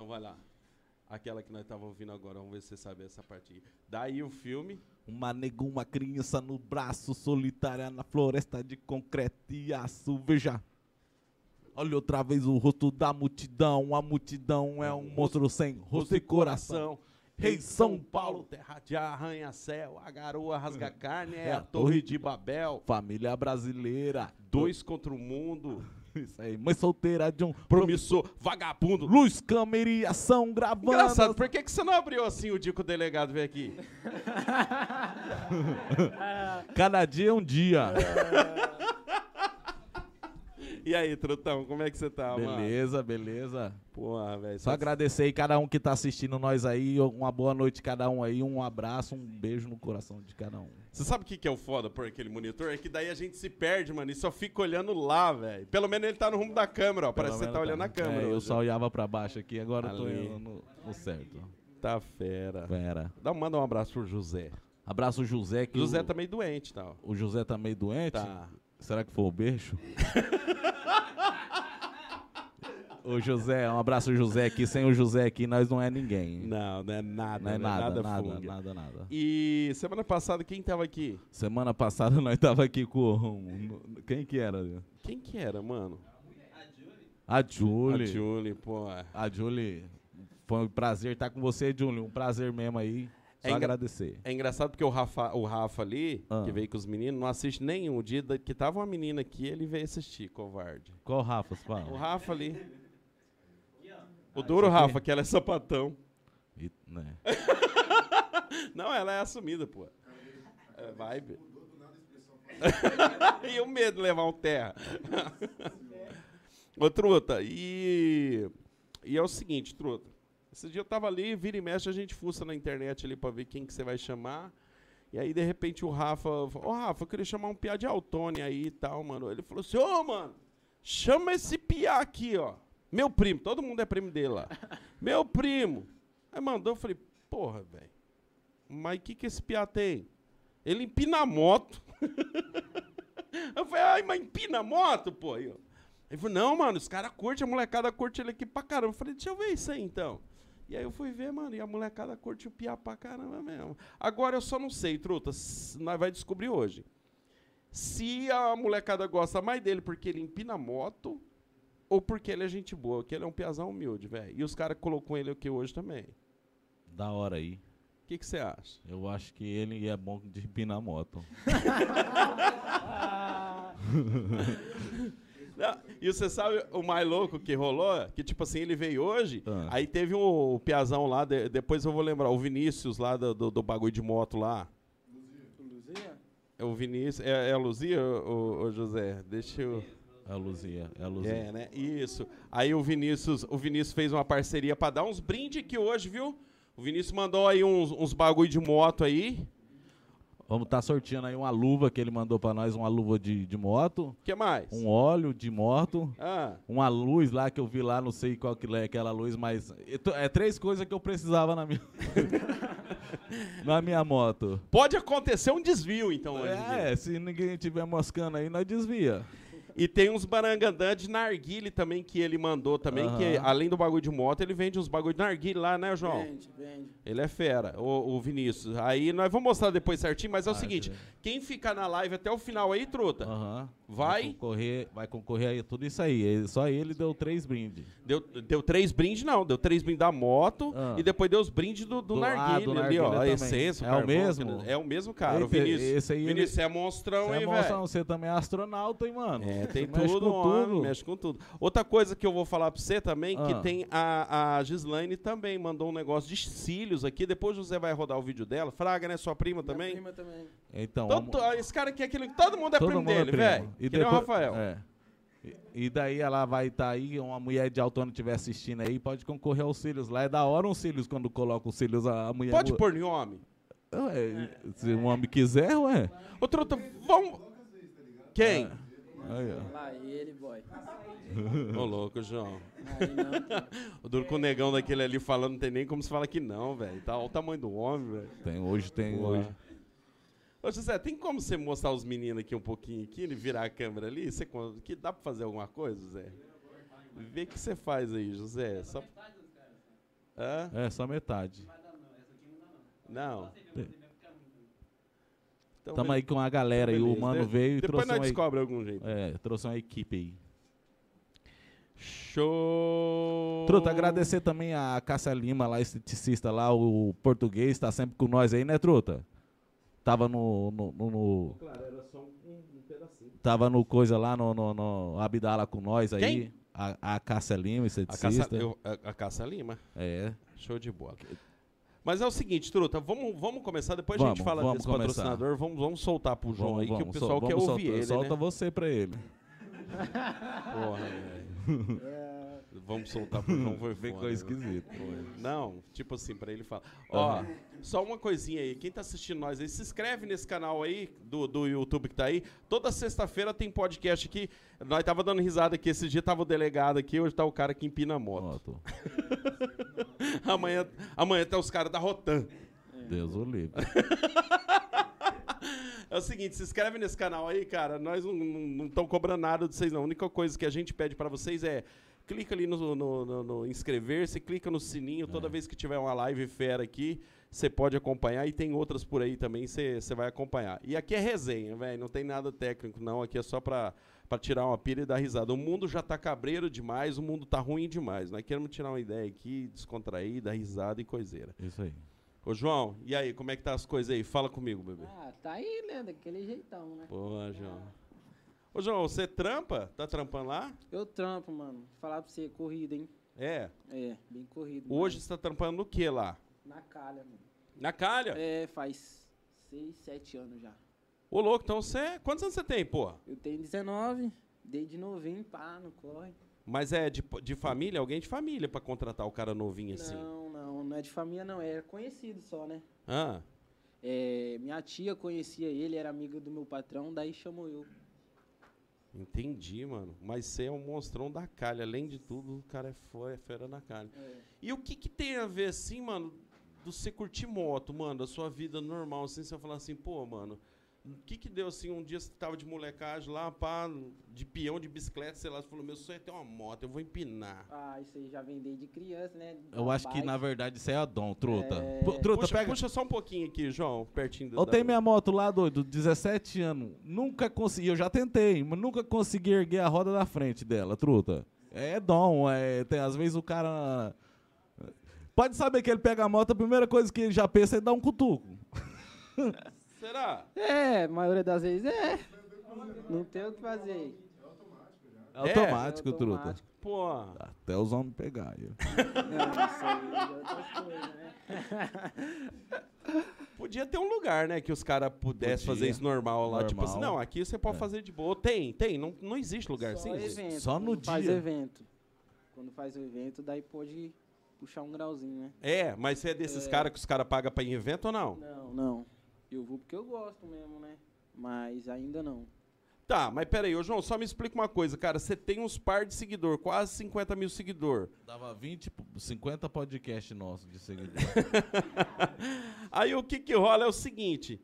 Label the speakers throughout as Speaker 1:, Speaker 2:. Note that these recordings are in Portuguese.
Speaker 1: Então vai lá. Aquela que nós tava ouvindo agora, vamos ver se você sabe essa parte. aqui. Daí o filme.
Speaker 2: Uma nega, uma criança no braço, solitária na floresta de concreto e aço. Veja. Olha outra vez o rosto da multidão. A multidão é um monstro sem rosto e coração.
Speaker 1: Rei São Paulo, terra de arranha-céu, a garoa rasga carne, é a Torre de Babel.
Speaker 2: Família brasileira.
Speaker 1: Dois contra o mundo,
Speaker 2: Isso aí. Mãe solteira de um
Speaker 1: promissor, vagabundo.
Speaker 2: Luz, câmera e ação gravando.
Speaker 1: Engraçado, por que, que você não abriu assim o dia que o delegado veio aqui?
Speaker 2: Cada dia é um dia.
Speaker 1: E aí, Trutão, como é que você tá, mano?
Speaker 2: beleza, beleza.
Speaker 1: Porra, velho.
Speaker 2: Só agradecer aí cada um que tá assistindo nós aí. Uma boa noite cada um aí. Um abraço, um beijo no coração de cada um.
Speaker 1: Você sabe o que, que é o foda por aquele monitor? É que daí a gente se perde, mano, e só fica olhando lá, velho. Pelo menos ele tá no rumo da câmera, ó. Parece que você tá olhando a câmera.
Speaker 2: É, eu
Speaker 1: hoje.
Speaker 2: só olhava pra baixo aqui, agora eu tô
Speaker 1: Ali.
Speaker 2: indo no, no certo.
Speaker 1: Tá fera.
Speaker 2: Pera.
Speaker 1: Dá, manda um abraço pro José.
Speaker 2: Abraço o José. Que
Speaker 1: José
Speaker 2: o,
Speaker 1: tá meio doente, tal.
Speaker 2: o José tá meio doente?
Speaker 1: Tá.
Speaker 2: Será que foi o beijo? Ô José, um abraço José aqui. Sem o José aqui, nós não é ninguém. Não,
Speaker 1: Não, não é nada,
Speaker 2: é nada, nada,
Speaker 1: funga.
Speaker 2: nada, nada,
Speaker 1: E semana passada, quem tava aqui?
Speaker 2: Semana passada nós tava aqui com. o- Quem que era?
Speaker 1: Quem que era, mano?
Speaker 2: A
Speaker 1: A
Speaker 2: Julie.
Speaker 1: Julie, pô. É
Speaker 2: A Julie, foi um prazer estar com você, Julie. Um prazer mesmo aí. Só
Speaker 1: É engra-
Speaker 2: agradecer.
Speaker 1: É engraçado porque o Rafa, o Rafa ali,
Speaker 2: Ah.
Speaker 1: que veio com os meninos, não assiste nenhum. O dia da- que tava uma menina aqui, ele veio assistir, covarde.
Speaker 2: Qual Rafa? você
Speaker 1: O
Speaker 2: Fala.
Speaker 1: Rafa ali. O duro Rafa, que ela é sapatão.
Speaker 2: E- né?
Speaker 1: Não, ela é assumida, pô. É vibe. e o medo de levar um terra. Ô, truta, e... E é o seguinte, truta. Esse dia eu tava ali, vira e mexe, a gente fuça na internet ali pra ver quem que você vai chamar. E aí, de repente, o Rafa... falou, Ô, Rafa, eu queria chamar um piá de Altone aí e tal, mano. Ele falou assim, ô, mano, chama esse piá aqui, ó. Meu primo, todo mundo é primo dele lá. Meu primo. Aí mandou, eu falei, porra, velho. Mas o que, que esse piá tem? Ele empina a moto. eu falei, ai, mas empina a moto, pô. Aí, ó. Ele falou, não, mano, os caras curtem, a molecada curte ele aqui pra caramba. Eu falei, deixa eu ver isso aí então. E aí eu fui ver, mano, e a molecada curte o piá pra caramba mesmo. Agora eu só não sei, truta, s- nós vai descobrir hoje. Se a molecada gosta mais dele porque ele empina a moto ou porque ele é gente boa, que ele é um piazão humilde, velho. E os caras colocou ele aqui hoje também.
Speaker 2: Da hora aí.
Speaker 1: O que que você acha?
Speaker 2: Eu acho que ele é bom de empinar a moto.
Speaker 1: Não, Ah, e você sabe o mais louco que rolou? Que, tipo assim, ele veio hoje,
Speaker 2: Ah.
Speaker 1: aí teve o, Piazão lá, de- depois eu vou lembrar, o Vinícius lá do, do, do bagulho de moto lá. É o Vinícius, é, é a Luzia ou o José? Deixa eu...
Speaker 2: É a Luzia, é a Luzia.
Speaker 1: É, né? Isso. Aí o Vinícius, o Vinícius fez uma parceria pra dar uns brindes aqui hoje, viu? O Vinícius mandou aí uns, uns bagulho de moto aí.
Speaker 2: Vamos estar sorteando aí uma luva que ele mandou pra nós, uma luva de, de moto,
Speaker 1: O que mais?
Speaker 2: um óleo de moto,
Speaker 1: Ah,
Speaker 2: uma luz lá que eu vi lá, não sei qual que é aquela luz, mas eu tô- é três coisas que eu precisava na minha na minha moto.
Speaker 1: pode acontecer um desvio, então, hoje em dia.
Speaker 2: É, se ninguém tiver moscando aí, nós desvia.
Speaker 1: E tem uns barangandã de narguile também que ele mandou também,
Speaker 2: Aham.
Speaker 1: que além do bagulho de moto, ele vende uns bagulho de narguile lá, né, João?
Speaker 3: Vende, vende.
Speaker 1: Ele é fera, o, o Vinícius. Aí nós vamos mostrar depois certinho, mas é o
Speaker 2: Ah,
Speaker 1: seguinte,
Speaker 2: que-
Speaker 1: quem ficar na live até o final aí, truta,
Speaker 2: Aham.
Speaker 1: Tá. Vai?
Speaker 2: concorrer, vai concorrer aí tudo isso aí. Ele- Só ele deu três brindes.
Speaker 1: deu, deu três brindes não, deu três brindes da moto
Speaker 2: Ah.
Speaker 1: e depois deu os brindes do, do,
Speaker 2: Do- ah,
Speaker 1: narguile
Speaker 2: do
Speaker 1: ali, ó, a
Speaker 2: narguilé também.
Speaker 1: essência, o
Speaker 2: É o
Speaker 1: carvão,
Speaker 2: mesmo?
Speaker 1: aquele- É o mesmo cara, o
Speaker 2: Eita,
Speaker 1: Vinícius.
Speaker 2: esse aí ele-
Speaker 1: Vinícius, você é monstrão,
Speaker 2: Você é
Speaker 1: hein,
Speaker 2: monstro,
Speaker 1: velho?
Speaker 2: você também é astronauta, hein, mano?
Speaker 1: É, tem
Speaker 2: Você mexe
Speaker 1: tudo,
Speaker 2: com
Speaker 1: homem, mexe com tudo. Outra coisa que eu vou falar pra você também,
Speaker 2: Ah.
Speaker 1: que tem a, a Gislaine também, mandou um negócio de cílios aqui, depois o José vai rodar o vídeo dela. Fraga, né, sua prima
Speaker 3: Minha
Speaker 1: também?
Speaker 3: prima também.
Speaker 2: Então,
Speaker 1: Todo-
Speaker 2: vamos-
Speaker 1: esse cara aqui é aquele, todo mundo é
Speaker 2: todo
Speaker 1: primo
Speaker 2: mundo é
Speaker 1: dele, velho.
Speaker 2: E
Speaker 1: Que nem o
Speaker 2: depois-
Speaker 1: Rafael.
Speaker 2: é. E, e daí ela vai estar aí, uma mulher de autônomo estiver assistindo aí, pode concorrer aos cílios. Lá é da hora uns cílios, quando coloca os cílios, a, a mulher...
Speaker 1: Pode pôr em homem.
Speaker 2: Ué, se um homem quiser, ué. É.
Speaker 1: Ô, Truta, vamos... Quem?
Speaker 2: Aí, ó.
Speaker 3: Lá ele, boy.
Speaker 2: É.
Speaker 1: Ô, louco, João.
Speaker 3: Aí não.
Speaker 1: O duro com o negão daquele ali falando, não tem nem como se falar que não, velho. Tá, olha o tamanho do homem, velho.
Speaker 2: Tem, hoje tem...
Speaker 1: Boa.
Speaker 2: Hoje.
Speaker 1: Ô, José, tem como você mostrar os meninos aqui um pouquinho aqui, ele virar a câmera ali? Você, con- que dá pra fazer alguma coisa, José? Vê o que você faz aí, José. Só... Hã?
Speaker 2: É, só metade.
Speaker 1: Não. Então,
Speaker 2: Tamo aí com a galera aí. O
Speaker 1: beleza.
Speaker 2: mano
Speaker 1: De-
Speaker 2: veio e
Speaker 1: Depois
Speaker 2: trouxe um
Speaker 1: nós
Speaker 2: uma,
Speaker 1: descobre algum jeito.
Speaker 2: é, trouxe uma equipe aí.
Speaker 1: Show!
Speaker 2: Truta, agradecer também a Cássia Lima, lá, esteticista lá, o português, tá sempre com nós aí, né, Truta? Tava no. no, no- no-
Speaker 1: Claro, era só um, um pedacinho.
Speaker 2: tava no coisa lá no, no, no Abdala com nós aí.
Speaker 1: Quem?
Speaker 2: A, a Cássia Lima,
Speaker 1: A caça,
Speaker 2: esteticista.
Speaker 1: eu- a- a Caça Lima.
Speaker 2: É.
Speaker 1: Show de bola. Mas é o seguinte, Truta, vamos, vamos começar, depois a gente
Speaker 2: Vamos,
Speaker 1: fala
Speaker 2: vamos
Speaker 1: desse
Speaker 2: começar.
Speaker 1: patrocinador, vamos, vamos soltar pro João aí, que o pessoal
Speaker 2: sol-
Speaker 1: quer
Speaker 2: vamos
Speaker 1: ouvir
Speaker 2: soltar-
Speaker 1: ele,
Speaker 2: Solta
Speaker 1: né?
Speaker 2: você pra ele.
Speaker 1: Porra, velho. Vamos soltar pro João, foi
Speaker 2: Ficou
Speaker 1: foda, viu?
Speaker 2: esquisito.
Speaker 1: Não, tipo assim, pra ele falar. Ó, só uma coisinha aí. Quem tá assistindo nós aí, se inscreve nesse canal aí do, do YouTube que tá aí. Toda sexta-feira tem podcast aqui. Nós tava dando risada aqui. Esse dia tava o delegado aqui, hoje tá o cara que empina a moto.
Speaker 2: Pronto.
Speaker 1: Amanhã, amanhã tá os caras da Rotan.
Speaker 2: Deus o livre.
Speaker 1: É o seguinte, se inscreve nesse canal aí, cara. Nós não estamos cobrando nada de vocês, não. A única coisa que a gente pede para vocês é clica ali no, no- no- no inscrever-se, clica no sininho. Toda vez que tiver uma live fera aqui, você pode acompanhar. E tem outras por aí também, você você vai acompanhar. E aqui é resenha, velho. Não tem nada técnico, não. Aqui é só para para tirar uma pilha e dar risada. O mundo já tá cabreiro demais, o mundo tá ruim demais. Nós queremos tirar uma ideia aqui, descontrair, dar risada e coiseira.
Speaker 2: Isso aí.
Speaker 1: Ô, João, e aí, como é que tá as coisas aí? Fala comigo, bebê.
Speaker 3: Ah, tá aí, né? Daquele jeitão, né?
Speaker 1: Porra, João. Ô, João, você trampa? Tá trampando lá?
Speaker 3: Eu trampo, mano. Falar pra você, corrida, hein?
Speaker 1: É.
Speaker 3: É, bem corrido.
Speaker 1: Hoje
Speaker 3: mas
Speaker 1: você tá trampando no que lá?
Speaker 3: Na calha, mano.
Speaker 1: Na calha?
Speaker 3: É, faz 6, 7 anos já.
Speaker 1: Ô, louco, então você. Quantos anos você tem, pô?
Speaker 3: Eu tenho 19, dei de novinho, pá, não corre.
Speaker 1: Mas é de, de família? Alguém de família pra contratar o cara novinho assim?
Speaker 3: Não, não, não é de família, não. É conhecido só, né?
Speaker 1: Ah,
Speaker 3: É, minha tia conhecia ele, era amiga do meu patrão, daí chamou eu.
Speaker 1: entendi, mano. Mas você é um monstrão da calha. Além de tudo, o cara é fo- é fera na calha.
Speaker 3: É.
Speaker 1: E o que que tem a ver, assim, mano, do você curtir moto, mano, da sua vida normal, assim, você falar assim, pô, mano, o que que deu, assim, um dia você tava de molecagem lá, pá, de peão, de bicicleta, sei lá, você falou, meu sonho é ter uma moto, eu vou empinar.
Speaker 3: Ah, isso aí já vem desde criança, né?
Speaker 2: Eu
Speaker 3: Da
Speaker 2: acho que,
Speaker 3: bike.
Speaker 2: na verdade, isso é a Dom, truta.
Speaker 3: É.
Speaker 2: Pô, Truta,
Speaker 1: puxa,
Speaker 2: pega.
Speaker 1: puxa só um pouquinho aqui, João, pertinho
Speaker 2: Eu tenho
Speaker 1: minha...
Speaker 2: minha moto lá, doido, 17 anos. Nunca consegui, eu já tentei, mas nunca consegui erguer a roda da frente dela, truta. É dom, é, tem, às vezes o cara. Pode saber que ele pega a moto, a primeira coisa que ele já pensa é dar um cutuco.
Speaker 1: Será?
Speaker 3: É, a maioria das vezes é. Não tem o que fazer.
Speaker 2: É automático,
Speaker 3: É
Speaker 2: truta.
Speaker 3: automático.
Speaker 1: Pô,
Speaker 2: Até os homens pegar. eu.
Speaker 1: podia ter um lugar, né, que os caras pudessem
Speaker 2: Podia.
Speaker 1: fazer isso normal lá, tipo
Speaker 2: Normal. É.
Speaker 1: assim, não, aqui você pode fazer de boa. Tem, tem, não, não existe lugar
Speaker 3: Só
Speaker 1: assim. existe.
Speaker 3: evento,
Speaker 2: Só no
Speaker 3: quando Faz
Speaker 2: dia.
Speaker 3: evento. Quando faz o evento, daí pode puxar um grauzinho, né?
Speaker 1: É, mas você é desses caras que os caras pagam pra ir em evento ou não?
Speaker 3: Não, não. Eu vou porque eu gosto mesmo, né? Mas ainda não.
Speaker 1: Tá, mas peraí, ô João, só me explica uma coisa, cara. Você tem uns par de seguidor, quase 50 mil seguidor.
Speaker 2: Dava 20, 50 podcasts nossos de seguidor.
Speaker 1: Aí o que que rola é o seguinte.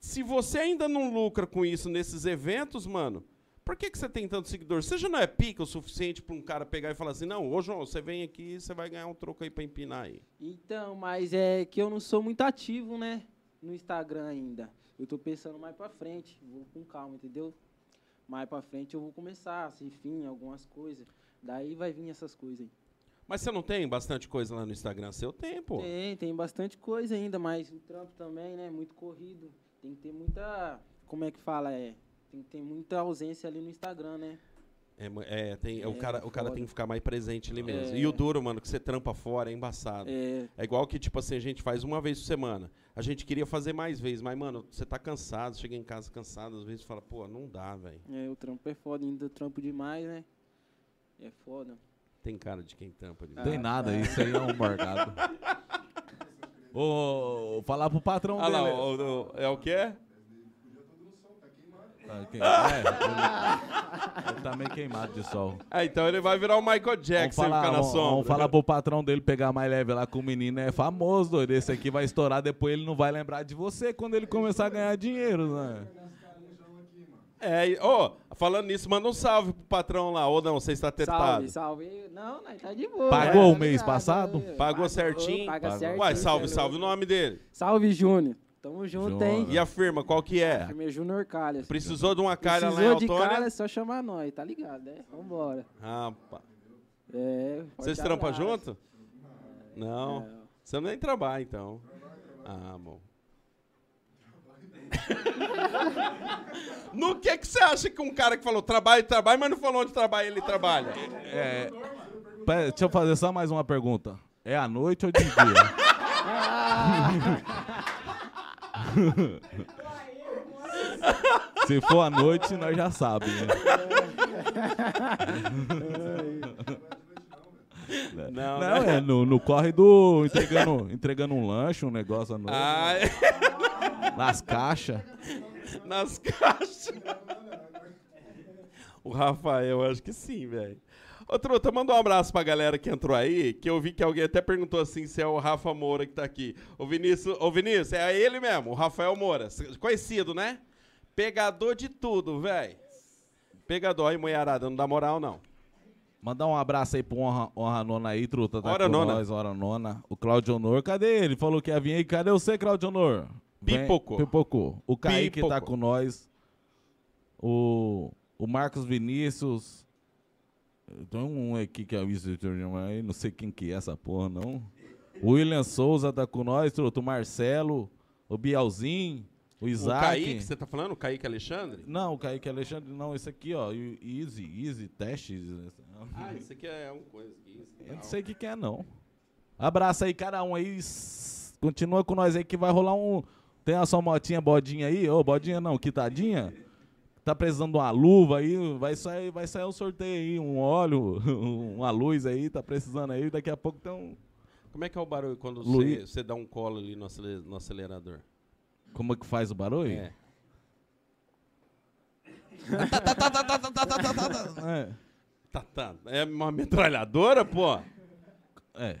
Speaker 1: Se você ainda não lucra com isso nesses eventos, mano, por que, que você tem tanto seguidor? Você já não é pica o suficiente pra um cara pegar e falar assim, não, ô João, você vem aqui, você vai ganhar um troco aí pra empinar aí.
Speaker 3: Então, mas é que eu não sou muito ativo, né? No Instagram ainda. Eu tô pensando mais pra frente. Vou com calma, entendeu? Mais pra frente eu vou começar, assim, enfim, algumas coisas. Daí vai vir essas coisas aí.
Speaker 1: Mas você não tem bastante coisa lá no Instagram seu? Tem, pô.
Speaker 3: Tem, tem bastante coisa ainda, mas o trampo também, né? Muito corrido. Tem que ter muita. Como é que fala? É. Tem que ter muita ausência ali no Instagram, né?
Speaker 1: É, mu- é, tem, o
Speaker 3: É,
Speaker 1: cara, o cara
Speaker 3: foda.
Speaker 1: tem que ficar mais presente ali mesmo.
Speaker 3: É.
Speaker 1: E o duro, mano, que você trampa fora, é embaçado.
Speaker 3: É.
Speaker 1: É igual que, tipo assim, a gente faz uma vez por semana. A gente queria fazer mais vezes, mas, mano, você tá cansado, chega em casa cansado, às vezes fala, pô, não dá, velho.
Speaker 3: é o trampo é foda, ainda trampo demais, né? É foda.
Speaker 1: Tem cara de quem tampa de
Speaker 3: Ah,
Speaker 2: Tem nada, isso aí é um mercado. Ô, falar pro patrão
Speaker 1: Ah lá,
Speaker 2: dele.
Speaker 1: o- o- o- é o quê?
Speaker 2: Tá, quem- é, ele- ele tá meio queimado de sol.
Speaker 1: Ah, então ele vai virar o Michael
Speaker 2: Vamos
Speaker 1: Jackson e
Speaker 2: falar,
Speaker 1: ficar na
Speaker 2: vamos,
Speaker 1: sombra.
Speaker 2: vamos falar pro patrão dele pegar mais leve lá com o menino. É famoso, doido. Esse aqui vai estourar, depois ele não vai lembrar de você quando ele começar a ganhar dinheiro, né?
Speaker 1: É, e- ó, falando nisso, manda um salve pro patrão lá. Ou não, você tá está testado.
Speaker 3: Salve, salve. Não, nós tá de boa.
Speaker 2: Pagou
Speaker 3: nós
Speaker 2: o
Speaker 3: tá
Speaker 2: mês
Speaker 3: ligado,
Speaker 2: passado?
Speaker 3: né?
Speaker 1: Pagou certinho?
Speaker 3: Paga
Speaker 2: Pagou.
Speaker 3: certinho.
Speaker 1: Uai, salve,
Speaker 3: cê é
Speaker 1: salve o
Speaker 3: louco.
Speaker 1: nome dele.
Speaker 3: Salve, Júnior. Tamo junto, hein?
Speaker 1: E a firma, qual que é?
Speaker 3: Firme Júnior Calhas.
Speaker 1: Precisou de uma calha lá em
Speaker 3: Precisou de
Speaker 1: Autônia?
Speaker 3: calha, é só chamar nós, tá ligado, né? Vambora.
Speaker 1: Rapaz.
Speaker 3: É, forte
Speaker 1: Vocês trampam
Speaker 3: abraço.
Speaker 1: junto? Não. Você nem trabalha, então. Ah, bom. No que que você acha que um cara que falou trabalho, trabalho, mas não falou onde trabalha, ele trabalha?
Speaker 2: É, Pera, deixa eu fazer só mais uma pergunta. É à noite ou de dia? Se for à noite, nós já sabemos. né?
Speaker 1: Não,
Speaker 2: Não,
Speaker 1: né?
Speaker 2: é no, no corre do. Entregando, entregando um lanche, um negócio à noite.
Speaker 1: Ah,
Speaker 2: Nas caixas.
Speaker 1: nas caixas. O Rafael, acho que sim, velho. Ô, Truta, manda um abraço pra galera que entrou aí, que eu vi que alguém até perguntou assim se é o Rafa Moura que tá aqui. Ô, Vinícius, ô, Vinícius é ele mesmo, o Rafael Moura. C- Conhecido, né? Pegador de tudo, velho. Pegador. Aí, mulherada, não dá moral, não.
Speaker 2: Mandar um abraço aí pro Honra, Honra Nona aí, truta. Tá
Speaker 1: Hora
Speaker 2: com
Speaker 1: Nona.
Speaker 2: Nós, hora Nona. O Claudio Honor, cadê ele? Falou que ia vir aí. Cadê você, Claudio Honor? Vem-
Speaker 1: Pipocou.
Speaker 2: Pipocou. O Kaique tá
Speaker 1: Pipocou.
Speaker 2: com nós. O, o Marcos Vinícius. Tem um aqui que é o Instituto aí, não sei quem que é essa porra, não. O William Souza tá com nós, truta. O Marcelo, o Bialzinho, o Isaac.
Speaker 1: O Kaique, você tá falando? O Kaique Alexandre?
Speaker 2: Não, o Kaique Alexandre, não, esse aqui, ó. e- Easy, easy, testes. né?
Speaker 1: Ah, isso aqui é uma coisa. que isso,
Speaker 2: Eu não
Speaker 1: tal.
Speaker 2: sei o que, que é, não. Abraço aí, cada um aí. S- Continua com nós aí que vai rolar um. Tem a sua motinha bodinha aí, ô, bodinha não, quitadinha. Tá precisando de uma luva aí, vai sair, vai sair um sorteio aí, um óleo, uma luz aí, tá precisando aí, daqui a pouco tem um.
Speaker 1: Como é que é o barulho quando
Speaker 2: Luiz-
Speaker 1: você, você dá um colo ali no acele- no acelerador?
Speaker 2: Como é que faz o barulho?
Speaker 1: É.
Speaker 2: É.
Speaker 1: Tá, tá. É uma metralhadora, pô?
Speaker 2: é.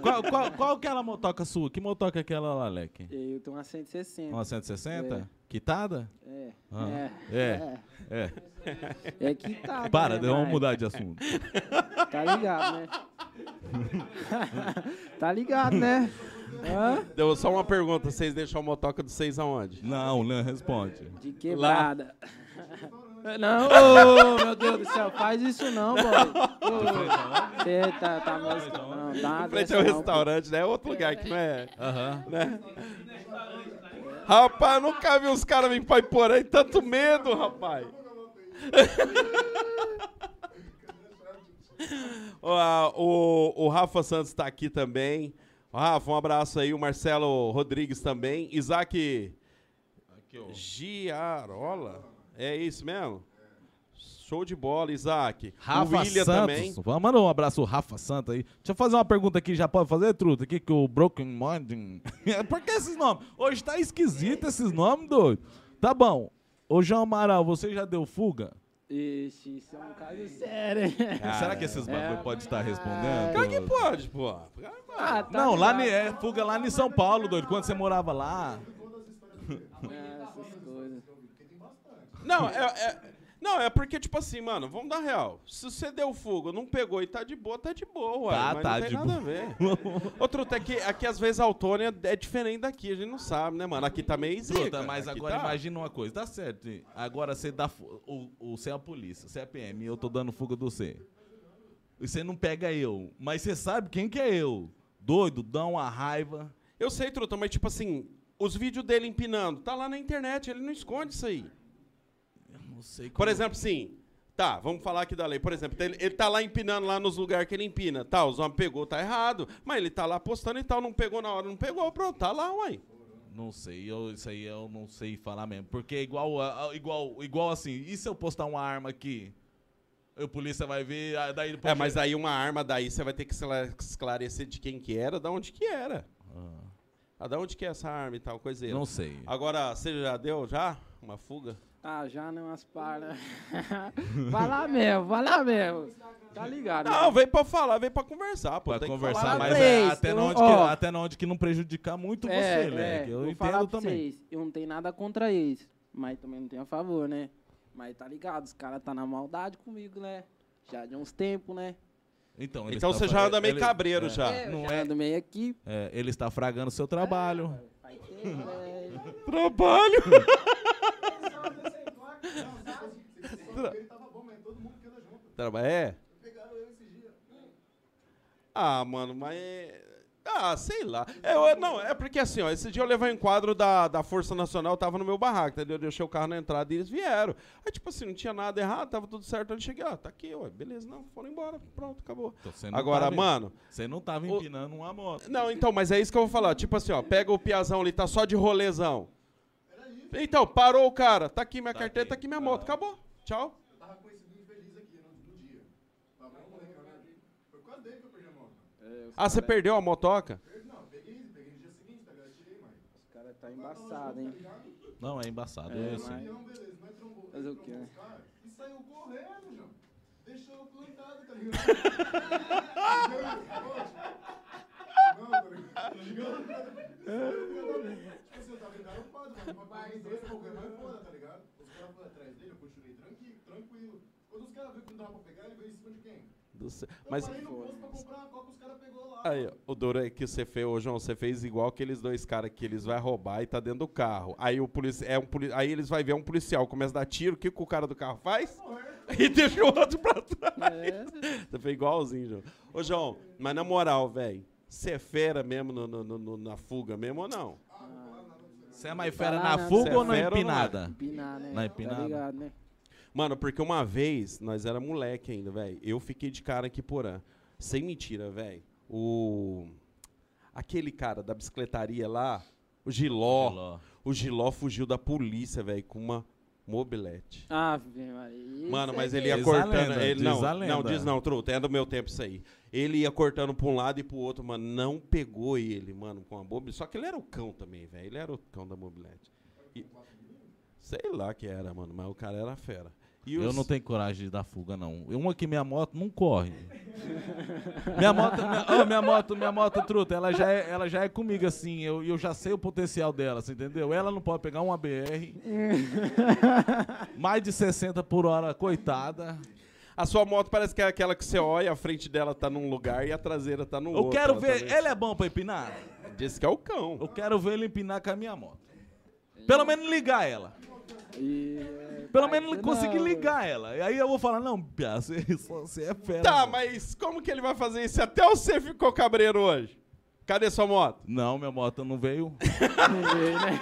Speaker 2: qual, qual, qual que é aquela motoca sua? Que motoca é aquela lá, Leque?
Speaker 3: Eu tenho uma 160.
Speaker 2: Uma 160?
Speaker 3: É.
Speaker 2: Quitada?
Speaker 3: É.
Speaker 2: Ah.
Speaker 3: É.
Speaker 2: É.
Speaker 3: É. É que tá.
Speaker 2: Para,
Speaker 3: né,
Speaker 2: vamos
Speaker 3: mas-
Speaker 2: mudar de assunto.
Speaker 3: Tá ligado, né? tá ligado, né? Hã?
Speaker 1: Deu só uma pergunta, vocês deixam a motoca de vocês aonde?
Speaker 2: Não, não responde.
Speaker 3: De quebrada. É, Não, ô, meu Deus do céu, faz isso não, boy. Você tá, tá mais. Não, dá uma
Speaker 1: Em frente
Speaker 3: dessa
Speaker 1: ao
Speaker 3: não,
Speaker 1: restaurante, né? É outro lugar que não é,
Speaker 2: Aham.
Speaker 1: né? Rapaz, nunca vi os caras virem pra Iporã e tanto medo, rapaz. Ó, a- o, o Rafa Santos tá aqui também. Ó, Rafa, um abraço aí. O Marcelo Rodrigues também. Isaac Giarola? É isso mesmo? Show de bola, Isaac.
Speaker 2: Rafa
Speaker 1: o William
Speaker 2: Santos.
Speaker 1: também.
Speaker 2: Vamos Manda um abraço, Rafa Santos aí. Deixa eu fazer uma pergunta aqui, já pode fazer, Truta? Aqui que o Broken Mind. É, Por que esses nomes? Hoje tá esquisito esses nomes, doido. Tá bom. Ô, João Amaral, você já deu fuga?
Speaker 3: Ixi, isso é um caso sério, hein?
Speaker 2: Será que esses bagulho
Speaker 3: É.
Speaker 2: pode estar respondendo?
Speaker 1: Claro é que pode, pô.
Speaker 3: Ah, tá
Speaker 2: Não, lá
Speaker 3: ligado.
Speaker 2: ni- é fuga lá em São Paulo, doido. Quando você morava lá.
Speaker 3: É, essas coisas.
Speaker 1: Não, é, é- não, é porque, tipo assim, mano, vamos dar real. Se você deu fogo, não pegou e tá de boa, tá de boa, ué.
Speaker 2: Tá,
Speaker 1: mas
Speaker 2: tá
Speaker 1: não tem
Speaker 2: de
Speaker 1: nada
Speaker 2: boa.
Speaker 1: a ver. Outro é que aqui às vezes a autônia é diferente daqui, a gente não sabe, né, mano? Aqui tá meio zica.
Speaker 2: Truta, mas
Speaker 1: aqui
Speaker 2: agora
Speaker 1: tá.
Speaker 2: imagina uma coisa, tá certo. hein? Agora você dá. fu- o- o- Você é a polícia, você é a PM, eu tô dando fuga do você. E você não pega eu, mas você sabe quem que é eu. Doido, dá uma raiva.
Speaker 1: Eu sei, Truta, mas tipo assim, os vídeos dele empinando, tá lá na internet, ele não esconde isso aí.
Speaker 2: Não sei
Speaker 1: Por exemplo, sim. Tá, vamos falar aqui da lei. Por exemplo, ele, ele tá lá empinando lá nos lugares que ele empina. Tá, os homens pegou, tá errado. Mas ele tá lá postando e tal, não pegou na hora, não pegou, pronto, tá lá, uai.
Speaker 2: Não sei, eu, isso aí eu não sei falar mesmo. Porque é igual, a- a- igual, igual assim, e se eu postar uma arma aqui? A polícia vai ver, ah, daí depois.
Speaker 1: É, mas aí uma arma daí você vai ter que escla- esclarecer de quem que era, da onde que era. Ah, da onde que é essa arma e tal, coisa aí.
Speaker 2: Não sei.
Speaker 1: Agora, você já deu já uma fuga?
Speaker 3: Ah, já não as para. vai lá mesmo, vai lá mesmo. Tá ligado?
Speaker 1: Não,
Speaker 3: né?
Speaker 1: veio pra falar, veio pra conversar, pô.
Speaker 2: Pra
Speaker 1: tem que
Speaker 2: conversar,
Speaker 1: falar.
Speaker 3: falar
Speaker 2: mas
Speaker 3: pra
Speaker 2: é
Speaker 3: eles,
Speaker 2: até,
Speaker 3: eu-
Speaker 2: onde
Speaker 3: ó.
Speaker 2: que, até onde que não prejudicar muito você, né? Eu
Speaker 3: É, vou
Speaker 2: entendo
Speaker 3: falar pra
Speaker 2: também.
Speaker 3: Vocês, eu não tenho nada contra eles. Mas também não tem a favor, né? Mas tá ligado, os caras tá na maldade comigo, né? Já de uns tempos, né?
Speaker 2: Então, ele
Speaker 1: Então
Speaker 2: está
Speaker 1: você
Speaker 2: fra-
Speaker 1: já anda meio
Speaker 2: ele-
Speaker 1: cabreiro
Speaker 2: é,
Speaker 1: já.
Speaker 3: eu
Speaker 2: não
Speaker 3: já
Speaker 2: é-
Speaker 3: ando meio aqui.
Speaker 2: é, ele está fragando o seu trabalho.
Speaker 3: Faz tempo, né?
Speaker 1: Trabalho! Traba- É? Ah, mano, mas. é- Ah, sei lá. É, eu- não, é porque assim, ó, esse dia eu levei um quadro da, da Força Nacional, tava no meu barraco, entendeu? Eu deixei o carro na entrada e eles vieram. Aí, tipo assim, não tinha nada errado, tava tudo certo. Eu cheguei, ó, tá aqui, ó, beleza, não, foram embora, pronto, acabou.
Speaker 2: Então, você não
Speaker 1: Agora,
Speaker 2: tava-
Speaker 1: mano,
Speaker 2: Você não tava
Speaker 1: O-
Speaker 2: empinando uma moto.
Speaker 1: não, então, mas é isso que eu vou falar. Tipo assim, ó, pega o piazão ali, tá só de rolezão. Então, parou o cara. Tá aqui minha
Speaker 2: Tá
Speaker 1: carteira,
Speaker 2: aqui.
Speaker 1: tá aqui minha
Speaker 2: Tá.
Speaker 1: moto. Acabou. Tchau. Ah, você perdeu a motoca?
Speaker 3: Os caras tá embaçado, hein?
Speaker 2: Não, é embaçado.
Speaker 3: É,
Speaker 2: eu sei.
Speaker 3: mas- Fazer o quê, né?
Speaker 4: E saiu correndo, João. Deixou eu plantado, tá ligado? Não, tá ligado? Tá ligado? Tipo assim, eu tava engarrapado, mano. Mas dois fogão mais foda, tá ligado? Os caras foram atrás dele, eu continuei tranquilo, tranquilo. Quando os caras viram que não dava pra pegar, ele veio em cima de quem?
Speaker 1: Do céu.
Speaker 4: Eu
Speaker 1: Mas.
Speaker 4: parei no posto pra comprar a coca, os caras pegou lá.
Speaker 1: Aí, o duro é que você fez, ô João, você fez igual aqueles dois caras que eles vai roubar e tá dentro do carro. Aí o polici é um poli- aí eles vai ver um policial, começa a dar tiro, o que, que o cara do carro faz? E deixa o outro pra trás.
Speaker 3: É,
Speaker 1: Você foi igualzinho, João. Ô, João, mas na moral, velho, você é fera mesmo no- no- no- no- na fuga mesmo ou não?
Speaker 2: Você é mais fera
Speaker 3: Falar,
Speaker 2: na
Speaker 3: né?
Speaker 2: fuga
Speaker 1: Você é
Speaker 2: ou na
Speaker 1: fera ou não é?
Speaker 2: empinada?
Speaker 3: empinar, né?
Speaker 2: Na empinada.
Speaker 3: Tá ligado, né?
Speaker 1: Mano, porque uma vez, nós era moleque ainda, velho, eu fiquei de cara aqui porã. Sem mentira, velho. O... Aquele cara da bicicletaria lá, o Giló,
Speaker 2: Ó,
Speaker 1: o Giló fugiu da polícia, velho, com uma mobilete.
Speaker 3: Ave Maria.
Speaker 1: Mano,
Speaker 3: isso é
Speaker 1: mas
Speaker 3: aí
Speaker 1: ele ia
Speaker 2: Diz a
Speaker 1: cortando.
Speaker 2: lenda,
Speaker 1: ele,
Speaker 2: diz
Speaker 1: não,
Speaker 2: a lenda.
Speaker 1: não, diz não, truta. É do meu tempo isso aí. Ele ia cortando pra um lado e pro outro, mano. Não pegou ele, mano, com a mobilete. Só que ele era o cão também, velho. Ele era o cão da mobilete. E- sei lá que era, mano, mas o cara era fera. E
Speaker 2: Eu
Speaker 1: os-
Speaker 2: não tenho coragem de dar fuga, não. Uma que minha moto não corre. minha moto, minha, ô, minha moto, minha moto truta, ela já é, ela já é comigo, assim. Eu, eu já sei o potencial dela, você entendeu? Ela não pode pegar uma BR. mais de 60 por hora, coitada.
Speaker 1: A sua moto parece que é aquela que você olha, a frente dela tá num lugar e a traseira tá no
Speaker 2: Eu
Speaker 1: outro.
Speaker 2: quero
Speaker 1: Ela
Speaker 2: ver.
Speaker 1: também-
Speaker 2: Ele é bom pra empinar?
Speaker 1: Diz que é o cão.
Speaker 2: Eu quero ver ele empinar com a minha moto. Pelo menos ligar ela.
Speaker 3: E,
Speaker 2: Pelo
Speaker 3: pai,
Speaker 2: menos
Speaker 3: não,
Speaker 2: conseguir
Speaker 3: velho.
Speaker 2: ligar ela. E aí eu vou falar, não, Pia, você, você é fera.
Speaker 1: Tá,
Speaker 2: mano.
Speaker 1: mas como que ele vai fazer isso? Até você ficou cabreiro hoje. Cadê sua moto?
Speaker 2: Não, minha moto não veio.
Speaker 3: Não veio, né?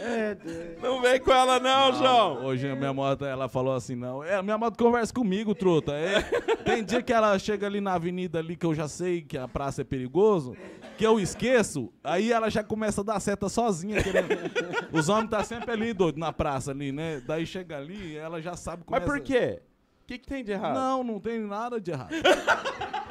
Speaker 3: é, Deus.
Speaker 1: Não vem com ela não, João.
Speaker 2: Hoje a minha moto, ela falou assim, não. É, minha moto conversa comigo, truta. É, tem dia que ela chega ali na avenida ali que eu já sei que a praça é perigoso, que eu esqueço, aí ela já começa a dar seta sozinha. querendo- Os homens tá sempre ali, doido, na praça ali, né? Daí chega ali, ela já sabe como
Speaker 1: Mas por quê? O que, que tem de errado?
Speaker 2: Não, não tem nada de errado.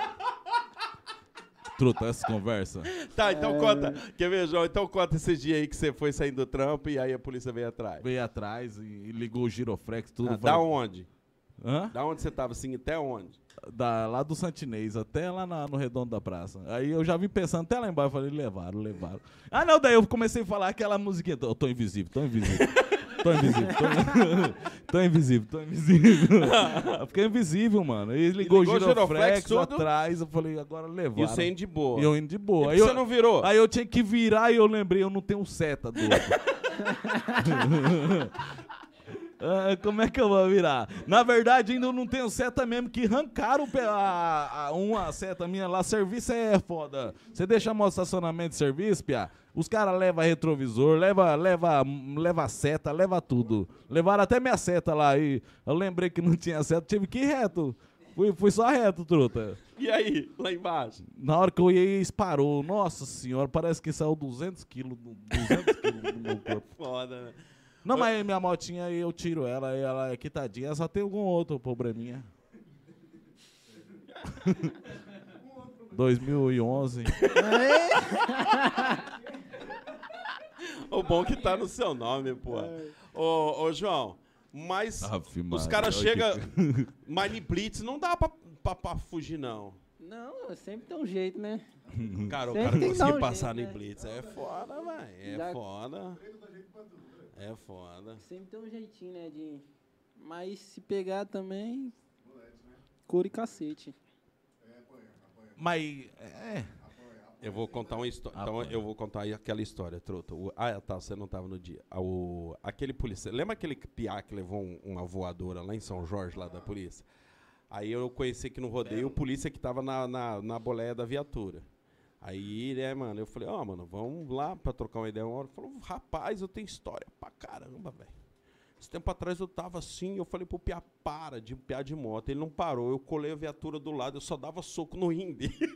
Speaker 2: truta, essa conversa.
Speaker 1: Tá,
Speaker 2: É.
Speaker 1: então conta. Quer ver, João? Então conta esse dia aí que você foi saindo do trampo e aí a polícia veio atrás.
Speaker 2: Veio atrás e, e ligou o giroflex, tudo.
Speaker 1: Ah, um- da
Speaker 2: falei,
Speaker 1: onde?
Speaker 2: Hã?
Speaker 1: Da onde você tava, assim, até onde?
Speaker 2: da, lá do Santinês até lá na- no redondo da praça. Aí eu já vim pensando até lá embaixo, falei, levaram, levaram. Ah, não, daí eu comecei a falar aquela musiquinha, tô, tô invisível, tô invisível. Tô invisível, tô, in- tô invisível, tô invisível. Eu Fiquei invisível, mano. E ligou,
Speaker 1: ligou
Speaker 2: o
Speaker 1: o giroflex,
Speaker 2: giroflex
Speaker 1: tudo.
Speaker 2: atrás, eu falei, agora
Speaker 1: E
Speaker 2: levaram.
Speaker 1: o você indo de boa.
Speaker 2: E eu indo de
Speaker 1: E
Speaker 2: boa.
Speaker 1: por
Speaker 2: Aí
Speaker 1: que
Speaker 2: eu,
Speaker 1: você não virou?
Speaker 2: aí eu tinha que virar e eu lembrei, eu não tenho seta, doido. Ah, como é que eu vou virar? Na verdade, ainda eu não tenho seta mesmo, que arrancaram pe- a, a- uma seta minha lá. Serviço é foda. Você deixa a moto no estacionamento de serviço, piá, os caras levam retrovisor, leva, leva, leva seta, leva tudo. Levaram até minha seta lá aí. Eu lembrei que não tinha seta, tive que ir reto. Fui, fui só reto, truta.
Speaker 1: E aí, lá embaixo?
Speaker 2: Na hora que eu ia, eles parou. Nossa senhora, parece que saiu 200 quilos do, 200 quilos do meu corpo.
Speaker 1: Foda, né?
Speaker 2: Não, mas aí minha motinha aí eu tiro ela, e ela é quitadinha, ela só tem algum outro probleminha. 2011.
Speaker 1: O bom que tá no seu nome, pô.
Speaker 3: É.
Speaker 1: Ô, ô João, mas
Speaker 2: Aff,
Speaker 1: os
Speaker 2: Maria,
Speaker 1: caras
Speaker 2: Ah, olha que
Speaker 1: chegam... Mas em Blitz não dá pra, pra, pra fugir, não.
Speaker 3: Não, sempre tem um jeito, né?
Speaker 2: Hum.
Speaker 1: Cara, o
Speaker 3: Sempre
Speaker 1: cara
Speaker 3: tem que dar
Speaker 1: conseguir
Speaker 3: um
Speaker 1: passar
Speaker 3: jeito,
Speaker 1: no
Speaker 3: né?
Speaker 1: Blitz é foda, velho. É
Speaker 3: Já-
Speaker 1: foda. É foda.
Speaker 3: Sempre tem um jeitinho, né, de... Mas se pegar também... Couro e cacete.
Speaker 2: Mas, é.
Speaker 1: Eu vou contar uma história. Então, eu vou contar aí aquela história, truta. O- Ah, tá, você não tava no dia. Ah, O... Aquele polícia. Lembra aquele piá que levou um- uma voadora lá em São Jorge, lá da polícia? Aí eu conheci aqui no rodeio o polícia que tava na, na, na boleia da viatura. Aí, né, mano, eu falei, ó, mano, vamos lá pra trocar uma ideia uma hora. Ele Falou, rapaz, eu tenho história pra caramba, velho. Esse tempo atrás eu tava assim, eu falei pro Piá, para de piá de moto. Ele não parou, eu colei a viatura do lado, eu só dava soco no rim dele.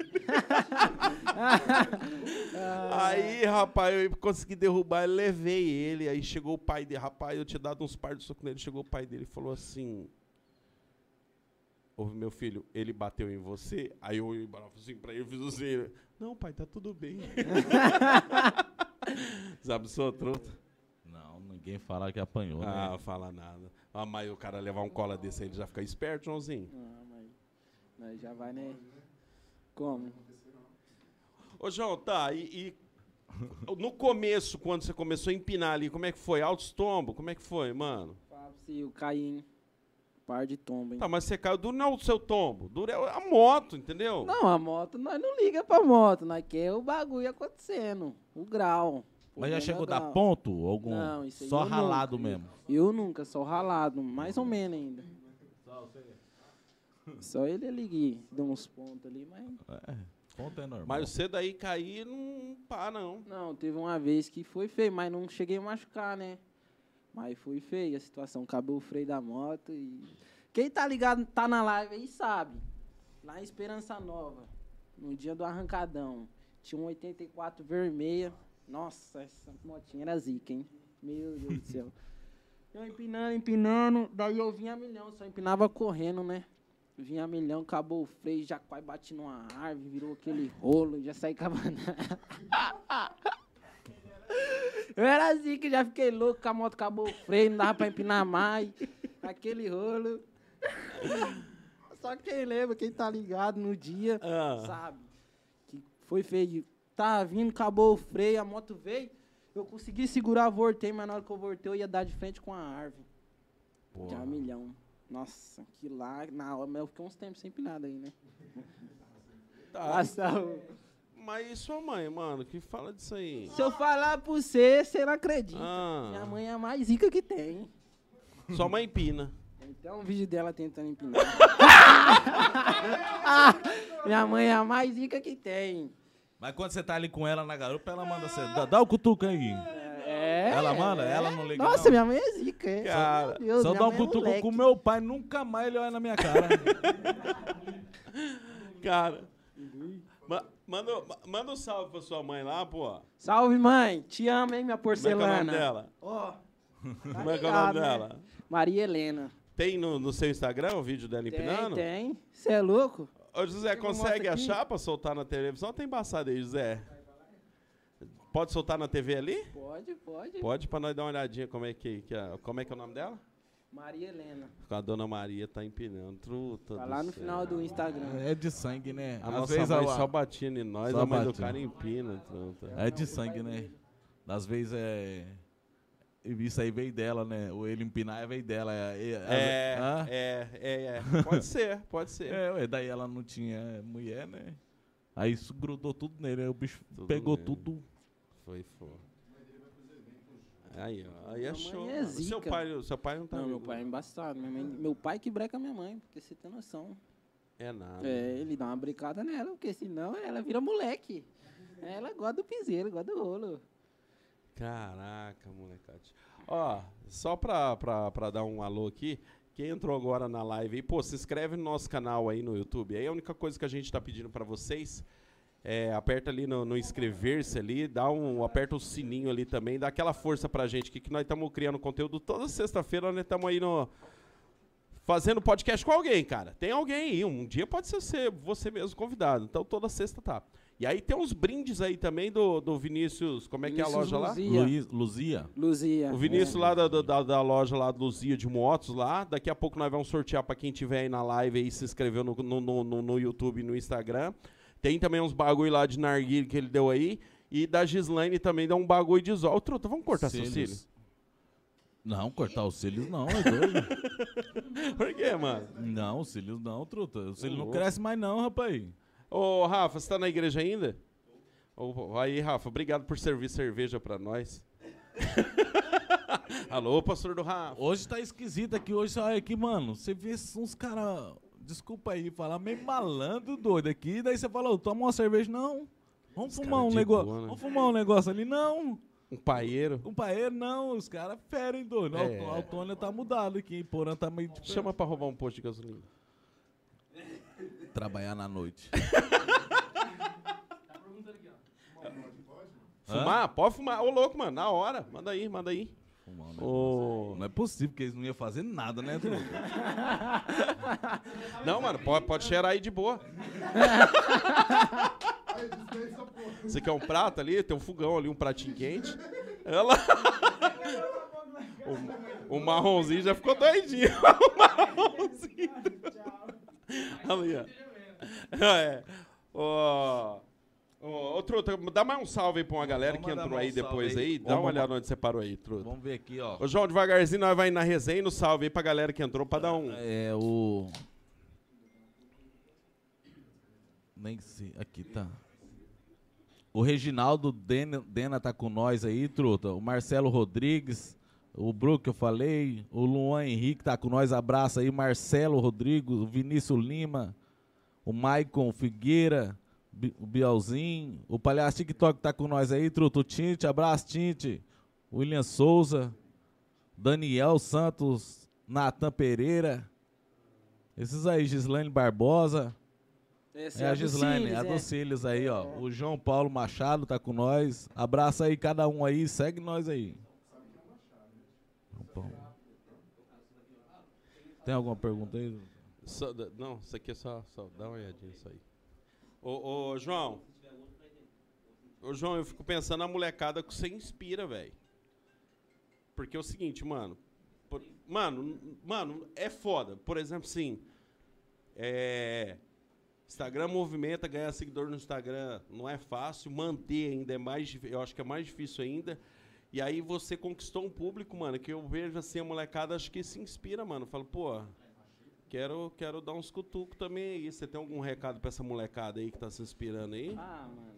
Speaker 1: Aí, rapaz, eu consegui derrubar, eu levei ele. Aí chegou o pai dele, rapaz, eu tinha dado uns par de soco nele. Chegou o pai dele e falou assim: Ô meu filho, ele bateu em você? Aí eu olhei assim pra ele e fiz assim: Não, pai, tá tudo bem. Sabe, sou truta.
Speaker 2: Não, ninguém fala que apanhou,
Speaker 1: Ah,
Speaker 2: né?
Speaker 1: fala nada. Ah, mas o cara levar um cola desse aí, ele já fica esperto, Joãozinho.
Speaker 3: Ah, mas... Nós já vai, né? Como?
Speaker 1: Ô, João, tá, e, e no começo, quando você começou a empinar ali, como é que foi? Altos tombo? Como é que foi, mano?
Speaker 3: Fala pra você, eu caí, hein? Par de tombo, hein?
Speaker 1: Tá, mas você caiu duro não é o seu tombo, duro é a moto, entendeu?
Speaker 3: Não, a moto, nós não liga pra moto, nós quer o bagulho acontecendo, o grau.
Speaker 2: Mas já
Speaker 3: Problema
Speaker 2: chegou
Speaker 3: é o
Speaker 2: da
Speaker 3: grau.
Speaker 2: ponto? ou Algum
Speaker 3: Não, isso aí
Speaker 2: só
Speaker 3: eu nunca.
Speaker 2: ralado mesmo?
Speaker 3: Eu nunca, só ralado, mais ou menos ainda. Só ele é ligui, deu uns pontos ali, mas...
Speaker 2: É, ponto é normal.
Speaker 1: Mas você daí cair não pá, não.
Speaker 3: Não, teve uma vez que foi feio, mas não cheguei a machucar, né? Mas foi feio a situação, cabeu o freio da moto e... Quem tá ligado, tá na live aí sabe. Lá em Esperança Nova, no dia do arrancadão, tinha um 84 vermelha. Nossa, essa motinha era zica, hein? Meu Deus do céu. Eu empinando, empinando, daí eu vinha a milhão, só empinava correndo, né? Vinha a milhão, acabou o freio, já quase bati numa árvore, virou aquele rolo, já saí cabanando. Eu era assim que já fiquei louco, com a moto acabou o freio, não dava pra empinar mais. Aquele rolo. Só quem lembra, quem tá ligado no dia,
Speaker 1: Ah.
Speaker 3: sabe? Que foi feio. Tava vindo, acabou o freio, a moto veio. Eu consegui segurar, voltei, mas na hora que eu voltei, eu ia dar de frente com a árvore.
Speaker 1: Porra.
Speaker 3: De um milhão. Nossa, que lá, na hora, mas eu fiquei uns tempos sem empinada aí, né?
Speaker 1: Tá.
Speaker 3: Nossa, o-
Speaker 1: Mas e sua mãe, mano, que fala disso aí?
Speaker 3: se eu falar pra você, você não acredita.
Speaker 1: Ah.
Speaker 3: Minha mãe é a mais rica que tem, hein?
Speaker 1: Sua mãe empina.
Speaker 3: Tem até um vídeo dela tentando empinar. Ah, Minha mãe é a mais rica que tem.
Speaker 2: Mas quando você tá ali com ela na garupa, ela manda
Speaker 3: Ah.
Speaker 2: você. Dá, dá o cutuco aí.
Speaker 3: É.
Speaker 2: Ela manda? Ela não liga,
Speaker 3: Nossa,
Speaker 2: não?
Speaker 3: minha mãe é zica. É.
Speaker 1: Cara,
Speaker 3: Meu Deus,
Speaker 2: Se eu
Speaker 3: minha
Speaker 2: dar um
Speaker 3: mãe é
Speaker 2: cutuco
Speaker 3: moleque.
Speaker 2: com meu pai, nunca mais ele olha na minha cara.
Speaker 1: Cara.
Speaker 3: Uhum.
Speaker 1: Ma- manda, ma- manda um salve pra sua mãe lá, pô.
Speaker 3: Salve, mãe. Te amo, hein, minha
Speaker 1: Como é que é o nome
Speaker 3: porcelana.
Speaker 1: dela?
Speaker 3: Ó. tá
Speaker 1: Como é que é o nome
Speaker 3: ligado, né?
Speaker 1: dela?
Speaker 3: Maria Helena.
Speaker 1: Tem no, no seu Instagram o vídeo dela empinando?
Speaker 3: Tem, tem. Você é louco?
Speaker 1: Ô, José,
Speaker 3: que eu
Speaker 1: consegue
Speaker 3: mostro aqui?
Speaker 1: achar pra soltar na televisão? Tem embaçado aí, José. Pode soltar na TV ali?
Speaker 3: Pode, pode.
Speaker 1: Pode pra nós dar uma olhadinha como é que, que é- como é que é o nome dela?
Speaker 3: Maria Helena.
Speaker 1: A dona Maria tá empinando truta.
Speaker 3: Tá
Speaker 1: do
Speaker 3: lá no
Speaker 1: céu.
Speaker 3: final do Instagram.
Speaker 2: É de sangue, né?
Speaker 1: A nossa mãe
Speaker 2: a-
Speaker 1: só batia em nós,
Speaker 2: só
Speaker 1: a mãe do
Speaker 2: batia.
Speaker 1: cara empina truta.
Speaker 2: É de sangue, né? Às vezes é. Isso aí veio dela, né? O ele empinar veio dela. É,
Speaker 1: É,
Speaker 2: Hã?
Speaker 1: é, é, é. Pode ser, pode ser.
Speaker 2: É, ué, daí ela não tinha mulher, né? Aí isso grudou tudo nele, aí o bicho
Speaker 1: Tudo
Speaker 2: pegou
Speaker 1: nele.
Speaker 2: tudo.
Speaker 1: Foi, foi. Aí, ó, aí
Speaker 3: Minha
Speaker 1: é
Speaker 3: mãe
Speaker 1: show.
Speaker 3: é
Speaker 1: mano. seu,
Speaker 3: zica.
Speaker 1: pai, seu pai não tá
Speaker 3: Não, meu
Speaker 1: vivo.
Speaker 3: pai é embaçado. Minha mãe- meu pai que breca minha mãe, porque você tem noção.
Speaker 1: É nada.
Speaker 3: É, ele dá uma brincada nela, porque senão ela vira moleque. Ela gosta do piseiro, gosta do rolo.
Speaker 1: Caraca, molecate. Ó, só pra, pra, pra dar um alô aqui, quem entrou agora na live aí, pô, se inscreve no nosso canal aí no YouTube. Aí a única coisa que a gente tá pedindo pra vocês é aperta ali no, no inscrever-se ali, dá um, aperta o sininho ali também, dá aquela força pra gente que, que nós estamos criando conteúdo toda sexta-feira, nós estamos aí no fazendo podcast com alguém, cara. Tem alguém aí. Um dia pode ser você, você mesmo convidado. Então toda sexta tá. E aí tem uns brindes aí também do, do Vinícius. Como é que é a
Speaker 3: Vinícius
Speaker 1: loja lá?
Speaker 3: Luzia.
Speaker 2: Luiz, Luzia?
Speaker 3: Luzia.
Speaker 1: O Vinícius lá da, da- da, da loja lá do Luzia de Motos lá. Daqui a pouco nós vamos sortear pra quem tiver aí na live aí se inscreveu no, no, no, no- no YouTube e no Instagram. Tem também uns bagulho lá de narguilha que ele deu aí. E da Gislaine também dá um bagulho de zol. Ô, Truta, vamos cortar seu
Speaker 2: Cílios.
Speaker 1: cílio?
Speaker 2: Não, cortar os cílios não, é doido.
Speaker 1: Por quê, mano?
Speaker 2: não, os cílios não, truta. Os cílios não
Speaker 1: louco.
Speaker 2: crescem mais não, rapaz.
Speaker 1: Ô, Rafa, você tá na igreja ainda? Ô, aí, Rafa, obrigado por servir cerveja pra nós. Alô, pastor do Rafa.
Speaker 2: Hoje tá esquisito aqui, hoje, olha aqui, mano, você vê uns caras, desculpa aí falar, meio malandro doido aqui, daí você fala, ô, toma uma cerveja, não. Vamos fumar
Speaker 1: cara
Speaker 2: um
Speaker 1: de
Speaker 2: negócio,
Speaker 1: boa, né?
Speaker 2: vamos fumar um negócio ali, não.
Speaker 1: Um paieiro.
Speaker 2: Um paeiro, não, os caras ferem doido. Ó,
Speaker 1: É.
Speaker 2: o Autônia tá mudado aqui, hein, porã tá meio... Tipo,
Speaker 1: Chama pra roubar um posto de gasolina.
Speaker 2: Trabalhar na noite. Hã?
Speaker 1: Fumar? Pode fumar. Ô, louco, mano, na hora. Manda aí, manda aí.
Speaker 2: Fumar um negócio.
Speaker 1: Ô.
Speaker 2: Não é possível, porque eles não iam fazer nada, né, truta?
Speaker 1: Não, mano, pode, pode cheirar aí de boa.
Speaker 4: Aí desvende essa porra.
Speaker 1: Você quer um prato ali? Tem um fogão ali, um pratinho quente. Olha lá. O, o marronzinho já ficou doidinho. O marronzinho. Ali, ó. É. Ô, ô, ô, Truta, dá mais um salve aí pra uma galera
Speaker 2: Vamos
Speaker 1: que
Speaker 2: mandar
Speaker 1: entrou
Speaker 2: mais
Speaker 1: aí
Speaker 2: um salve
Speaker 1: depois
Speaker 2: aí.
Speaker 1: aí. Dá
Speaker 2: Vamos-
Speaker 1: uma olhada onde você parou aí, Truta.
Speaker 2: Vamos ver aqui, ó.
Speaker 1: Ô, João, devagarzinho, nós vai na resenha e no salve aí pra galera que entrou pra dar um.
Speaker 2: É o. Nem sei. Aqui tá. O Reginaldo Dena, Dena tá com nós aí, truta. O Marcelo Rodrigues. O Brook, que eu falei. O Luan Henrique tá com nós. Abraço aí. Marcelo Rodrigues. O Vinícius Lima. O Maicon Figueira. Bi- O Bielzinho. O Palhaço TikTok tá com nós aí, truta. O Tinte. Abraço, Tinte. William Souza. Daniel Santos, Natan Pereira. Esses aí, Gislaine Barbosa.
Speaker 3: Essa
Speaker 2: É, a
Speaker 3: do
Speaker 2: Gislaine,
Speaker 3: Cílios,
Speaker 2: a
Speaker 3: é.
Speaker 2: do Cílios aí, ó. O João Paulo Machado tá com nós. Abraça aí cada um aí, segue nós aí. João Paulo. Tem alguma pergunta aí?
Speaker 1: Só da- não, isso aqui é só, só dá uma olhadinha nisso aí. Ô, ô, João. Ô, João, eu fico pensando na molecada que você inspira, velho. Porque é o seguinte, mano. por- mano, n- mano, é foda. Por exemplo, sim. É. Instagram movimenta, ganhar seguidor no Instagram não é fácil, manter ainda é mais, dif- eu acho que é mais difícil ainda. E aí você conquistou um público, mano, que eu vejo assim a molecada acho que se inspira, mano. Fala, pô, Quero, quero dar uns cutucos também aí. Você tem algum recado pra essa molecada aí que tá se inspirando aí?
Speaker 3: Ah, mano,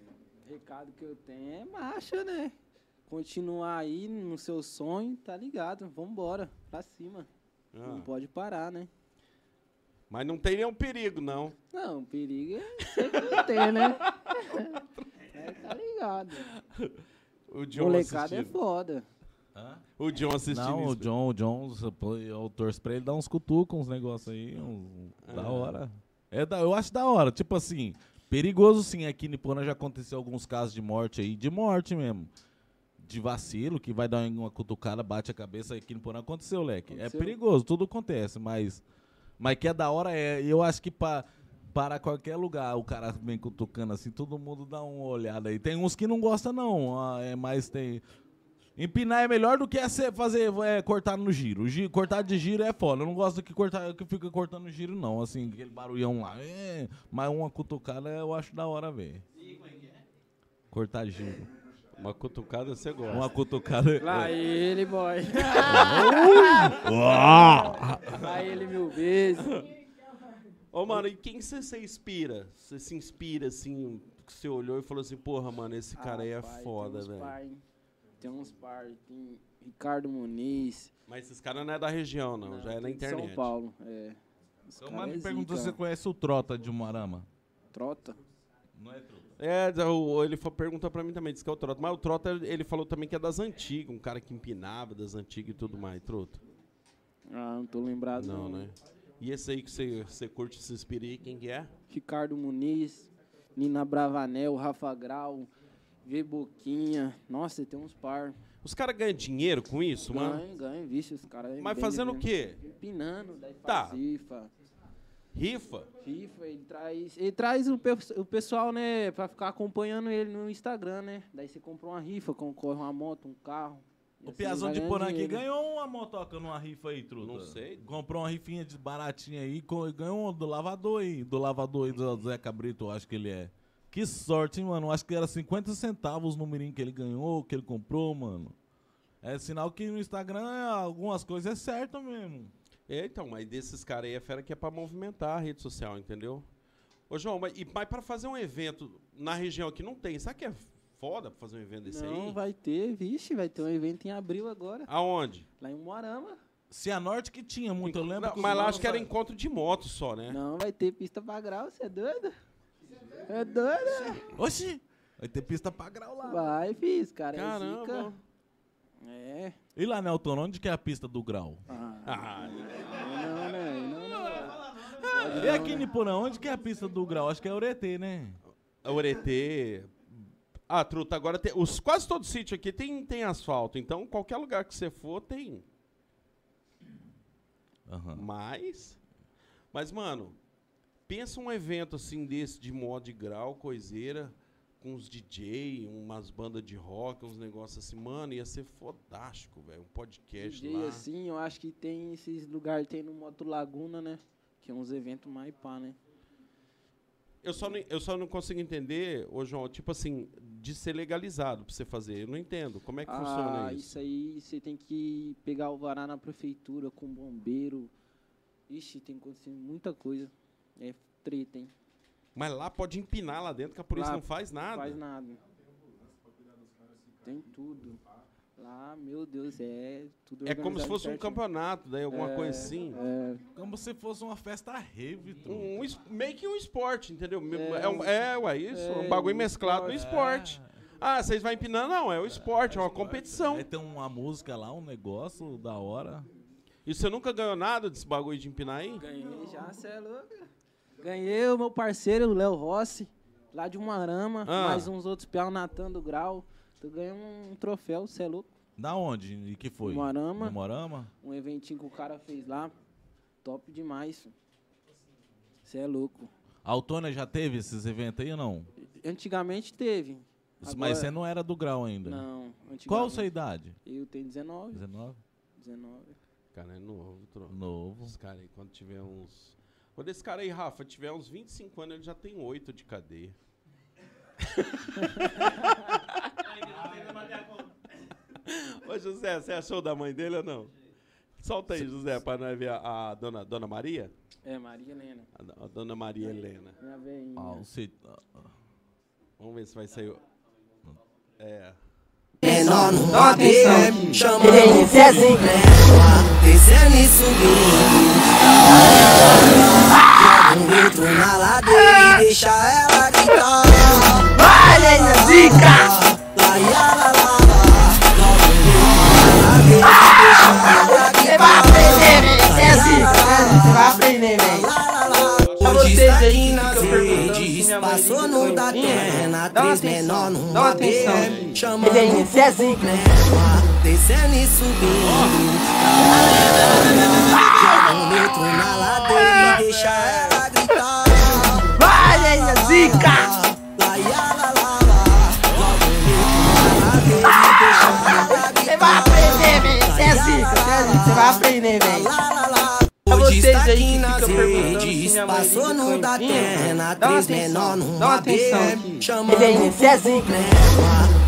Speaker 3: o recado que eu tenho é marcha, né? Continuar aí no seu sonho, tá ligado? Vambora, pra cima. Não
Speaker 1: Ah,
Speaker 3: pode parar, né?
Speaker 1: mas não tem nenhum perigo, não.
Speaker 3: Não, perigo é sempre ter, né? é, tá ligado.
Speaker 1: O John
Speaker 3: Molecada é
Speaker 1: assistindo.
Speaker 3: foda.
Speaker 1: O John assistindo.
Speaker 2: Não, o
Speaker 1: isso.
Speaker 2: John, o John, eu torço pra ele dar uns cutucos, uns negócios aí, uns- da
Speaker 1: Ah.
Speaker 2: hora. É da, eu acho da hora, tipo assim, perigoso sim, aqui em Nipona já aconteceu alguns casos de morte aí, de morte mesmo. De vacilo, que vai dar uma cutucada, bate a cabeça, aqui em Nipona aconteceu, leque.
Speaker 3: Aconteceu.
Speaker 2: É perigoso, tudo acontece, mas, mas que é da hora é, eu acho que pra... Para qualquer lugar, o cara vem cutucando assim, todo mundo dá uma olhada aí. Tem uns que não gostam, não. ah, é, mas tem. Empinar é melhor do que essa- fazer é, cortar no giro. giro. Cortar de giro é foda. Eu não gosto que, cortar, que fica cortando giro, não. Assim, aquele barulhão lá. É, mas uma cutucada eu acho da hora, velho. Cortar giro.
Speaker 1: Uma cutucada você gosta.
Speaker 2: Uma cutucada.
Speaker 3: Lá ele, boy. Lá ele mil vezes.
Speaker 1: Ô, mano, e quem você se inspira? Você se inspira, assim, que você olhou e falou assim, porra, mano, esse cara aí é
Speaker 3: Ah, pai,
Speaker 1: foda,
Speaker 3: tem uns
Speaker 1: velho.
Speaker 3: par, hein? Tem uns par, tem Ricardo Muniz.
Speaker 1: Mas esses caras não é da região, não. já é na
Speaker 3: tem de
Speaker 1: internet.
Speaker 3: São Paulo, é. Os
Speaker 2: Então,
Speaker 3: cara
Speaker 2: mano,
Speaker 3: é
Speaker 2: me perguntou se
Speaker 3: zica,
Speaker 2: você conhece o Trota de Umarama.
Speaker 3: Trota?
Speaker 2: Não é Trota.
Speaker 1: É, o- ele fa- perguntou pra mim também, disse que é o Trota. Mas o Trota, ele falou também que é das antigas, um cara que empinava das antigas e tudo mais, Trota.
Speaker 3: Ah, não tô lembrado.
Speaker 1: Não, né? E esse aí que você, você curte e se inspira aí, quem que é?
Speaker 3: Ricardo Muniz, Nina Bravanel, Rafa Grau, V Boquinha. Nossa, tem uns par.
Speaker 1: O Os caras ganham dinheiro com isso, mano?
Speaker 3: Ganha, ganha, vixe, os caras. aí
Speaker 1: Mas
Speaker 3: vendem
Speaker 1: fazendo o
Speaker 3: mesmo.
Speaker 1: quê?
Speaker 3: Empinando, daí faz
Speaker 1: Tá.
Speaker 3: rifa.
Speaker 1: Rifa?
Speaker 3: FIFA, ele traz, ele traz o, pe- o pessoal, né, pra ficar acompanhando ele no Instagram, né? Daí você compra uma rifa, concorre uma moto, um carro. e
Speaker 2: O
Speaker 3: assim
Speaker 2: Piazão
Speaker 3: vai
Speaker 2: de
Speaker 3: ganhando
Speaker 2: Poranqui
Speaker 3: dinheiro. né?
Speaker 2: ganhou uma motoca numa rifa aí, truta.
Speaker 1: Não sei.
Speaker 2: Comprou uma rifinha de baratinha aí co- e ganhou do lavador aí. Do lavador aí do Zé Cabrito, eu acho que ele é. Que sorte, hein, mano. Acho que era 50 centavos o numerinho que ele ganhou, que ele comprou, mano. É sinal que no Instagram é- algumas coisas é certo mesmo.
Speaker 1: É, então, mas desses caras aí é fera que é pra movimentar a rede social, entendeu? Ô, João, mas, e, mas pra fazer um evento na região que não tem, sabe que é foda pra fazer um evento desse
Speaker 3: Não,
Speaker 1: aí?
Speaker 3: vai ter, vixe, vai ter um evento em abril agora,
Speaker 1: Aonde?
Speaker 3: lá em Moarama.
Speaker 2: Se a Norte que tinha muito, eu lembro
Speaker 1: Não,
Speaker 2: que os
Speaker 1: mas lá
Speaker 2: manos
Speaker 1: acho que era
Speaker 2: sa-
Speaker 1: encontro de moto só, né?
Speaker 3: Não, vai ter pista pra grau, você é doido? É doido?
Speaker 2: Oxi! Vai ter pista pra grau lá.
Speaker 3: Vai, filho, os caras é
Speaker 1: Caramba.
Speaker 3: zica. É.
Speaker 2: E lá, Nelton, onde que é a pista do grau?
Speaker 3: Ah,
Speaker 1: Ah,
Speaker 3: não, né? Não, não.
Speaker 2: E aqui em Niporã, onde que é a pista do grau? Acho que é Uretê, né?
Speaker 1: a Uretê. Ah, truta, agora tem. Os, quase todo sítio aqui tem, tem asfalto, então qualquer lugar que você for tem.
Speaker 2: Aham.
Speaker 1: Mas. Mas, mano, pensa um evento assim desse de modo de grau, coiseira, com uns DJ, umas bandas de rock, uns negócios assim, mano, ia ser fodástico, velho. Um podcast
Speaker 3: DJ,
Speaker 1: lá.
Speaker 3: assim, eu acho que tem esses lugares, tem no Moto Laguna, né? Que é uns eventos mais pá, né?
Speaker 1: Eu, só não, eu só não consigo entender, ô João, tipo assim, de ser legalizado pra você fazer. Eu não entendo. Como é
Speaker 3: Ah,
Speaker 1: que funciona isso?
Speaker 3: aí você tem que pegar o vará na prefeitura com bombeiro. Ixi, tem que acontecer muita coisa. É treta, hein?
Speaker 1: Mas lá pode empinar lá dentro, que a polícia
Speaker 3: Lá
Speaker 1: não faz
Speaker 3: Não
Speaker 1: nada.
Speaker 3: faz nada. Tem tudo. Lá, meu Deus, é tudo
Speaker 1: É como se
Speaker 3: organizado
Speaker 1: fosse um
Speaker 3: certinho. É,
Speaker 1: campeonato, né? Alguma coisa assim.
Speaker 2: Como se fosse uma festa rave, truta.
Speaker 1: Um, um es- meio que um esporte, entendeu? É,
Speaker 3: É,
Speaker 1: é, um- é, ué, isso.
Speaker 3: é,
Speaker 1: um bagulho
Speaker 3: um
Speaker 1: mesclado no esporte. Ah, vocês vão empinando? Não, é o esporte, é uma competição.
Speaker 2: Aí tem uma música lá, um negócio da hora.
Speaker 1: E você nunca ganhou nada desse bagulho de empinar aí?
Speaker 3: Ganhei já, cê é louca. Ganhei o meu parceiro, o Léo Rossi, lá de Umarama,
Speaker 1: Ah.
Speaker 3: mais uns outros piau Natan do Grau. Tu ganhou um troféu, cê é louco.
Speaker 2: Da onde? E que foi?
Speaker 3: Morama.
Speaker 2: No Morama?
Speaker 3: Um eventinho que o cara fez lá. Top demais. Você é louco.
Speaker 2: A Autônia já teve esses eventos aí ou não?
Speaker 3: Antigamente teve. Agora-
Speaker 2: Mas você não era do grau ainda.
Speaker 3: Não,
Speaker 2: né?
Speaker 3: antigamente.
Speaker 2: Qual a sua idade?
Speaker 3: Eu tenho 19.
Speaker 2: 19?
Speaker 3: 19.
Speaker 1: Cara, é novo, troco.
Speaker 2: Novo.
Speaker 1: Os caras aí, quando tiver uns. Quando esse cara aí, Rafa, tiver uns 25 anos, ele já tem 8 de cadeia. Ô, José, você achou da mãe dele ou não? Solta aí, José, pra nós ver a, a dona, dona Maria.
Speaker 3: É, Maria Helena.
Speaker 1: A, do- a dona Maria Helena.
Speaker 3: Minha veinha.
Speaker 2: Ah, você...
Speaker 1: Vamos ver se vai sair. o- É.
Speaker 5: Menor não nota atenção, chamando o problema, pensando em subir. Joga um grito na ladeira e deixa ela gritar. Olha a dica! Lá, lá, lá, lá, lá. Joga um grito na ladeira e deixa ela gritar. Hoje está aqui nas redes, passou no da terra, três menor numa BM, chamando o problema, descendo e subindo. Joga um litro na ladeira e deixa ela gritar. Olha a zica! Lá, lá, lá, lá, lá. Joga um litro na ladeira e deixa ela gritar. Você vai aprender, velho, você é zica, você vai aprender, velho. é Hoje está aqui nas redes, passou no da terra, três menor numa BM, chamando o problema,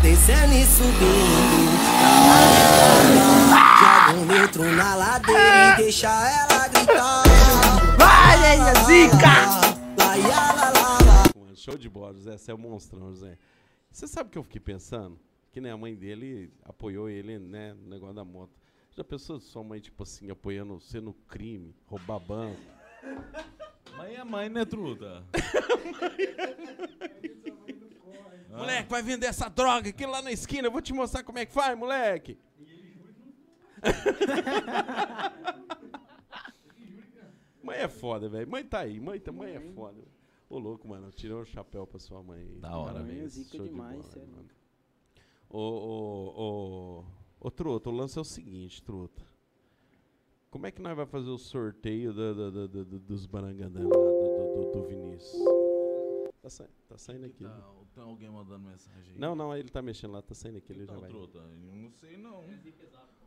Speaker 5: descendo e subindo. Joga um litro na ladeira e deixa ela gritar. Olha a zica! Lá, lá, lá, lá, lá.
Speaker 1: Mano, Show de bola, José. Você é um monstrão, José. Você sabe o que eu fiquei pensando? Que né, a mãe dele apoiou ele, né, no negócio da moto. Já pensou se sua mãe, tipo assim, apoiando você no crime, roubar banco?
Speaker 2: Mãe é mãe, né, truta?
Speaker 1: Moleque, vai vender essa droga aqui lá na esquina, eu vou te mostrar como é que faz, moleque. mãe é foda, velho. Mãe tá aí, mãe, tá- mãe é foda. Ô louco, mano, tirou o chapéu pra sua mãe aí.
Speaker 2: Da hora,
Speaker 3: Mãe é
Speaker 2: velho.
Speaker 1: Parabéns,
Speaker 3: zica
Speaker 1: show de
Speaker 3: demais,
Speaker 1: bola,
Speaker 3: cê é
Speaker 1: mano. Ô, ô, ô, Ô, Truta, o lance é o seguinte, Truta. Como é que nós vai fazer o sorteio da- da- da- da- da- dos barangadão lá, do, do, do- do Vinícius? Tá, sa- tá saindo aqui. né?
Speaker 2: Tá, tem alguém mandando mensagem aí?
Speaker 1: Não, não, ele tá mexendo lá, tá saindo aqui, ele já
Speaker 2: Então,
Speaker 1: vai.
Speaker 2: truta, eu não sei não.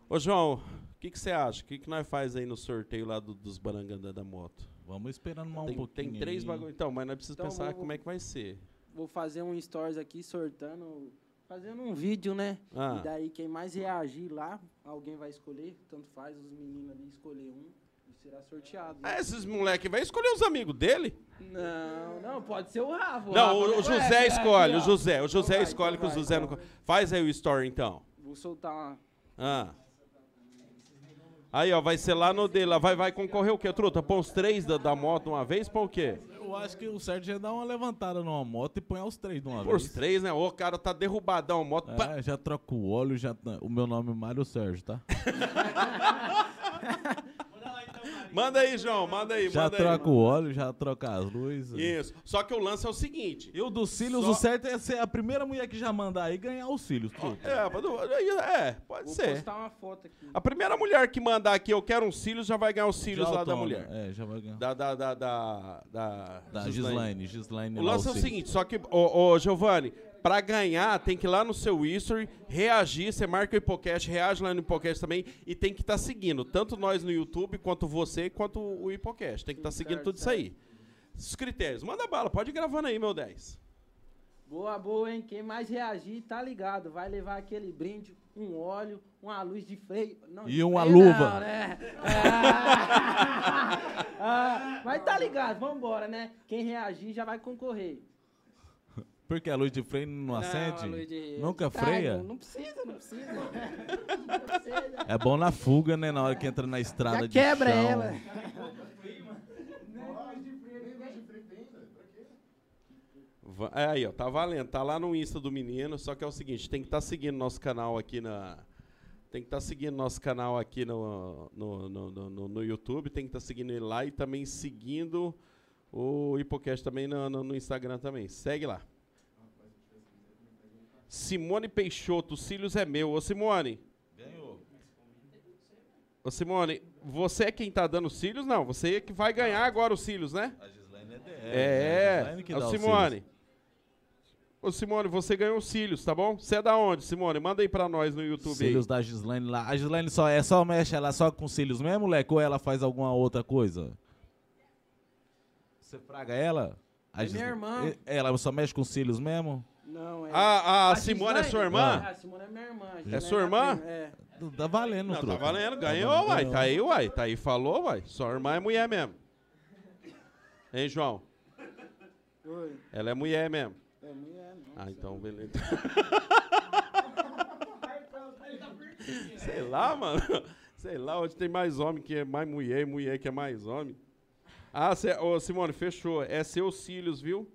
Speaker 1: Ô, João, o que que você acha? O que que nós faz aí no sorteio lá do- dos barangadã da moto?
Speaker 2: Vamos esperando mais um
Speaker 1: tem,
Speaker 2: pouquinho.
Speaker 1: tem três
Speaker 2: aí.
Speaker 1: bagulho. Então, mas nós precisamos
Speaker 3: Então,
Speaker 1: pensar
Speaker 3: vamos-
Speaker 1: como é que vai ser.
Speaker 3: Vou fazer um stories aqui sortando, fazendo um vídeo, né?
Speaker 1: Ah.
Speaker 3: E daí quem mais reagir lá, alguém vai escolher, tanto faz os meninos ali escolher um e será sorteado.
Speaker 1: Ah, esses moleque vai escolher os amigos dele?
Speaker 3: Não, não, pode ser o Rafa.
Speaker 1: Não,
Speaker 3: Rafa
Speaker 1: o, o
Speaker 3: conhece,
Speaker 1: José
Speaker 3: é
Speaker 1: escolhe,
Speaker 3: aqui,
Speaker 1: o
Speaker 3: ó.
Speaker 1: José. O José
Speaker 3: vai,
Speaker 1: escolhe que
Speaker 3: então
Speaker 1: o
Speaker 3: vai,
Speaker 1: José não.
Speaker 3: então
Speaker 1: co- Faz aí o story então.
Speaker 3: Vou soltar uma.
Speaker 1: Ah. Aí, ó, vai ser lá no dele. lá. Vai, vai concorrer o quê, truta? Põe os três da, da moto uma vez, põe o quê?
Speaker 2: Eu acho que o certo é dar uma levantada numa moto e põe os três de uma
Speaker 1: Põe os
Speaker 2: vez.
Speaker 1: três, né? Ô, o cara tá derrubadão, moto. pá.
Speaker 2: É, já troco o óleo, já. O meu nome é Mário Sérgio, tá?
Speaker 1: Manda aí, João, manda aí,
Speaker 2: Já
Speaker 1: manda
Speaker 2: troco
Speaker 1: aí.
Speaker 2: o óleo, já troca as luzes.
Speaker 1: Isso. Só que o lance é o seguinte.
Speaker 2: Eu dos cílios,
Speaker 1: Só-
Speaker 2: o certo é ser a primeira mulher que já mandar aí ganhar os cílios, truta.
Speaker 1: É, mas não- aí, é, pode
Speaker 3: Vou
Speaker 1: ser.
Speaker 3: postar uma foto aqui.
Speaker 1: A primeira mulher que mandar aqui, eu quero um cílios, já vai ganhar os cílios
Speaker 2: Já
Speaker 1: lá da
Speaker 2: automa-
Speaker 1: mulher.
Speaker 2: É, já vai ganhar.
Speaker 1: Da, da, da, da, da,
Speaker 2: Da Gislaine, Gislaine.
Speaker 1: O
Speaker 2: lá,
Speaker 1: lance é o
Speaker 2: cílios.
Speaker 1: seguinte, só que, ô, ô Giovanni, pra ganhar, tem que ir lá no seu history, reagir, você marca o hipocast, reage lá no hipocast também, e tem que estar seguindo, tanto nós no YouTube, quanto você, quanto o hipocast. Tem que estar seguindo tudo isso aí. Os critérios. Manda bala, pode ir gravando aí, meu 10.
Speaker 3: Boa, boa, hein? Quem mais reagir, tá ligado. Vai levar aquele brinde, um óleo, uma luz de freio. Não,
Speaker 2: E
Speaker 3: de
Speaker 2: uma
Speaker 3: freio
Speaker 2: luva.
Speaker 3: Não, né? Ah, ah, mas tá ligado, vambora, né? Quem reagir já vai concorrer.
Speaker 2: Porque a luz de freio não acende?
Speaker 3: a luz de-
Speaker 2: Nunca
Speaker 3: Tá,
Speaker 2: freia?
Speaker 3: Não, não precisa, não precisa. Não precisa.
Speaker 2: É bom na fuga, né? Na hora que entra na estrada
Speaker 3: Já
Speaker 2: de
Speaker 3: quebra
Speaker 2: chão.
Speaker 3: ela.
Speaker 1: Va- é Aí, ó, tá valendo. Tá lá no Insta do menino, só que é o seguinte, tem que estar seguindo nosso canal aqui na... Tem que estar seguindo nosso canal aqui no, no, no, no- no- no YouTube, tem que estar seguindo ele lá e também seguindo o Hipocast também no, no- no Instagram também. Segue lá. Simone Peixoto, os cílios é meu. Ô, Simone. Ô, Simone, você é quem tá dando os cílios? Não, você é que vai ganhar agora os cílios, né?
Speaker 2: A Gislaine é DR. né? A
Speaker 1: É,
Speaker 2: Gislaine que
Speaker 1: é. Ô,
Speaker 2: dá os
Speaker 1: Simone.
Speaker 2: cílios.
Speaker 1: Ô, Simone, você ganhou os cílios, tá bom? Você é da onde, Simone? Manda aí pra nós no YouTube. aí.
Speaker 2: Cílios da Gislaine lá. A Gislaine só, é só mexe ela só com cílios mesmo, moleque? Ou ela faz alguma outra coisa? Você fraga ela? A
Speaker 3: É minha irmã.
Speaker 2: E- Ela só mexe com cílios mesmo?
Speaker 3: Não, é.
Speaker 1: Ah, a, Simone é
Speaker 3: Gislaine-
Speaker 1: sua irmã?
Speaker 3: Ah, a Simone é minha irmã. a
Speaker 1: É
Speaker 3: Gislaine
Speaker 1: sua irmã?
Speaker 3: prima, É.
Speaker 2: Não, Tá valendo,
Speaker 1: Não, tá
Speaker 2: truta.
Speaker 1: valendo,
Speaker 2: Tá
Speaker 1: ganhou,
Speaker 2: valendo,
Speaker 1: uai.
Speaker 2: ganhou.
Speaker 1: Tá aí, uai. Tá aí, falou, uai. Sua irmã é mulher mesmo. Hein, João?
Speaker 3: Oi.
Speaker 1: Ela é mulher mesmo.
Speaker 3: É mulher, não.
Speaker 1: Ah, então, beleza. Sei lá, mano. Sei lá, hoje tem mais homem que é mais mulher e mulher que é mais homem. Ah, cê, ô, Simone, fechou. É seus cílios, viu?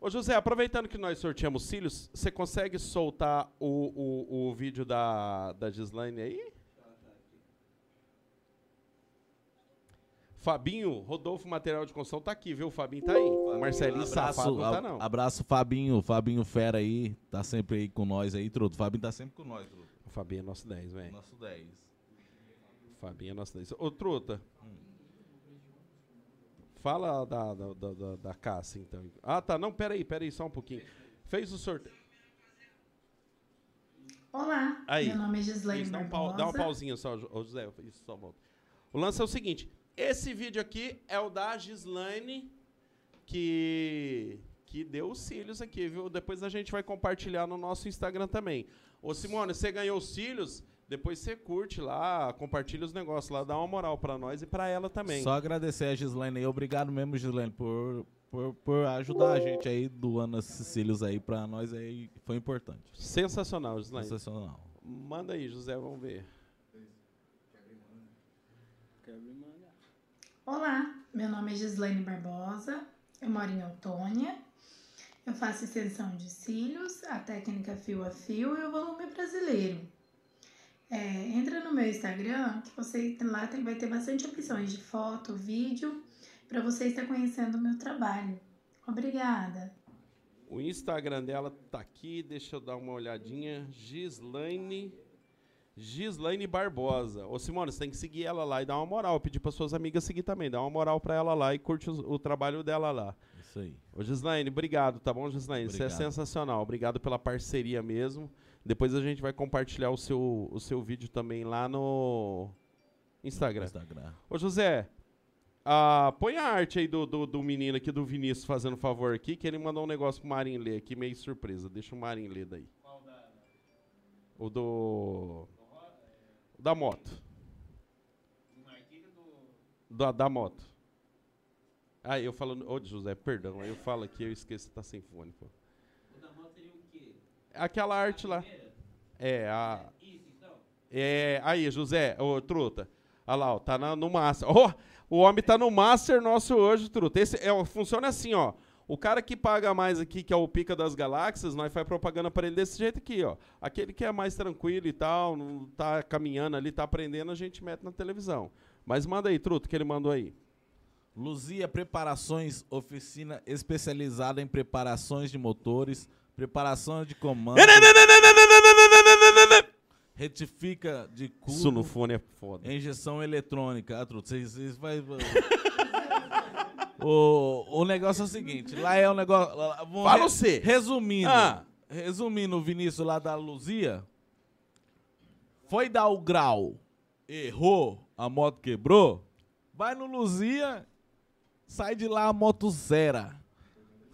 Speaker 1: Ô, José, aproveitando que nós sorteamos cílios, você consegue soltar o, o, o vídeo da, da Gislaine aí? Fabinho, Rodolfo Material de Construção tá aqui, viu? O Fabinho tá aí. O Marcelinho Safado não
Speaker 2: a-
Speaker 1: tá, não.
Speaker 2: Abraço, Fabinho. Fabinho Fera aí. Tá sempre aí com nós aí, truto. Fabinho tá sempre com nós, truto.
Speaker 1: O Fabinho é nosso 10, velho.
Speaker 2: Nosso 10.
Speaker 1: O Fabinho é nosso 10. Ô, Truta. Fala da, da, da, da, da Cássia, então. Ah, tá. Não, peraí, peraí, só um pouquinho. Fez o sorteio.
Speaker 6: Olá,
Speaker 1: Aí.
Speaker 6: meu nome é Gislaine
Speaker 1: Isso, dá, um pau-
Speaker 6: Barbosa.
Speaker 1: dá uma pausinha só, Ju- ô, José. Isso, só volta. O lance é o seguinte. Esse vídeo aqui é o da Gislaine, que, que deu os cílios aqui, viu? Depois a gente vai compartilhar no nosso Instagram também. Ô, Simone, você ganhou os cílios? Depois você curte lá, compartilha os negócios lá, dá uma moral pra nós e pra ela também.
Speaker 2: Só agradecer a Gislaine aí. Obrigado mesmo, Gislaine, por, por, por ajudar a gente aí, doando esses cílios aí pra nós aí. Foi importante.
Speaker 1: Sensacional, Gislaine.
Speaker 2: Sensacional.
Speaker 1: Manda aí, José, vamos ver.
Speaker 3: Quero me mandar.
Speaker 6: Olá, meu nome é Gislaine Barbosa, eu moro em Autônia, eu faço extensão de cílios, a técnica fio a fio e o volume brasileiro. É, entra no meu Instagram, que você lá tem- vai ter bastante opções de foto, vídeo, para você estar conhecendo o meu trabalho. Obrigada!
Speaker 1: O Instagram dela tá aqui, deixa eu dar uma olhadinha. Gislaine Gislaine Barbosa. Ô, Simone, você tem que seguir ela lá e dar uma moral. Pedir para suas amigas seguir também. Dá uma moral para ela lá e curte os- o trabalho dela lá.
Speaker 2: Isso aí.
Speaker 1: Ô, Gislaine, obrigado, tá bom, Gislaine? Você é
Speaker 2: Obrigado.
Speaker 1: sensacional. Obrigado pela parceria mesmo. Depois a gente vai compartilhar o seu, o seu vídeo também lá no Instagram.
Speaker 2: Instagram.
Speaker 1: Ô, José, ah, põe a arte aí do, do, do menino aqui, do Vinícius, fazendo um favor aqui, que ele mandou um negócio pro Marinho ler aqui, meio surpresa. Deixa o Marinho ler daí. Qual da... O do... O da moto. Da, da moto. Ah, eu falo... Ô, José, perdão. aí Eu falo aqui, eu esqueço que tá sem fone, pô. Aquela arte lá. É, a... É, aí, José, ô, Truta. Olha lá, ó, tá na- no Master. Ó, o homem tá no Master nosso hoje, Truta. Esse, é, ó, funciona assim, ó. O cara que paga mais aqui, que é o Pica das Galáxias, nós faz propaganda pra ele desse jeito aqui, ó. Aquele que é mais tranquilo e tal, não tá caminhando ali, tá aprendendo, a gente mete na televisão. Mas manda aí, Truta, que ele mandou aí.
Speaker 2: Luzia Preparações, oficina especializada em preparações de motores, preparação de comando. Retifica de
Speaker 1: Isso no
Speaker 2: curso,
Speaker 1: fone é foda.
Speaker 2: injeção eletrônica. Ah, truta, vocês- vocês vai. o, o negócio é o seguinte, lá é um negócio. lá- lá- vamos
Speaker 1: Fala
Speaker 2: re-
Speaker 1: você.
Speaker 2: Resumindo,
Speaker 1: Ah.
Speaker 2: resumindo, o Vinícius lá da Luzia foi dar o grau, errou, a moto quebrou. Vai no Luzia, sai de lá a moto zera.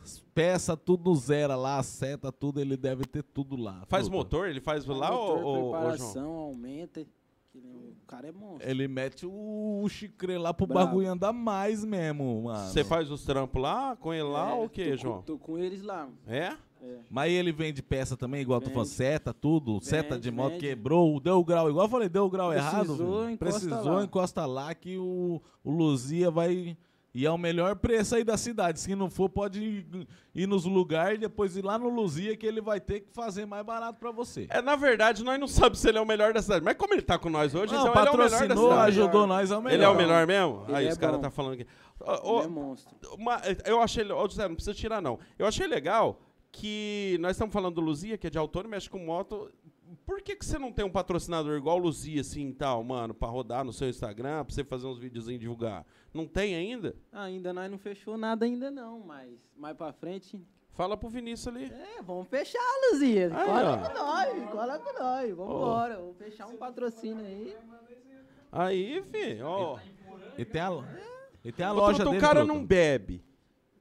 Speaker 2: As Peça tudo zera lá, a seta tudo, ele deve ter tudo lá.
Speaker 1: Faz
Speaker 2: Tudo.
Speaker 1: motor? Ele faz lá, ô,
Speaker 3: motor,
Speaker 1: ô, ô, João?
Speaker 3: preparação, aumenta. que nem- O cara é monstro.
Speaker 2: Ele mete o, o chicre lá pro
Speaker 3: Bravo.
Speaker 2: bagulho andar mais mesmo, mano.
Speaker 1: Você faz os trampos lá, com ele lá
Speaker 3: É,
Speaker 1: ou o
Speaker 3: tô
Speaker 1: quê,
Speaker 3: com-
Speaker 1: João?
Speaker 3: Tô com eles lá.
Speaker 1: É?
Speaker 2: Mas ele vende peça também, igual tu
Speaker 3: Vende.
Speaker 2: falando, seta, tudo, seta de
Speaker 3: Vende,
Speaker 2: moto
Speaker 3: vende.
Speaker 2: quebrou, deu o grau, igual eu falei, deu o grau
Speaker 3: Precisou,
Speaker 2: errado. velho.
Speaker 3: encosta
Speaker 2: Precisou,
Speaker 3: lá.
Speaker 2: encosta lá que o, o Luzia vai. E é o melhor preço aí da cidade. Se não for, pode ir, ir nos lugares e depois ir lá no Luzia que ele vai ter que fazer mais barato pra você.
Speaker 1: É, na verdade, nós não sabemos se ele é o melhor da cidade. Mas como ele tá com nós hoje,
Speaker 2: Não,
Speaker 1: então ele é o melhor da
Speaker 2: patrocinou,
Speaker 1: cidade.
Speaker 2: ajudou nós, é o melhor.
Speaker 1: Ele é o melhor mesmo?
Speaker 3: Ele
Speaker 1: Aí
Speaker 3: é
Speaker 1: os caras
Speaker 3: bom.
Speaker 1: tá falando aqui. Ó, ó,
Speaker 3: Ele é monstro.
Speaker 1: uma- eu achei. Ó, José, não precisa tirar, não. Eu achei legal que nós estamos falando do Luzia, que é de autor, mexe com moto. Por que, que você não tem um patrocinador igual o Luzia, assim e tal, mano, pra rodar no seu Instagram, pra você fazer uns videozinhos e divulgar? Não tem ainda?
Speaker 3: Ainda nós não fechou nada ainda não, mas mais pra frente...
Speaker 1: Fala pro Vinícius ali.
Speaker 3: É, vamos fechar, Luzia.
Speaker 1: Aí,
Speaker 3: cola
Speaker 1: ó.
Speaker 3: com nós, cola com nós. Vambora, vamos fechar um patrocínio aí.
Speaker 1: Aí, fi, ó.
Speaker 2: Ele tem a, ele tem a
Speaker 1: Ô,
Speaker 2: loja
Speaker 1: Truta,
Speaker 2: dele.
Speaker 1: o cara
Speaker 2: Truta.
Speaker 1: não bebe.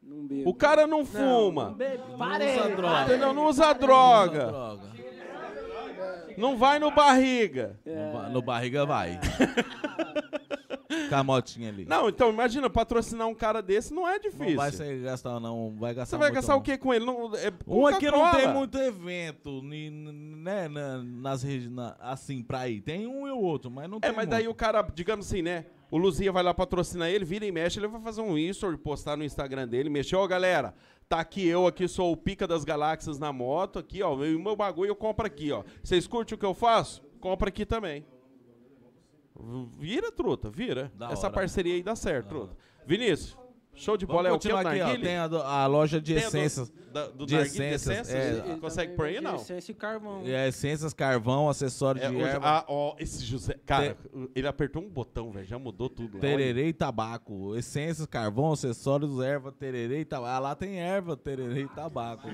Speaker 3: Não bebo.
Speaker 1: O cara não
Speaker 3: Não,
Speaker 1: fuma.
Speaker 3: Não bebe. Parei.
Speaker 2: usa droga.
Speaker 1: Entendeu? Não usa
Speaker 2: Usa
Speaker 1: droga.
Speaker 2: droga.
Speaker 1: Não vai no barriga.
Speaker 2: No ba- No barriga vai. Com a motinha ali.
Speaker 1: É. Não, então imagina, patrocinar um cara desse não é
Speaker 2: Não
Speaker 1: difícil.
Speaker 2: vai sair gastar, não. Vai gastar
Speaker 1: Você vai
Speaker 2: muito,
Speaker 1: gastar
Speaker 2: não.
Speaker 1: o que com ele? Não, é
Speaker 2: Um aqui não
Speaker 1: Coca-Cola.
Speaker 2: tem muito evento, ni- né? na- Nas regiões. Assim, pra ir. Tem um e o outro, mas não tem.
Speaker 1: É, mas daí o
Speaker 2: muito.
Speaker 1: cara, digamos assim, né? O Luzia vai lá patrocinar ele, vira e mexe, ele vai fazer um story, postar no Instagram dele, mexer, ó, galera, tá aqui eu aqui, sou o pica das galáxias na moto, aqui, ó, e o meu bagulho eu compro aqui, ó. Vocês curtem o que eu faço? Compra aqui também. Vira, truta, vira.
Speaker 2: Da
Speaker 1: Essa
Speaker 2: hora.
Speaker 1: parceria aí dá certo, truta. Vinícius, show de bola, é o
Speaker 2: Vamos
Speaker 1: que? O
Speaker 2: continuar aqui, ó.
Speaker 1: narguile?
Speaker 2: Tem a, do- a loja de
Speaker 1: Tem a do-
Speaker 2: essências.
Speaker 1: da- do
Speaker 2: de
Speaker 1: narguile, de
Speaker 2: essências,
Speaker 1: essências?
Speaker 2: é.
Speaker 3: Ele
Speaker 1: Consegue
Speaker 3: também
Speaker 1: por aí,
Speaker 3: vende
Speaker 1: não?
Speaker 3: Essência e carvão.
Speaker 2: É, essências, carvão, acessório
Speaker 1: É,
Speaker 2: de
Speaker 1: o-
Speaker 2: erva,
Speaker 1: ah, ó, esse José. Cara, ele apertou um botão, velho. Já mudou tudo. Olha.
Speaker 2: tererê e tabaco. Essências, carvão, acessórios, erva, tererê e tabaco. Ah, lá tem erva, tererê e tabaco.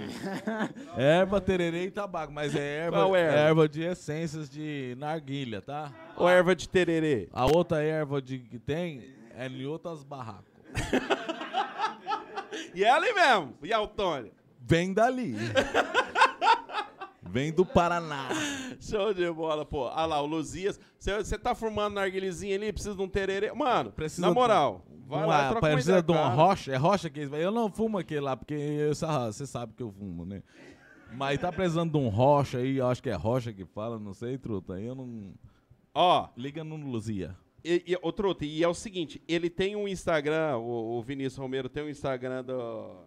Speaker 2: erva, tererê e tabaco. Mas é erva,
Speaker 1: Qual erva?
Speaker 2: erva de essências de narguilha, tá?
Speaker 1: Ou erva de tererê.
Speaker 2: A outra erva de, que tem é em outras barracos.
Speaker 1: E é ali mesmo. E a Autônia.
Speaker 2: Vem dali. Vem do Paraná.
Speaker 1: Show de bola, pô. Ah lá, o Luzias. Você tá formando narguilizinha ali, precisa de um tererê. Mano, na moral, vai
Speaker 2: uma,
Speaker 1: lá, troca uma
Speaker 2: um- precisa
Speaker 1: ideia,
Speaker 2: de uma
Speaker 1: cara.
Speaker 2: rocha? É rocha que eles Eu não fumo aquele lá, porque você sabe que eu fumo, né? Mas tá precisando de um rocha aí, eu acho que é rocha que fala, não sei, truta. Aí eu não.
Speaker 1: Ó,
Speaker 2: Liga no Luzia.
Speaker 1: e, e, ô, Truta, e é o seguinte, ele tem um Instagram, o, o Vinícius Romero tem um Instagram do,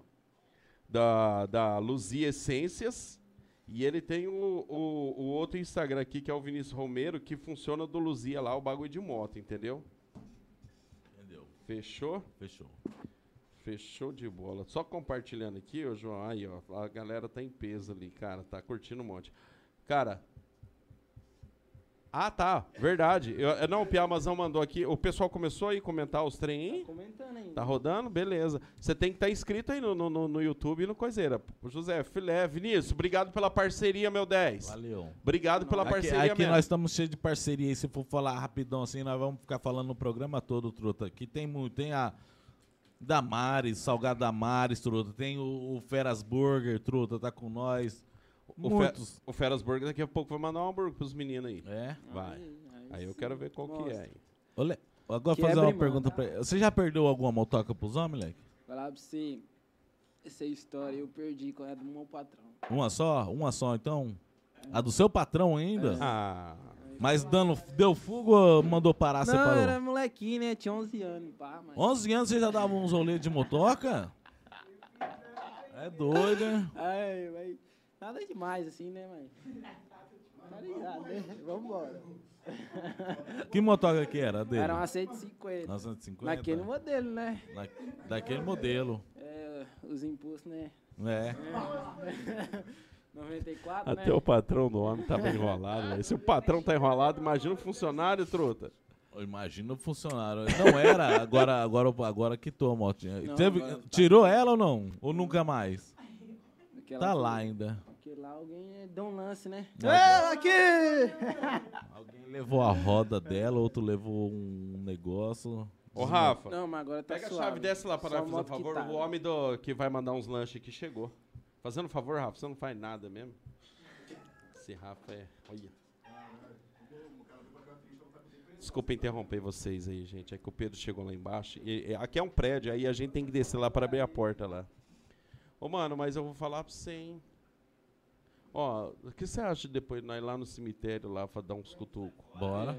Speaker 1: da, da Luzia Essências, e ele tem o, o, o outro Instagram aqui, que é o Vinícius Romero, que funciona do Luzia lá, o bagulho de moto, entendeu?
Speaker 2: Entendeu?
Speaker 1: Fechou?
Speaker 2: Fechou.
Speaker 1: Fechou de bola. Só compartilhando aqui, ô João, aí, ó, a galera tá em peso ali, cara, tá curtindo um monte. Cara, Ah, tá. Verdade. Eu- eu- não, o Piamazão mandou aqui. O pessoal começou aí a comentar os trem aí?
Speaker 3: Comentando ainda.
Speaker 1: Tá rodando? Beleza. Você tem que estar inscrito aí no, no- no, no YouTube e no Coiseira. José, filé, Vinícius, obrigado pela parceria, meu 10.
Speaker 2: Valeu.
Speaker 1: Obrigado pela
Speaker 2: Aqui,
Speaker 1: parceria
Speaker 2: aqui
Speaker 1: mesmo.
Speaker 2: nós estamos cheios de parceria. E se for falar rapidão assim, nós vamos ficar falando no programa todo, Truta. Aqui tem muito. Tem a Damares, Salgado Damares, Truta. Tem o, o Feras Burger, Truta, tá com nós.
Speaker 1: O, Fe,
Speaker 2: Muitos.
Speaker 1: o Feras Burger daqui a pouco vai mandar um hambúrguer pros meninos aí.
Speaker 2: É.
Speaker 1: Vai.
Speaker 3: Aí,
Speaker 1: Aí eu
Speaker 3: sim,
Speaker 1: quero ver qual que é.
Speaker 3: mostra.
Speaker 1: aí.
Speaker 2: Olha, agora
Speaker 3: Quebra
Speaker 2: fazer uma
Speaker 3: e manda.
Speaker 2: pergunta pra ele. Você já perdeu alguma motoca pros homens, moleque?
Speaker 3: Falar pra você, essa história eu perdi com a do meu patrão.
Speaker 1: Ah,
Speaker 2: Uma só? Uma só, então? A do seu patrão ainda?
Speaker 1: Ah,
Speaker 2: Mas dando, deu fuga ou mandou parar,
Speaker 3: É. não,
Speaker 2: separou?
Speaker 3: era molequinho, né? Tinha 11 anos, pá, mas...
Speaker 2: 11 anos você já dava uns rolês de motoca? É doido, né?
Speaker 3: Ai, mas nada demais assim, né, mãe? Tá ligado, né? Vambora.
Speaker 2: Que motoca que era a dele?
Speaker 3: Era uma 150.
Speaker 2: 950?
Speaker 3: Naquele modelo, né?
Speaker 2: Na- daquele modelo.
Speaker 3: É, os impulsos, né?
Speaker 2: É.
Speaker 3: 94,
Speaker 1: até
Speaker 3: né?
Speaker 1: o patrão do homem tava enrolado. velho. Se o patrão tá enrolado, imagina o funcionário, truta.
Speaker 2: Eu imagino o funcionário. Não era, agora, agora, agora quitou a motinha.
Speaker 3: Não,
Speaker 2: Teve-
Speaker 3: agora tá-
Speaker 2: tirou ela ou não? Ou nunca mais?
Speaker 3: Aquela
Speaker 2: Tá
Speaker 3: que-
Speaker 2: lá ainda.
Speaker 3: Porque lá alguém deu um lance, né?
Speaker 2: Não,
Speaker 3: É, aqui!
Speaker 2: Alguém Um levou a roda dela, outro levou um negócio.
Speaker 1: Ô, Rafa,
Speaker 3: Não, mas agora tá
Speaker 1: pega
Speaker 3: suave.
Speaker 1: a chave desce lá
Speaker 3: Só
Speaker 1: para nós,
Speaker 3: moto
Speaker 1: por
Speaker 3: que
Speaker 1: favor.
Speaker 3: tá.
Speaker 1: O homem do, que vai mandar uns lanches aqui chegou. Fazendo um favor, Rafa, você não faz nada mesmo. Esse Rafa é. Olha. Desculpa interromper vocês aí, gente. É que o Pedro chegou lá embaixo. E- e- aqui é um prédio, aí a gente tem que descer lá para abrir a porta lá. Ô, mano, mas eu vou falar pra você, hein? Ó, o que você acha de depois nós ir lá no cemitério lá pra dar uns cutucos?
Speaker 2: Bora.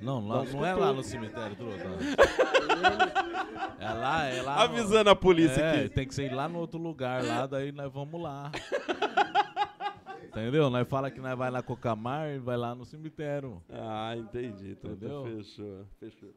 Speaker 2: Não, lá, não é lá no cemitério, truta. É lá, é lá. no-
Speaker 1: Avisando a polícia
Speaker 2: é,
Speaker 1: aqui.
Speaker 2: tem que ser lá no outro lugar, lá, daí nós vamos lá. Entendeu? Nós fala que nós vai lá com o Camar e vai lá no cemitério.
Speaker 1: Ah, entendi. Tudo
Speaker 2: Entendeu?
Speaker 1: fechou, fechou.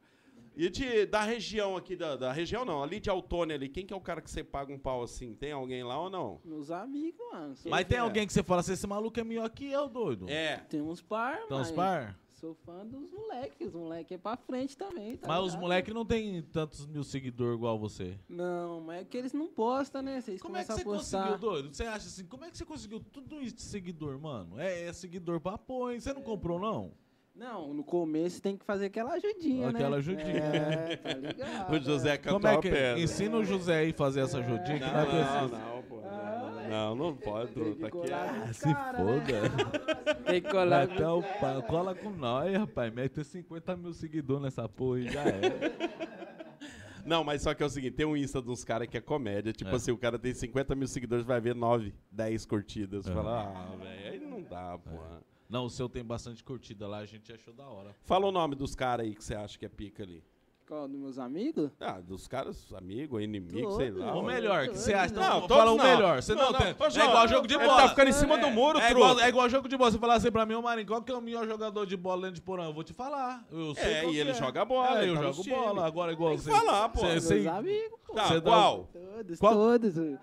Speaker 1: E de, da região aqui, da, da região não, ali de Altônia ali, quem que é o cara que você paga um pau assim? Tem alguém lá ou não?
Speaker 3: Meus amigos, mano. Sou-
Speaker 2: Mas tem
Speaker 1: é?
Speaker 2: alguém que você fala assim, esse maluco é melhor que eu, doido.
Speaker 1: É.
Speaker 3: Tem uns par,
Speaker 2: Então, os
Speaker 3: mas
Speaker 2: par?
Speaker 3: Sou fã dos moleques. Os moleques é pra frente também, tá
Speaker 2: Mas os
Speaker 3: ligado?
Speaker 2: moleques não tem tantos mil seguidores igual você.
Speaker 3: Não, mas é que eles não postam, né? Vocês
Speaker 2: Como é que
Speaker 3: começam
Speaker 2: você
Speaker 3: a postar.
Speaker 2: conseguiu, doido? Você acha assim, como é que você conseguiu tudo isso de seguidor, mano? É, é seguidor pra apoio, você não comprou, não?
Speaker 3: Não, no começo tem que fazer aquela ajudinha, né?
Speaker 2: Aquela ajudinha.
Speaker 3: É, tá ligado.
Speaker 1: O José
Speaker 2: Como é
Speaker 1: cantou
Speaker 2: que
Speaker 1: a pedra.
Speaker 2: Ensina o José aí fazer essa né, jodinha que tá
Speaker 1: Não,
Speaker 2: nós
Speaker 1: não,
Speaker 2: precisamos.
Speaker 1: não, pô. Não, não, não pode, truta. Aqui é.
Speaker 3: Ah,
Speaker 2: Se foda. tá-
Speaker 3: Tem que colar.
Speaker 2: Até o pa- cola com nós, rapaz. Mete 50 mil seguidores nessa porra e já é.
Speaker 1: Não, mas só que é o seguinte: tem um Insta de uns caras que é comédia. Tipo assim, o cara tem 50 mil seguidores, vai ver 9, 10 curtidas.
Speaker 2: É.
Speaker 1: Você Fala, ah, velho, aí não dá, pô.
Speaker 2: Não, o seu tem bastante curtida lá, a gente achou da hora.
Speaker 1: Fala o nome dos caras aí que você acha que é pica ali.
Speaker 3: Qual, dos meus amigos?
Speaker 1: Ah, dos caras, amigo, inimigo, sei lá.
Speaker 2: Ou
Speaker 3: Todos.
Speaker 1: ué.
Speaker 2: melhor, o Ah, que você acha?
Speaker 1: Não,
Speaker 2: Não,
Speaker 1: todos
Speaker 2: fala o
Speaker 1: não.
Speaker 2: melhor. Você
Speaker 1: Não,
Speaker 2: não,
Speaker 1: não.
Speaker 2: tem.
Speaker 1: Ô, João,
Speaker 2: é igual jogo de
Speaker 1: ele
Speaker 2: bola.
Speaker 1: tá ficando em cima do muro,
Speaker 2: é igual,
Speaker 1: truta.
Speaker 2: é igual jogo de bola. Você falar assim pra mim, ô Marinho, qual que é o melhor jogador de bola dentro de porão? Eu vou te falar. Eu sei
Speaker 1: É,
Speaker 2: qual
Speaker 1: e
Speaker 2: que
Speaker 1: ele
Speaker 2: é.
Speaker 1: joga bola,
Speaker 2: É,
Speaker 1: ele
Speaker 2: eu
Speaker 1: tá no
Speaker 2: jogo
Speaker 1: time.
Speaker 2: bola. Agora, igual você.
Speaker 1: falar, pô.
Speaker 2: Você,
Speaker 1: Eu
Speaker 3: Meus
Speaker 2: você,
Speaker 3: amigos, pô.
Speaker 1: Tá,
Speaker 2: Você dá-
Speaker 1: qual?
Speaker 2: É
Speaker 3: Todos,
Speaker 2: Qual-
Speaker 3: todos. Você é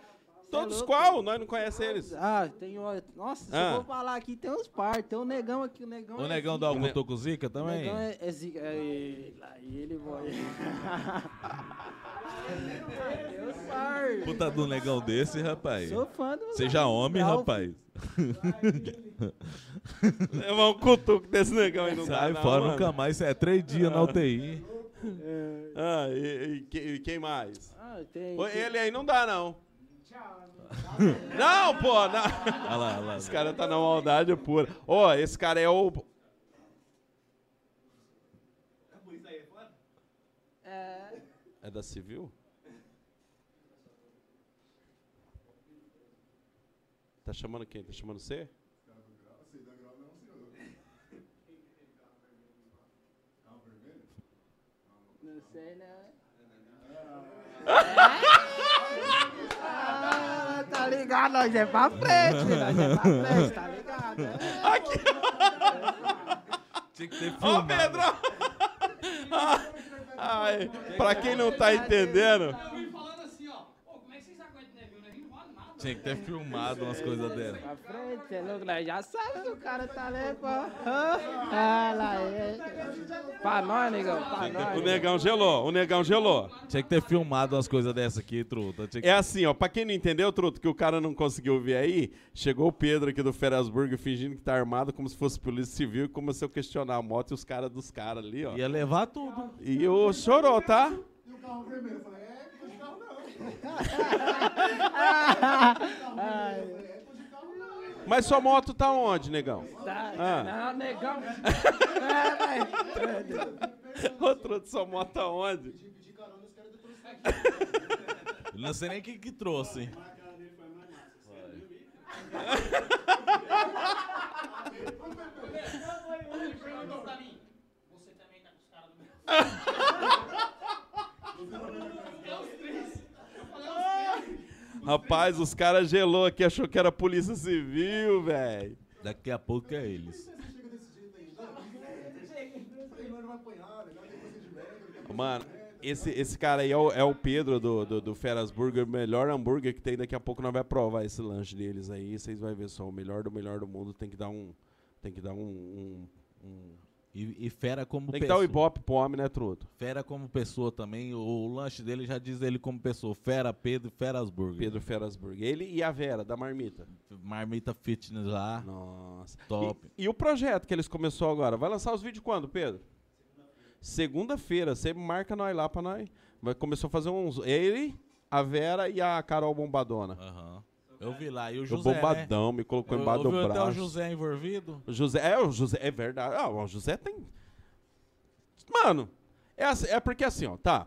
Speaker 1: Todos
Speaker 3: louco.
Speaker 1: qual? Nós não conhecemos eles.
Speaker 3: Ah, tem. ó, Nossa, se
Speaker 1: Ah.
Speaker 3: eu vou falar aqui, tem uns par. Tem o negão aqui, o negão.
Speaker 2: o
Speaker 3: é
Speaker 2: negão
Speaker 3: zica.
Speaker 2: dá algum toco zica
Speaker 3: O
Speaker 2: também?
Speaker 3: negão é, é zica. É, ele- lá, e ele vai. Tem uns par.
Speaker 2: Puta do negão desse, rapaz.
Speaker 3: Sou fã do.
Speaker 2: Seja homem,
Speaker 3: Ralph.
Speaker 2: rapaz.
Speaker 1: Levar um cutuco desse negão aí não dá,
Speaker 2: Sai
Speaker 1: não,
Speaker 2: fora
Speaker 1: mano.
Speaker 2: nunca mais. É três dias na UTI.
Speaker 1: Ah, e, e que- e quem mais?
Speaker 3: Ah, tem.
Speaker 1: Ô,
Speaker 3: tem-
Speaker 1: Ele aí não dá, não. Não, pô, não.
Speaker 2: Olha lá, olha lá.
Speaker 1: Esse cara tá na maldade pura. Ó, esse cara é o...
Speaker 3: É,
Speaker 1: É da Civil? Tá chamando quem? Tá chamando você?
Speaker 3: não sei, né? Ah, tá ligado, nós é pra frente, filho, nós é pra frente, tá ligado? né?
Speaker 2: Tinha que ter
Speaker 1: Ó,
Speaker 2: filmado.
Speaker 1: Pedro! Ai, pra quem não tá entendendo...
Speaker 7: Eu vim falando assim, ó. Pô, como é que vocês aguentam, né, viu? Não enrola nada.
Speaker 2: Tinha que ter filmado umas coisas dela.
Speaker 3: Pra frente, você é louco, nós já sabe que o cara tá lendo, pô. Ah, lá é. Pra nós, negão, pra
Speaker 1: O
Speaker 3: nós.
Speaker 1: negão gelou, o negão gelou.
Speaker 2: Tinha que ter filmado umas coisas dessa aqui, truta. Tinha que...
Speaker 1: É assim, ó, pra quem não entendeu, Truto, que o cara não conseguiu ver aí, chegou o Pedro aqui do Ferasburgo fingindo que tá armado como se fosse polícia civil e começou a questionar a moto e os caras dos caras ali, ó.
Speaker 2: Ia levar tudo.
Speaker 1: E o chorou, tá?
Speaker 4: E o carro vermelho. Eu falei, é, não tô de carro não.
Speaker 1: Mas sua moto tá onde, negão?
Speaker 3: Tá,
Speaker 1: Ah.
Speaker 3: Não, negão. É, vai.
Speaker 1: Ô, Truto, sua moto tá onde?
Speaker 2: Eu não sei nem o que, que trouxe.
Speaker 1: Rapaz, os caras gelou aqui, achou que era polícia civil, velho.
Speaker 2: Daqui a pouco é eles.
Speaker 1: Mano, esse, esse cara aí é o, é o Pedro do, do, do Feras Burger, o melhor hambúrguer que tem. Daqui a pouco nós vamos provar esse lanche deles aí. Vocês vão ver só, o melhor do melhor do mundo tem que dar um. Tem que dar um. um- um-
Speaker 2: E, e fera como
Speaker 1: tem que dar o
Speaker 2: pessoa.
Speaker 1: ibope pro homem, né, Truto?
Speaker 2: fera como pessoa também. O, o lanche dele já diz ele como pessoa. Fera, Pedro, Ferasburg.
Speaker 1: Pedro Feras Burger. Ele e a Vera, da Marmita.
Speaker 2: Marmita Fitness lá.
Speaker 1: Nossa.
Speaker 2: Top.
Speaker 1: E, e o projeto que eles começou agora? Vai lançar os vídeos quando, Pedro? Segunda-feira. Você marca nós lá pra nós. Vai, começou a fazer uns. Ele, a Vera e a Carol Bombadona.
Speaker 2: Aham. Eu vi lá. E o
Speaker 1: O
Speaker 2: José, né?
Speaker 1: bombadão me colocou embaixo do
Speaker 2: eu, eu vi até o
Speaker 1: braço.
Speaker 2: José envolvido.
Speaker 1: O José, é, o José, é verdade. Ah, o José tem. Mano, é, assim- é porque assim, ó, tá.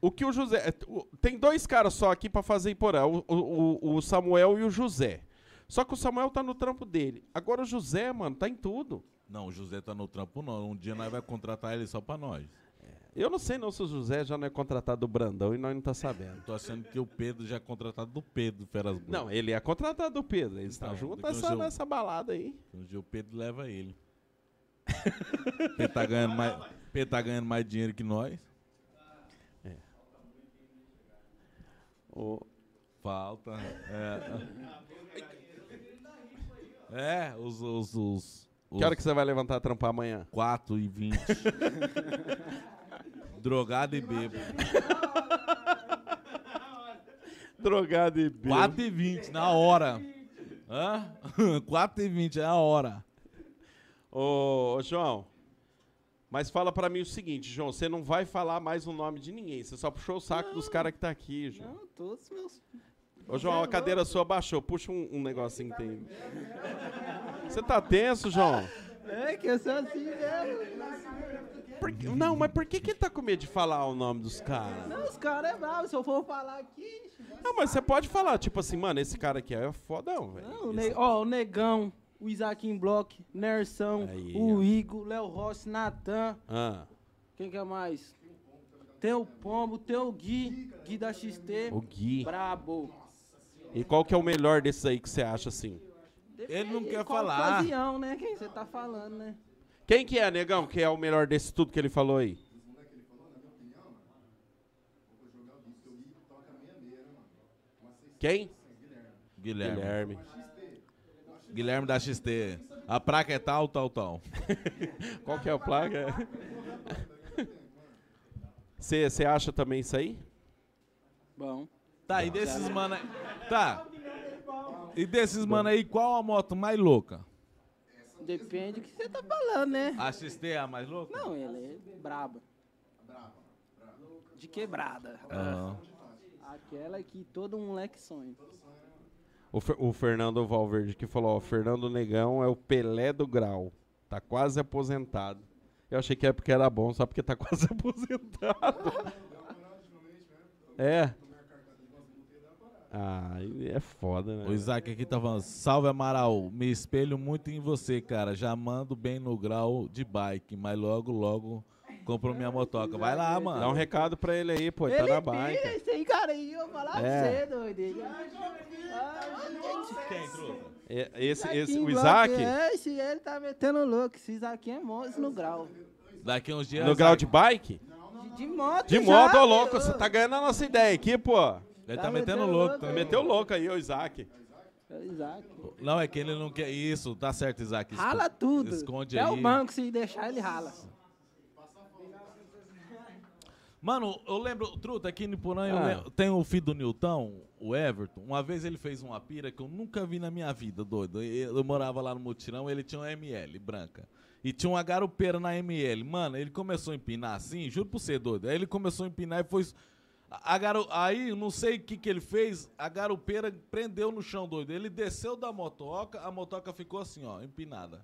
Speaker 1: O que o José. é, o- Tem dois caras só aqui pra fazer Iporá: o, o, o- o Samuel e o José. Só que o Samuel tá no trampo dele. Agora o José, mano, tá em tudo.
Speaker 2: Não, o José tá no trampo não. Um dia nós vai contratar ele só pra nós.
Speaker 1: Eu não sei não se o José já não é contratado do Brandão e nós não tá sabendo.
Speaker 2: Eu tô achando que o Pedro já é contratado do Pedro Ferasburg.
Speaker 1: Não, ele é contratado do Pedro. Eles estão
Speaker 2: Então,
Speaker 1: juntos
Speaker 2: depois
Speaker 1: nessa,
Speaker 2: eu-
Speaker 1: nessa balada aí.
Speaker 2: Um dia o Pedro leva ele. Pedro tá ganhando mais, Pedro tá ganhando mais dinheiro que nós.
Speaker 1: Ô,
Speaker 2: Falta. É, é os, os, os, os
Speaker 1: que hora que você vai levantar a trampar amanhã?
Speaker 2: 4 e 20. Drogado e bêbado.
Speaker 1: Drogado e bêbado.
Speaker 2: 4 e 20, na hora. Hã? 4 e 20, é a hora.
Speaker 1: Ô, ô, João, mas fala pra mim o seguinte, João, você não vai falar mais o nome de ninguém, você só puxou o saco dos caras que tá aqui, João.
Speaker 3: Não, todos meus.
Speaker 1: Ô, João,
Speaker 3: é
Speaker 1: a cadeira sua baixou, puxa um, um negocinho que tem. Você tá tenso, João?
Speaker 3: É que eu sou assim mesmo.
Speaker 1: Por que- não, mas por que que ele tá com medo de falar o nome dos caras?
Speaker 3: Não, os caras é bravo. Se eu for falar aqui.
Speaker 1: Não, mas você pode falar, tipo assim, mano, esse cara aqui é fodão, velho.
Speaker 3: Não, o
Speaker 1: Esse-
Speaker 3: ne- ó, o Negão, o Isaac em Block, Nersão,
Speaker 1: Aí, ó.
Speaker 3: o Igor, Léo Rossi, Natan.
Speaker 1: Ah,
Speaker 3: Quem que é mais? Tem o Pombo, tem o Gui, Gui da XT.
Speaker 1: o Gui.
Speaker 3: Brabo.
Speaker 1: E qual que é o melhor desses aí que você acha, assim?
Speaker 2: Ele não
Speaker 3: Depende
Speaker 2: quer
Speaker 3: de qual
Speaker 2: falar.
Speaker 3: ocasião, né? Quem você tá falando, né?
Speaker 1: Quem que é, negão, que é o melhor desse tudo que ele falou aí? Quem?
Speaker 2: Guilherme. Guilherme,
Speaker 1: Guilherme.
Speaker 2: da XT. A placa é tal, tal, tal.
Speaker 1: Qual que é a placa? Você acha também isso aí?
Speaker 3: Bom.
Speaker 2: Tá, e desses mano aí. Tá. E desses mano aí, qual a moto mais louca?
Speaker 3: Depende do que você tá falando, né?
Speaker 2: A XT é a mais louca?
Speaker 3: Não, ele é braba. De quebrada.
Speaker 2: Ah.
Speaker 3: Aquela que todo moleque sonha.
Speaker 1: O, Fer- o Fernando Valverde que falou, ó, Fernando Negão é o Pelé do Grau. Tá quase aposentado. Eu achei que é porque era bom, só porque tá quase aposentado. É. Ah, aí é foda,
Speaker 2: O
Speaker 1: né?
Speaker 2: Isaac aqui tá falando, salve Amaral, me espelho muito em você, cara. Já mando bem no grau de bike, mas logo, logo compro minha motoca. Vai lá,
Speaker 1: Dá um
Speaker 2: mano.
Speaker 1: recado pra ele aí, pô, ele tá
Speaker 3: Ele
Speaker 1: na
Speaker 3: pira
Speaker 1: bike.
Speaker 3: esse aí, cara, aí eu falar pra
Speaker 1: É.
Speaker 3: você, doido. Ele- Ah,
Speaker 1: É, esse, esse, o
Speaker 3: Isaaquinho
Speaker 1: Isaac,
Speaker 3: Glock, É, esse ele tá metendo louco. Esse Isaac é monstro no grau.
Speaker 2: Daqui uns dias.
Speaker 1: no grau de bike?
Speaker 3: De, de moto,
Speaker 1: De
Speaker 3: já,
Speaker 1: moto, é. ô
Speaker 3: meu.
Speaker 2: tá-
Speaker 1: louco, você tá ganhando a nossa ideia aqui, pô.
Speaker 2: Ele tá, metendo louco. também.
Speaker 3: né?
Speaker 1: Meteu louco aí, o Isaac.
Speaker 3: É o Isaac.
Speaker 2: Não, é que ele não quer. Isso, tá certo, Isaac. esco-
Speaker 3: Rala tudo.
Speaker 2: Esconde
Speaker 3: Até
Speaker 2: aí.
Speaker 3: o banco, se deixar, ele rala.
Speaker 2: Mano, eu lembro, Truta, aqui no Porã, eu
Speaker 1: Ah.
Speaker 2: lembro- tem o filho do Nilton, o Everton. Uma vez ele fez uma pira que eu nunca vi na minha vida, doido. E Eu morava lá no Mutirão, ele tinha uma ML branca. E tinha uma garupeira na ML. Mano, ele começou a empinar assim, juro pra você, doido. Aí ele começou a empinar e foi. A a garu... Aí, não sei o que, que ele fez, a garupeira prendeu no chão, doido. Ele desceu da motoca, a motoca ficou assim, ó, empinada.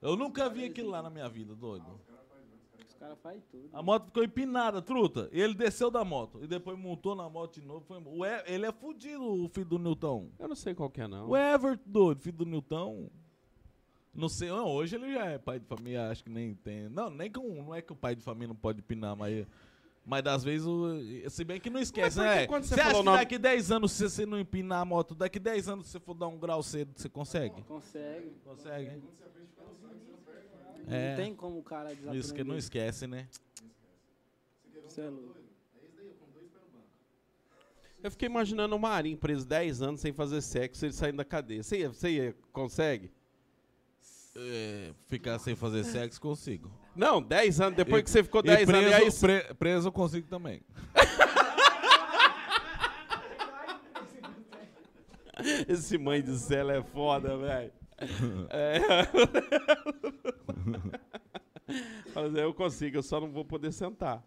Speaker 2: Eu nunca vi aquilo lá na minha vida, doido.
Speaker 3: Os caras fazem tudo.
Speaker 2: A moto ficou empinada, truta. E ele desceu da moto. E depois montou na moto de novo. Foi... embora. O E- ele é fudido, o filho do Newton.
Speaker 1: Eu não sei qual que é, não.
Speaker 2: O Everton, doido, filho do Newton. Não sei, não, hoje ele já é pai de família, acho que nem tem. Não, nem com. Não é que o pai de família não pode pinar, mas. Mas das vezes, o- se bem que não esquece,
Speaker 1: Mas por que
Speaker 2: né?
Speaker 1: quando você
Speaker 2: acha
Speaker 1: falou o
Speaker 2: que
Speaker 1: nome-
Speaker 2: daqui 10 anos, se você não empinar a moto, daqui 10 anos, se você for dar um grau cedo, você consegue?
Speaker 3: Consegue.
Speaker 2: Consegue. hein?
Speaker 3: Não
Speaker 2: É,
Speaker 3: tem como o cara desaprender.
Speaker 2: isso que não esquece, né?
Speaker 3: Você é louco.
Speaker 1: Eu fiquei imaginando o Marinho preso 10 anos sem fazer sexo, ele saindo da cadeia. Você, ia- você ia- consegue?
Speaker 2: É, ficar sem fazer sexo, consigo.
Speaker 1: Não, 10 anos. Depois
Speaker 2: E-
Speaker 1: que você ficou
Speaker 2: e
Speaker 1: 10 anos, e aí
Speaker 2: preso, pre- preso eu consigo também.
Speaker 1: Esse mãe de Cela é foda, velho. É. Mas eu consigo, eu só não vou poder sentar.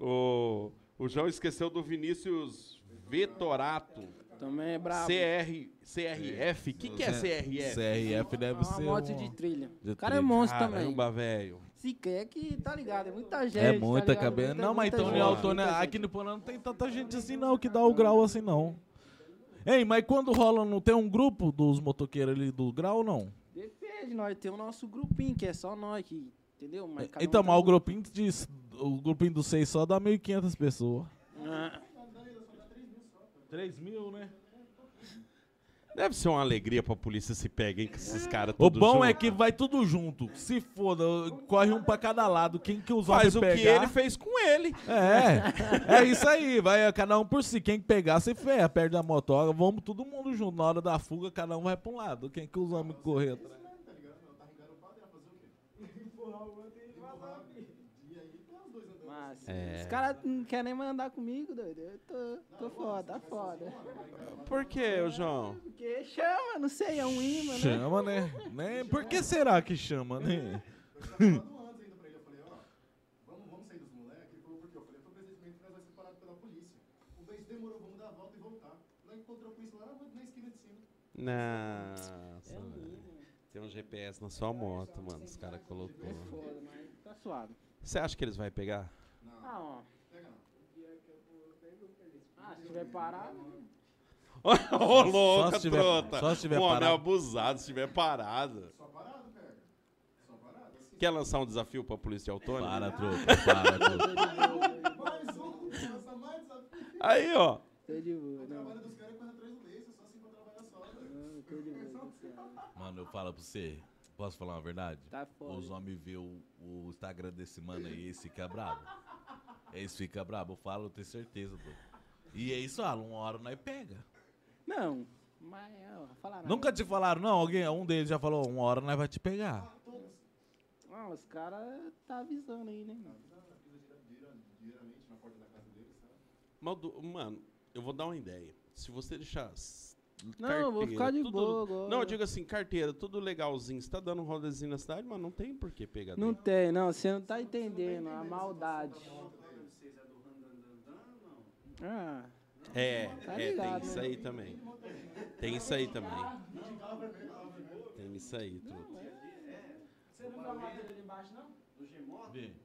Speaker 1: O, o João esqueceu do Vinícius Vetorato.
Speaker 3: Também é brabo.
Speaker 1: CR, CRF. O que, que é CRF?
Speaker 2: CRF
Speaker 3: É
Speaker 2: deve
Speaker 3: uma
Speaker 2: ser.
Speaker 3: moto
Speaker 2: um-
Speaker 3: de trilha.
Speaker 2: de
Speaker 3: o cara é
Speaker 2: trilha.
Speaker 3: monstro também.
Speaker 1: Caramba, velho.
Speaker 3: Se quer que, tá ligado, é muita gente.
Speaker 2: É
Speaker 3: tá
Speaker 2: muita
Speaker 3: ligado?
Speaker 2: cabeça.
Speaker 3: Muita-
Speaker 2: Não, mas
Speaker 3: muita
Speaker 2: então,
Speaker 3: gente, tá
Speaker 2: Leal,
Speaker 3: muita
Speaker 2: Tônia,
Speaker 3: gente.
Speaker 2: aqui no Porã não tem tanta gente assim, não, que dá o grau assim, não. Ei, mas quando rola, não tem um grupo dos motoqueiros ali do grau, não?
Speaker 3: Depende, nós temos o nosso grupinho, que é só nós que, entendeu? Mas cada um
Speaker 2: então,
Speaker 3: tem
Speaker 2: mas o
Speaker 3: um-
Speaker 2: grupinho, de, o grupinho dos seis só dá 1.500 pessoas.
Speaker 3: Ah,
Speaker 2: 3 mil, né?
Speaker 1: Deve ser uma alegria pra polícia se pega, hein? Com esses caras
Speaker 2: O
Speaker 1: todos
Speaker 2: bom é
Speaker 1: juntos.
Speaker 2: que vai tudo junto. Se foda, corre um pra cada lado. Quem que os
Speaker 1: faz
Speaker 2: homens
Speaker 1: o
Speaker 2: pegar...
Speaker 1: que ele fez com ele.
Speaker 2: É, é isso aí, vai cada um por si. Quem pegar, você ferra, perde a motoca, vamos todo mundo junto. Na hora da fuga, cada um vai pra um lado. Quem que os homens correr atrás?
Speaker 3: mas
Speaker 2: É.
Speaker 3: os caras não querem nem mandar comigo, doido. Eu tô, tô foda, tá foda.
Speaker 1: Por quê, ô João?
Speaker 3: Porque chama, não sei, é um imã, né?
Speaker 2: Chama, né? né? Por que será que chama, né?
Speaker 4: falando antes ainda pra ele, eu falei, ó, vamos, vamos sair dos moleques. Ele falou, por quê? Eu falei, presentemente nós vai ser parado pela polícia. O beijo demorou, vamos dar a volta e voltar. Nós encontramos com isso lá na esquina de cima.
Speaker 1: Nossa, velho. Tem um GPS na sua moto, mano. Os caras colocou.
Speaker 3: Foda, mas tá suave.
Speaker 1: Você acha que eles vão pegar?
Speaker 3: Ah, ó. Ah, se tiver parado, né?
Speaker 1: Ô, louca,
Speaker 2: Só se tiver-
Speaker 1: trota.
Speaker 2: só se tiver
Speaker 1: um homem
Speaker 2: parado.
Speaker 1: abusado, se tiver parado. Só parado, Quer lançar um desafio pra polícia autônoma?
Speaker 2: Para, truta, para, truta.
Speaker 1: Aí, ó.
Speaker 3: tô de boa. né? Não,
Speaker 4: Os caras correm atrás do beijo, é só assim pra trabalhar só. né?
Speaker 3: não, Ah, tô de boa. tô de boa.
Speaker 2: Mano, eu falo pra você, posso falar uma verdade?
Speaker 3: Tá foda.
Speaker 2: Os homens vê o, o Instagram desse mano aí, esse fica brabo. Esse fica brabo, eu falo, eu tenho certeza, pô. E é isso, Alan, uma hora nós pega.
Speaker 3: Não, mas ó, falar nada.
Speaker 2: Nunca te falaram, não? Alguém, um deles já falou, uma hora nós vai te pegar.
Speaker 3: Ah, os caras tá avisando aí, né? mano?
Speaker 1: Mas do- Mano, eu vou dar uma ideia. Se você deixar. s-
Speaker 3: Não, eu vou ficar de
Speaker 1: tudo-
Speaker 3: boa agora.
Speaker 1: Não, eu digo assim, carteira, tudo legalzinho. Você tá dando um rolezinho na cidade, mas não tem por que pegar.
Speaker 3: Não
Speaker 1: dele.
Speaker 3: tem, não. Você não tá entendendo tá a maldade. é Ah,
Speaker 1: É,
Speaker 3: Tá
Speaker 1: é, tem
Speaker 3: ligado,
Speaker 1: isso
Speaker 3: né?
Speaker 1: aí também. Tem isso aí também. Tem isso aí, truta.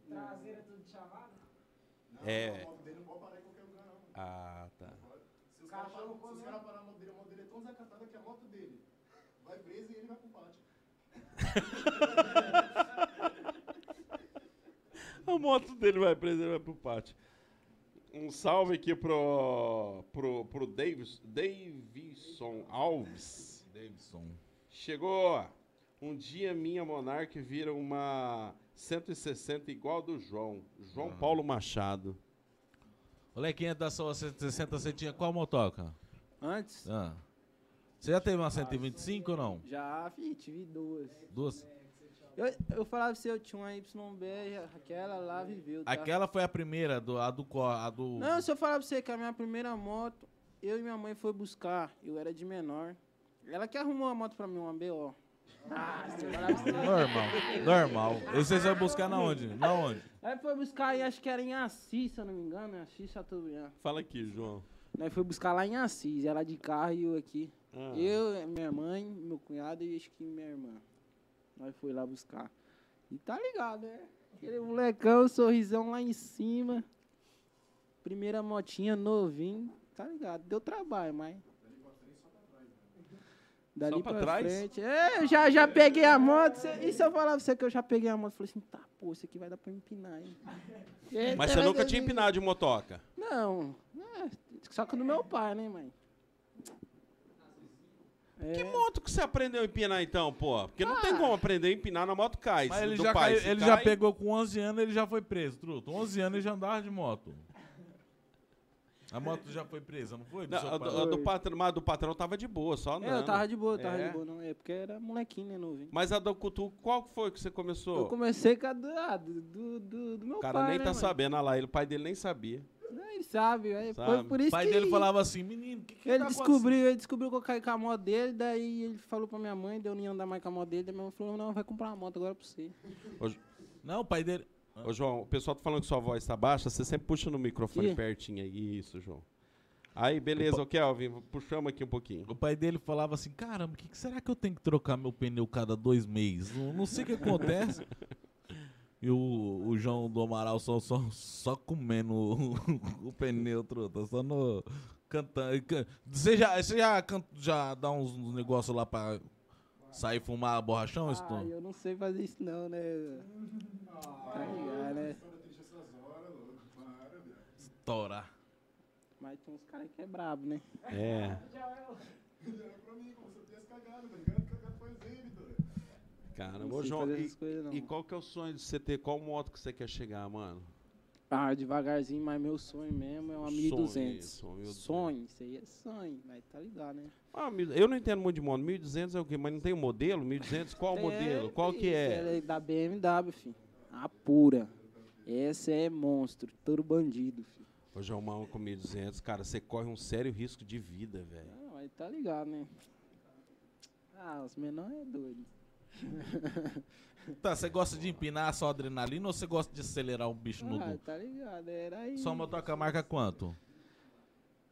Speaker 3: tá
Speaker 1: É. Ah, tá.
Speaker 4: Se os caras param, se os caras parar a mão dele, a mão dele é tão desacatada que a moto dele vai presa e ele vai pro pátio.
Speaker 1: A moto dele vai presa, ele vai pro pátio. Um salve aqui pro, pro, pro Davis, Davison Alves.
Speaker 2: Davidson.
Speaker 1: Chegou! Um dia minha Monark vira uma 160 igual a do João. João Paulo Machado.
Speaker 2: Molequinha da sua 160 você tinha qual motoca?
Speaker 3: Antes,
Speaker 2: Ah. Você já teve uma 125 ou não?
Speaker 3: já, fi, tive duas.
Speaker 2: Duas.
Speaker 3: Eu, eu falava pra você, eu tinha uma YB, aquela lá viveu, tá?
Speaker 2: Aquela foi a primeira, do, a do. co- A do
Speaker 3: Não, se eu falar pra você que a minha primeira moto, eu e minha mãe foi buscar, eu era de menor. Ela que arrumou a moto pra mim, uma BO. Ah, se eu falar pra você.
Speaker 2: Normal, normal. E vocês vão buscar na onde? Na onde?
Speaker 3: Aí foi buscar, e acho que era em Assis, se eu não me engano, em Assis, Chateaubriand.
Speaker 1: Fala aqui, João.
Speaker 3: Nós foi buscar lá em Assis, ela de carro e eu aqui.
Speaker 1: Ah,
Speaker 3: Eu, minha mãe, meu cunhado e acho que minha irmã. Nós foi lá buscar. E tá ligado, né? Aquele molecão, sorrisão lá em cima. Primeira motinha, novinho. Tá ligado? Deu trabalho, mas. Dali
Speaker 1: Só
Speaker 3: pra,
Speaker 1: pra trás?
Speaker 3: frente. É, eu já, já peguei a moto. cê- e se eu falar pra você que eu já peguei a moto? Eu falei assim, tá, pô, isso aqui vai dar pra empinar, hein?
Speaker 1: Mas você nunca tinha empinado de motoca.
Speaker 3: Não. É, só que no meu pai, né, mãe? É. Ah.
Speaker 1: Que moto que você aprendeu a empinar então, pô? Porque não tem como aprender a empinar na moto cai.
Speaker 2: Mas
Speaker 1: se
Speaker 2: ele
Speaker 1: do
Speaker 2: já,
Speaker 1: pai,
Speaker 2: caiu-
Speaker 1: se
Speaker 2: ele
Speaker 1: cai-
Speaker 2: já pegou com 11 anos, ele já foi preso, truto. 11 anos ele já andava de moto. A moto já foi presa, não foi? do
Speaker 1: Não,
Speaker 2: seu
Speaker 1: a
Speaker 2: pai?
Speaker 1: do, a do patrão, mas a do patrão tava de boa, só não.
Speaker 3: É, eu tava de boa, eu tava
Speaker 1: É.
Speaker 3: de boa, não. É porque era molequinho, né, novinho.
Speaker 1: Mas a do Cutu, qual que foi que você começou?
Speaker 3: Eu comecei com a do, ah, do, do, do- do meu
Speaker 1: O
Speaker 3: pai.
Speaker 1: cara nem
Speaker 3: né,
Speaker 1: tá
Speaker 3: mano?
Speaker 1: sabendo, olha lá, ele, o pai dele nem sabia.
Speaker 3: Não, Ele sabe, aí foi
Speaker 1: Sabe.
Speaker 3: por isso
Speaker 2: O pai
Speaker 3: que
Speaker 2: dele falava assim, menino, o que, que
Speaker 3: Ele
Speaker 2: tá
Speaker 3: descobriu, ele descobriu que eu caí com a moto dele, daí ele falou pra minha mãe, deu nem andar mais com a moto dele, daí minha mãe falou, não, vai comprar uma moto agora pra você.
Speaker 2: acontecendo? Não, o pai dele.
Speaker 1: Ô, João, o pessoal tá falando que sua voz tá baixa, você sempre puxa no microfone
Speaker 3: Ih.
Speaker 1: pertinho aí. Isso, João. Aí, beleza, ô Kelvin, puxamos aqui um pouquinho.
Speaker 2: O pai dele falava assim, caramba, o que, que será que eu tenho que trocar meu pneu cada dois meses? Não, não sei o que acontece. E o, o João do Amaral só, só, só comendo o, o pneu, truta, só no. cantando. e can- Você já, você já, can- já dá uns negócios lá pra sair fumar borrachão,
Speaker 3: Ah,
Speaker 2: Stone?
Speaker 3: eu não sei fazer isso não, né? Tá ligado, né?
Speaker 2: Estourar.
Speaker 3: Mas tem uns caras que é brabo, né?
Speaker 1: É.
Speaker 4: Era pra mim, como se eu tivesse cagado, tá ligado? Cagado foi ele, doido.
Speaker 1: Caramba,
Speaker 3: Não
Speaker 1: ô,
Speaker 3: sei
Speaker 1: João,
Speaker 3: fazer
Speaker 1: e,
Speaker 3: essas coisas, não.
Speaker 1: e qual que é o sonho de você ter? Qual moto que você quer chegar, mano?
Speaker 3: Ah, devagarzinho, mas meu sonho mesmo é uma
Speaker 1: Sonho,
Speaker 3: 1200.
Speaker 1: isso, uma 1200.
Speaker 3: Sonho, isso aí é sonho, mas tá ligado, né?
Speaker 1: Ah, mil- eu não entendo muito de moto. 1200 é o quê? Mas não tem o modelo? 1200? Qual o
Speaker 3: Tem,
Speaker 1: modelo? Qual que
Speaker 3: filho,
Speaker 1: é?
Speaker 3: ela é da BMW, filho. A pura. Essa é monstro, todo bandido, filho.
Speaker 1: Ô, João, uma com 1200, cara, você corre um sério risco de vida, velho.
Speaker 3: Ah, mas tá ligado, né? Ah, os menores é doido.
Speaker 2: Tá, você gosta de empinar só adrenalina ou você gosta de acelerar o bicho no.
Speaker 3: Ah, tá ligado, era aí.
Speaker 2: Só motoca marca quanto?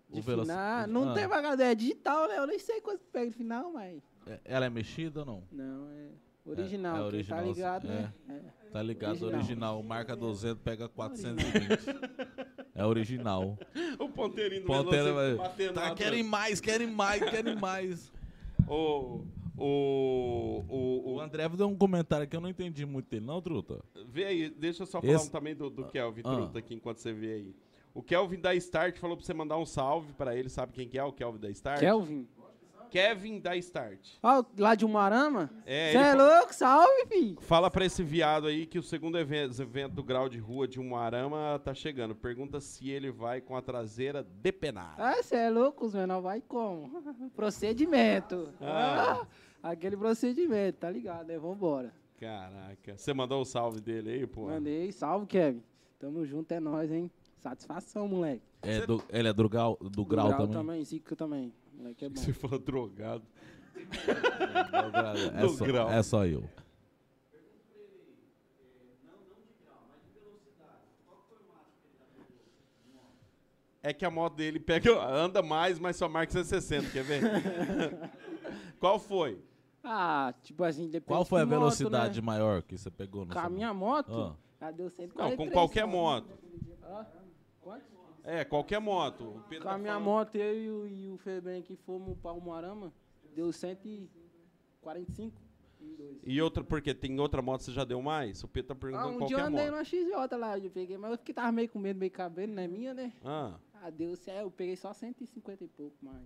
Speaker 3: de
Speaker 2: veloci-
Speaker 3: final, não
Speaker 2: Ah,
Speaker 3: tem vagada, é digital, né? Eu nem sei quanto pega de final, mas...
Speaker 2: é- Ela é mexida ou não?
Speaker 3: Não, é original,
Speaker 2: é
Speaker 3: quem
Speaker 2: original,
Speaker 3: tá ligado,
Speaker 2: é.
Speaker 3: né? É.
Speaker 2: Tá ligado,
Speaker 3: Original.
Speaker 2: original. Marca 200, pega 420. É original.
Speaker 1: O ponteirinho do
Speaker 2: Ponteiro
Speaker 1: Velocity
Speaker 2: vai.
Speaker 1: batendo lá
Speaker 2: Tá,
Speaker 1: atrás.
Speaker 2: querem mais, querem mais, querem mais.
Speaker 1: O. O. O.
Speaker 2: O
Speaker 1: o-
Speaker 2: André deu um comentário que eu não entendi muito dele, não, Truta?
Speaker 1: Vê aí, deixa eu só falar
Speaker 2: Esse-
Speaker 1: um também do, do Kelvin
Speaker 2: ah.
Speaker 1: Truta aqui enquanto você vê aí. O Kelvin da Start falou pra você mandar um salve pra ele, sabe quem que é o Kelvin da Start?
Speaker 3: Kelvin.
Speaker 1: Kevin da Start.
Speaker 3: Ó, lá de Umarama?
Speaker 1: É,
Speaker 3: Cê
Speaker 1: ele
Speaker 3: é
Speaker 1: fa-
Speaker 3: louco? Salve, filho!
Speaker 1: Fala pra esse viado aí que o segundo evento, evento do grau de rua de Umarama tá chegando. Pergunta se ele vai com a traseira depenada.
Speaker 3: Ah, você é louco, os menor vai como? procedimento.
Speaker 1: Ah.
Speaker 3: Ah, aquele procedimento, tá ligado, né? Vambora.
Speaker 1: Caraca. Você mandou o salve dele aí, pô?
Speaker 3: Mandei, salve, Kevin. Tamo junto, é nóis, hein? Satisfação, moleque.
Speaker 2: É do- ele é do grau, do grau também?
Speaker 3: Zico também. Moleque é bom.
Speaker 1: Você falou drogado.
Speaker 2: Do grau, é,
Speaker 1: Do
Speaker 2: só,
Speaker 1: grau.
Speaker 2: é só eu.
Speaker 1: É que a moto dele pega, anda mais, mas só marca 160, quer ver? Qual foi?
Speaker 3: Ah, tipo assim, depende
Speaker 2: Qual foi a
Speaker 3: que moto,
Speaker 2: velocidade
Speaker 3: né?
Speaker 2: maior que você pegou no
Speaker 3: Com a
Speaker 2: seu-
Speaker 3: minha moto,
Speaker 2: Ah.
Speaker 3: ela deu
Speaker 1: Não,
Speaker 3: 143.
Speaker 1: com qualquer
Speaker 3: né?
Speaker 1: moto.
Speaker 3: Ah, quanto?
Speaker 1: É, qualquer moto. O Pedro
Speaker 3: Com
Speaker 1: tá
Speaker 3: a minha
Speaker 1: falando-
Speaker 3: moto, eu e o, e o Febem aqui fomos para Umarama, deu 145 em dois.
Speaker 1: E outra, porque tem outra moto que você já deu mais? O Pedro tá
Speaker 3: Ah,
Speaker 1: perguntando
Speaker 3: um dia eu
Speaker 1: qualquer
Speaker 3: andei
Speaker 1: moto.
Speaker 3: numa XJ lá, eu peguei, mas eu fiquei tava meio com medo, meio cabelo, não é minha, né?
Speaker 1: Ah,
Speaker 3: Ah, Deus, é, eu peguei só 150 e pouco, mais.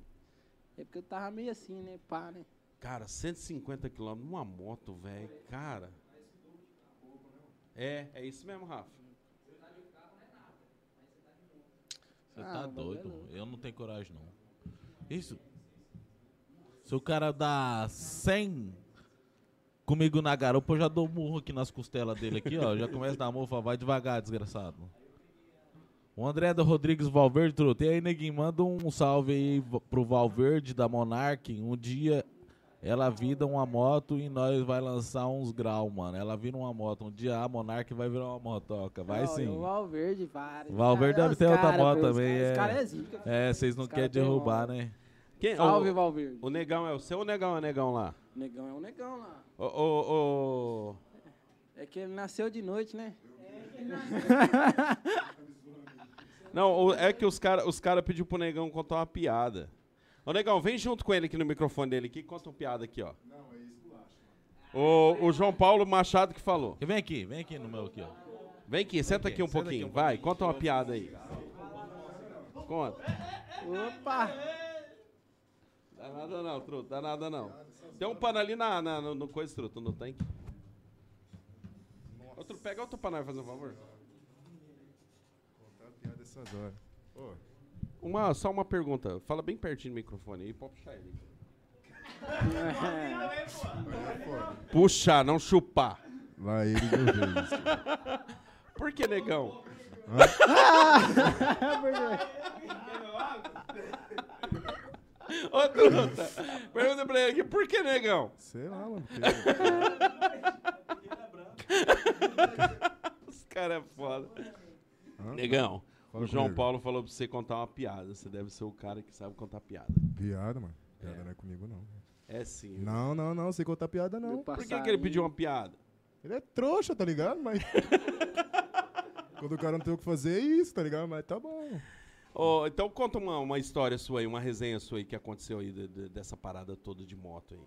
Speaker 3: É porque eu tava meio assim, né? Pá, né?
Speaker 1: cara, 150 km numa moto, velho. Cara. É, é isso mesmo, Rafa.
Speaker 2: Você
Speaker 3: Ah,
Speaker 2: tá
Speaker 3: mas é
Speaker 2: doido.
Speaker 3: louco.
Speaker 2: Eu não tenho coragem, não. Isso. Se o cara dá 100 comigo na garupa, eu já dou um murro aqui nas costelas dele aqui, ó. Já começa a dar murro, fala, vai devagar, desgraçado. O André da Rodrigues Valverde trouxe. E aí, neguinho, manda um salve aí v- pro Valverde da Monark. Um dia ela vira uma moto e nós vai lançar uns grau, mano. Ela vira uma moto. Um dia a Monark vai virar uma motoca. Vai
Speaker 3: Não,
Speaker 2: sim.
Speaker 3: O Valverde, vários.
Speaker 2: Valverde
Speaker 3: Cara,
Speaker 2: deve
Speaker 3: os
Speaker 2: ter outra
Speaker 3: cara,
Speaker 2: moto
Speaker 3: pô, os
Speaker 2: também,
Speaker 3: cara-
Speaker 2: é.
Speaker 3: Os caras é zica.
Speaker 2: É, vocês não
Speaker 3: Os cara
Speaker 2: querem
Speaker 3: tem
Speaker 2: derrubar,
Speaker 3: mão.
Speaker 2: né?
Speaker 1: Quem,
Speaker 3: Salve,
Speaker 1: o,
Speaker 3: Valverde.
Speaker 1: o negão é o seu ou o negão é o negão lá?
Speaker 3: O negão é um negão lá.
Speaker 1: Ô, ô, ô.
Speaker 3: É que ele nasceu de noite, né?
Speaker 1: Não, o- é que os caras os cara pediu pro negão contar uma piada. Ô, negão, vem junto com ele aqui no microfone dele aqui, conta uma piada aqui, ó. Não, é isso, O, o João Paulo Machado que falou.
Speaker 2: Vem aqui, vem aqui no meu aqui, ó.
Speaker 1: Vem aqui, senta aqui um
Speaker 2: Senta aqui um
Speaker 1: pouquinho,
Speaker 2: pouquinho.
Speaker 1: vai, conta uma piada aí. Conta.
Speaker 3: Opa!
Speaker 1: Dá nada não, truto, dá nada não. Tem um pano ali na, na- no, no coisa, truto, no tanque. Outro, pega outro pano aí, faz um favor.
Speaker 8: Contar piada essas horas. Ô,
Speaker 1: Uma, só uma pergunta, fala bem pertinho do microfone aí, pode puxar ele. Puxar, não chupar.
Speaker 8: Lá ele deu vez.
Speaker 1: Por que, negão? Ô, truta, pergunta pra ele aqui, por que, negão?
Speaker 8: Sei lá, mano. porque-
Speaker 1: Os caras é foda.
Speaker 8: Hã?
Speaker 1: Negão,
Speaker 8: Fala
Speaker 1: o João
Speaker 8: comigo.
Speaker 1: Paulo falou pra você contar uma piada. Você deve ser o cara que sabe contar piada.
Speaker 8: Piada, mano. Piada não é comigo, não.
Speaker 1: É sim.
Speaker 8: Não, não, não. Sei contar piada, não.
Speaker 1: Por que, que ele pediu uma piada?
Speaker 8: Ele é trouxa, tá ligado? Mas. Quando o cara não tem o que fazer, é isso, tá ligado? Mas tá bom.
Speaker 1: Ô, então conta uma, uma história sua aí, uma resenha sua aí que aconteceu aí de- de- dessa parada toda de moto aí.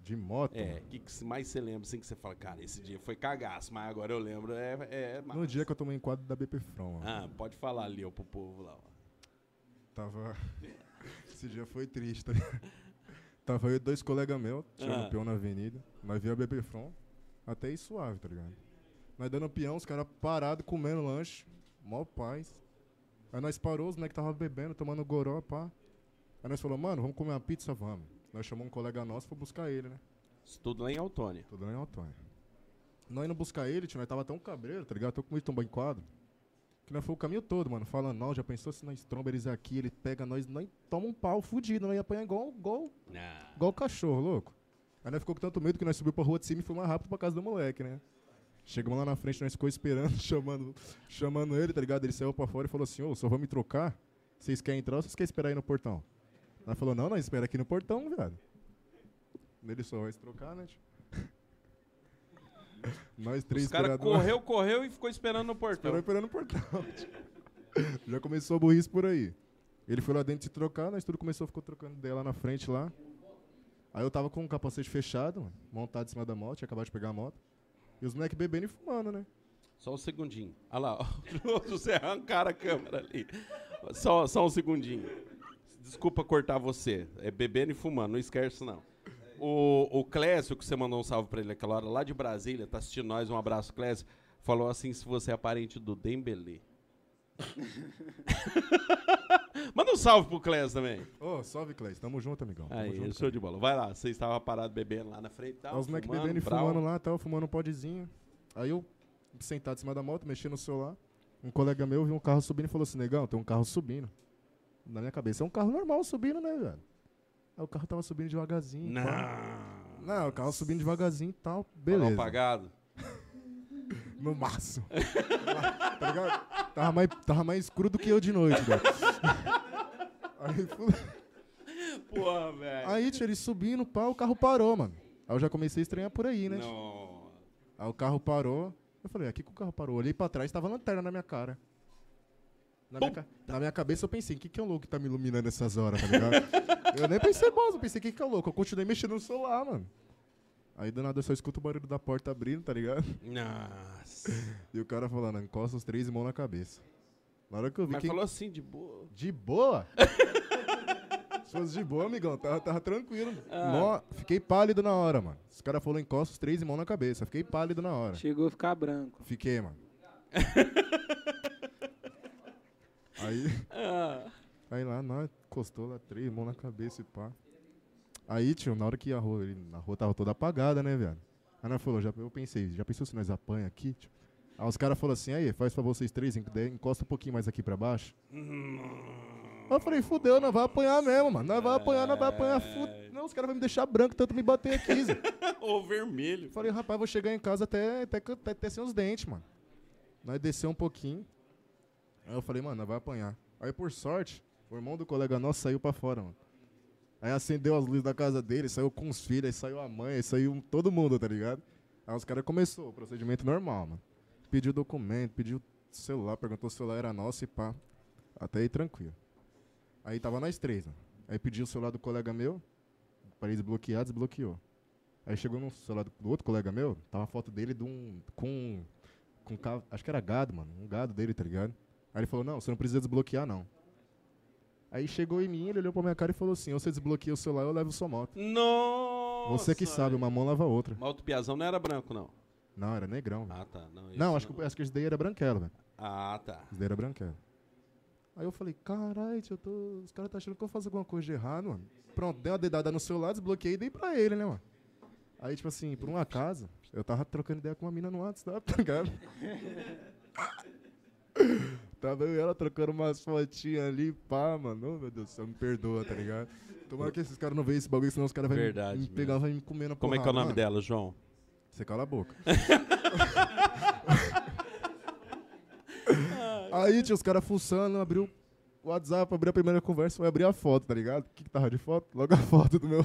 Speaker 8: De moto.
Speaker 1: É, o que, que mais você lembra assim que você fala, cara, esse dia foi cagaço, mas agora eu lembro. É, é, é massa.
Speaker 8: No dia que eu tomei um quadro da BP From, ó.
Speaker 1: Ah, pode falar ali ó, pro povo lá. ó.
Speaker 8: Tava. Esse dia foi triste, tá ligado? Tava eu e dois colegas meus, tirando
Speaker 1: Ah.
Speaker 8: um peão na avenida. Nós via BB From, até aí suave, tá ligado? Nós dando peão, os caras parados, comendo lanche, mó paz. Aí nós parou, os moleques tava bebendo, tomando goró, pá. Aí nós falou, mano, vamos comer uma pizza, vamos. Nós chamamos um colega nosso pra buscar ele, né?
Speaker 1: Isso tudo lá em Autônia.
Speaker 8: Tô dando em Autônia. Nós indo buscar ele, tio, nós tava tão cabreiro, tá ligado? Tô com muito tombar em quadro. Que nós foi o caminho todo, mano, falando, não, já pensou se nós tromba eles aqui, ele pega nós, nós toma um pau fudido, nós ia apanhar igual, igual,
Speaker 1: Ah,
Speaker 8: igual cachorro, louco. Aí nós ficou com tanto medo que nós subiu pra rua de cima e foi mais rápido pra casa do moleque, né? Chegamos lá na frente, nós ficou esperando, chamando, chamando ele, tá ligado? Ele saiu pra fora e falou assim, ô, só vou me trocar? Vocês querem entrar ou vocês querem esperar aí no portão? Nós falou, não, nós espera aqui no portão, viado. Ele só vai se trocar, né, tio? Nós três
Speaker 1: Os caras
Speaker 8: esperador-
Speaker 1: correu, correu e ficou esperando no
Speaker 8: Esperou
Speaker 1: portão.
Speaker 8: esperando o portão. tio. Já começou a burrice por aí. Ele foi lá dentro se trocar, nós tudo começou, ficou trocando dela lá na frente lá. Aí eu tava com o capacete fechado, mano, montado em cima da moto, tinha acabado de pegar a moto. E os moleques bebendo e fumando, né?
Speaker 1: Só um segundinho. Olha lá, ó, você arrancaram a câmera ali. Só, só um segundinho. Desculpa cortar você. É bebendo e fumando, não esquece isso, não. O, o Clécio, que você mandou um salve pra ele aquela hora, lá de Brasília, tá assistindo nós, um abraço, Clécio. Falou assim, se você é parente do Dembele. Manda um salve pro Clécio também.
Speaker 8: Ô, salve, Cleis. Tamo junto, amigão. Tamo
Speaker 1: Aí,
Speaker 8: junto.
Speaker 1: show de bola. Vai lá, você estava parado bebendo lá na frente e
Speaker 8: Aí
Speaker 1: tal.
Speaker 8: os moleques
Speaker 1: fumando,
Speaker 8: bebendo e
Speaker 1: brau.
Speaker 8: fumando lá, tal, fumando um podzinho. Aí eu, sentado em cima da moto, mexendo no celular. Um colega meu viu um carro subindo e falou assim, negão, tem um carro subindo. Na minha cabeça, é um carro normal subindo, né, velho? Aí o carro tava subindo devagarzinho. pá.
Speaker 1: Não. Tá
Speaker 8: Não, o carro subindo devagarzinho e tal.
Speaker 1: Beleza.
Speaker 8: Beleza.
Speaker 1: apagado.
Speaker 8: No máximo. tá ligado? Tava mais, tava mais escuro do que eu de noite, velho. Aí, fu-
Speaker 1: Porra, velho.
Speaker 8: aí, tio, ele subindo, pá, o carro parou, mano. Aí eu já comecei a estranhar por aí, né? tio?
Speaker 1: Não.
Speaker 8: Aí o carro parou. Eu falei, "É, aqui que o carro parou. Olhei pra trás, tava lanterna na minha cara. Na minha, ca- na minha cabeça eu pensei, o que, que é o louco que tá me iluminando essas horas, tá ligado? eu nem pensei bosta, eu pensei, o que, que é o louco? Eu continuei mexendo no celular, mano. Aí do nada eu só escuto o barulho da porta abrindo, tá ligado?
Speaker 1: Nossa.
Speaker 8: E o cara falando, encosta os três e mão na cabeça. Na hora que eu vi
Speaker 1: Mas
Speaker 8: que...
Speaker 1: falou assim, de boa.
Speaker 8: De boa? Se fosse de boa, amigão, tava, tava tranquilo.
Speaker 1: Ah.
Speaker 8: Nó- fiquei pálido na hora, mano. Os cara falou, encosta os três e mão na cabeça. Fiquei pálido na hora.
Speaker 3: Chegou a ficar branco.
Speaker 8: Fiquei, mano. Aí, aí lá, nós encostou lá, três mão na cabeça e pá. Aí, tio, na hora que a rua, ele- a rua tava toda apagada, né, velho? Aí nós falou, já, eu pensei, já pensou se nós apanha aqui, tio? Aí os caras falaram assim, aí, faz pra vocês três, en- daí encosta um pouquinho mais aqui pra baixo. Aí eu falei, fudeu, nós vai apanhar mesmo, mano. Nós vai apanhar, nós vai apanhar. Fudeu. Não, os caras vão me deixar branco, tanto me bater aqui, Zé.
Speaker 1: Ou vermelho.
Speaker 8: Eu Falei, rapaz, vou chegar em casa até, até, can- até, até sem os dentes, mano. Nós desceu um pouquinho. Aí eu falei, mano, nós vai apanhar. Aí, por sorte, o irmão do colega nosso saiu pra fora, mano. Aí acendeu as luzes da casa dele, saiu com os filhos, aí saiu a mãe, aí saiu todo mundo, tá ligado? Aí os caras começou o procedimento normal, mano. Pediu documento, pediu celular, perguntou se o celular era nosso e pá. Até aí tranquilo. Aí tava nós três, mano. Aí pediu o celular do colega meu, pra ele desbloquear, desbloqueou. Aí chegou no celular do do outro colega meu, tava a foto dele de um, com, com um ca- acho que era gado, mano, um gado dele, tá ligado? Aí ele falou, não, você não precisa desbloquear, não. Aí chegou em mim, ele olhou pra minha cara e falou assim, ou você desbloqueia o celular, eu levo sua moto.
Speaker 1: Nossa!
Speaker 8: Você que sabe, uma mão lava a outra.
Speaker 1: Mas outro piazão não era branco, não.
Speaker 8: Não, era negrão, velho.
Speaker 1: Ah, tá. Não, esse
Speaker 8: Não, acho que, acho que esse daí era branquelo, velho.
Speaker 1: Ah, tá.
Speaker 8: Esse daí era branquelo. é. Aí eu falei, caralho, tio, eu tô... os caras tá achando que eu faço alguma coisa de errado, mano. Pronto, dei uma dedada no celular, desbloqueei e dei pra ele, né, mano? Aí, tipo assim, por um acaso, eu tava trocando ideia com uma mina no WhatsApp, tá ligado? tava eu e ela trocando umas fotinhas ali, pá, mano. Ô, meu Deus do céu, me perdoa, tá ligado? Tomara que esses caras não vejam esse bagulho, senão os caras vão me-
Speaker 1: Verdade,
Speaker 8: me
Speaker 1: mesmo.
Speaker 8: pegar, vai me comer na
Speaker 1: Como é que é o
Speaker 8: porrada.
Speaker 1: nome
Speaker 8: Mano,
Speaker 1: dela, João?
Speaker 8: você cala a boca. Aí, tio, os caras fuçando, abriu o WhatsApp, abriu a primeira conversa, foi abrir a foto, tá ligado? O que, que tava de foto? Logo a foto do meu.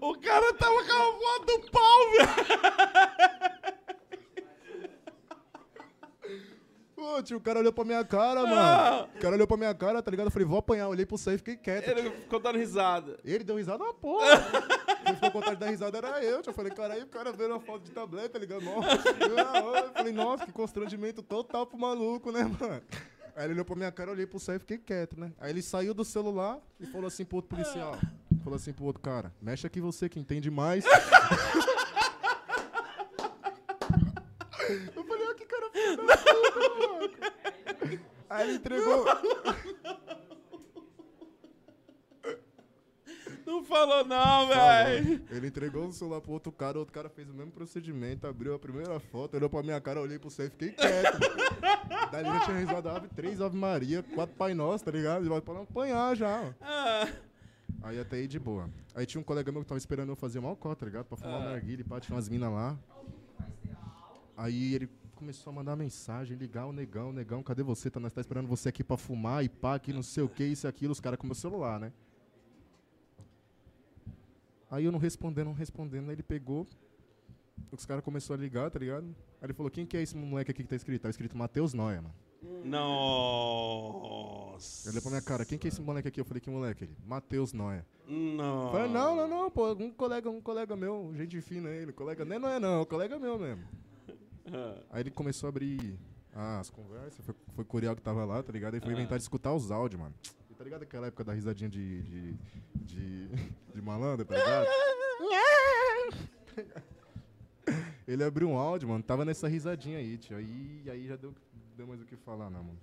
Speaker 1: O cara tava com a foto do pau, velho!
Speaker 8: Ô, tio, o cara olhou pra minha cara,
Speaker 1: Ah.
Speaker 8: mano. O cara olhou pra minha cara, tá ligado? Eu falei, vou apanhar. Olhei pro safe e fiquei quieto.
Speaker 1: Ele ficou dando risada.
Speaker 8: Ele deu risada uma porra. Quem ficou com vontade de dar risada era eu. tio. Eu falei, caralho, o cara vendo a foto de tablet, tá ligado? Nossa, eu falei, nossa, que constrangimento total pro maluco, né, mano? Aí ele olhou pra minha cara, eu olhei pro céu e fiquei quieto, né? Aí ele saiu do celular e falou assim pro outro policial. Falou assim pro outro cara, mexe aqui você que entende mais. eu falei, ó, que cara filho da puta, mano. Aí ele entregou.
Speaker 1: Não falou não, velho!
Speaker 8: né? Ele entregou o celular pro outro cara, o outro cara fez o mesmo procedimento, abriu a primeira foto, olhou pra minha cara, eu olhei pro céu e fiquei quieto. Daí eu já tinha risado ave, três Ave Maria, quatro Pai Nosso, tá ligado? E vai pra não apanhar já. ó.
Speaker 1: Ah,
Speaker 8: Aí até aí de boa. Aí tinha um colega meu que tava esperando eu fazer mal cota, tá ligado? Pra fumar uma narguilha e pá, tinha umas minas lá. Aí ele começou a mandar mensagem, ligar o negão, negão, cadê você? Tá, nós tá esperando você aqui pra fumar e pá, que não sei o que, isso e aquilo, os caras com meu celular, né? Aí eu não respondendo, não respondendo, aí ele pegou, os caras começaram a ligar, tá ligado? Aí ele falou, quem que é esse moleque aqui que tá escrito? Tá escrito Matheus Noia, mano.
Speaker 1: nossa!
Speaker 8: Ele olhou pra minha cara, quem que é esse moleque aqui? Eu falei, que moleque? Ele, Matheus Noia.
Speaker 1: Nossa!
Speaker 8: Falei, não, não, não, pô, um colega, um colega meu, gente fina ele, colega, nem não é não, é um colega meu mesmo. Aí ele começou a abrir ah, as conversas, foi, foi o Curiel que tava lá, tá ligado? Aí foi inventar de escutar os áudios, mano. E tá ligado aquela época da risadinha de, de, de, de malandro, tá ligado? Ele abriu um áudio, mano, tava nessa risadinha aí, tio, aí, aí já deu, deu mais o que falar, não, mano.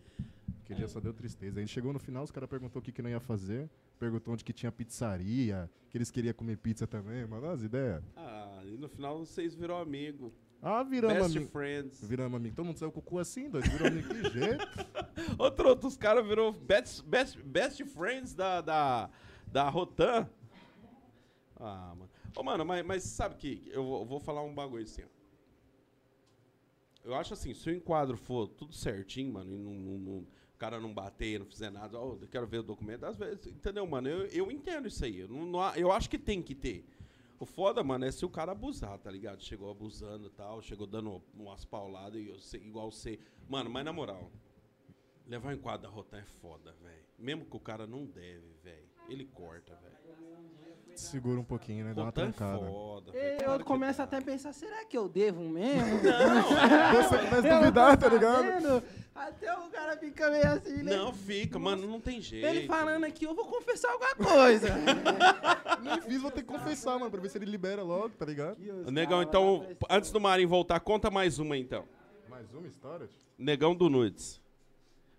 Speaker 8: Aquele dia só deu tristeza. A gente chegou no final, os caras perguntou o que que não ia fazer, perguntou onde que tinha pizzaria, que eles queriam comer pizza também, mano, olha as ideias.
Speaker 1: Ah, e no final vocês virou amigo.
Speaker 8: Ah, viramos
Speaker 1: Best
Speaker 8: amigo.
Speaker 1: friends.
Speaker 8: Viramos amigo. Todo mundo saiu com o cu assim, dois. Virou amigo que jeito.
Speaker 1: Ô, Troto, os caras virou best, best, best friends da, da, da Rotan. Ah, mano. Ô, mano, mas, mas sabe que eu vou, vou falar um bagulho assim, ó. Eu acho assim, se o enquadro for tudo certinho, mano, e não, não- não- o cara não bater, não fizer nada, ó, eu quero ver o documento, às vezes, entendeu, mano? Eu, eu entendo isso aí. Eu, não- não a- eu acho que tem que ter. O foda, mano, é se o cara abusar, tá ligado? Chegou abusando e tal, chegou dando umas pauladas, e eu sei- igual você. Mano, mas na moral, Levar um quadro da Rotan é foda, velho. Mesmo que o cara não deve, velho. Ele corta, velho.
Speaker 8: Segura um pouquinho, né? Dá uma
Speaker 1: Rotan é
Speaker 8: trancada.
Speaker 1: foda. velho. Claro
Speaker 3: Eu
Speaker 1: que tá.
Speaker 3: começo
Speaker 1: dá.
Speaker 3: até a pensar, será que eu devo mesmo?
Speaker 8: Você começa a duvidar, tá ligado?
Speaker 3: Vendo? Até o cara fica meio assim, né?
Speaker 1: Não, fica, mano, não tem jeito.
Speaker 3: Ele falando aqui, eu vou confessar alguma coisa.
Speaker 8: Nem fiz, vou ter que confessar, mano, pra ver se ele libera logo, tá ligado?
Speaker 1: Negão, então, antes do Marinho voltar, conta mais uma, tipo. então.
Speaker 8: Mais uma história? tio?
Speaker 1: Negão do Nudes.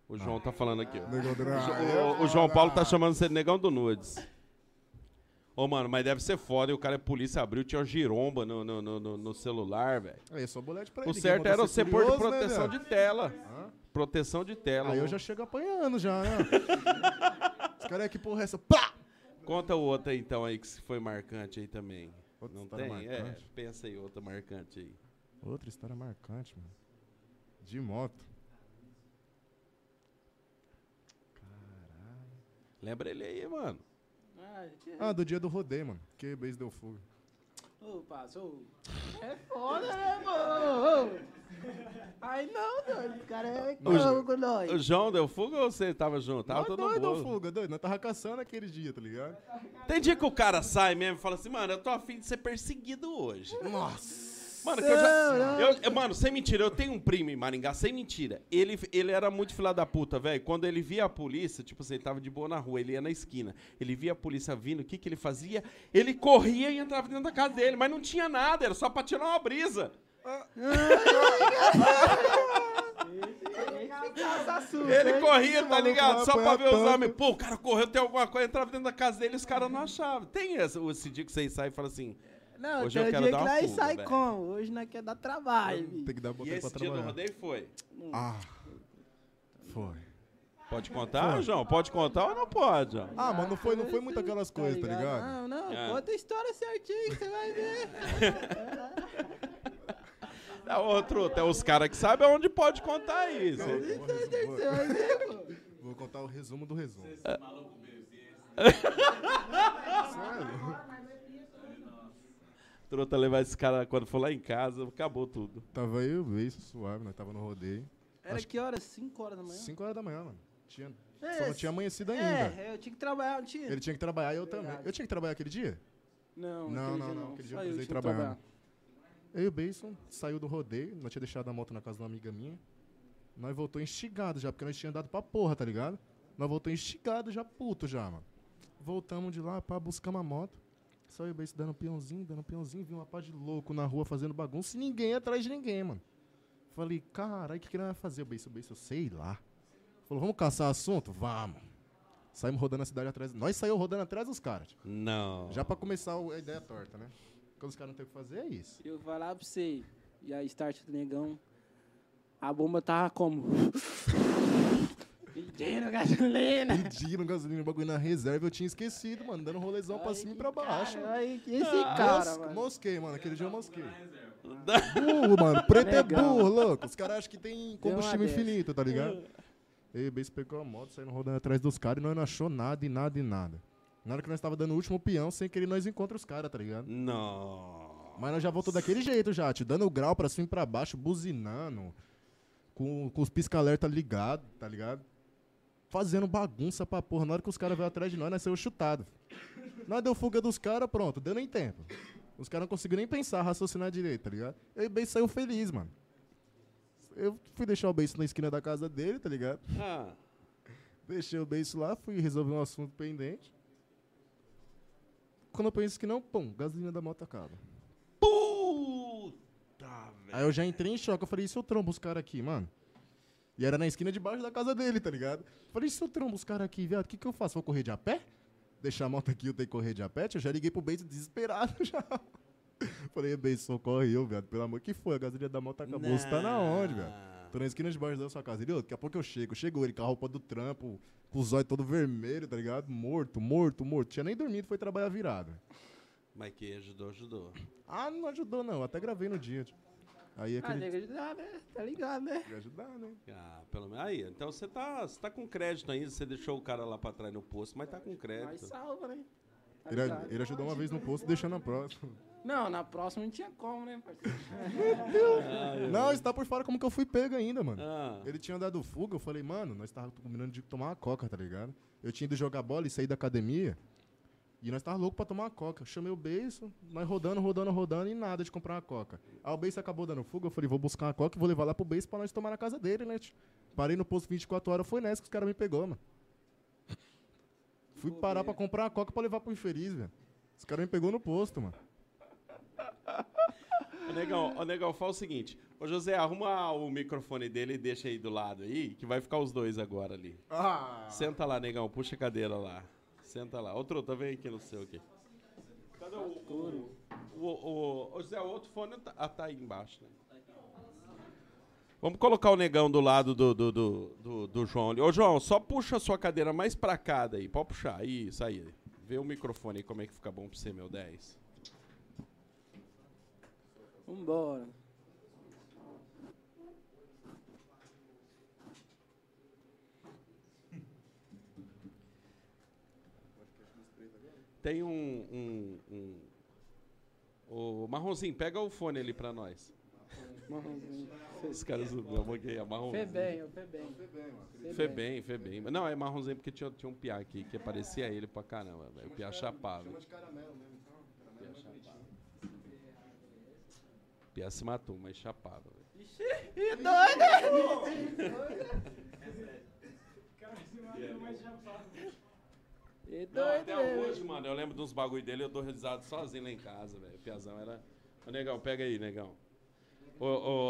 Speaker 1: O João tá falando aqui. ó.
Speaker 8: Negão do- é-
Speaker 1: O- o, o João Paulo tá chamando você de Negão do Nudes. Ô, mano, mas deve ser foda. E o cara é polícia, abriu, tinha uma giromba no, no, no, no- no celular, velho.
Speaker 8: Aí é só bolete pra
Speaker 1: O
Speaker 8: ele. quem
Speaker 1: certo
Speaker 8: manda
Speaker 1: era
Speaker 8: ser
Speaker 1: você pôr de
Speaker 8: curioso, né,
Speaker 1: proteção
Speaker 8: velho?
Speaker 1: de tela.
Speaker 8: Hã?
Speaker 1: Proteção de tela.
Speaker 8: Aí eu
Speaker 1: Ô,
Speaker 8: já chego apanhando já, né? Os caras, que porra é essa? Pá!
Speaker 1: Conta outra aí, então aí que foi marcante aí também.
Speaker 8: Outra
Speaker 1: Não
Speaker 8: história
Speaker 1: tem? É,
Speaker 8: marcante.
Speaker 1: pensa aí outra marcante aí.
Speaker 8: Outra história marcante, mano. De moto.
Speaker 1: Lembra ele aí, mano.
Speaker 3: Ah, gente,
Speaker 8: Ah, do dia do rodeio, mano. Que beijo deu fogo.
Speaker 3: ô, parça, ô. É foda, né, mano?
Speaker 9: Ai, não, doido. O cara é
Speaker 1: Ô,
Speaker 9: cão com nós.
Speaker 1: O João deu fuga ou você tava junto? Tava
Speaker 8: Nós
Speaker 1: todo
Speaker 8: dois deu
Speaker 1: mundo.
Speaker 8: fuga, Tá doido. Nós tava caçando aquele dia, tá ligado?
Speaker 1: Tem dia que o cara sai mesmo e fala assim, mano, eu tô afim de ser perseguido hoje. Nossa. Mano, que eu já. eu- eu- mano, sem mentira, eu tenho um primo em Maringá, sem mentira. Ele, ele era muito fila da puta, velho. Quando ele via a polícia, tipo assim, ele tava de boa na rua, ele ia na esquina. Ele via a polícia vindo, o que que ele fazia? Ele corria e entrava dentro da casa dele, mas não tinha nada, era só pra tirar uma brisa.
Speaker 3: é um
Speaker 1: Ele corria, tá
Speaker 8: maluco
Speaker 1: ligado?
Speaker 8: vai
Speaker 1: Só pra ver
Speaker 8: apanhar
Speaker 1: os
Speaker 8: tanto.
Speaker 1: homens. Pô, o cara correu, tem alguma coisa, entrava dentro da casa dele e os caras não achavam. Tem esse, esse dia que você sai e fala assim.
Speaker 9: Não,
Speaker 1: Hoje eu
Speaker 3: um
Speaker 9: tem
Speaker 1: quero
Speaker 9: dia
Speaker 1: dar
Speaker 9: que
Speaker 1: uma
Speaker 9: nós
Speaker 1: fuga,
Speaker 9: sai
Speaker 1: velho.
Speaker 9: como? Hoje nós quer dar trabalho, bicho.
Speaker 8: Tem que dar
Speaker 1: E
Speaker 8: botão pra
Speaker 1: esse dia do
Speaker 8: trabalhar.
Speaker 1: rodeio foi.
Speaker 8: Ah. Foi.
Speaker 1: Pode contar, João? Pode contar ou não pode, João?
Speaker 8: Ah, mas não foi, não foi muito aquelas coisas, tá ligado?
Speaker 9: Não, não,
Speaker 1: Ah.
Speaker 9: conta a história certinho, você vai ver.
Speaker 1: É outro, tem os caras que sabem onde pode contar isso.
Speaker 8: Vou resumir,
Speaker 9: Você vai ver, pô.
Speaker 8: vou- Vou contar o resumo do resumo.
Speaker 1: Truta levar esse cara quando for lá em casa, acabou tudo.
Speaker 8: Tava eu, beijo, suave, nós tava no rodeio.
Speaker 3: Era que hora? 5 horas da manhã?
Speaker 8: 5 horas da manhã, mano. Tinha,
Speaker 9: É,
Speaker 8: só não tinha amanhecido ainda.
Speaker 3: É, eu tinha que trabalhar, não tinha?
Speaker 8: Ele tinha que trabalhar eu também.
Speaker 3: Verdade.
Speaker 8: Eu tinha que trabalhar aquele dia?
Speaker 3: Não,
Speaker 8: Não,
Speaker 3: aquele
Speaker 8: não,
Speaker 3: dia
Speaker 8: não, aquele dia
Speaker 3: Só
Speaker 8: eu precisei
Speaker 3: tinha que
Speaker 8: trabalhar. Eu e o Bason saiu do rodeio, nós tinha deixado a moto na casa de uma amiga minha. Nós voltou instigado já, porque nós tínhamos andado pra porra, tá ligado? Nós voltou instigado já, puto já, mano. Voltamos de lá pra buscar uma moto. Só eu e o Bason dando peãozinho, dando peãozinho, vi uma pá de louco na rua fazendo bagunça e ninguém atrás de ninguém, mano. Falei, caralho, o que que nós vai fazer, o Bason? O Bason, sei lá. Falou, vamos caçar assunto? Vamos. Saímos rodando a cidade atrás. Nós saímos rodando atrás dos caras. tipo.
Speaker 1: Não.
Speaker 8: Já pra começar o- a ideia torta, né? Quando os caras não tem o que fazer, é isso.
Speaker 3: Eu vou falar pra você. E a start do negão. A bomba tava como? Pedindo gasolina.
Speaker 1: Então,
Speaker 8: Pediram gasolina, o bagulho na reserva, eu tinha esquecido, mano, dando um rolezão pra cima e pra baixo. mano.
Speaker 9: Aí, que esse cara,
Speaker 8: Mosca-
Speaker 1: é
Speaker 9: mano.
Speaker 8: Mosquei, mano, aquele dia eu mosquei. Burro, mano, preto é burro, louco. Os caras acham que tem combustível
Speaker 3: dessa.
Speaker 8: infinito, tá ligado? E o Bass pegou a moto, saindo rodando atrás dos caras e nós não achou nada e nada e nada. Na hora que nós tava dando o último peão, sem querer nós encontramos os caras, tá ligado?
Speaker 1: Não.
Speaker 8: Mas nós já voltou daquele jeito já, te dando o grau pra cima e pra baixo, buzinando, com, com os pisca-alerta ligado, tá ligado? Fazendo bagunça pra porra. Na hora que os caras veio atrás de nós, nós saiu chutado. Nós deu fuga dos caras, pronto, deu nem tempo. Os caras não conseguiram nem pensar, raciocinar direito, tá ligado? Eu e o Bass saiu feliz, mano. Eu fui deixar o Bass na esquina da casa dele, tá ligado?
Speaker 1: Ah,
Speaker 8: Deixei o beijo lá, fui resolver um assunto pendente. Quando eu penso que não, pum, gasolina da moto acaba. Puta, Aí eu já entrei em choque, eu falei, e se eu trombo os caras aqui, mano? E era na esquina de baixo da casa dele, tá ligado? Falei, e se eu trombo os caras aqui, viado, o que, que eu faço? Vou correr de a pé? Deixar a moto aqui, eu tenho que correr de a pé? Eu já liguei pro Beijo desesperado já. Falei, Beijo, socorre eu, viado. Pelo amor que foi, a gasolina da moto acabou. Você tá na onde, velho? Tô na esquina de baixo da sua casa. Ele, ô, daqui a pouco eu chego. Chegou ele com a roupa do trampo, com os olhos todo vermelho, tá ligado? Morto, morto, morto. Tinha nem dormido, foi trabalhar virado.
Speaker 1: mas que ajudou, ajudou.
Speaker 8: Ah, não ajudou não. Até gravei no dia. tipo. Aí
Speaker 9: Ah,
Speaker 8: aquele...
Speaker 9: nega, ajudar, né? Tá ligado, né?
Speaker 8: Ah, ajudar, né?
Speaker 1: Ah, pelo menos. Aí, então você tá, você tá com crédito ainda, você deixou o cara lá pra trás no posto, mas tá com
Speaker 3: Mas
Speaker 1: crédito.
Speaker 3: salva, né? Tá
Speaker 8: Ele,
Speaker 3: ligado?
Speaker 8: ele ajudou uma vez no posto, deixando a próxima.
Speaker 3: Não, na próxima não tinha como, né, parceiro?
Speaker 8: Não, está por fora como que eu fui pego ainda, mano.
Speaker 1: Ah,
Speaker 8: Ele tinha dado fuga, eu falei, mano, nós tava combinando de tomar uma coca, tá ligado? Eu tinha ido jogar bola e sair da academia. E nós tava louco pra tomar uma coca. Eu chamei o Beiço, nós rodando, rodando, rodando e nada de comprar uma coca. Aí o Beiço acabou dando fuga, eu falei, vou buscar uma coca e vou levar lá pro Beiço pra nós tomar na casa dele, né? tio? Parei no posto 24 horas, foi nessa que os caras me pegou, mano. Fui parar pra comprar uma coca pra levar pro infeliz, velho. Os caras me pegou no posto, mano.
Speaker 1: Ô, negão, ô, negão, fala o seguinte. Ô, José, arruma o microfone dele e deixa aí do lado aí, que vai ficar os dois agora ali.
Speaker 4: Ah!
Speaker 1: Senta lá, negão. Puxa a cadeira lá. Senta lá. Ô, Truta, vem aqui no seu aqui. Cadê o... o, o, o, o José, o outro fone tá, ah, tá aí embaixo, né? Vamos colocar o negão do lado do, do, do, do, do João ali. Ô, João, só puxa a sua cadeira mais pra cá daí. Pode puxar. Isso aí. Vê o microfone aí, como é que fica bom pra você, meu 10.
Speaker 3: Vambora.
Speaker 1: Tem um. um, um... Ô, Marronzinho, pega o fone ali pra nós.
Speaker 3: Marronzinho.
Speaker 1: Os caras não bloqueiam.
Speaker 3: Fê
Speaker 1: Marronzinho.
Speaker 3: bem, eu fê bem.
Speaker 1: Fê bem, fê bem. Mas Não, é Marronzinho porque tinha, tinha um piá aqui que parecia ele pra caramba. velho. O piá chapava. Chama de caramelo mesmo. Então, piá se matou, mas chapava. velho.
Speaker 7: Que doido!
Speaker 3: E doido,
Speaker 1: Não, até
Speaker 3: né,
Speaker 1: hoje, mano, eu lembro dos bagulho dele, eu dou risada sozinho lá em casa, velho. O Piazão era. Ô, negão, pega aí, negão. Ô,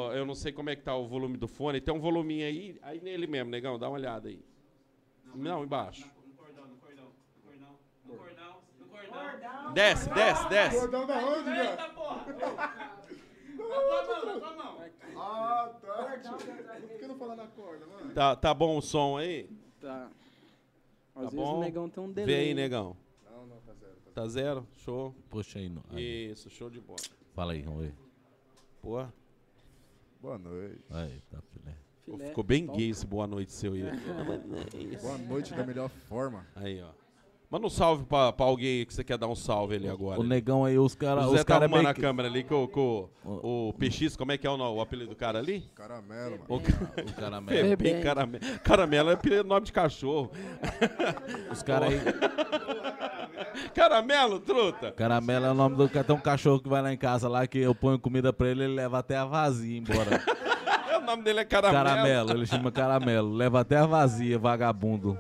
Speaker 1: ô, eu não sei como é que tá o volume do fone. Tem um voluminho aí, aí nele mesmo, negão, dá uma olhada aí. Não, embaixo. Desce, desce, desce.
Speaker 4: Cordão da onde, velho? Ah, tá. Por que não falar na corda, mano?
Speaker 1: Tá, tá bom o som aí?
Speaker 3: Tá. Às vezes
Speaker 1: Tá bom.
Speaker 3: o negão tem um
Speaker 1: Vem
Speaker 3: delay.
Speaker 1: Vê aí, né, negão.
Speaker 4: Não, não, tá zero. Tá
Speaker 1: Tá zero? Show.
Speaker 2: Puxa aí. No... aí.
Speaker 1: Isso, show de bola.
Speaker 2: Fala aí, vamos ver.
Speaker 1: Porra.
Speaker 4: zero. Boa noite.
Speaker 2: Aí, tá filé.
Speaker 3: Filé.
Speaker 1: Ficou bem gay esse boa noite seu aí.
Speaker 4: Boa noite da melhor forma.
Speaker 1: Aí, ó. Manda um salve pra, pra alguém aí que você quer dar um salve ali agora.
Speaker 2: O negão aí, os
Speaker 1: O
Speaker 2: caras.
Speaker 1: Zé
Speaker 2: Os
Speaker 1: tá
Speaker 2: caras
Speaker 1: arrumando
Speaker 2: meio
Speaker 1: a
Speaker 2: que-
Speaker 1: câmera ali com, com o PX, como é que é o, no- o apelido do cara ali?
Speaker 4: Caramelo, mano.
Speaker 1: O ca-
Speaker 2: O cara meio-
Speaker 1: Pepe Caramelo. Caramelo é apelido nome de cachorro.
Speaker 2: Os caras aí.
Speaker 1: Caramelo, truta!
Speaker 2: Caramelo é o nome do cartão cachorro que vai lá em casa lá, que eu ponho comida pra ele, ele leva até a vazia embora.
Speaker 1: O nome dele é Caramelo.
Speaker 2: Caramelo, ele chama caramelo. Leva até a vazia, vagabundo.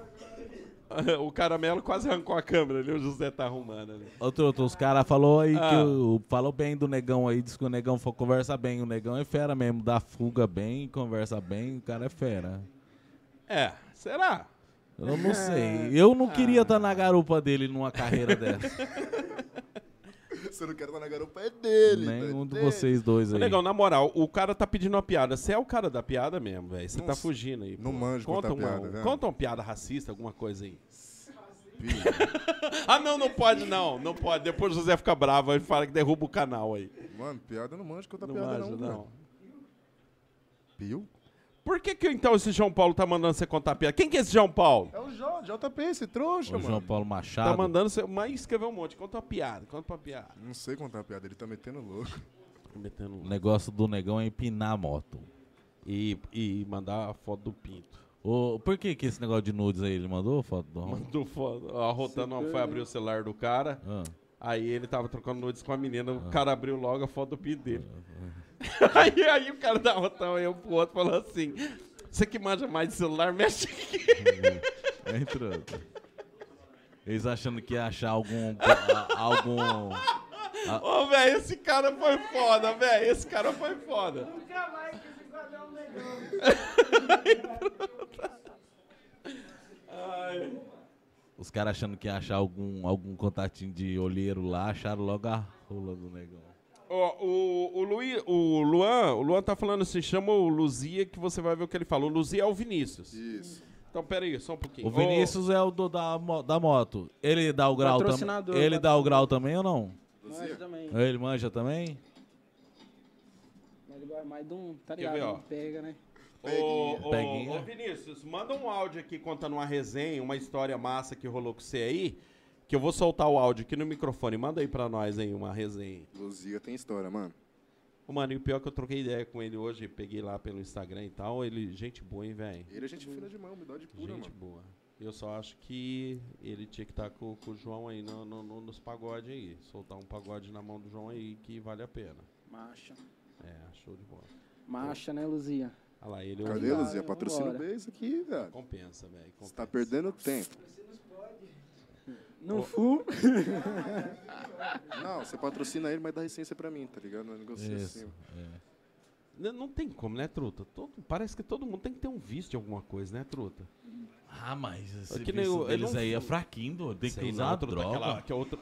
Speaker 1: o Caramelo quase arrancou a câmera ali, o José tá arrumando ali.
Speaker 2: Outro, outro, os caras falou aí que
Speaker 1: Ah.
Speaker 2: o, falou bem do negão aí, diz que o negão fo- conversa bem. O negão é fera mesmo, dá fuga bem, conversa bem, o cara é fera.
Speaker 1: É, será?
Speaker 2: Eu não sei. Eu não queria estar na garupa dele numa carreira dessa.
Speaker 4: Você não quer estar na garupa, é dele.
Speaker 2: Nenhum
Speaker 1: um
Speaker 4: tá?
Speaker 2: né? Um de vocês dois aí.
Speaker 1: Negão, na moral, o cara tá pedindo uma piada. Você é o cara da piada mesmo, velho. Você
Speaker 4: Não
Speaker 1: tá
Speaker 4: s-
Speaker 1: fugindo aí.
Speaker 4: não
Speaker 1: pô.
Speaker 4: manjo
Speaker 1: conta
Speaker 4: contar
Speaker 1: uma,
Speaker 4: piada, né? velho.
Speaker 1: Conta uma piada racista, alguma coisa aí.
Speaker 4: Filho,
Speaker 1: Ah, não, não pode, não. Não pode. Depois o José fica bravo e fala que derruba o canal aí.
Speaker 4: Mano, piada eu não manjo contar
Speaker 1: Não
Speaker 4: piada
Speaker 1: manjo,
Speaker 4: não,
Speaker 1: não.
Speaker 4: velho. Pio?
Speaker 1: Por que, que então esse João Paulo tá mandando você contar piada? Quem que é esse João Paulo?
Speaker 4: É o Jó, JP, esse trouxa,
Speaker 2: o João
Speaker 4: mano.
Speaker 2: Paulo
Speaker 1: Tá
Speaker 2: Machado.
Speaker 1: mandando você. Mas escreveu um monte. Conta uma piada, conta uma piada.
Speaker 4: Não sei contar piada, ele tá metendo louco.
Speaker 1: Metendo... um-
Speaker 2: O negócio do negão é empinar a moto.
Speaker 1: E, e mandar a foto do Pinto.
Speaker 2: Ô, por que, que esse negócio de nudes aí ele mandou foto do homem?
Speaker 1: Mandou foto. Ó, A Rotana foi abrir o celular do cara.
Speaker 2: Ah,
Speaker 1: Aí ele tava trocando nudes com a menina, o cara abriu logo a foto do pinto dele.
Speaker 2: Ah,
Speaker 1: aí, aí o cara da rotão aí um pro outro falou assim: Você que manja mais de celular, mexe aqui.
Speaker 2: entrou. Eles achando que ia achar algum. a- algum. Ah.
Speaker 1: Ô, velho, esse cara foi foda, velho. Esse cara foi foda.
Speaker 2: Os caras achando que ia achar algum, algum contatinho de olheiro lá, acharam logo a rola do negão.
Speaker 1: Ó, o, o, Luí, o Luan, o Luan tá falando assim: chama o Luzia que você vai ver o que ele fala. O Luzia é o Vinícius.
Speaker 4: Isso.
Speaker 1: Então, pera aí, só um pouquinho.
Speaker 2: O Vinícius é o do, da, mo- da moto. Ele dá o grau também.
Speaker 3: Patrocinador,
Speaker 2: Ele dá o
Speaker 3: patrocinador.
Speaker 2: grau também ou não?
Speaker 3: Nós também.
Speaker 2: Ele manja também?
Speaker 3: Mas ele vai mais de um, tá
Speaker 1: Quer
Speaker 3: ligado?
Speaker 1: ver, ó?
Speaker 3: um Pega, né?
Speaker 1: Ô, ô,
Speaker 2: Peguinha.
Speaker 1: ô, Vinícius, manda um áudio aqui contando uma resenha, uma história massa que rolou com você aí, que eu vou soltar o áudio aqui no microfone. Manda aí pra nós aí uma resenha.
Speaker 4: Luzia tem história, mano.
Speaker 1: Ô, mano, e o pior é que eu troquei ideia com ele hoje, peguei lá pelo Instagram e tal. Ele, gente boa, hein, velho?
Speaker 4: Ele é gente fina de mão, humildade pura,
Speaker 1: Gente
Speaker 4: mano.
Speaker 1: boa. Eu só acho que ele tinha que estar com, com o João aí no, no- no- nos pagodes aí. Soltar um pagode na mão do João aí que vale a pena.
Speaker 3: Marcha.
Speaker 1: É, show de bola.
Speaker 3: Marcha, né, Luzia?
Speaker 1: Olha lá, ele
Speaker 4: Cadê,
Speaker 1: ouvindo.
Speaker 4: Luzia? Patrocina
Speaker 3: Vambora.
Speaker 4: bem isso aqui, velho.
Speaker 1: Compensa, velho.
Speaker 4: Você
Speaker 1: compensa.
Speaker 4: tá perdendo tempo.
Speaker 3: Não fu.
Speaker 8: Não, você patrocina ele, mas dá licença pra mim, tá ligado?
Speaker 4: é
Speaker 8: Não negocia
Speaker 2: Isso.
Speaker 8: assim.
Speaker 1: N- Não tem como, né, Truta? Todo- parece que todo mundo tem que ter um vício de alguma coisa, né, Truta?
Speaker 2: Ah, mas esse
Speaker 1: É que
Speaker 2: que
Speaker 1: nem eu- eu
Speaker 2: deles
Speaker 1: não-
Speaker 2: aí é fraquinho, doido. tem que
Speaker 1: Sei
Speaker 2: usar
Speaker 1: não,
Speaker 2: a
Speaker 1: Truta,
Speaker 2: droga.
Speaker 1: aquela- que é outra-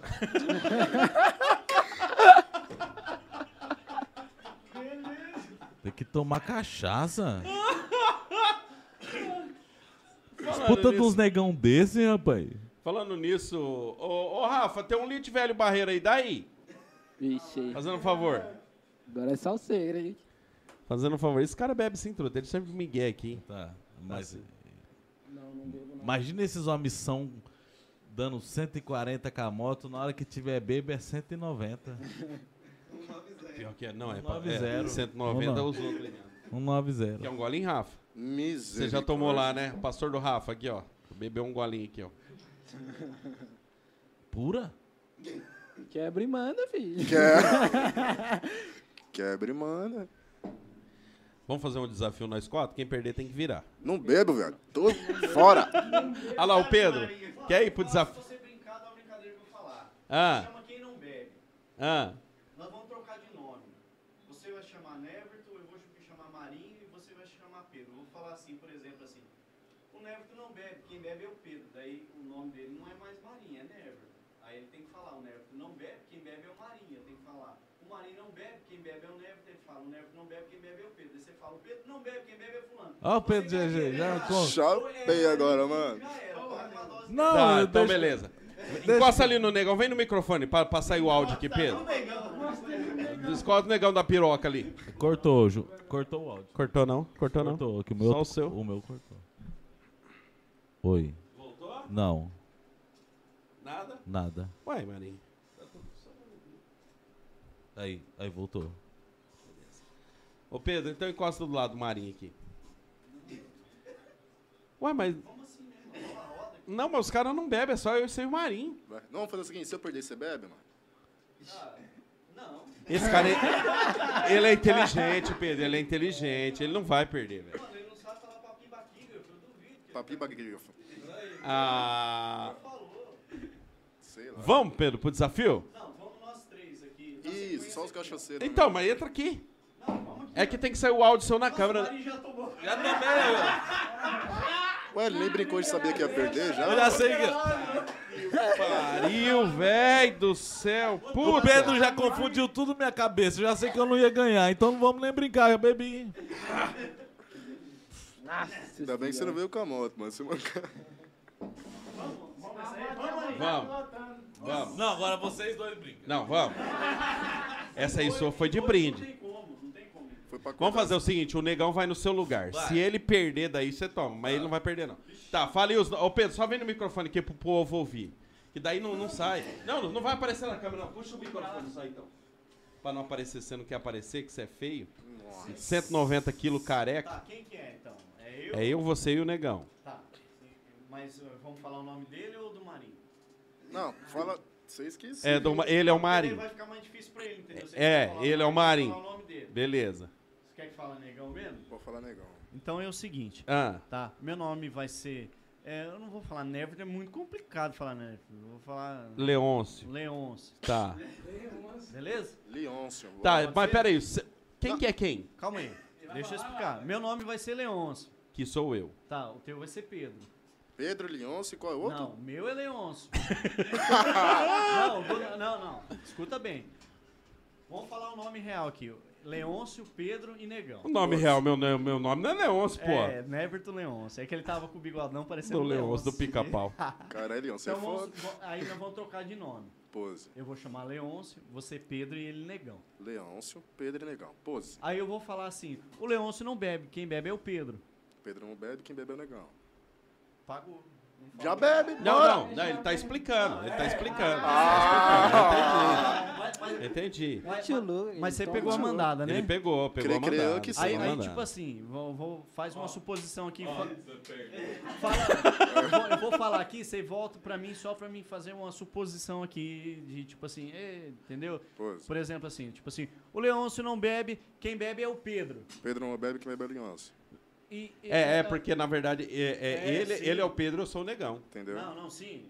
Speaker 2: Tem que tomar cachaça.
Speaker 1: Ah, Falando
Speaker 2: Puta de
Speaker 1: nisso-
Speaker 2: uns negão desse, rapaz.
Speaker 1: Falando nisso, ô, ô, Rafa, tem um litro velho barreiro aí, daí?
Speaker 3: Vixe,
Speaker 1: Fazendo um favor.
Speaker 3: agora é salseira, hein?
Speaker 1: Fazendo um favor. Esse cara bebe sim, truta. Ele serve migué aqui. hein?
Speaker 2: Tá, mas...
Speaker 3: Não, não bebo não.
Speaker 2: Imagina esses homens são dando 140 com a moto, na hora que tiver bebo é 190.
Speaker 1: Pior que é, não, é, pa-
Speaker 2: 90.
Speaker 1: é 190
Speaker 2: Vamos
Speaker 1: os outros. né? Quer
Speaker 2: 190.
Speaker 1: um golinho, Rafa? Você
Speaker 8: Misericórdia.
Speaker 1: já tomou lá, né? O pastor do Rafa aqui, ó. Bebeu um golinho aqui, ó.
Speaker 2: Pura?
Speaker 3: Quebra e manda, filho.
Speaker 8: Quebre, mano.
Speaker 1: Vamos fazer um desafio nós quatro? Quem perder tem que virar.
Speaker 8: Não bebo, velho. Tô fora.
Speaker 1: Olha lá, o Pedro. Quer ir pro desafio?
Speaker 7: Se você brincar, dá uma brincadeira que eu vou falar.
Speaker 1: Ah,
Speaker 7: Chama quem não bebe.
Speaker 1: ah.
Speaker 7: Nós vamos trocar de nome. Você vai chamar Neverton, eu vou ch- chamar Marinho e você vai chamar Pedro. Eu vou falar assim, por exemplo, assim. O Neverton não bebe, quem bebe é o Pedro. Daí o nome dele não é mais Marinho, é Neverton. Aí ele tem que falar, o Neverton não bebe, quem bebe é o Marinho, tem que falar. O Marinho não bebe, quem bebe é o Neverton, ele fala. O Neverton não bebe, quem bebe é o Pedro. Daí você fala, o Pedro não bebe, quem bebe é fulano.
Speaker 2: Ó o Pedro GG, já com-
Speaker 8: Chapei agora, mano.
Speaker 7: Já era, tá com a dose
Speaker 2: Não,
Speaker 1: Tá,
Speaker 2: eu
Speaker 1: então
Speaker 2: deixo-
Speaker 1: beleza. Encosta ali no negão. Vem no microfone pra, pra sair o áudio aqui, Pedro. Descosta o negão da piroca ali.
Speaker 2: Cortou, Ju. Cortou o áudio.
Speaker 1: Cortou não? Cortou não?
Speaker 2: Cortou, que o meu.
Speaker 1: Só o seu.
Speaker 2: meu cortou. Oi. Voltou? Não,
Speaker 1: Nada?
Speaker 2: nada.
Speaker 1: Ué, Marinho.
Speaker 2: Aí, aí voltou.
Speaker 1: Ô Pedro, então encosta do lado do Marinho aqui. Ué, mas. Não, mas os caras não bebem, é só eu e você e o Marinho.
Speaker 8: Vai. Não, vamos fazer o seguinte, se eu perder, você bebe, mano?
Speaker 1: Esse cara é. Ele é inteligente, Pedro. Ele é inteligente. Ele não vai perder, velho.
Speaker 8: Papi bagrifo.
Speaker 1: Ah.
Speaker 8: Sei lá.
Speaker 1: Vamos, Pedro, pro desafio?
Speaker 8: Isso, só os cachaceiros.
Speaker 1: Então, mas entra aqui. É que tem que sair o áudio seu na câmera. Já também,
Speaker 8: Ué, ele nem brincou de saber que ia perder
Speaker 2: Eu
Speaker 8: já?
Speaker 2: já sei que.
Speaker 1: Pariu, velho do céu.
Speaker 2: O
Speaker 1: Puta.
Speaker 2: Pedro já confundiu tudo minha cabeça. Eu já sei que eu não ia ganhar, então não vamos nem brincar, eu bebi.
Speaker 8: Ainda bem que você não veio com a moto, mano. Você manca-
Speaker 1: Vamos. Vamos.
Speaker 2: Não, agora vocês dois brincam.
Speaker 1: Não, vamos. Essa aí sua foi de brinde.
Speaker 8: Foi pra
Speaker 1: Vamos
Speaker 8: acordar.
Speaker 1: fazer o seguinte, o negão vai no seu lugar. Se ele perder, daí você toma. Mas ele não vai perder, não. Tá, fala aí os... Ô, Pedro, só vem no microfone aqui pro povo ouvir. Que daí não, não sai. Não, não- não vai aparecer na câmera, não. Puxa o microfone só, então. Pra não aparecer, você não quer aparecer, que você é feio. 190 quilos careca.
Speaker 7: Tá, quem que é então? É eu?
Speaker 1: É eu, você e o negão.
Speaker 7: Tá. Mas uh, vamos falar o nome dele ou do Marinho?
Speaker 8: Não, fala. Vocês que sim.
Speaker 1: É do Ma- ele é o Marinho.
Speaker 7: Vai ficar mais difícil pra ele, entendeu? Você
Speaker 1: É,
Speaker 7: quer falar o
Speaker 1: ele é o
Speaker 7: nome dele,
Speaker 1: Marinho.
Speaker 7: falar o nome dele.
Speaker 1: Beleza.
Speaker 7: Você quer que fale negão mesmo?
Speaker 8: Vou falar negão.
Speaker 7: Então é o seguinte,
Speaker 1: Ah,
Speaker 7: tá? Meu nome vai ser. é, eu não vou falar Neverton, é muito complicado falar Neverton. Eu vou falar
Speaker 1: Leôncio.
Speaker 7: Leonce.
Speaker 1: Tá.
Speaker 7: Beleza?
Speaker 8: Leôncio.
Speaker 1: Tá,
Speaker 7: Pode
Speaker 1: mas
Speaker 7: ser?
Speaker 1: peraí. cê- Quem que é quem?
Speaker 7: Calma aí. Deixa eu explicar. Meu nome vai ser Leonce.
Speaker 1: Que sou eu.
Speaker 7: Tá, o teu vai ser Pedro.
Speaker 8: Pedro Leôncio, qual é o outro?
Speaker 7: Não, meu é Leôncio. não, do- não, não. Escuta bem. Vamos falar o nome real aqui. Leôncio, Pedro e Negão.
Speaker 1: O nome real, meu, meu nome não é Leôncio, pô.
Speaker 7: É, Neverton Leôncio. É que ele tava com o bigodão parecendo
Speaker 1: do Leôncio do
Speaker 7: pica-pau.
Speaker 1: pica-pau.
Speaker 8: Caralho, Leôncio, é
Speaker 7: Então
Speaker 8: foda.
Speaker 7: vamos, vo- aí nós vamos trocar de nome.
Speaker 8: Pose.
Speaker 7: Eu vou chamar Leôncio, você Pedro e ele Negão.
Speaker 8: Leôncio, Pedro e negão. Pose.
Speaker 7: Aí eu vou falar assim, o Leôncio não bebe, quem bebe é o Pedro.
Speaker 8: Pedro não bebe, quem bebe é o negão.
Speaker 7: Pagou.
Speaker 8: Já bebe,
Speaker 1: Não,
Speaker 8: bora.
Speaker 1: não, não, ele tá explicando,
Speaker 8: Ah.
Speaker 1: ele tá explicando.
Speaker 7: Ah.
Speaker 1: Entendi. Entendi.
Speaker 7: Mas,
Speaker 3: Tio Lu, ele
Speaker 7: mas você
Speaker 3: toma
Speaker 7: pegou a
Speaker 3: tio Lu.
Speaker 7: mandada, né?
Speaker 1: Então Ele pegou, pegou a
Speaker 8: Cre- creio
Speaker 1: mandada.
Speaker 8: que sim.
Speaker 7: Aí,
Speaker 8: Sim.
Speaker 7: aí,
Speaker 1: Mandada.
Speaker 7: tipo assim, vou, vou- faz uma suposição aqui. fa- fala- eu, vou, eu vou falar aqui, você volta pra mim só pra mim fazer uma suposição aqui de tipo assim, é, entendeu?
Speaker 8: Pose.
Speaker 7: Por exemplo, assim, tipo assim, o Leôncio não bebe, quem bebe é o Pedro.
Speaker 8: Pedro não bebe, quem bebe é o Leôncio.
Speaker 7: E- e-
Speaker 1: É, é, porque na verdade é, é,
Speaker 7: É,
Speaker 1: ele,
Speaker 7: sim.
Speaker 1: ele é o Pedro, eu sou o negão.
Speaker 8: Entendeu?
Speaker 7: Não, não, sim.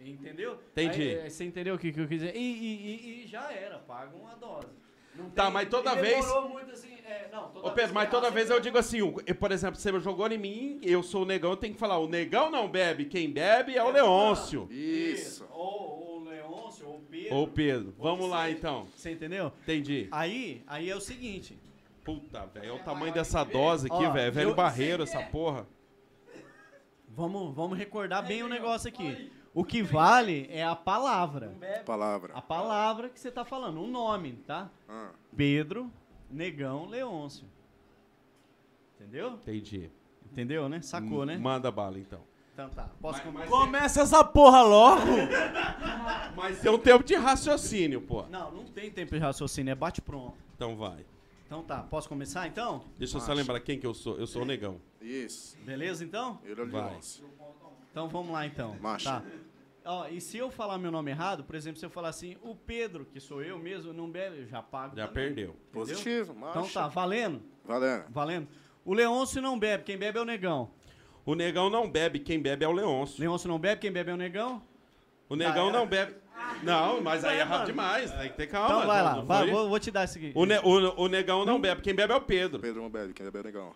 Speaker 7: Entendeu?
Speaker 1: Entendi.
Speaker 7: Aí, é, você entendeu o que, que eu quis dizer? E, e- e- e já era, paga uma dose. Não
Speaker 1: Tá, mas toda
Speaker 7: e demorou
Speaker 1: vez-
Speaker 7: muito assim, é, não, toda
Speaker 1: Ô Pedro,
Speaker 7: vez
Speaker 1: mas
Speaker 7: que
Speaker 1: toda
Speaker 7: errar,
Speaker 1: vez
Speaker 7: você-
Speaker 1: eu digo assim, o- eu, por exemplo, você jogou em mim, eu sou o negão, eu tenho que falar, o negão não bebe, quem bebe é o Leôncio.
Speaker 8: Isso.
Speaker 7: Ou o Leôncio, ou o Pedro.
Speaker 1: Ô Pedro, vamos
Speaker 7: que
Speaker 1: lá
Speaker 7: seja.
Speaker 1: então.
Speaker 7: Você entendeu?
Speaker 1: Entendi.
Speaker 7: Aí, aí é o seguinte.
Speaker 1: Puta, velho, é o tamanho dessa dose aqui,
Speaker 7: Ó,
Speaker 1: velho. Velho
Speaker 7: eu-
Speaker 1: barreiro
Speaker 8: é.
Speaker 1: essa porra.
Speaker 7: Vamos, vamos recordar bem o negócio aqui. O que vale é a palavra.
Speaker 8: Palavra.
Speaker 7: A palavra que você tá falando, o nome, tá?
Speaker 8: Ah,
Speaker 7: Pedro Negão Leôncio. Entendeu?
Speaker 1: Entendi.
Speaker 7: Entendeu, né? Sacou, né?
Speaker 1: Manda bala então.
Speaker 7: Então tá. Posso
Speaker 1: é-
Speaker 7: começar?
Speaker 2: Começa essa porra logo!
Speaker 1: Mas tem um tempo de raciocínio, pô.
Speaker 7: Não, não tem tempo de raciocínio, é bate pronto.
Speaker 1: Então vai.
Speaker 7: Então tá, posso começar então?
Speaker 1: Deixa eu só lembrar quem que eu sou. Eu sou o negão.
Speaker 8: isso.
Speaker 7: Beleza então?
Speaker 8: Ele é o
Speaker 1: Vai.
Speaker 8: Leôncio.
Speaker 7: Então vamos lá então.
Speaker 8: Marcha.
Speaker 7: Tá. Ó, e se eu falar meu nome errado, por exemplo, se eu falar assim, o Pedro, que sou eu mesmo, não bebe, eu já pago.
Speaker 1: Já
Speaker 7: também.
Speaker 1: perdeu.
Speaker 8: Positivo, marcha.
Speaker 7: Então tá, valendo?
Speaker 8: Valendo.
Speaker 7: Valendo. O Leôncio não bebe, quem bebe é o negão.
Speaker 1: O negão não bebe, quem bebe é o Leôncio.
Speaker 7: Leôncio não bebe, quem bebe é o negão?
Speaker 1: O negão
Speaker 7: Ah,
Speaker 1: não bebe. Não, mas aí é
Speaker 7: mano.
Speaker 1: rápido demais. Tem que ter calma.
Speaker 7: então vai
Speaker 1: não-
Speaker 7: lá,
Speaker 1: não
Speaker 7: vai,
Speaker 1: foi?
Speaker 7: vou, vou te dar esse aqui.
Speaker 1: O, ne- o- o negão não bebe, quem bebe é o Pedro.
Speaker 8: Pedro não bebe, quem bebe é o negão.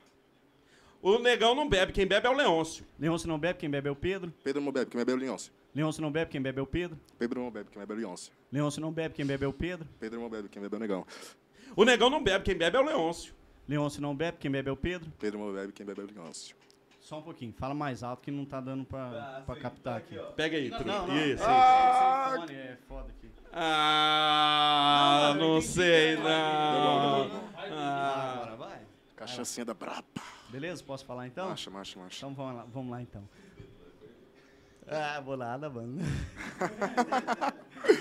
Speaker 1: O negão não bebe, quem bebe é o Leôncio.
Speaker 7: Leôncio não bebe, quem bebe é o Pedro.
Speaker 8: Pedro não bebe, quem bebe é o Leôncio.
Speaker 7: Leôncio não bebe, quem bebe é o Pedro.
Speaker 8: Pedro não bebe, quem bebe é o Leôncio.
Speaker 7: Leôncio não bebe, quem bebe é o Pedro.
Speaker 8: Pedro não bebe, quem bebe é o negão.
Speaker 1: O negão não bebe, quem bebe é o Leôncio.
Speaker 7: Leôncio não bebe, quem bebe é o Pedro.
Speaker 8: Pedro não bebe, quem bebe é o Leôncio.
Speaker 7: Só um pouquinho, fala mais alto que não tá dando pra, pra captar aqui.
Speaker 1: Pega aí, Truta.
Speaker 7: não, não.
Speaker 1: Isso, isso.
Speaker 7: Ah, é foda aqui.
Speaker 1: Ah, não sei não. Ah.
Speaker 7: Agora vai.
Speaker 8: Cachacinha da brapa.
Speaker 7: Beleza? Posso falar então?
Speaker 8: Marcha, marcha, marcha.
Speaker 7: Então vamos lá, vamos lá então. Ah, bolada, mano.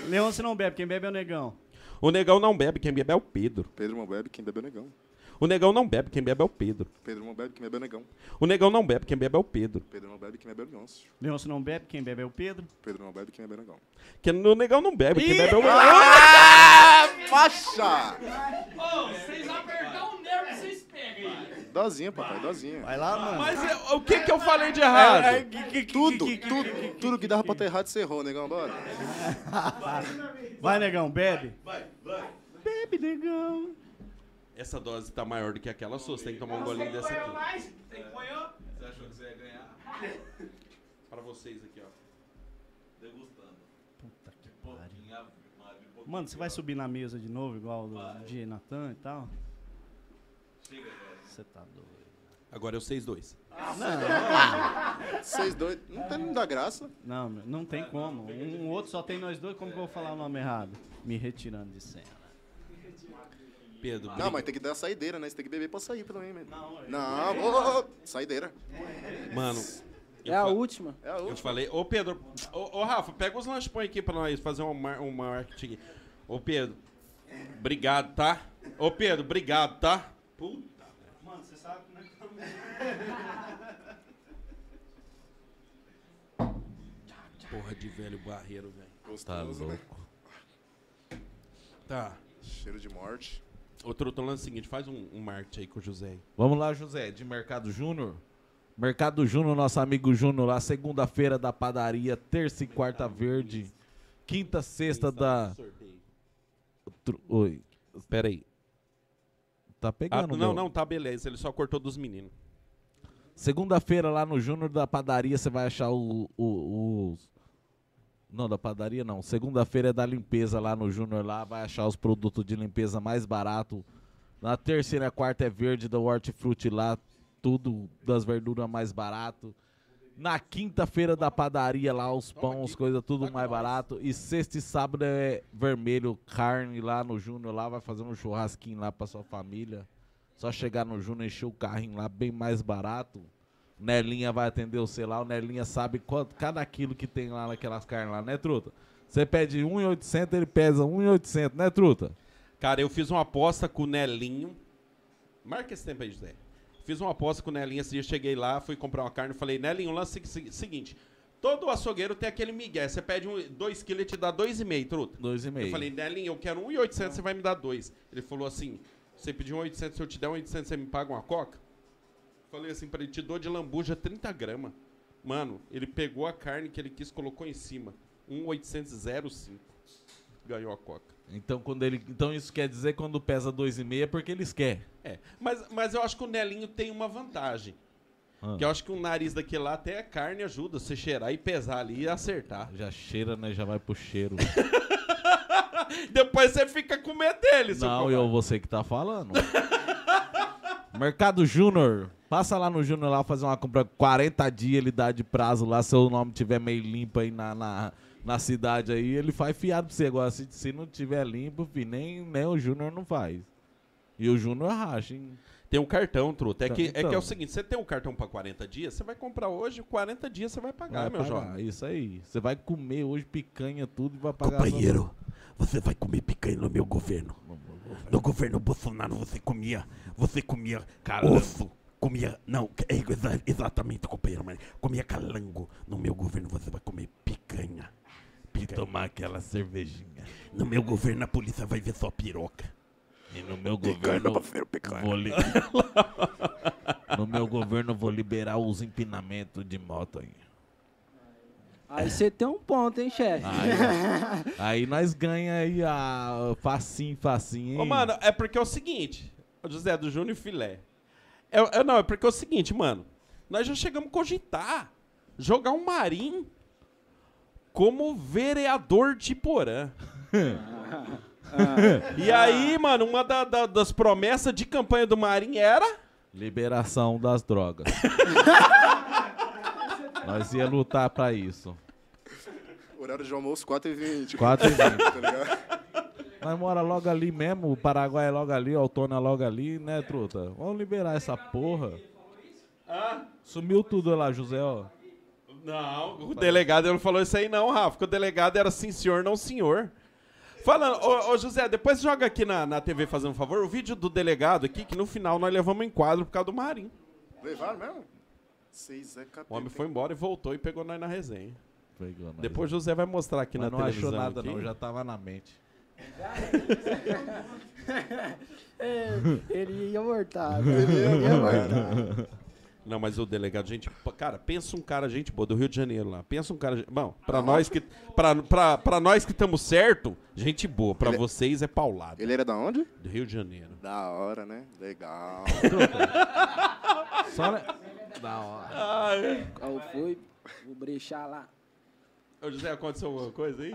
Speaker 7: Leôncio não bebe, quem bebe é o negão.
Speaker 1: O negão não bebe, quem bebe é o Pedro.
Speaker 8: Pedro não bebe, quem bebe é o negão.
Speaker 1: O negão não bebe, quem bebe é o Pedro.
Speaker 8: Pedro não bebe, quem bebe é o negão.
Speaker 1: O negão não bebe, quem bebe é o Pedro.
Speaker 8: Pedro não bebe, quem bebe é o Leôncio.
Speaker 7: Leôncio não bebe, quem bebe é o Pedro.
Speaker 8: Pedro não bebe, quem bebe é o negão.
Speaker 1: Que o negão não bebe, quem bebe é o
Speaker 8: Marcha!
Speaker 10: Vocês apertar o nervo, vocês pegam aí.
Speaker 8: Dozinha, papai, dozinha.
Speaker 7: Vai lá, mano.
Speaker 1: Mas é- o que que eu falei de errado?
Speaker 7: É,
Speaker 8: Tudo, tudo, tudo que dava pra ter errado, você errou, negão, bora.
Speaker 7: Vai, negão, bebe. Vai, vai. Bebe, negão.
Speaker 1: Essa dose tá maior do que aquela sua, você tem que tomar um golinho dessa aqui.
Speaker 10: mais? Tem que pôr eu?
Speaker 1: Você achou que você ia ganhar? Pra vocês aqui, ó. Degustando.
Speaker 7: Mano, você vai subir na mesa de novo, igual do, de Natan e tal? Você tá doido.
Speaker 1: Agora é os seis dois.
Speaker 8: Vocês dois, não tem não dá graça.
Speaker 7: Não, meu, não tem como. Um, um outro só tem nós dois, como que eu vou falar o nome errado? Me retirando de cena.
Speaker 1: Pedro,
Speaker 8: Não,
Speaker 1: briga.
Speaker 8: mas tem que dar saideira, né? Você tem que beber pra sair também, mesmo. Não, não. ô, ô, ô, Saideira.
Speaker 1: mano. eu
Speaker 3: É a
Speaker 1: fa-
Speaker 3: última.
Speaker 8: É a
Speaker 1: Eu
Speaker 8: última.
Speaker 1: falei, ô Pedro, ô, ô, Rafa, pega os lanches põe aqui pra nós fazer um, mar, um marketing. Ô Pedro, obrigado, tá? Ô Pedro, obrigado, tá? Puta.
Speaker 7: Mano, você sabe como é que
Speaker 1: Porra de velho barreiro, velho.
Speaker 8: Gostoso, né?
Speaker 1: Tá.
Speaker 8: Cheiro de morte.
Speaker 1: Outro tô lance seguinte, faz um, um marketing aí com o José. aí.
Speaker 2: Vamos lá, José, de Mercado Júnior. Mercado Júnior, nosso amigo Júnior, lá segunda-feira da padaria, terça e quarta verde, quinta, sexta da.
Speaker 1: Sorteio.
Speaker 2: Tru- Oi,
Speaker 1: Pera aí.
Speaker 2: tá
Speaker 1: Ah,
Speaker 2: pegando?
Speaker 1: não,
Speaker 2: meu?
Speaker 1: não, tá beleza. Ele só cortou dos meninos.
Speaker 2: Segunda-feira lá no Júnior da padaria você vai achar o, o- os- Não, da padaria não. Segunda-feira é da limpeza lá no Júnior lá, vai achar os produtos de limpeza mais barato. Na terceira e na quarta é verde da Hortifruti lá, tudo das verduras mais barato. Na quinta-feira da padaria lá, os pão, as coisas tudo mais barato. E sexta e sábado é vermelho, carne lá no Júnior lá, vai fazer um churrasquinho lá pra sua família. Só chegar no Júnior, encher o carrinho lá, bem mais barato. Nelinha vai atender você lá, o Nelinha sabe quanto, cada quilo que tem lá naquelas carnes lá, né, truta? Você pede 1,800, ele pesa 1,800, né, truta?
Speaker 1: Cara, eu fiz uma aposta com o Nelinho. Marca esse tempo aí, José. Fiz uma aposta com o Nelinho esse dia. Cheguei lá, fui comprar uma carne. Falei, Nelinho, o lance é o segui- seguinte. Todo açougueiro tem aquele migué. Você pede 2 quilos e te dá 2,5, truta. Eu
Speaker 2: 2,5.
Speaker 1: falei, Nelinho, eu quero 1,800, você vai me dar 2. Ele falou assim, você pediu 1,800, se eu te der 1,800, você me paga uma coca? Falei assim pra ele, te dou de lambuja 30 gramas. Mano, ele pegou a carne que ele quis, colocou em cima. 1,805. Ganhou a Coca.
Speaker 2: Então, quando ele, então isso quer dizer quando pesa 2,5 é porque eles querem.
Speaker 1: É, mas, mas eu acho que o Nelinho tem uma vantagem.
Speaker 2: Ah.
Speaker 1: Que eu acho que o nariz daquele lá até a carne ajuda você cheirar e pesar ali e acertar.
Speaker 2: Já cheira, né? Já vai pro cheiro.
Speaker 1: Depois você fica com medo dele, seu
Speaker 2: Não,
Speaker 1: covarde.
Speaker 2: eu você que tá falando. Mercado Júnior. Passa lá no Júnior lá fazer uma compra 40 dias, ele dá de prazo lá, se o nome tiver meio limpo aí na, na, na cidade aí, ele faz fiado pra você. Agora, se, se não tiver limpo, fi, nem, nem o Júnior não faz. E o Júnior racha, hein?
Speaker 1: Tem um cartão, truta. É
Speaker 2: Tá,
Speaker 1: que, é que é
Speaker 2: então.
Speaker 1: o seguinte, você tem um cartão pra 40 dias, você vai comprar hoje, 40 dias você vai pagar,
Speaker 2: Vai
Speaker 1: meu
Speaker 2: pagar,
Speaker 1: jovem.
Speaker 2: Isso aí. Você vai comer hoje picanha, tudo e vai pagar. só-
Speaker 11: você vai comer picanha no meu governo. No governo Bolsonaro você comia, você comia
Speaker 2: Calango.
Speaker 11: osso, comia, não, é exa- exatamente, companheiro, mas comia calango. No meu governo você vai comer picanha.
Speaker 2: E tomar aquela cervejinha.
Speaker 11: No meu governo a polícia vai ver só piroca.
Speaker 2: E no meu governo. Vou li- no meu governo vou liberar os empinamentos de moto aí.
Speaker 3: Aí você tem um ponto, hein, chefe?
Speaker 2: Aí, aí nós ganha aí a facinho, facinho.
Speaker 1: Ô,
Speaker 2: hein?
Speaker 1: mano, é porque é o seguinte, o José do Júnior e Filé. É, é- não, é porque é o seguinte, mano, nós já chegamos a cogitar jogar um Marim como vereador de Porã. e aí, mano, uma da- da- das promessas de campanha do Marim era...
Speaker 2: Liberação das drogas. nós ia lutar pra isso.
Speaker 8: Horário de almoço, 4h20.
Speaker 2: 4h20.
Speaker 8: Tá ligado?
Speaker 2: Nós mora logo ali mesmo, o Paraguai é logo ali, o Autônia é logo ali, né, truta? Vamos liberar essa porra. Sumiu tudo lá, José, ó.
Speaker 1: Não, o delegado não falou isso aí não, Rafa, porque o delegado era sim senhor, não senhor. Falando, ô, ô, José, depois joga aqui na, na TV fazendo um favor, o vídeo do delegado aqui, que no final nós levamos em quadro por causa do Marim.
Speaker 8: Levaram mesmo? Seis é
Speaker 1: O
Speaker 8: capeta.
Speaker 1: homem foi embora e voltou e pegou nós na resenha.
Speaker 2: Pegou nós.
Speaker 1: Depois o José vai mostrar aqui
Speaker 2: é. Mas
Speaker 1: na
Speaker 2: não
Speaker 1: televisão.
Speaker 2: achou nada,
Speaker 1: aqui.
Speaker 2: não, já tava na mente.
Speaker 5: Ele ia voltar. Ele ia voltar.
Speaker 1: Não, mas o delegado, gente, pô, cara, pensa um cara, gente boa, do Rio de Janeiro lá. Pensa um cara, gente- bom, pra
Speaker 8: Ah.
Speaker 1: nós que pra, pra, pra nós que estamos certo, gente boa, pra
Speaker 8: Ele-
Speaker 1: vocês é paulada.
Speaker 8: Ele era da onde?
Speaker 1: Do Rio de Janeiro.
Speaker 8: Da hora, né? Legal.
Speaker 2: Só le- Da hora.
Speaker 3: Qual foi? Vou brechar lá.
Speaker 1: Ô, José, aconteceu alguma coisa aí?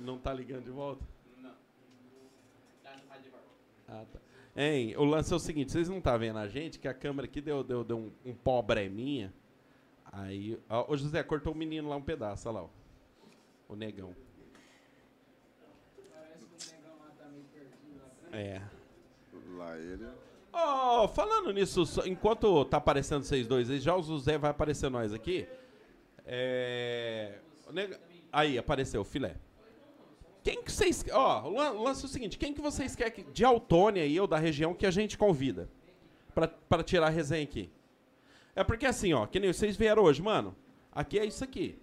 Speaker 1: Não tá ligando de volta? Não. Ah, tá. Hein, o lance é o seguinte, vocês não tá vendo a gente, que a câmera aqui deu, deu, deu um, um pobreminha. Aí, ó, ô José, cortou o menino lá um pedaço, olha lá, ó. O negão. É.
Speaker 8: Lá ele.
Speaker 1: Ó, falando nisso, só- enquanto tá aparecendo vocês dois aí, já o José vai aparecer nós aqui. É. o nega- Aí, apareceu, filé. Quem que vocês. Ó, o lan- o lance é o seguinte: quem que vocês querem que, de Autônia e eu da região que a gente convida? Pra, pra tirar a resenha aqui. É porque assim, ó, que nem vocês vieram hoje, mano. Aqui é isso aqui.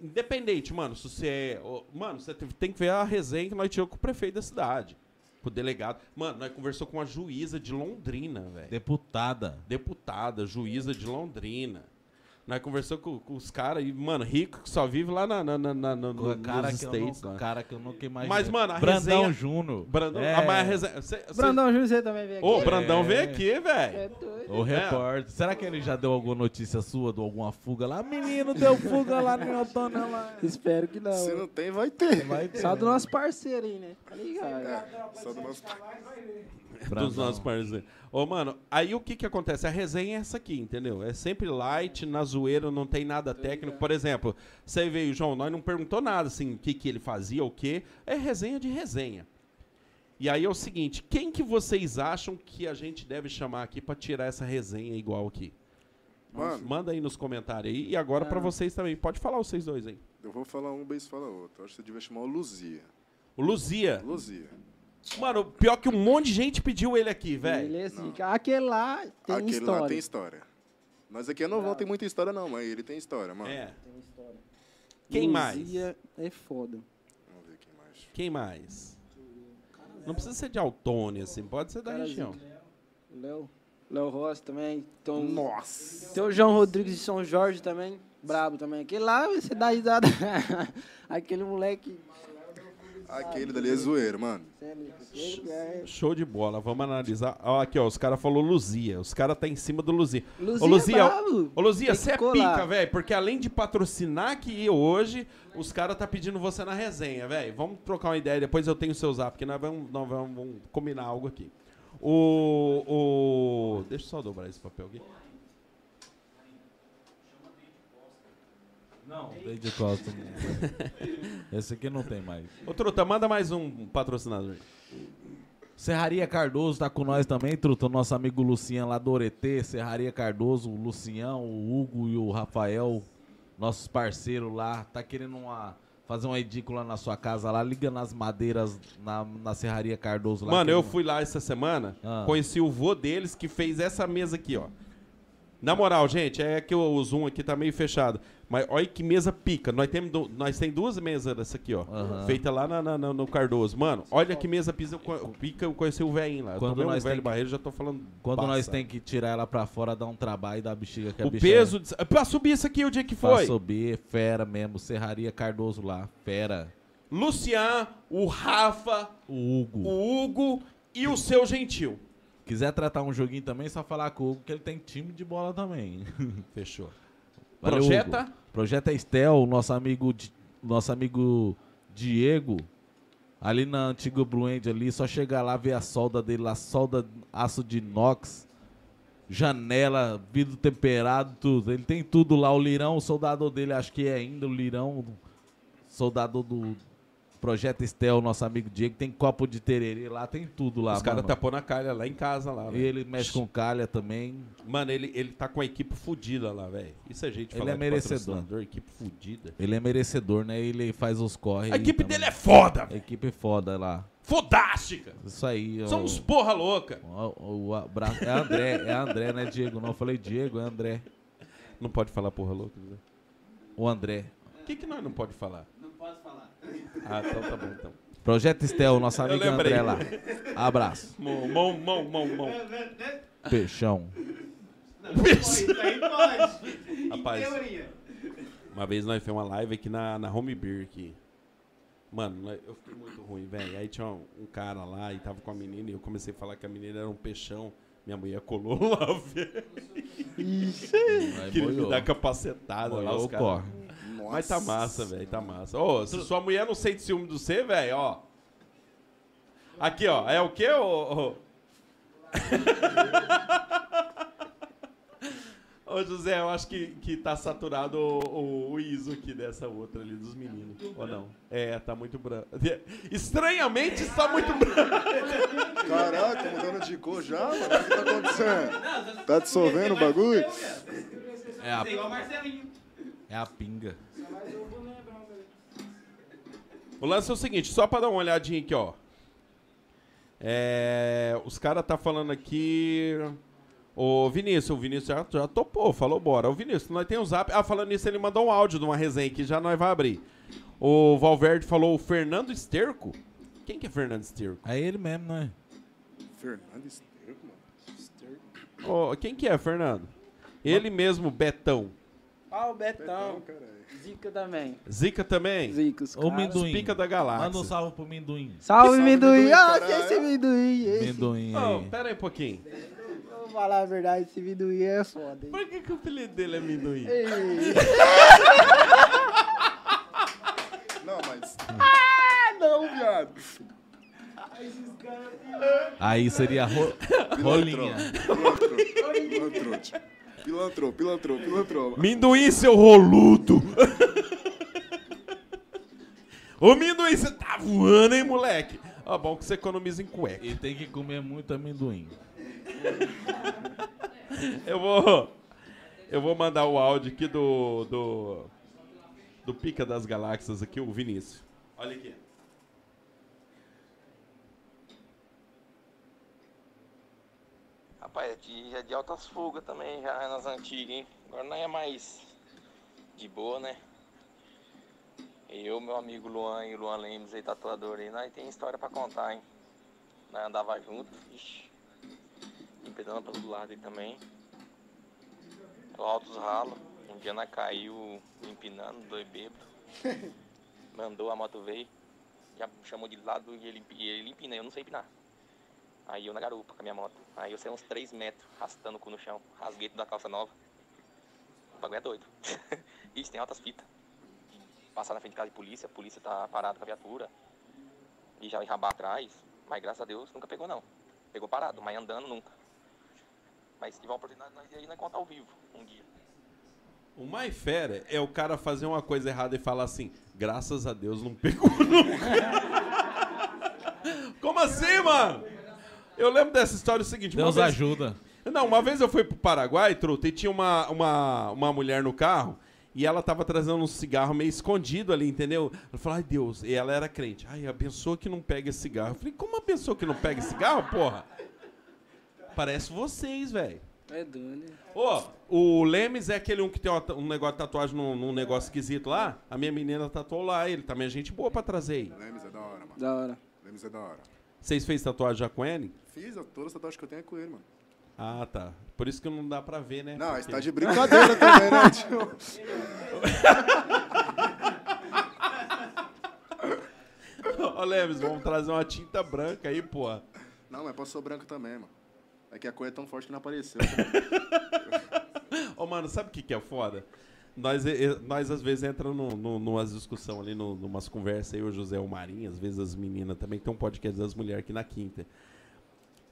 Speaker 1: Independente, mano, se você é. ô, Mano, você te- tem que ver a resenha que nós tiramos com o prefeito da cidade. Com o delegado. Mano, nós conversou com uma juíza de Londrina, velho
Speaker 2: Deputada.
Speaker 1: deputada, juíza de Londrina. Nós conversamos com, com os caras, e, mano, rico que só vive lá na, na, na, na, na- no,
Speaker 2: O cara,
Speaker 1: nos
Speaker 2: que eu
Speaker 1: States.
Speaker 2: não,
Speaker 1: lá.
Speaker 2: cara que eu nunca imaginei.
Speaker 1: Mas, mano, a
Speaker 2: Brandão
Speaker 1: resenha-
Speaker 2: Júnior.
Speaker 1: Brandão, ah,
Speaker 2: É.
Speaker 1: a maior resenha. Cê, cê-
Speaker 5: Brandão José também veio aqui.
Speaker 1: Ô, Brandão
Speaker 2: É.
Speaker 1: vem aqui,
Speaker 5: É
Speaker 1: velho.
Speaker 5: doido.
Speaker 2: O repórter. Será que ele já deu alguma notícia sua de alguma fuga lá? Menino, deu fuga lá no Autônia lá.
Speaker 3: Espero que não.
Speaker 8: Se não tem, vai ter. É,
Speaker 2: Vai ter.
Speaker 3: Só do nosso parceiro aí, né? Tá ligado?
Speaker 8: Só do nosso
Speaker 1: Dos nossos parceiros. Ô, mano, aí o que que acontece? A resenha é essa aqui, entendeu? É sempre light, na zoeira, não tem nada técnico. Por exemplo, você veio, João, nós não perguntou nada, assim, o que que ele fazia, o quê. É resenha de resenha. E aí é o seguinte, quem que vocês acham que a gente deve chamar aqui pra tirar essa resenha igual aqui?
Speaker 8: Mano,
Speaker 1: Manda aí nos comentários aí. E agora
Speaker 3: Ah.
Speaker 1: pra vocês também. Pode falar os vocês dois aí.
Speaker 8: eu vou falar um, o Beis fala outro. Eu Acho que você devia chamar o Luzia.
Speaker 1: O Luzia.
Speaker 8: Luzia.
Speaker 1: Mano, pior que um monte de gente pediu ele aqui,
Speaker 3: Ele
Speaker 1: velho.
Speaker 3: é zica. Aquele lá tem
Speaker 8: Aquele
Speaker 3: história.
Speaker 8: lá tem história. Nós aqui é novão, tem muita história não, mas ele tem história, mano.
Speaker 1: É.
Speaker 3: história.
Speaker 1: Quem
Speaker 3: Luzia É foda.
Speaker 8: Vamos ver quem mais.
Speaker 1: Quem mais? Não precisa ser de Autônia, assim. Pode ser da
Speaker 3: Cara,
Speaker 1: região.
Speaker 3: Léo. Léo Rossi também. Então,
Speaker 8: Nossa!
Speaker 3: Tem o João Rodrigues de São Jorge também. Brabo também. Aquele lá, você dá risada. Aquele moleque.
Speaker 8: Aquele dali é zoeiro, mano.
Speaker 3: é
Speaker 1: Show de bola, vamos analisar. Ó, aqui, ó, os caras falou Luzia. Os caras tá em cima do Luzia.
Speaker 3: Luzia
Speaker 1: ô,
Speaker 3: é
Speaker 1: Luzia,
Speaker 3: brabo.
Speaker 1: ô, Luzia
Speaker 3: Tem que
Speaker 1: você é
Speaker 3: colar.
Speaker 1: pica, velho. Porque além de patrocinar aqui hoje, os caras tá pedindo você na resenha, velho. Vamos trocar uma ideia, depois eu tenho o seu zap, porque nós vamos, nós vamos, vamos combinar algo aqui. O, o. Deixa eu só dobrar esse papel aqui.
Speaker 2: Não, dei de costa. Esse aqui não tem mais.
Speaker 1: Ô, Truta, manda mais um patrocinador. aí.
Speaker 2: Serraria Cardoso tá com nós também, truta. Nosso amigo Lucian lá do Oretê, Serraria Cardoso, o Lucian, o Hugo e o Rafael, nossos parceiros lá. Tá querendo uma- fazer uma edícula na sua casa lá, liga nas madeiras na, na Serraria Cardoso lá.
Speaker 1: Mano,
Speaker 2: que
Speaker 1: eu
Speaker 2: ele-
Speaker 1: fui lá essa semana,
Speaker 2: Ah.
Speaker 1: conheci o vô deles que fez essa mesa aqui, ó. Na moral, gente, é que o zoom aqui tá meio fechado. Mas olha que mesa pica. Nós temos du- nós tem duas mesas dessa aqui, ó.
Speaker 2: Aham.
Speaker 1: Feita lá na- na- na- no Cardoso. Mano, olha que mesa pisa, eu co- pica. Eu conheci o velhinho lá. Eu
Speaker 2: É. Quando
Speaker 1: tomei um
Speaker 2: nós tem
Speaker 1: velho
Speaker 2: que-
Speaker 1: barreiro, já tô falando.
Speaker 2: Quando nós
Speaker 1: passa.
Speaker 2: tem que tirar ela pra fora, dar um trabalho da bexiga que é. a
Speaker 1: O
Speaker 2: bicha
Speaker 1: peso. De... Pra subir isso aqui o dia que
Speaker 2: é, pra
Speaker 1: foi.
Speaker 2: subir, fera mesmo. Serraria Cardoso lá, fera.
Speaker 1: Lucian, o Rafa,
Speaker 2: O Hugo.
Speaker 1: o Hugo e o seu gentil.
Speaker 2: Quiser tratar um joguinho também, só falar com o Hugo, que ele tem time de bola também.
Speaker 1: Fechou.
Speaker 2: Valeu,
Speaker 1: Projeta?
Speaker 2: Hugo. Projeta é Estel, nosso amigo, Di- nosso amigo Diego. Ali na antiga Blue End ali, só chegar lá, ver a solda dele lá, solda aço de inox, janela, vidro temperado, tudo. Ele tem tudo lá. O Lirão, o soldador dele, acho que é ainda o Lirão, o soldador do Projeto Estel, nosso amigo Diego. Tem copo de tererê lá, tem tudo lá.
Speaker 1: Os tá caras
Speaker 2: mano.
Speaker 1: tapou na calha lá em casa lá.
Speaker 2: E
Speaker 1: velho.
Speaker 2: ele mexe com calha também.
Speaker 1: Mano, ele, ele tá com a equipe fudida lá, velho. Isso é gente
Speaker 2: Ele
Speaker 1: falar
Speaker 2: é
Speaker 1: de
Speaker 2: merecedor.
Speaker 1: patrocinador, equipe fudida.
Speaker 2: Ele é merecedor, né? Ele faz os corre.
Speaker 1: A
Speaker 2: aí
Speaker 1: equipe
Speaker 2: também.
Speaker 1: dele é foda,
Speaker 2: A
Speaker 1: velho.
Speaker 2: equipe foda lá.
Speaker 1: Fodástica.
Speaker 2: Isso aí. ó.
Speaker 1: Somos porra louca.
Speaker 2: Ó, O, abraço. É André, é André, né, Diego? Não, eu falei Diego, é André.
Speaker 1: Não pode falar porra louca, né?
Speaker 2: O André.
Speaker 1: O que, que nós não pode falar?
Speaker 7: Não posso falar.
Speaker 1: Ah, então tá bom, então.
Speaker 2: Projeto Estel, nosso
Speaker 1: Eu
Speaker 2: amigo é
Speaker 1: lembrei.
Speaker 2: André lá. Abraço.
Speaker 1: Mão, mão, mão, mão, mão.
Speaker 2: Peixão.
Speaker 1: Bicho.
Speaker 7: Isso aí pode.
Speaker 1: Rapaz,
Speaker 7: Em teoria.
Speaker 1: uma vez nós fizemos uma live aqui na, na Home Beer aqui. Mano, nós- eu fiquei muito ruim, velho. Aí tinha um, um cara lá e tava com a menina e eu comecei a falar que a menina era um peixão. Minha mulher colou lá, velho.
Speaker 2: Aí
Speaker 1: Queria me
Speaker 2: molhou.
Speaker 1: dar capacetada lá,
Speaker 2: Molhou
Speaker 1: né, os
Speaker 2: o
Speaker 1: caras.
Speaker 2: corre.
Speaker 8: Nossa.
Speaker 1: Mas tá massa, velho, tá massa. Ô, se sua mulher não sente ciúme do C, velho, ó. Aqui, ó, é o quê, ô? Ô, ô José, eu acho que, que tá saturado o, o- o ISO aqui dessa outra ali dos meninos. Ou não? É, tá muito branco. Estranhamente está muito branco.
Speaker 8: Caraca, mudando de cor já, mano. O que tá acontecendo? Tá dissolvendo o bagulho?
Speaker 2: É a,
Speaker 7: É igual Marcelinho.
Speaker 2: é a pinga.
Speaker 1: O lance é o seguinte, só pra dar uma olhadinha aqui, ó. É, os caras tá falando aqui. Ô, Vinícius, o Vinícius já, já topou, falou bora. Ô, Vinícius, nós tem um zap. Ah, falando nisso, ele mandou um áudio de uma resenha aqui, já nós vai abrir. O Valverde falou o Fernando Esterco. Quem que é Fernando Esterco?
Speaker 2: É ele mesmo, né?
Speaker 8: Fernando Esterco, mano. Esterco.
Speaker 1: Ô, quem que é, Fernando? Ele mesmo, Betão.
Speaker 3: Ó, o Betão.
Speaker 8: Não, caralho.
Speaker 3: Zica também.
Speaker 1: Zica também?
Speaker 3: Zica, os
Speaker 2: Ô,
Speaker 3: caras.
Speaker 2: Minduim.
Speaker 1: Pica da galáxia.
Speaker 2: Manda um salve pro Minduim.
Speaker 3: Salve,
Speaker 8: Salve,
Speaker 3: Minduim.
Speaker 8: Minduim,
Speaker 3: Ah,
Speaker 8: caralho.
Speaker 3: esse Minduim. Esse.
Speaker 2: Minduim
Speaker 1: Ô,
Speaker 2: aí.
Speaker 1: pera aí um pouquinho.
Speaker 3: Eu Vou falar a verdade, esse Minduim é foda. hein?
Speaker 1: Por que, que o apelido dele é Minduim?
Speaker 3: Ei,
Speaker 8: Não, mas. Ah, não, viado.
Speaker 2: Aí seria ro... rolinha.
Speaker 8: Pilantrou. Pilantrou. tio. Pilantrou, pilantrou, pilantrou.
Speaker 1: Minduim, seu roludo! Ô, Minduim, você tá voando, hein, moleque? Ó, bom que você economiza em cueca.
Speaker 2: E tem que comer muito amendoim.
Speaker 1: Eu vou... Eu vou mandar o áudio aqui do... Do, do Pica das Galáxias aqui, o Vinícius. Olha aqui.
Speaker 12: Rapaz, aqui já é de altas fugas também, já é nas antigas, hein? Agora não é mais de boa, né? Eu, meu amigo Luan e o Luan Lemos, aí, tatuador aí, nós tem história pra contar, hein? Nós andava junto, ixi, empedando pra todo lado aí também. Pelo altos ralos, Um dia nós caiu empinando, dois bêbados. Mandou a moto veio. Já chamou de lado e ele, e ele empina, eu não sei empinar. Aí eu na garupa com a minha moto. Aí eu saí uns 3 metros, arrastando o cu no chão. Rasguei toda a calça nova. O bagulho é doido. Isso tem altas fitas. Passar na frente de casa de polícia, a polícia tá parada com a viatura. E já enrabar atrás. Mas graças a Deus nunca pegou não. Pegou parado, mas andando nunca. Mas se tiver uma oportunidade, nós aí nós contar ao vivo um dia.
Speaker 1: O mais fera é o cara fazer uma coisa errada e falar assim, graças a Deus não pegou nunca. Como assim, mano? Eu lembro dessa história é o seguinte. uma
Speaker 2: Deus
Speaker 1: vez-
Speaker 2: ajuda.
Speaker 1: Não, uma vez eu fui pro Paraguai, truta, e tinha uma, uma, uma mulher no carro e ela tava trazendo um cigarro meio escondido ali, entendeu? Ela falou, ai Deus, e ela era crente. Ai, abençoa que não pega esse cigarro. Eu falei, como abençoa que não pega esse cigarro, porra? Parece vocês, velho.
Speaker 3: É doido, né?
Speaker 1: Ô, o Lemes é aquele um que tem uma ta- um negócio de tatuagem num, num negócio esquisito lá. A minha menina tatuou lá, ele também é gente boa pra trazer aí.
Speaker 8: Lemes é da hora, mano.
Speaker 3: Da hora.
Speaker 8: Lemes é da hora.
Speaker 1: Vocês fez tatuagem já com ele?
Speaker 8: Fiz, eu- todas as tatuagens que eu tenho é com ele, mano.
Speaker 1: Ah, tá. Por isso que não dá pra ver, né?
Speaker 8: Não,
Speaker 1: Porque-
Speaker 8: você tá de brincadeira também, né,
Speaker 1: tio? Ô, Lemes, vamos trazer uma tinta branca aí, porra.
Speaker 8: Não, mas passou branco também, mano. É que a cor é tão forte que não apareceu.
Speaker 1: Ô, mano, sabe o que, que é foda? Nós, e- e- nós às vezes entramos no, no, numas discussão ali, no, numas conversas aí, o José o Marinho, às vezes as meninas também, que tem um podcast das mulheres aqui na quinta.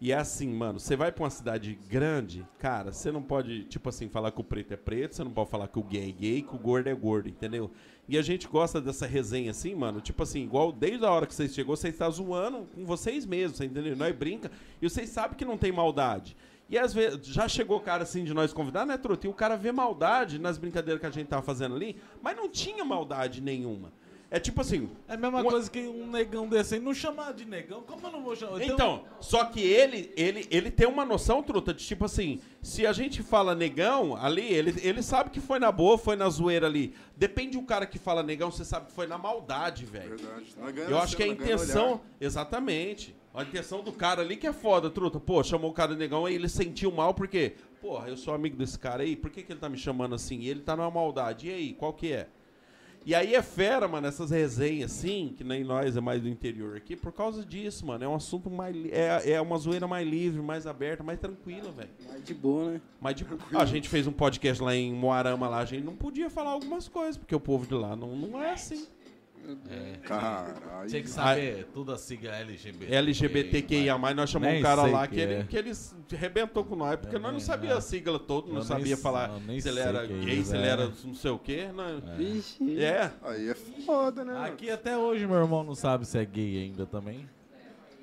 Speaker 1: E é assim, mano, você vai pra uma cidade grande, cara, você não pode, tipo assim, falar que o preto é preto, você não pode falar que o gay é gay, que o gordo é gordo, entendeu? E a gente gosta dessa resenha assim, mano, tipo assim, igual desde a hora que vocês chegou, vocês tá zoando com vocês mesmos, você entendeu? Nós brinca, e vocês sabem que não tem maldade. E às vezes, já chegou o cara assim de nós convidar, né, Truta? E o cara vê maldade nas brincadeiras que a gente tava fazendo ali, mas não tinha maldade nenhuma. É tipo assim,
Speaker 2: É a mesma
Speaker 1: Uma-
Speaker 2: coisa que um negão desse aí. Não chamar de negão, como eu não vou chamar?
Speaker 1: então, só que ele, ele, ele tem uma noção, truta, de tipo assim, se a gente fala negão ali, ele, ele sabe que foi na boa, foi na zoeira ali. Depende do cara que fala negão, você sabe que foi na maldade, velho.
Speaker 8: É Nós ganha
Speaker 1: Eu
Speaker 8: na
Speaker 1: acho que é a
Speaker 8: cena, nós ganha no
Speaker 1: intenção.
Speaker 8: olhar.
Speaker 1: Exatamente. A intenção do cara ali que é foda, truta. Pô, chamou o cara negão e ele sentiu mal porque, porra, eu sou amigo desse cara aí, por que, que ele tá me chamando assim? E ele tá numa maldade. E aí, qual que é? E aí é fera, mano, essas resenhas assim, que nem nós é mais do interior aqui, por causa disso, mano. É um assunto mais. li- É, é uma zoeira mais livre, mais aberta, mais tranquila, velho.
Speaker 3: Mais de boa, né?
Speaker 1: Mas de- a gente fez um podcast lá em Moarama, lá, a gente não podia falar algumas coisas, porque o povo de lá não, não é assim.
Speaker 2: É.
Speaker 8: Caralho.
Speaker 2: Tinha que saber tudo a sigla LGBT.
Speaker 1: LGBTQIA, nós chamamos um cara
Speaker 2: Nem sei
Speaker 1: lá
Speaker 2: que
Speaker 1: que, ele,
Speaker 2: é.
Speaker 1: que ele s- arrebentou com nós, porque nós não sabia a sigla toda,
Speaker 2: eu
Speaker 1: não
Speaker 2: nem
Speaker 1: sabia
Speaker 2: s-
Speaker 1: falar
Speaker 2: eu nem
Speaker 1: se ele
Speaker 2: sei
Speaker 1: era
Speaker 2: que é
Speaker 1: gay,
Speaker 2: isso,
Speaker 1: se ele
Speaker 2: é.
Speaker 1: era não sei o quê. Não.
Speaker 2: É.
Speaker 3: Vixe.
Speaker 1: É.
Speaker 8: Aí é foda, né? mano?
Speaker 2: Aqui até hoje meu irmão não sabe se é gay ainda também.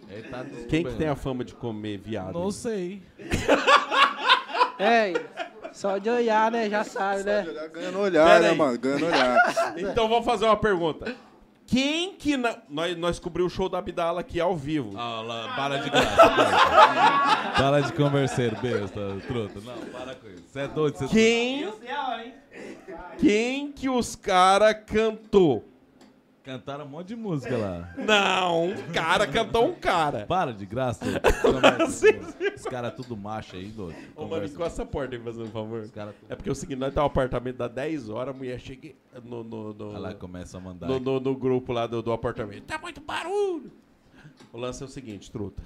Speaker 2: Ele tá
Speaker 1: Quem que
Speaker 2: descobrindo.
Speaker 1: tem a fama de comer viado?
Speaker 2: Não sei.
Speaker 3: Ei, É, só de olhar, né? Já sabe, né?
Speaker 8: Ganha no olhar,
Speaker 1: Pera
Speaker 8: né,
Speaker 1: aí.
Speaker 8: mano? Ganha no olhar.
Speaker 1: Então vamos fazer uma pergunta. Quem que na... nós, nós cobriu o show da Abdala aqui ao vivo?
Speaker 2: Ah, lá, para de graça. para de converseiro, besta, truta. Não, para com isso. Você é doido, você
Speaker 1: Quem,
Speaker 10: Isso é a hora, hein?
Speaker 1: quem que os cara cantou?
Speaker 2: Cantaram um monte de música lá.
Speaker 1: Não, um cara cantou um cara.
Speaker 2: Para de graça. Conversa, mano. Os caras tudo macho aí, doido.
Speaker 1: Ô, mano,
Speaker 2: Conversa.
Speaker 1: encosta a porta aí, fazendo um favor.
Speaker 2: Os caras
Speaker 1: É
Speaker 2: tudo...
Speaker 1: porque é o seguinte, nós tá no apartamento da 10 horas, a mulher chega no, no, no,
Speaker 2: Olha lá, começa a mandar.
Speaker 1: no, no- no grupo lá do, do apartamento. Tá muito barulho! O lance é o seguinte, truta.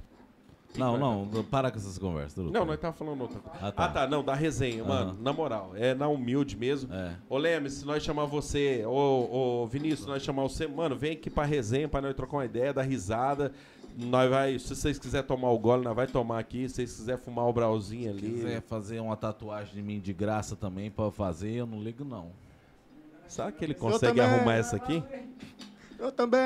Speaker 2: Não, não, não, para com essas conversas. truta.
Speaker 1: é Não, nós tava falando outra coisa.
Speaker 2: Ah,
Speaker 1: Ah,
Speaker 2: tá.
Speaker 1: tá, não, da resenha, mano.
Speaker 2: Aham.
Speaker 1: Na moral, é na humilde mesmo.
Speaker 2: É.
Speaker 1: Ô, Leme, se nós chamar você, ô, ô Vinícius, se nós chamar você, mano, vem aqui pra resenha, pra nós trocar uma ideia, dar risada. Nós vai, se vocês quiserem tomar o gole, nós vai tomar aqui. Se vocês quiserem fumar o brauzinho ali. né?
Speaker 2: Se quiser fazer uma tatuagem de mim de graça também pra eu fazer, eu não ligo não.
Speaker 1: Será que ele consegue
Speaker 8: também.
Speaker 1: arrumar essa aqui?
Speaker 8: Eu também.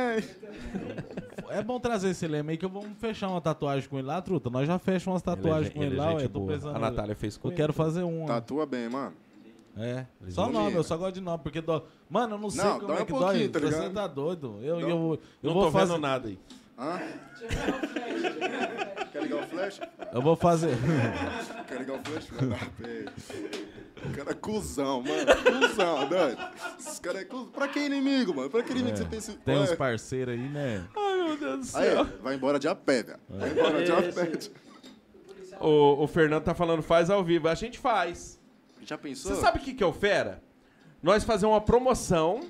Speaker 2: É bom trazer esse lema aí que eu vou fechar uma tatuagem com ele lá, truta. Nós já fechamos umas tatuagens
Speaker 1: é-
Speaker 2: com ele,
Speaker 1: é
Speaker 2: lá,
Speaker 1: gente
Speaker 2: ué, eu tô
Speaker 1: boa.
Speaker 2: pensando.
Speaker 1: A Natália fez com
Speaker 2: Eu
Speaker 1: ele.
Speaker 2: quero fazer uma.
Speaker 8: Tatua Tá, bem, mano.
Speaker 2: É. Só
Speaker 8: não
Speaker 2: nome,
Speaker 8: ligam.
Speaker 2: eu só gosto de nome, porque dói. Mano, eu não sei
Speaker 8: Não,
Speaker 2: como
Speaker 8: dói
Speaker 2: é
Speaker 8: um
Speaker 2: que dói.
Speaker 8: pouquinho, tá
Speaker 2: Você
Speaker 8: ligado?
Speaker 2: tá doido. Eu, eu,
Speaker 8: Não-
Speaker 2: eu,
Speaker 1: Não
Speaker 2: vou
Speaker 1: tô
Speaker 2: fazer.
Speaker 1: vendo nada aí.
Speaker 8: Hã? Quer ligar o flash?
Speaker 2: Eu vou fazer.
Speaker 8: Quer ligar o flash? Vai dar pé. O cara é cuzão, mano. Cuzão, doido. Esse cara é cuzão. Pra que inimigo, mano? Pra que inimigo
Speaker 1: É.
Speaker 8: que você tem esse...
Speaker 2: Tem uns
Speaker 8: Ué.
Speaker 2: parceiros aí, né?
Speaker 8: Aí, vai embora de a pé, velho. Vai embora de a pé.
Speaker 1: O, o Fernando tá falando faz ao vivo. A gente faz.
Speaker 8: Já pensou?
Speaker 1: Você sabe o que, que é o fera? nós fazer uma promoção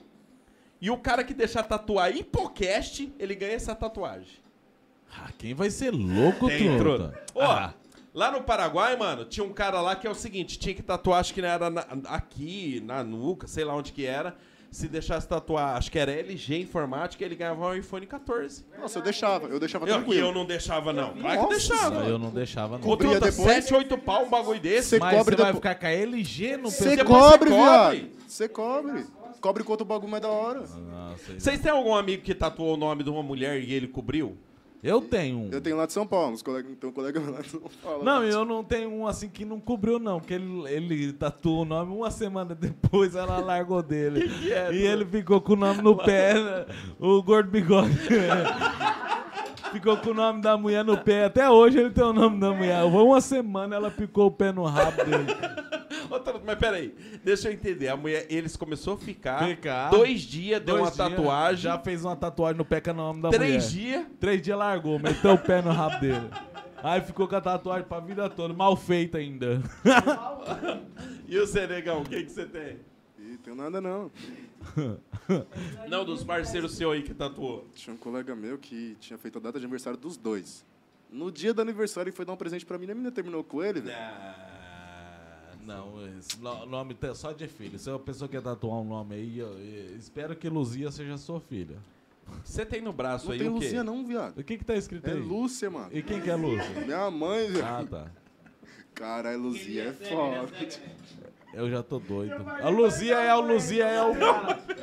Speaker 1: e o cara que deixar tatuar hipocast, ele ganha essa tatuagem.
Speaker 2: Ah, quem vai ser louco,
Speaker 1: Tem, Ah.
Speaker 2: truta?
Speaker 1: Ó, lá no Paraguai, mano, tinha um cara lá que é o seguinte, tinha que tatuar, acho que não era na- aqui, na nuca, sei lá onde que era. Se deixasse tatuar, acho que era LG Informática, ele ganhava um iPhone 14.
Speaker 8: Nossa, eu deixava, eu deixava
Speaker 1: eu,
Speaker 8: tranquilo.
Speaker 1: Eu não deixava, não. Claro que
Speaker 8: Nossa,
Speaker 1: deixava.
Speaker 2: Eu não deixava, não.
Speaker 1: Com
Speaker 8: Cobria
Speaker 1: tanta
Speaker 8: depois.
Speaker 1: 7, 8 pau, um bagulho desse.
Speaker 8: Você
Speaker 1: mas
Speaker 8: cobre
Speaker 1: você vai
Speaker 8: depois.
Speaker 1: ficar
Speaker 2: com a LG no
Speaker 8: Você
Speaker 1: PC,
Speaker 8: cobre,
Speaker 1: você
Speaker 8: viado. Você cobre. Cobre quanto o bagulho mais da hora.
Speaker 1: Vocês têm algum amigo que tatuou o nome de uma mulher e ele cobriu?
Speaker 2: Eu tenho um.
Speaker 8: Eu tenho lá de São Paulo, uns colegas, tem um colega lá de São Paulo.
Speaker 2: Não, eu não tenho um assim que não cobriu, não. Que ele, ele tatuou o nome uma semana depois, ela largou dele.
Speaker 1: é,
Speaker 2: e ele ficou com o nome no pé, né? o gordo bigode. ficou com o nome da mulher no pé. Até hoje ele tem o nome da mulher.
Speaker 1: É.
Speaker 2: Uma semana ela picou o pé no rabo dele.
Speaker 1: Ô, Taruto, mas peraí, deixa eu entender. A mulher, eles começou a ficar.
Speaker 2: Ficar.
Speaker 1: Dois dias, deu
Speaker 2: Dois
Speaker 1: uma
Speaker 2: dias,
Speaker 1: tatuagem.
Speaker 2: Já fez uma tatuagem no pé que é o nome da mulher.
Speaker 1: Três dias.
Speaker 2: Três dias largou, meteu o pé no rabo dele. Aí ficou com a tatuagem pra vida toda, mal feita ainda.
Speaker 1: E o Senegão, o que que você tem?
Speaker 8: Ih, tem nada não.
Speaker 1: Não, dos parceiros seu aí que tatuou.
Speaker 8: Tinha um colega meu que tinha feito a data de aniversário dos dois. No dia do aniversário ele foi dar um presente pra mim, e a menina terminou com ele, velho.
Speaker 2: Ah, Não, esse no- nome tá só de filho. Se a pessoa quer tatuar um nome aí, eu- eu espero que Luzia seja sua filha. tá-
Speaker 1: Você tem no braço
Speaker 8: Não tem Luzia não, viado.
Speaker 2: O que que tá escrito
Speaker 8: É
Speaker 2: aí?
Speaker 8: Lúcia, mano.
Speaker 2: E quem que é Lúcia?
Speaker 8: Minha mãe, velho.
Speaker 2: Ah, tá.
Speaker 8: Caralho, Luzia é forte.
Speaker 2: Eu já tô doido. A Luzia é o Luzia é o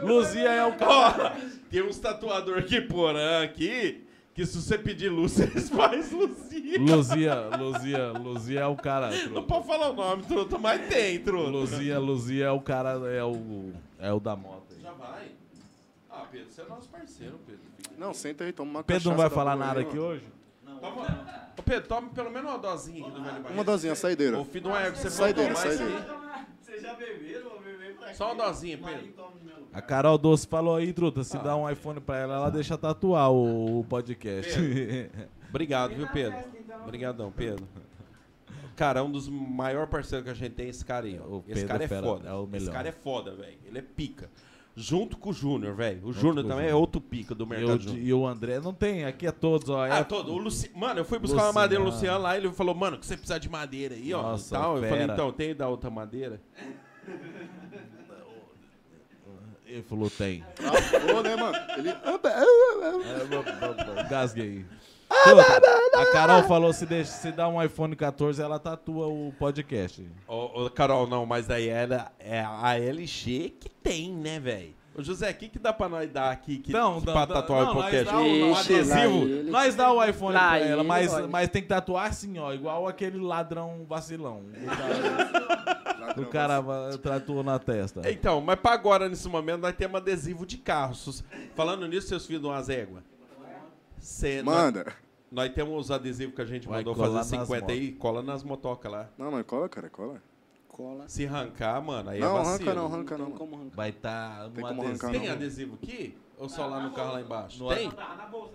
Speaker 2: Luzia é o
Speaker 1: cara. Tem uns tatuador aqui, porã, aqui, que se você pedir luz, eles fazem Luzia.
Speaker 2: Luzia, Luzia, Luzia é o cara. truta.
Speaker 1: Não pode falar o nome, truta, mas tem, truta.
Speaker 2: Luzia, Luzia é o cara, é o é o da moto.
Speaker 1: Já vai. Ah, Pedro, você é nosso parceiro, Pedro. Fica-
Speaker 8: Não, senta aí, toma uma
Speaker 2: Pedro não
Speaker 8: cachaça
Speaker 2: vai
Speaker 8: da
Speaker 2: falar
Speaker 8: boa
Speaker 2: nada
Speaker 8: aí,
Speaker 2: aqui
Speaker 8: mano.
Speaker 2: hoje?
Speaker 1: Toma, Ô, Pedro, toma pelo menos uma dosinha aqui do velho
Speaker 8: Uma dosinha, saideira.
Speaker 1: O filho não é que você
Speaker 8: Saideira,
Speaker 1: faltou mais
Speaker 8: saideira.
Speaker 13: Vocês já beberam? Vou beber pra
Speaker 1: Só
Speaker 13: quê?
Speaker 1: uma dosinha, Pedro.
Speaker 13: Marinho toma no meu lugar.
Speaker 2: A Carol Doce falou aí, Truta, se dá
Speaker 8: Ah.
Speaker 2: um iPhone pra ela, ela deixa tatuar o, o podcast.
Speaker 1: Obrigado, viu, Pedro? Obrigadão, Pedro. Cara, é um dos maiores parceiros que a gente tem, esse cara aí. ó. esse
Speaker 2: Pedro
Speaker 1: cara é
Speaker 2: Fera
Speaker 1: foda.
Speaker 2: é o
Speaker 1: Esse
Speaker 2: melhor.
Speaker 1: cara é foda, velho. Ele é pica. Junto com o Júnior, velho. O Júnior também é outro pica do mercado.
Speaker 2: E o,
Speaker 1: junto.
Speaker 2: e o André não tem, aqui é todos, ó.
Speaker 1: Ah,
Speaker 2: é-
Speaker 1: todo. O Luci... Mano, eu fui buscar uma
Speaker 2: Luciano.
Speaker 1: madeira do Luciano lá, ele falou, mano, que você precisa de madeira aí, ó.
Speaker 2: Nossa,
Speaker 1: e tal. Eu
Speaker 2: fera.
Speaker 1: falei, então, tem da outra madeira?
Speaker 2: Ele falou, tem.
Speaker 8: Travou, né, mano? Ele.
Speaker 2: Gasguei.
Speaker 1: Ah, tá
Speaker 2: Truta, a Carol falou, se, deixa, se dá um iPhone 14, ela tatua o podcast.
Speaker 1: Ô, ô, Carol, não, mas daí ela é a LG que tem, né, velho? Ô, José, o que, que dá pra nós dar aqui que,
Speaker 2: Não,
Speaker 1: que
Speaker 2: dá-
Speaker 1: pra
Speaker 2: dá-
Speaker 1: tatuar
Speaker 2: não,
Speaker 1: o
Speaker 2: nós
Speaker 1: podcast?
Speaker 2: dá um
Speaker 1: Ixi, lá
Speaker 2: adesivo.
Speaker 1: ele.
Speaker 2: Nós dá o iPhone
Speaker 3: Lá
Speaker 2: pra ela,
Speaker 3: ele,
Speaker 2: mas,
Speaker 3: olha.
Speaker 2: mas tem que tatuar assim, ó, igual aquele ladrão vacilão. O cara, o cara va- tatuou na testa.
Speaker 1: Então, mas pra agora, nesse momento, nós temos adesivo de carros. Falando nisso, seus filhos de umas éguas. Cê- nós-
Speaker 8: Manda.
Speaker 1: Nós, temos os adesivos que a gente
Speaker 2: Vai
Speaker 1: mandou
Speaker 2: colar
Speaker 1: fazer
Speaker 2: nas
Speaker 1: 50 aí,
Speaker 2: motos.
Speaker 1: cola nas motocas lá.
Speaker 8: Não, mas cola, cara, cola.
Speaker 3: Cola.
Speaker 1: Se arrancar, mano, aí
Speaker 8: Não,
Speaker 1: é
Speaker 8: arranca
Speaker 1: vacilo.
Speaker 8: não, arranca não.
Speaker 3: Tem
Speaker 8: mano.
Speaker 3: como arrancar.
Speaker 2: Vai estar
Speaker 8: Tem
Speaker 2: no
Speaker 8: como arrancar,
Speaker 2: adesivo.
Speaker 1: Tem
Speaker 8: não.
Speaker 1: adesivo aqui? Ou só lá no carro lá embaixo?
Speaker 2: No
Speaker 1: Tem?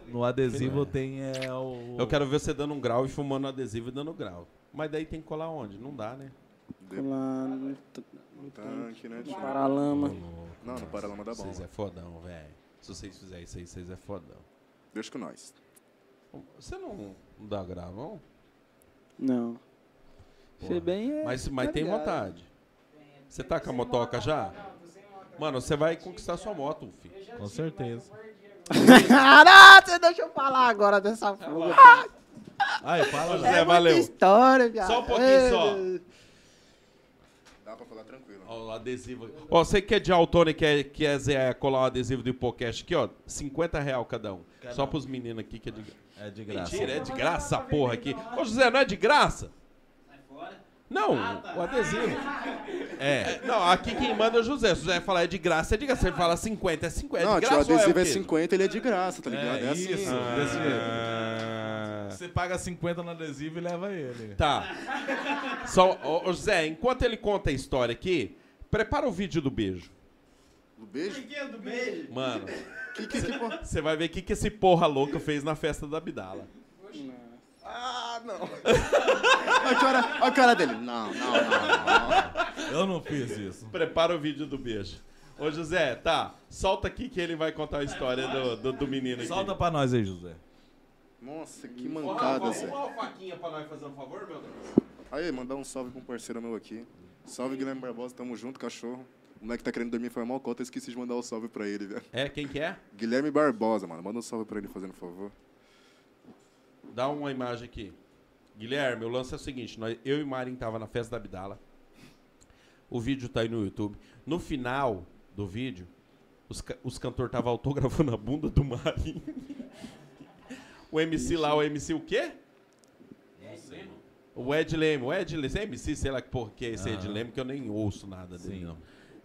Speaker 2: No adesivo tem é, o.
Speaker 1: né? Eu quero ver você dando um grau e fumando adesivo e dando grau. Mas daí tem que colar onde? Não dá, né?
Speaker 3: Colar no, t- no
Speaker 8: Tanque, né?
Speaker 3: tanque,
Speaker 8: tio?
Speaker 3: paralama.
Speaker 8: Não, no Paralama dá bom.
Speaker 1: Vocês é
Speaker 8: mano.
Speaker 1: fodão, velho. Se vocês fizerem isso aí, vocês é fodão.
Speaker 8: Deixa com nós.
Speaker 1: Você não não dá grau, não?
Speaker 3: Não.
Speaker 1: Porra.
Speaker 3: Você bem é.
Speaker 1: Mas, mas
Speaker 3: tá
Speaker 1: tem
Speaker 3: ligado.
Speaker 1: vontade. Você tá com a motoca já? Mano, você vai conquistar sua moto, filho.
Speaker 2: Com certeza.
Speaker 14: Caraca, você deixa eu falar agora dessa fuga.
Speaker 2: Aí, fala
Speaker 1: Ô,
Speaker 2: lá.
Speaker 1: José, valeu.
Speaker 14: História, cara.
Speaker 1: Só um pouquinho só.
Speaker 8: Dá pra falar tranquilo.
Speaker 1: Ó, o adesivo. Ó, você que é de Altone e quer, quer Zé, colar o adesivo do Hipocast aqui, ó. 50 real cada um. Só pros meninos aqui que é de graça.
Speaker 2: É de graça.
Speaker 1: Mentira, é de graça a porra aqui. Ô, José, não é de graça? Não, o adesivo.
Speaker 2: É.
Speaker 1: Não, aqui quem manda é o José. Se o José falar é de graça, é de graça. Se ele fala 50, é 50.
Speaker 8: Não,
Speaker 1: de
Speaker 8: tio, o
Speaker 1: graça ou
Speaker 8: adesivo
Speaker 1: o
Speaker 8: é
Speaker 1: quê?
Speaker 8: 50, ele é de graça, tá ligado? É,
Speaker 2: É
Speaker 8: assim.
Speaker 2: isso,
Speaker 8: mano.
Speaker 2: desse jeito.
Speaker 1: Ah,
Speaker 2: Você paga 50 no adesivo e leva ele.
Speaker 1: Tá. Só, ô, ô, José, enquanto ele conta a história aqui, prepara o vídeo do beijo.
Speaker 8: Do beijo?
Speaker 13: Brinquedo, beijo.
Speaker 1: Mano,
Speaker 8: Que, que, que, porra?
Speaker 1: você vai ver o que, que esse porra louca fez na festa da Bidala.
Speaker 8: Ah, não. Olha a cara- olha a cara dele. Não, não, não. não.
Speaker 2: Eu não fiz isso.
Speaker 1: Prepara o vídeo do beijo. Ô, José, tá. Solta aqui que ele vai contar a história do, do, do menino aqui.
Speaker 2: Solta pra nós aí, José.
Speaker 8: Nossa, que mancada, Zé.
Speaker 1: Uma alfaquinha pra nós fazer um favor, meu Deus.
Speaker 8: Aí, mandar um salve pra um parceiro meu aqui. Salve, Guilherme Barbosa, tamo junto, cachorro. O moleque tá querendo dormir foi mal cota, eu esqueci de mandar o um salve pra ele, velho.
Speaker 1: É, quem que é?
Speaker 8: Guilherme Barbosa, mano. Manda um salve pra ele fazendo favor.
Speaker 1: Dá uma imagem aqui. Guilherme, o lance é o seguinte: nós, eu e Marin tava na festa da Abdala. O vídeo tá aí no YouTube. No final do vídeo, os, ca- os cantores estavam autografando a bunda do Marin. o MC lá, o MC o quê? O Ed Leme, o Ed Leme, MC, sei lá que porra que é esse Ed Leme, que eu nem ouço nada dele, não.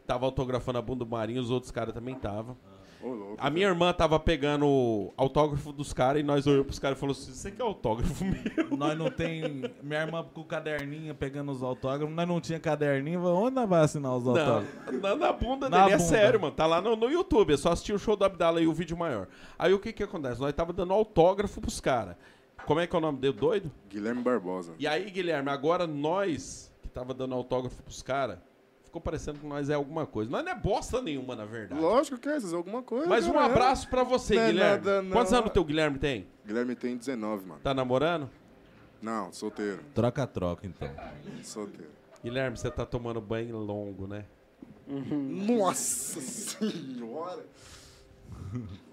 Speaker 1: Tava autografando a bunda do Marinho, os outros caras também tava.
Speaker 8: Ô, louco.
Speaker 1: A minha irmã tava pegando o autógrafo dos caras e nós olhamos pros caras e falou assim, você quer autógrafo meu?
Speaker 2: Nós não tem. Minha irmã com caderninho pegando os autógrafos. Nós não tinha caderninho. Onde nós vai assinar os autógrafos?
Speaker 8: tá.
Speaker 1: Não, na, na bunda
Speaker 2: Na
Speaker 1: dele, é
Speaker 2: bunda.
Speaker 1: sério, mano. Tá lá no, no YouTube, é só assistir o show do Abdala e o vídeo maior. Aí o que que acontece? Nós tava dando autógrafo pros caras. Como é que é o nome dele, doido?
Speaker 8: Guilherme Barbosa.
Speaker 1: E aí, Guilherme, agora nós que tava dando autógrafo pros caras, ficou parecendo que nós é alguma coisa. Nós não é bosta nenhuma, na verdade.
Speaker 8: Lógico que é, vocês alguma coisa.
Speaker 1: Mas um
Speaker 8: cara.
Speaker 1: abraço pra você,
Speaker 8: Não é
Speaker 1: Guilherme.
Speaker 8: nada, não.
Speaker 1: Quantos anos o teu Guilherme tem?
Speaker 8: Guilherme tem 19, mano.
Speaker 1: Tá namorando?
Speaker 8: Não, solteiro.
Speaker 2: Troca-troca, então.
Speaker 8: Solteiro.
Speaker 1: Guilherme, você tá tomando banho longo, né?
Speaker 8: Nossa senhora!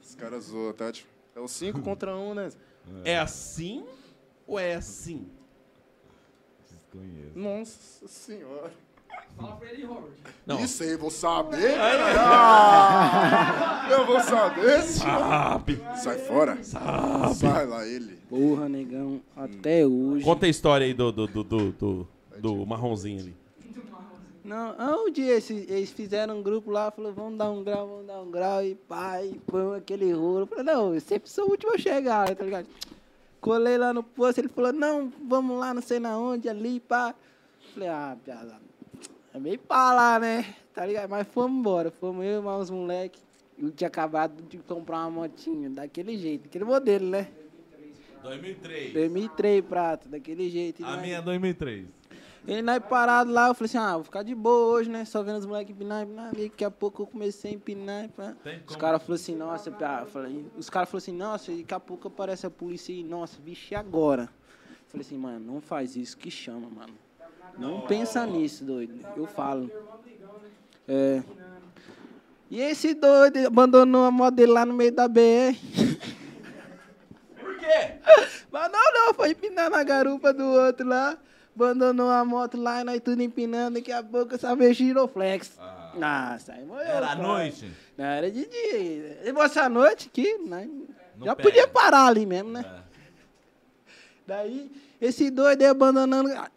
Speaker 8: Os caras zoam, Tati. É o 5 contra 1, um, né?
Speaker 1: É. assim ou é assim?
Speaker 2: Desconheço.
Speaker 8: Nossa senhora.
Speaker 15: Fala pra ele, Robert.
Speaker 1: Não. É,
Speaker 8: Isso aí, vou saber? Ah, eu vou saber,
Speaker 1: Ah,
Speaker 8: senhor. Sai fora. Sai lá ele.
Speaker 3: Porra, negão, até hoje.
Speaker 1: Conta a história aí do, do, do, do, do, do marronzinho ali.
Speaker 3: Não, ah, um dia esse- eles, fizeram um grupo lá, falou, vamos dar um grau, vamos dar um grau, e pai, põe aquele rolo. Eu falei, não, eu sempre sou o último a chegar, né, tá ligado? Colei lá no posto, ele falou, não, vamos lá, não sei na onde, ali, pá. Eu Falei, ah, piada, é meio pá lá, né? Tá ligado? Mas fomos embora, fomos eu e mais uns moleques. Eu tinha acabado de comprar uma motinha, daquele jeito, aquele modelo, né?
Speaker 2: 2003.
Speaker 3: 2003 prata, daquele jeito. e
Speaker 2: A
Speaker 3: nós-
Speaker 2: minha é 2003.
Speaker 3: ele nós parado lá, eu falei assim, ah, vou ficar de boa hoje, né? Só vendo os moleques empinar, empinar, e daqui a pouco eu comecei a empinar. empinar. Os caras falaram assim, nossa, pá, eu falei, os caras falaram assim, nossa, e daqui a pouco aparece a polícia e, nossa, vixe, e agora? Eu falei assim, mano, não faz isso que chama, mano. Não pensa nisso, doido. Eu falo. É. E esse doido abandonou a moto dele lá no meio da BR.
Speaker 1: Por quê?
Speaker 3: Mas não, não, foi empinar na garupa do outro lá. Abandonou a moto lá e nós tudo empinando. Daqui a pouco essa vez giroflex. Nossa, aí morreu.
Speaker 2: Era à
Speaker 3: cara.
Speaker 2: noite?
Speaker 3: Não, era de dia. E essa noite que né,
Speaker 2: Não
Speaker 3: já
Speaker 2: pega.
Speaker 3: podia parar ali mesmo, né? Daí, esse doido aí abandonando. a-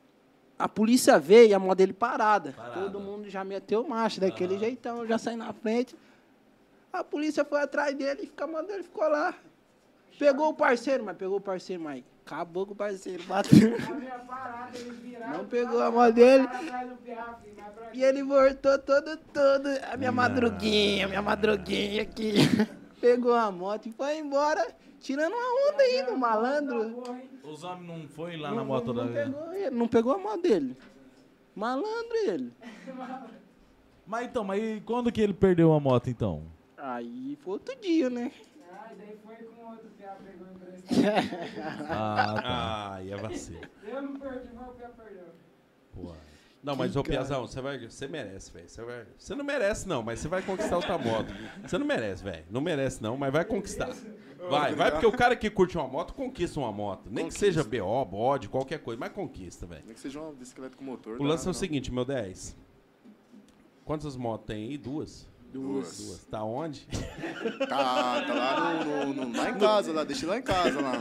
Speaker 3: A polícia veio e a moto dele parada. Todo mundo já meteu marcha daquele jeitão. Eu já saí na frente. A polícia foi atrás dele e fica- a moto dele ficou lá. Pegou o parceiro, mas pegou o parceiro, mas acabou com o parceiro. Bateu. Não pegou a moto dele. E ele voltou todo, todo. A minha madruguinha, minha madruguinha aqui. Pegou a moto e foi embora, tirando uma onda aí do malandro.
Speaker 2: Os homens não foi lá na moto da.
Speaker 3: Não pegou, ele, não pegou a moto dele. Malandro ele.
Speaker 2: Mas então, mas e quando que ele perdeu a moto, então?
Speaker 3: Aí foi outro dia, né?
Speaker 15: Ah, e daí foi com outro piá pegou emprestado.
Speaker 2: Ah,
Speaker 1: Ah, e é vacilo.
Speaker 15: Eu não perdi, mas o piá perdeu.
Speaker 1: Pô. Não, mas, ô Piazão, você vai. Você merece, velho. Você vai. Você não merece, não, mas você vai conquistar outra moto. Você não merece, velho. Não merece, não, mas vai conquistar. Vai, vai, porque o cara que curte uma moto, conquista uma moto. Nem que seja BO, bode, qualquer coisa, mas conquista, velho.
Speaker 8: Nem que seja uma bicicleta com motor.
Speaker 1: O lance é
Speaker 8: dá,
Speaker 1: o
Speaker 8: não.
Speaker 1: seguinte, meu 10. Quantas motos tem aí? Duas?
Speaker 8: Duas.
Speaker 1: Duas. Tá onde?
Speaker 8: Tá, tá lá, no, no- no- lá em casa, lá. Deixa lá em casa, lá.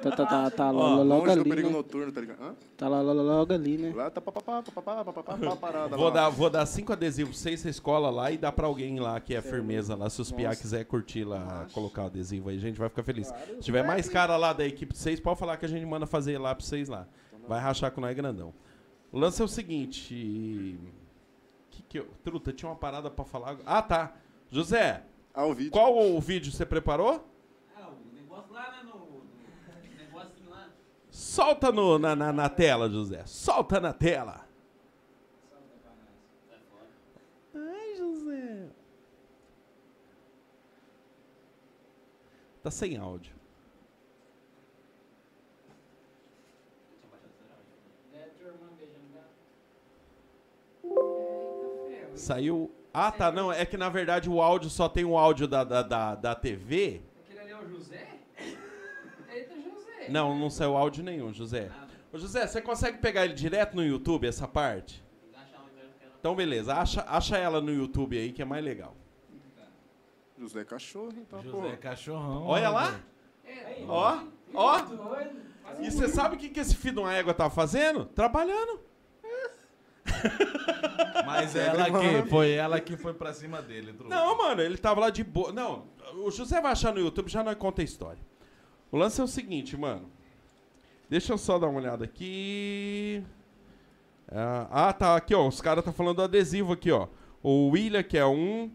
Speaker 3: Tá, tá, tá, tá
Speaker 8: Ó,
Speaker 3: lá, logo
Speaker 8: longe do
Speaker 3: ali,
Speaker 8: perigo
Speaker 3: né?
Speaker 8: noturno, tá ligado? Hã?
Speaker 3: Tá lá, logo, logo ali, né?
Speaker 8: Lá tá papapá, papapá, papapá, papapá, parada
Speaker 1: Vou
Speaker 8: lá.
Speaker 1: dar, vou dar cinco adesivos, seis pra escola lá e dá pra alguém lá que é firmeza lá. Se os piá quiser curtir lá, colocar o adesivo aí, a gente vai ficar feliz. Se tiver mais cara lá da equipe de seis, pode falar que a gente manda fazer lá pra vocês lá. Vai rachar com nós grandão. O lance é o seguinte. Que que eu, truta, tinha uma parada pra falar. Ah, tá. José,
Speaker 8: Ah, o vídeo.
Speaker 1: qual o vídeo você preparou?
Speaker 15: Ah, o negócio lá, né, no... no negocinho lá.
Speaker 1: Solta no, na, na, na tela, José. Solta na tela. Tá sem áudio. Saiu. Ah, tá, não. É que na verdade o áudio só tem o áudio da, da, da, da TV.
Speaker 16: Aquele ali é o José? Eita, José.
Speaker 1: Não, não saiu áudio nenhum, José. Ô, José, você consegue pegar ele direto no YouTube, essa parte? Então, beleza. Acha, acha ela no YouTube aí, que é mais legal.
Speaker 8: José Cachorro, então, pô.
Speaker 2: José Cachorrão.
Speaker 1: Olha lá.
Speaker 16: É,
Speaker 1: Ó, ó.
Speaker 16: doido.
Speaker 1: E você sabe o que, que esse filho de uma égua tá fazendo? Trabalhando.
Speaker 2: Mas ela que foi ela que foi pra cima dele, truco.
Speaker 1: Não, mano, ele tava lá de boa. Não, o José vai achar no YouTube, já não conta a história. O lance é o seguinte, mano. Deixa eu só dar uma olhada aqui. Ah, ah, tá. Aqui, ó. Os caras tá falando do adesivo aqui, ó. O William, que é um.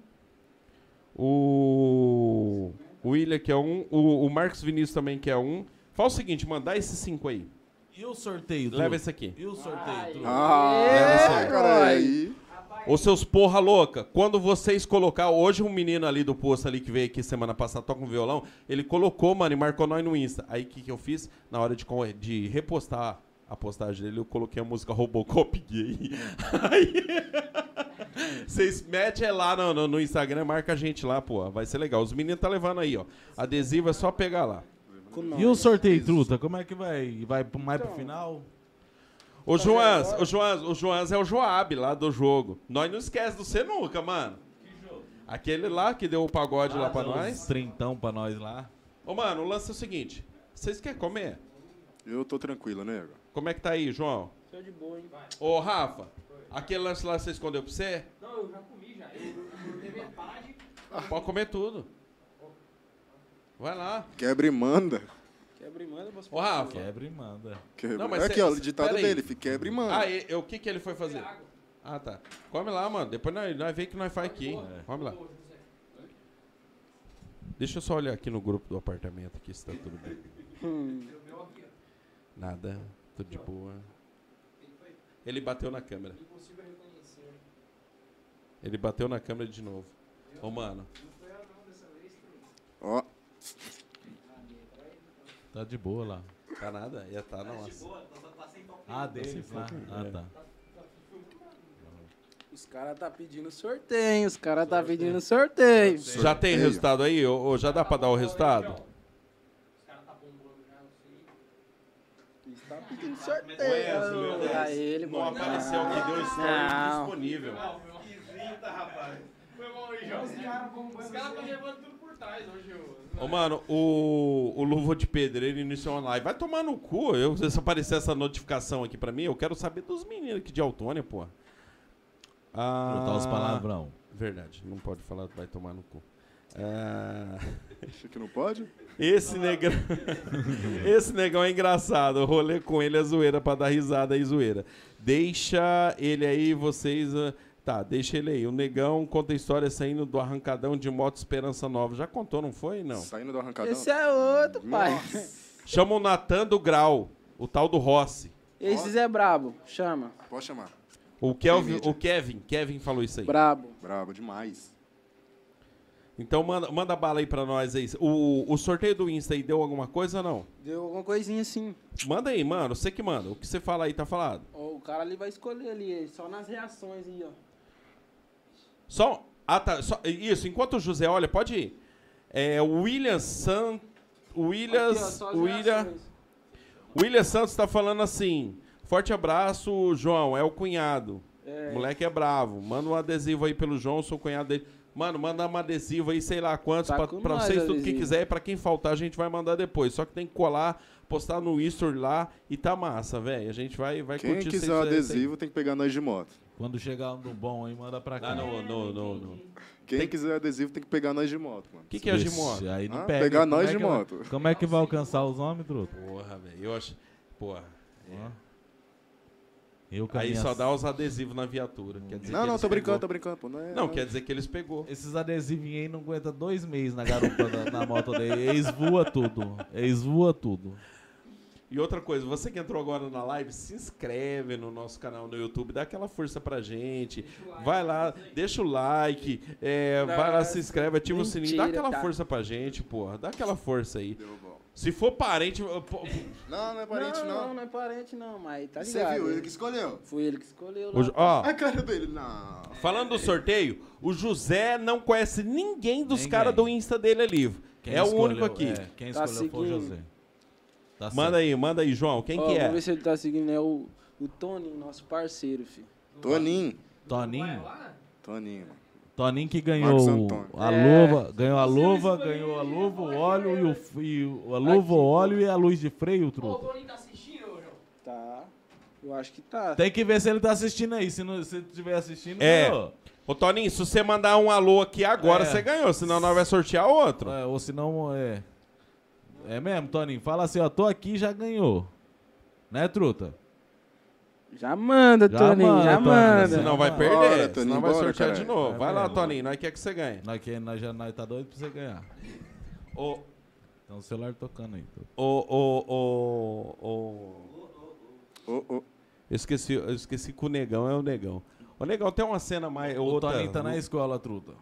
Speaker 1: O. O William, que é um. O, o Marcos Vinícius também, que é um. Fala o seguinte, mano. Dá esses cinco aí.
Speaker 2: E o sorteio, truco?
Speaker 1: Leva esse aqui.
Speaker 2: E o sorteio, truco?
Speaker 8: Ah,
Speaker 1: É,
Speaker 8: cara, aí.
Speaker 1: Ô seus porra louca, quando vocês colocar. Hoje um menino ali do posto ali que veio aqui semana passada, toca um violão, ele colocou, mano, e marcou nós no Insta. Aí o que, que eu fiz? Na hora de, co- de repostar a postagem dele, eu coloquei a música Robocop Gay. Aí. Vocês metem lá no, no- no Instagram, marca a gente lá, pô. Vai ser legal. Os meninos tá levando aí, ó. Adesivo é só pegar lá.
Speaker 2: E o sorteio, truta? Como é que vai? Vai pro- mais
Speaker 1: Então,
Speaker 2: pro final?
Speaker 1: Ô Joás, ô Joás, o Joás é o Joab lá do jogo. Nós não esquece do você nunca, mano. Aquele lá que deu o pagode lá
Speaker 16: Ah,
Speaker 1: pra
Speaker 2: Dá uns
Speaker 1: nós.
Speaker 2: Trintão pra nós lá.
Speaker 1: Ô, mano, o lance é o seguinte. Vocês querem comer?
Speaker 8: Eu tô tranquilo, né, nego.
Speaker 1: Como é que tá aí, João?
Speaker 3: Show de boa, hein?
Speaker 1: Ô, Rafa, aquele lance lá você escondeu pra você?
Speaker 16: Não, eu já comi já. Eu, eu teve metade.
Speaker 1: Pode comer tudo. Vai lá.
Speaker 8: Quebra e manda.
Speaker 3: Quebra e manda, posso
Speaker 1: Ô, Rafa.
Speaker 2: Quebra e manda.
Speaker 8: Quebra.
Speaker 1: Não,
Speaker 8: Não,
Speaker 1: mas
Speaker 8: aqui,
Speaker 1: cê-
Speaker 8: ó, o ditado
Speaker 1: peraí.
Speaker 8: dele, fi, quebra e manda.
Speaker 1: Ah, e, e o que que ele foi fazer? Ah, tá. Come lá, mano. Depois nós, nós vê o que nós faz aqui. Come lá. Deixa eu só olhar aqui no grupo do apartamento aqui se tá tudo bem. Nada. Tudo de boa. Ele bateu na câmera. Ele bateu na câmera de novo. Ô, mano.
Speaker 8: Ó,
Speaker 2: Tá de boa lá.
Speaker 1: Tá nada? Ia tá, nossa.
Speaker 2: Ah, deles lá. Ah, tá.
Speaker 3: Os caras tá pedindo sorteio, hein? os caras tá pedindo sorteio.
Speaker 1: Já tem resultado aí? Ou, ou já dá pra dar o resultado?
Speaker 3: Tá pedindo sorteio. Pra ele,
Speaker 1: Não
Speaker 3: mano.
Speaker 1: apareceu que deu um
Speaker 3: Não.
Speaker 1: story disponível.
Speaker 17: Esquisita, rapaz.
Speaker 16: Foi mal aí, José. Os caras estão tá levando tudo por trás hoje.
Speaker 1: Ô, mano, o, o Luva de Pedreiro iniciou uma live. Vai tomar no cu. Eu, se aparecer essa notificação aqui pra mim, eu quero saber dos meninos aqui de Autônia, pô. Ah,
Speaker 2: É. Botar os palavrão.
Speaker 1: Verdade, não pode falar, vai tomar no cu. Ah,
Speaker 8: acho que não pode?
Speaker 1: esse negão. esse negão é engraçado. O rolê com ele é zoeira pra dar risada e zoeira. Deixa ele aí, vocês. ah, Tá, deixa ele aí. O negão conta a história saindo do arrancadão de moto Esperança Nova. Já contou, não foi? Não.
Speaker 8: Saindo do arrancadão.
Speaker 3: Esse é outro, pai.
Speaker 1: Chama o Natan do Grau, o tal do Rossi.
Speaker 3: Esses é brabo, chama.
Speaker 8: Pode chamar.
Speaker 1: O, Kelvin,
Speaker 8: mídia.
Speaker 1: o Kevin, Kevin falou isso aí.
Speaker 3: Brabo.
Speaker 8: Brabo demais.
Speaker 1: Então manda, manda bala aí pra nós aí. O, o sorteio do Insta aí deu alguma coisa ou não?
Speaker 3: Deu alguma coisinha assim.
Speaker 1: Manda aí, mano. Você que manda. O que você fala aí tá falado.
Speaker 3: Ó, o cara ali vai escolher ali, ele, só nas reações aí, ó.
Speaker 1: Só. Ah, tá. só- isso, enquanto o José olha, pode ir. É, o William Santos.
Speaker 3: Aqui, ó,
Speaker 1: Williams.
Speaker 3: só as
Speaker 1: William.
Speaker 3: reações.
Speaker 1: William Santos tá falando assim. Forte abraço, João. É o cunhado.
Speaker 3: É.
Speaker 1: O Moleque é bravo. Manda um adesivo aí pelo João, sou cunhado dele. Mano, manda um adesivo aí, sei lá quantos,
Speaker 3: Tá
Speaker 1: pra,
Speaker 3: com
Speaker 1: pra
Speaker 3: nós,
Speaker 1: vocês tudo que
Speaker 3: adesivo.
Speaker 1: quiser. E pra quem faltar, a gente vai mandar depois. Só que tem que colar, postar no history lá e tá massa, velho. A gente vai, vai
Speaker 8: Quem
Speaker 1: curtir
Speaker 8: quiser
Speaker 1: vocês
Speaker 8: o
Speaker 1: fizerem isso aí.
Speaker 8: adesivo tem que pegar nós de moto.
Speaker 2: Quando chegar um do bom aí, manda pra cá.
Speaker 1: Ah, não, não, não, não. O
Speaker 8: Quem
Speaker 1: Tem-
Speaker 8: quiser adesivo tem que pegar nós de moto, mano.
Speaker 1: que, que é Gimó?
Speaker 2: Aí não
Speaker 8: Ah,
Speaker 2: pega.
Speaker 8: pegar
Speaker 2: Como
Speaker 8: nós
Speaker 2: é
Speaker 8: de
Speaker 2: que vai-
Speaker 8: moto.
Speaker 2: Como é que vai alcançar os homens, truta?
Speaker 1: Porra, velho. Eu acho. Porra.
Speaker 2: Ó. Eu com a
Speaker 1: Aí
Speaker 2: minha-
Speaker 1: só dá os adesivos na viatura. Quer dizer
Speaker 8: Não,
Speaker 1: que
Speaker 8: não,
Speaker 1: eles
Speaker 8: tô brincando, tô
Speaker 1: pegou.
Speaker 8: brincando. Pô. Não, é,
Speaker 1: Não, quer dizer que eles pegou.
Speaker 2: Esses adesivinhos aí não aguenta dois meses na garupa da na moto dele. Eles voa tudo. Eles voa tudo.
Speaker 1: E outra coisa, você que entrou agora na live, se inscreve no nosso canal no YouTube, dá aquela força pra gente. Vai lá, deixa o like, é, vai lá, se inscreve, ativa o sininho, dá
Speaker 8: mentira,
Speaker 1: aquela
Speaker 8: tá.
Speaker 1: força pra gente, porra. Dá aquela força aí. Se for parente. eu- pô,
Speaker 8: Não, não é parente,
Speaker 3: não,
Speaker 8: não. é.
Speaker 3: não é parente, não, mas tá
Speaker 8: Você
Speaker 3: ligado.
Speaker 8: viu,
Speaker 3: né?
Speaker 8: ele que escolheu.
Speaker 3: Foi ele que escolheu.
Speaker 1: Ô, Ju- ó.
Speaker 8: A cara dele, não.
Speaker 1: Falando do sorteio, o José não conhece ninguém dos caras do Insta dele ali.
Speaker 2: Quem
Speaker 1: é o
Speaker 2: escolheu-
Speaker 1: único aqui.
Speaker 2: é, quem Tá escolheu foi o seguindo. José. Tá
Speaker 1: manda aí, manda aí, João. Quem
Speaker 3: Ó,
Speaker 1: que é?
Speaker 3: Vamos ver se ele tá seguindo. É o, o Tony, nosso parceiro, filho.
Speaker 8: Toninho.
Speaker 2: Toninho?
Speaker 8: Toninho, mano.
Speaker 2: Toninho que
Speaker 8: Marcos
Speaker 2: ganhou
Speaker 8: Antônio.
Speaker 2: a
Speaker 8: É.
Speaker 2: luva, ganhou a luva, ganhou a luva, o óleo e o, f- e o- a luva, o óleo e a luz de freio,
Speaker 18: Ô, o
Speaker 2: truta.
Speaker 18: Toninho tá assistindo, ô, João?
Speaker 3: Tá. Eu acho que tá.
Speaker 2: Tem que ver se ele tá assistindo aí, se não se tiver assistindo,
Speaker 1: É.
Speaker 2: ganhou.
Speaker 1: Ô, Toninho, se você mandar um alô aqui agora,
Speaker 2: É.
Speaker 1: você ganhou. Senão nós vai sortear outro.
Speaker 2: É, ou senão é É mesmo, Toninho, fala assim, ó, tô aqui, já ganhou. Né, truta?
Speaker 3: Já manda, Toninho, já manda.
Speaker 1: Senão vai perder. senão vai sortear de novo. vai
Speaker 8: É,
Speaker 1: lá,
Speaker 2: Toninho.
Speaker 1: Toninho. Nós quer que você ganhe.
Speaker 2: Nós, que, nós já nós tá doido pra você ganhar.
Speaker 1: Ô.
Speaker 2: Então o celular tocando aí. Truta.
Speaker 1: Ô, ô, ô, ô. Eu esqueci, eu esqueci que o negão é o negão. Ô, negão, tem uma cena mais.
Speaker 2: O
Speaker 1: outra-
Speaker 2: Toninho tá na escola, truta.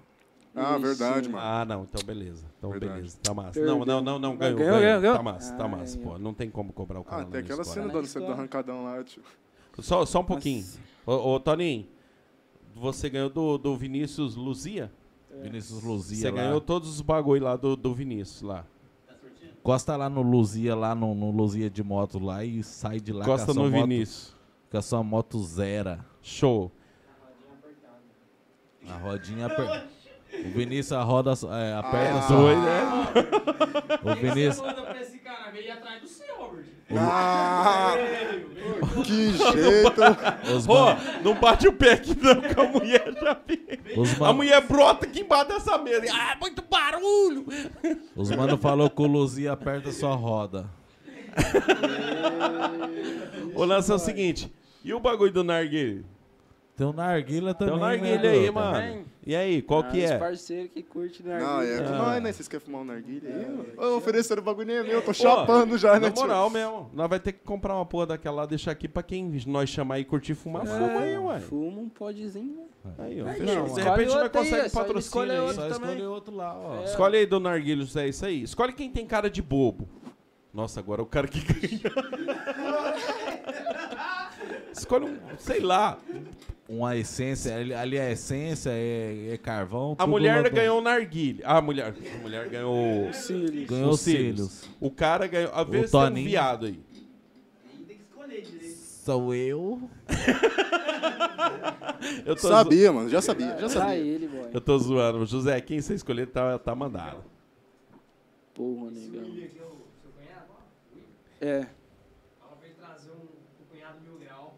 Speaker 8: Ah, verdade, mano.
Speaker 1: Ah, não, então beleza. Então
Speaker 8: Verdade.
Speaker 1: beleza, tá massa.
Speaker 8: Perdeu.
Speaker 1: Não, não, não, não, ganhou,
Speaker 8: Ganhou,
Speaker 1: ganhou.
Speaker 8: ganhou, ganhou.
Speaker 1: Tá massa, tá
Speaker 8: Ah,
Speaker 1: massa, pô. Não tem como cobrar o cara.
Speaker 8: Ah,
Speaker 1: lá
Speaker 8: tem
Speaker 1: na
Speaker 8: aquela
Speaker 1: escola.
Speaker 8: cena do, do arrancadão lá, tipo. tio.
Speaker 1: Só, só um pouquinho. Ô, ô, Toninho, você ganhou do, do Vinícius Luzia?
Speaker 2: Vinícius Luzia
Speaker 1: Você
Speaker 2: lá.
Speaker 1: ganhou todos os bagulho lá do, do Vinícius lá.
Speaker 2: Costa lá no Luzia, lá no, no Luzia de moto lá e sai de lá
Speaker 1: Costa
Speaker 2: com a sua
Speaker 1: no
Speaker 2: moto-
Speaker 1: Vinícius.
Speaker 2: Com a sua moto zera.
Speaker 1: Show.
Speaker 2: A rodinha apertada. O Vinícius a roda, é, aperta
Speaker 1: Ah.
Speaker 2: só.
Speaker 1: Doido, né?
Speaker 2: O Vinícius...
Speaker 18: Você manda pra esse cara, veio atrás do seu, Robert.
Speaker 8: Ah, que jeito.
Speaker 2: Os
Speaker 1: Pô, não bate o pé aqui não, que a mulher já fica.
Speaker 2: Os
Speaker 1: A
Speaker 2: mano-
Speaker 1: mulher brota aqui embaixo dessa mesa. Ah, muito barulho.
Speaker 2: Os mano falou que o Luzia aperta sua roda.
Speaker 1: O lance é o seguinte. E o bagulho do narguilho?
Speaker 2: Tem o narguilha também.
Speaker 1: Tem o
Speaker 2: né,
Speaker 1: narguilha aí,
Speaker 2: Luta?
Speaker 1: mano. E aí, qual que
Speaker 3: Os
Speaker 1: é?
Speaker 3: parceiros Ah, que curte na
Speaker 8: Não, é com nós, né? Vocês querem fumar um narguilha aí, mano? Ô, ofereceram o bagulho nem é meu, eu tô chapando já, né,
Speaker 1: Na
Speaker 8: tio?
Speaker 1: moral mesmo. Nós vai ter que comprar uma porra daquela lá, deixar aqui pra quem nós chamar e curtir fumar, fuma aí, ué.
Speaker 3: Fuma um podezinho, né?
Speaker 1: Aí, ó.
Speaker 3: Aí,
Speaker 1: fechou.
Speaker 3: não,
Speaker 1: de
Speaker 3: escolhe
Speaker 1: repente nós
Speaker 3: outro aí, é
Speaker 1: consegue
Speaker 3: só
Speaker 1: patrocínio
Speaker 3: escolhe
Speaker 1: aí.
Speaker 3: outro Só também.
Speaker 2: escolhe outro lá, ó.
Speaker 1: Escolhe aí do narguilho, José, isso aí. Escolhe quem tem cara de bobo. Nossa, agora o cara que ganha. Escolhe um, sei lá.
Speaker 2: Uma essência, ali, ali é essência, é, é carvão.
Speaker 1: A
Speaker 2: tudo
Speaker 1: mulher
Speaker 2: lá do-
Speaker 1: ganhou o narguilho. Ah, A mulher, a mulher ganhou
Speaker 3: cílios.
Speaker 2: Ganhou
Speaker 1: os
Speaker 2: cílios.
Speaker 1: O cara ganhou. A
Speaker 2: O
Speaker 1: vez tem um
Speaker 2: Toninho.
Speaker 1: viado aí.
Speaker 2: Sou eu.
Speaker 1: Eu tô
Speaker 8: Sabia,
Speaker 1: zo-
Speaker 8: mano, já sabia, já sabia.
Speaker 3: ele, boy.
Speaker 1: Eu tô zoando. José, quem você escolher tá, tá mandado.
Speaker 3: Porra, negão.
Speaker 18: Aqui é o seu cunhado, ó.
Speaker 3: É.
Speaker 18: Ela veio trazer um, um cunhado mil grau.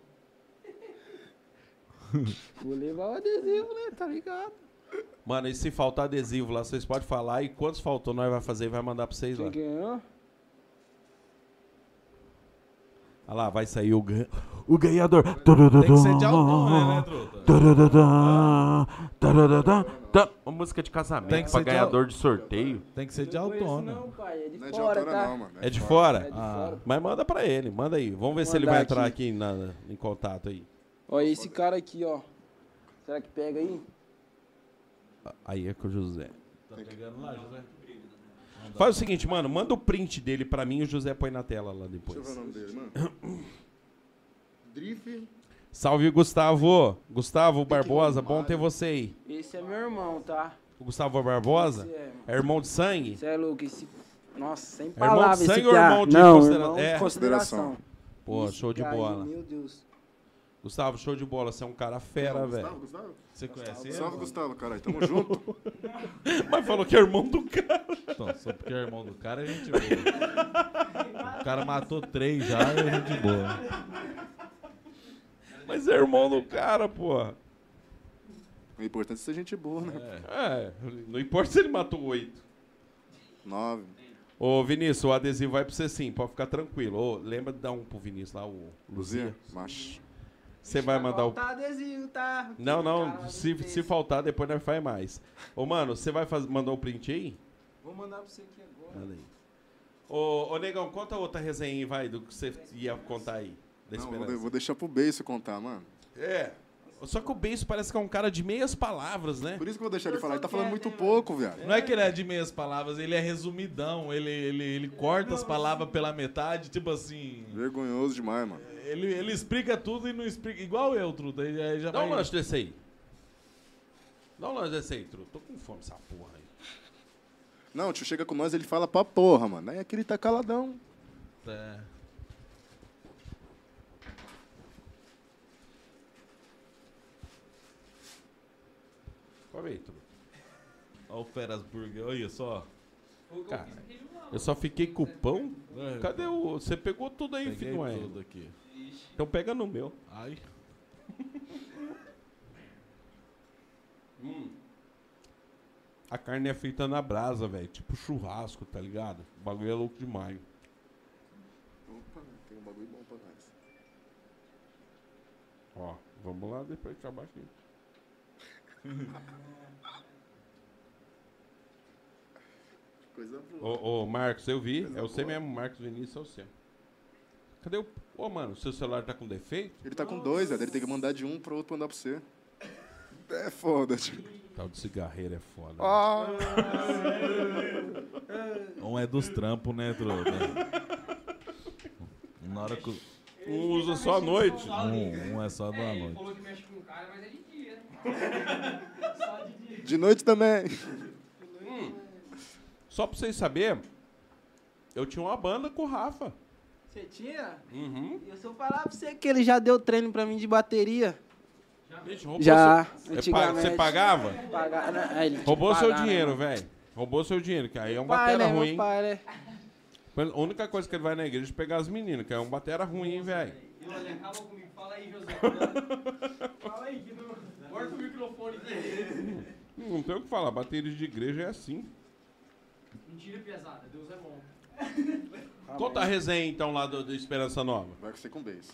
Speaker 3: Vou levar o adesivo, né? Tá ligado?
Speaker 1: Mano, e se faltar adesivo lá, vocês podem falar. E quantos faltou, nós vai fazer e vai mandar pra vocês lá.
Speaker 3: Quem ganhou?
Speaker 1: Olha lá, vai sair o ganho.
Speaker 19: O ganhador.
Speaker 1: Tem que ser de autoria, né, truta? Tá, Uma música de casamento
Speaker 2: Tem que
Speaker 1: pra
Speaker 2: ser de
Speaker 1: ganhador
Speaker 2: al-
Speaker 1: de sorteio.
Speaker 2: Tem que ser de
Speaker 3: Isso
Speaker 2: autônomo.
Speaker 3: não, pai. É de
Speaker 8: Não é de
Speaker 3: fora,
Speaker 8: autora
Speaker 3: tá?
Speaker 8: não, mano.
Speaker 1: É de fora?
Speaker 3: É de
Speaker 1: Ah,
Speaker 3: fora.
Speaker 1: Mas manda pra ele, manda aí. Vamos ver
Speaker 3: Vou
Speaker 1: se ele vai
Speaker 3: mandar
Speaker 1: entrar aqui, na- em contato aí.
Speaker 3: Ó, esse cara aqui, ó. Será que pega aí?
Speaker 1: Aí é com o José.
Speaker 2: Tá pegando lá, José?
Speaker 1: Faz o seguinte, mano, manda o print dele pra mim e o José põe na tela lá
Speaker 8: Deixa eu ver o
Speaker 1: depois.
Speaker 8: nome dele, mano. Drift.
Speaker 1: Salve, Gustavo. Gustavo Barbosa, bom
Speaker 2: né?
Speaker 1: ter você aí.
Speaker 3: Esse é meu irmão, tá?
Speaker 1: O Gustavo Barbosa
Speaker 3: Esse é, mano.
Speaker 1: é irmão de sangue?
Speaker 3: Você é louco, esse... Nossa, sem
Speaker 1: É irmão
Speaker 3: palavras
Speaker 1: de sangue
Speaker 3: esse
Speaker 1: ou
Speaker 3: piá.
Speaker 1: irmão de
Speaker 3: não,
Speaker 1: considera-
Speaker 3: irmão de
Speaker 1: é.
Speaker 3: consideração.
Speaker 1: Pô,
Speaker 3: Esse
Speaker 1: show de
Speaker 3: cara aí,
Speaker 1: bola.
Speaker 3: Meu Deus.
Speaker 1: Gustavo, show de bola. Você é um cara fera,
Speaker 8: Gustavo,
Speaker 1: velho.
Speaker 8: Gustavo?
Speaker 2: Você conhece ele?
Speaker 8: Salve, Gustavo, caralho, tamo junto.
Speaker 1: Mas falou que é irmão do cara.
Speaker 2: Então, só porque é irmão do cara, a gente vê. né? O cara matou três já e a gente boa.
Speaker 1: Mas é irmão do cara, pô.
Speaker 8: O importante é ser gente boa, né?
Speaker 1: É, não importa se ele matou oito.
Speaker 8: Nove.
Speaker 1: Ô, Vinícius, o adesivo vai pra você sim, pode ficar tranquilo. Ô, lembra de dar um pro Vinícius lá, o
Speaker 8: Luzia,
Speaker 1: Luzia.
Speaker 8: macho.
Speaker 1: Você vai mandar o.
Speaker 3: Tá adesivo, tá?
Speaker 1: Não, não, se, se faltar, depois nós faz mais. Ô, mano, você vai faz... mandar o print aí?
Speaker 3: Vou mandar pra você aqui agora.
Speaker 1: Manda aí. Ô, ô, Negão, conta outra resenha aí, vai, do que você ia contar aí. Da
Speaker 8: Não, vou,
Speaker 1: esperança.
Speaker 8: de- vou deixar pro Beiço contar, mano.
Speaker 1: É. Só que o Beijo parece que é um cara de meias palavras, né?
Speaker 8: Por isso que eu vou deixar ele falar. Ele tá falando muito pouco, viado.
Speaker 2: Não é que ele é de meias palavras, ele é resumidão, ele, ele, ele corta as palavras pela metade, tipo assim.
Speaker 8: Vergonhoso demais, mano.
Speaker 2: Ele, ele explica tudo e não explica. Igual eu, Truta. Ele, ele já
Speaker 1: Dá um
Speaker 2: vai-
Speaker 1: lanche desse aí. Dá um lanche desse aí, truta. Tô com fome essa porra aí.
Speaker 8: Não, o tio chega com nós ele fala pra porra, mano. Aí aqui ele tá caladão.
Speaker 2: É.
Speaker 1: Come aí, truta.
Speaker 2: Olha o Feras Burger, olha só.
Speaker 1: Cara, eu só fiquei com o pão. Cadê o. Você pegou tudo aí,
Speaker 2: Peguei
Speaker 1: filho? ué?
Speaker 2: tudo aqui.
Speaker 1: Então pega no meu.
Speaker 2: Ai.
Speaker 1: A carne é feita na brasa, velho. Tipo churrasco, tá ligado? O bagulho é louco demais.
Speaker 8: Opa, tem um bagulho bom pra nós.
Speaker 1: Ó, vamos lá depois que acabar aqui.
Speaker 8: Coisa boa.
Speaker 1: Ô, ô, Marcos, eu vi.
Speaker 8: Coisa
Speaker 1: É você
Speaker 8: boa.
Speaker 1: mesmo, Marcos Vinícius, é você. Cadê o. Ô, mano, seu celular tá com defeito?
Speaker 8: Ele tá com dois, velho. Ele tem que mandar de um pro outro mandar pra você. É foda, tio.
Speaker 1: Tal de cigarreiro é foda. né?
Speaker 8: Ah.
Speaker 2: Um é dos trampos, né, Truta? Na hora que.
Speaker 1: Um usa só à noite.
Speaker 2: Um, um é só da
Speaker 10: Ele
Speaker 2: noite.
Speaker 10: falou que mexe com o cara, mas é de dia. Só de dia.
Speaker 8: De noite também.
Speaker 1: Só pra vocês saberem, eu tinha uma banda com o Rafa.
Speaker 3: Você tinha?
Speaker 1: Uhum.
Speaker 3: E se eu falar pra você que ele já deu treino pra mim de bateria?
Speaker 1: Bicho, roubou
Speaker 3: Já,
Speaker 1: seu- Você pa-
Speaker 3: antigamente.
Speaker 1: Você pagava?
Speaker 3: Pagar, né? É, ele tinha que
Speaker 1: Roubou seu
Speaker 3: pagar, né,
Speaker 1: dinheiro,
Speaker 3: mano?
Speaker 1: velho. Roubou seu dinheiro, que aí é um
Speaker 3: Pai,
Speaker 1: batera
Speaker 3: né,
Speaker 1: ruim.
Speaker 3: meu pai, né?
Speaker 1: A única coisa que ele vai na igreja é pegar as meninas, que é um batera ruim, hein, velho.
Speaker 10: E olha, acaba comigo. Fala aí, José. Fala- Fala aí, que não. Corta o microfone dele.
Speaker 1: Não tem o que falar, bateria de igreja é assim.
Speaker 10: Mentira pesada, Deus é bom.
Speaker 1: Conta a resenha, então, lá do, do Esperança Nova.
Speaker 8: Vai com você com beijo.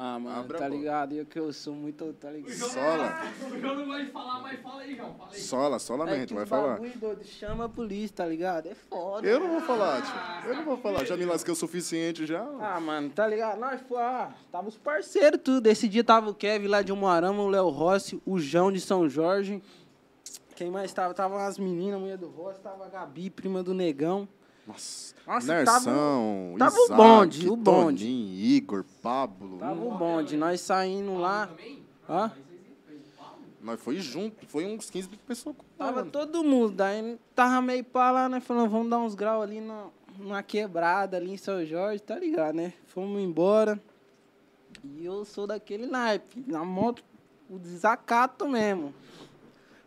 Speaker 3: Ah, mano,
Speaker 8: Abra a
Speaker 3: tá
Speaker 8: boca.
Speaker 3: ligado? E eu que eu sou muito, tá ligado?
Speaker 8: Sola.
Speaker 10: O João não gosta de falar, mas fala aí, João. Fala aí.
Speaker 8: Sola,
Speaker 3: É
Speaker 8: solamente,
Speaker 3: que
Speaker 8: vai
Speaker 3: o
Speaker 8: falar.
Speaker 3: bagulho, doido, chama a polícia, tá ligado? É foda.
Speaker 8: Eu não vou falar, tio. Eu não vou falar. Já me lasquei o suficiente já.
Speaker 3: Ah, mano, tá ligado? Nós foi, ah, tava os parceiros tudo. Esse dia tava o Kevin lá de Moarama, o Léo Rossi, o João de São Jorge. Quem mais tava? Tava as meninas, a mulher do Rossi, tava a Gabi, prima do Negão.
Speaker 8: Nossa.
Speaker 3: Nossa,
Speaker 8: Nersão,
Speaker 3: tava o
Speaker 8: Isaac,
Speaker 3: bonde, o bonde.
Speaker 8: Toninho, Igor, Pablo.
Speaker 3: Tava o bonde, nós saindo lá. Hã?
Speaker 8: Nós foi junto, foi uns 15 pessoas.
Speaker 3: Tava todo mundo, daí tava meio pá lá, né? Falando, vamos dar uns graus ali na, na quebrada ali em São Jorge, tá ligado, né? Fomos embora. E eu sou daquele naipe, na moto, o desacato mesmo.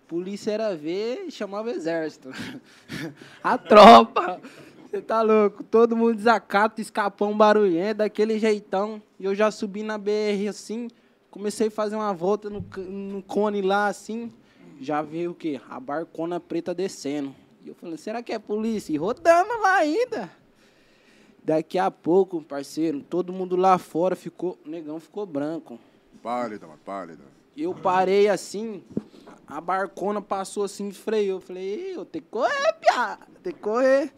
Speaker 3: Polícia era ver e chamava exército. A tropa. Você tá louco? Todo mundo desacato, escapão barulhento, daquele jeitão. E eu já subi na BR assim, comecei a fazer uma volta no, c- no cone lá assim. Já veio o quê? A barcona preta descendo. E eu falei, será que é polícia? E rodando lá ainda. Daqui a pouco, parceiro, todo mundo lá fora ficou. O negão ficou branco.
Speaker 8: Pálida, mano, pálida.
Speaker 3: Eu parei assim, a barcona passou assim e freou. Eu falei, "Ih, eu tenho que correr, piá, tem que correr.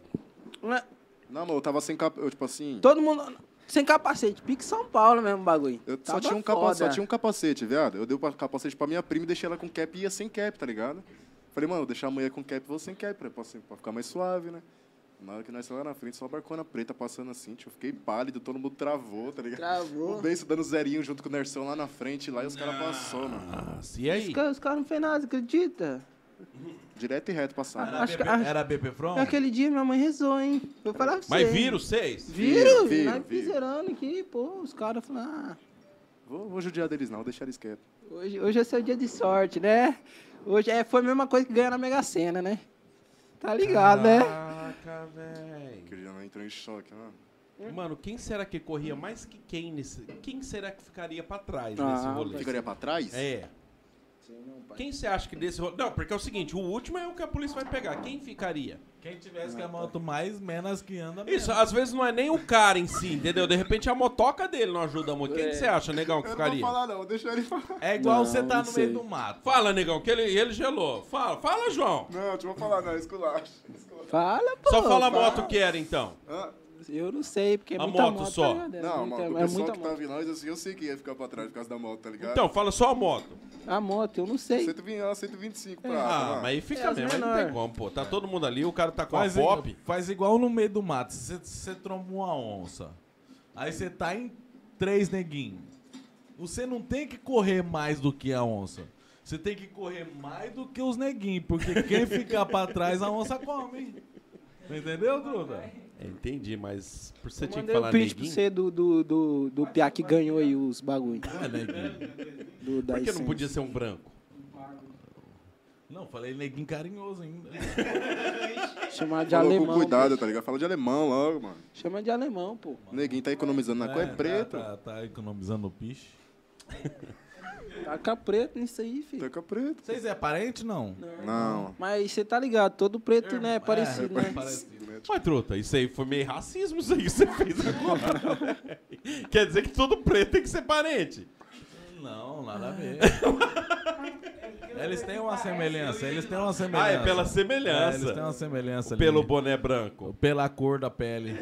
Speaker 3: Né?
Speaker 8: Não, mano, eu tava sem cap... Eu, tipo assim...
Speaker 3: Todo mundo sem capacete, pique São Paulo mesmo o bagulho.
Speaker 8: Eu só
Speaker 3: Tava
Speaker 8: tinha, um capa... só
Speaker 3: foda.
Speaker 8: tinha um capacete, viado. Eu dei o pa- capacete pra minha prima e deixei ela com cap e ia sem cap, tá ligado? Falei, mano, vou deixar a mulher com cap e vou sem cap, pra, pra, ser- pra ficar mais suave, né? Na hora que nós lá na frente, só a barcona preta passando assim, tio, eu fiquei pálido, todo mundo travou, tá ligado?
Speaker 3: Travou.
Speaker 8: O Benço dando zerinho junto com o Nersão lá na frente, lá e os caras passou, mano.
Speaker 1: Nossa, e Assim é aí?
Speaker 3: Os caras os caras não fez nada, acredita?
Speaker 8: Direto e reto passaram.
Speaker 3: Acho que- acho-
Speaker 2: Era BP From?
Speaker 3: Naquele dia minha mãe rezou, hein? Vou falar pra você.
Speaker 1: Mas
Speaker 3: hein?
Speaker 1: viram vocês?
Speaker 3: Viram?
Speaker 8: Viram, viram,
Speaker 3: Nós
Speaker 8: viram.
Speaker 3: piseirando aqui, pô, os caras falaram, ah,
Speaker 8: Vou, vou judiar deles não, vou deixar eles quietos.
Speaker 3: Hoje, hoje é seu dia de sorte, né? Hoje é, foi a mesma coisa que ganhar na Mega Sena, né? Tá ligado, né?
Speaker 1: Caraca, velho.
Speaker 8: Que ele já não entrou em choque, mano.
Speaker 1: Mano, quem será que corria mais que quem nesse. Quem será que ficaria pra trás
Speaker 3: Ah,
Speaker 1: nesse rolê?
Speaker 8: Ficaria pra trás?
Speaker 1: É. Quem você acha que desse rolê. Não, porque é o seguinte: o último é o que a polícia vai pegar. Quem ficaria?
Speaker 2: Quem tivesse com a moto mais menos que
Speaker 8: Tá
Speaker 2: anda
Speaker 1: Isso, às vezes não é nem o cara em si, entendeu? De repente é a motoca dele não ajuda muito. Quem que você acha, negão, que
Speaker 8: É. Eu não vou
Speaker 1: ficaria?
Speaker 8: falar não, deixa ele falar.
Speaker 2: É igual
Speaker 3: Não,
Speaker 2: você tá
Speaker 3: não
Speaker 2: no
Speaker 3: sei.
Speaker 2: meio do mato.
Speaker 1: Fala, negão, que ele, ele gelou. Fala, fala, João.
Speaker 8: Não, deixa eu falar não, esculacho. esculacho.
Speaker 3: Fala, pô.
Speaker 1: Só fala a moto que era, então.
Speaker 8: Hã?
Speaker 3: Eu não sei, porque é
Speaker 1: A
Speaker 3: muita
Speaker 1: moto
Speaker 3: moto
Speaker 1: só.
Speaker 3: tá ligado? É
Speaker 8: Não, a
Speaker 3: muita-
Speaker 8: moto, o
Speaker 3: é
Speaker 8: pessoal
Speaker 3: muita
Speaker 8: que tava em nós, assim, eu sei que ia ficar pra trás por causa da moto, tá ligado?
Speaker 1: Então, fala só a moto.
Speaker 8: tá-
Speaker 3: A moto, eu não sei.
Speaker 8: 120, ah, 125
Speaker 3: É.
Speaker 8: pra lá,
Speaker 1: Ah,
Speaker 8: lá.
Speaker 1: mas aí fica mesmo, aí não tem como, pô. Tá todo mundo ali, o cara tá com
Speaker 2: Faz,
Speaker 1: a pop.
Speaker 2: i- faz igual no meio do mato. Se você tromba uma onça, aí você tá em três neguinhos. Você não tem que correr mais do que a onça. Você tem que correr mais do que os neguinhos, porque quem ficar pra trás, a onça come. Entendeu, Druda?
Speaker 1: É, entendi, mas por você
Speaker 3: Eu
Speaker 1: tinha que
Speaker 3: Mandei o
Speaker 1: falar
Speaker 3: print pra
Speaker 1: neguinho?
Speaker 3: você do, do, do, do Piá que ganhou aí os bagulho.
Speaker 1: Ah, neguinho.
Speaker 3: Do, da
Speaker 1: Por que não
Speaker 3: essência.
Speaker 1: podia ser um branco?
Speaker 2: Não, falei neguinho carinhoso ainda.
Speaker 3: Chamar de
Speaker 8: Falou
Speaker 3: alemão.
Speaker 8: com cuidado, tá ligado? Fala de alemão logo, mano.
Speaker 3: Chama de alemão, pô.
Speaker 8: O neguinho tá economizando na cor, é preto.
Speaker 2: Tá, tá economizando o piche.
Speaker 3: Taca preto nisso aí, filho.
Speaker 8: Taca Então preto.
Speaker 2: Vocês é parente, não?
Speaker 8: Não.
Speaker 3: Mas você tá ligado, todo preto, né? É parecido, né?
Speaker 1: Mas, truta, isso aí foi meio racismo, isso aí que você fez agora. velho. Quer dizer que todo preto tem que ser parente.
Speaker 2: Não,
Speaker 1: Ah.
Speaker 2: nada a ver. Eles têm uma semelhança, eles têm uma semelhança.
Speaker 1: Ah, é pela semelhança.
Speaker 2: É, eles têm uma semelhança ali.
Speaker 1: Pelo boné branco.
Speaker 2: Pela cor da pele.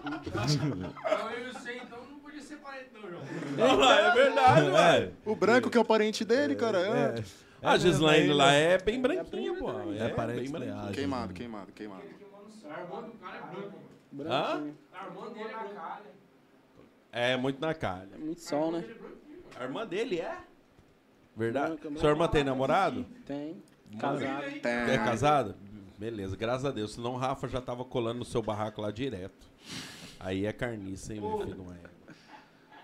Speaker 20: Então eu e você, então não podia ser parente, não, João.
Speaker 1: é verdade, ué.
Speaker 8: O branco que é o parente dele, cara. É.
Speaker 1: A Gislaine lá é bem branquinha, pô.
Speaker 8: É
Speaker 1: É,
Speaker 8: parente
Speaker 1: bem branquinha.
Speaker 8: Queimado, queimado, queimado.
Speaker 20: A irmã do cara é branca. mano.
Speaker 1: Hã?
Speaker 20: A irmã dele é branca.
Speaker 1: É, muito na calha.
Speaker 3: Muito sol, né?
Speaker 1: A irmã dele é? Verdade.
Speaker 3: Branca,
Speaker 1: Sua irmã tem namorado?
Speaker 3: Tem.
Speaker 1: Mano,
Speaker 3: Casado.
Speaker 1: É casada? Beleza, graças a Deus. Senão o Rafa já tava colando no seu barraco lá direto. Aí é carniça, hein, meu filho? Não é.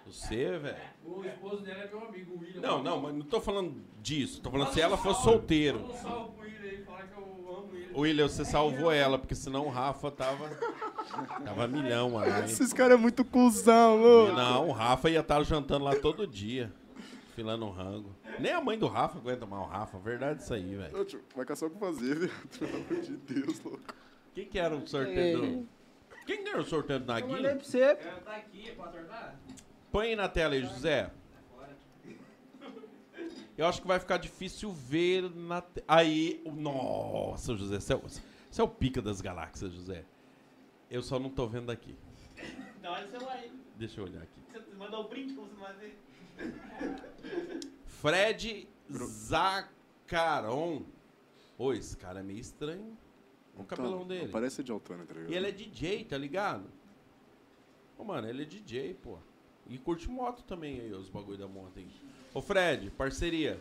Speaker 1: Você, velho.
Speaker 20: O esposo dela é meu amigo, o William.
Speaker 1: Não, não, mas não tô falando disso. Tô falando
Speaker 20: Manda um
Speaker 1: se ela fosse
Speaker 20: salve.
Speaker 1: solteiro.
Speaker 20: Manda um salve pro William aí, fala que eu amo ele.
Speaker 1: O William, você salvou ela, porque senão o Rafa tava. Tava milhão, mano.
Speaker 8: Esses caras é muito cuzão, louco.
Speaker 1: Não, o Rafa ia estar jantando lá todo dia. Filando um rango. Nem a mãe do Rafa aguenta mal o Rafa. Verdade isso aí, velho.
Speaker 8: Ô, tio, tipo, Vai caçar o que fazer, viu? Pelo amor de Deus, louco.
Speaker 1: Quem que era o sorteio do... Quem que era o sorteio do
Speaker 3: Eu mandei
Speaker 1: Naguinho?
Speaker 3: um pra você.
Speaker 20: Ela tá aqui, é pra tornar?
Speaker 1: Põe aí na tela aí, José. Eu acho que vai ficar difícil ver na te... Aí, nossa, José, você é, o- você é o pica das galáxias, José. Eu só não tô vendo aqui.
Speaker 20: Da hora do celular aí.
Speaker 1: Deixa eu olhar aqui.
Speaker 20: Você mandou o print como você não vai ver.
Speaker 1: Fred Zacaron. Ô, esse cara é meio estranho. O cabelão
Speaker 8: Então,
Speaker 1: dele.
Speaker 8: Parece de Altana, tá ligado?
Speaker 1: E ele é DJ, tá ligado? Ô, mano, ele é DJ, pô. E curte moto também aí, os bagulho da moto aí. Ô, Fred, parceria.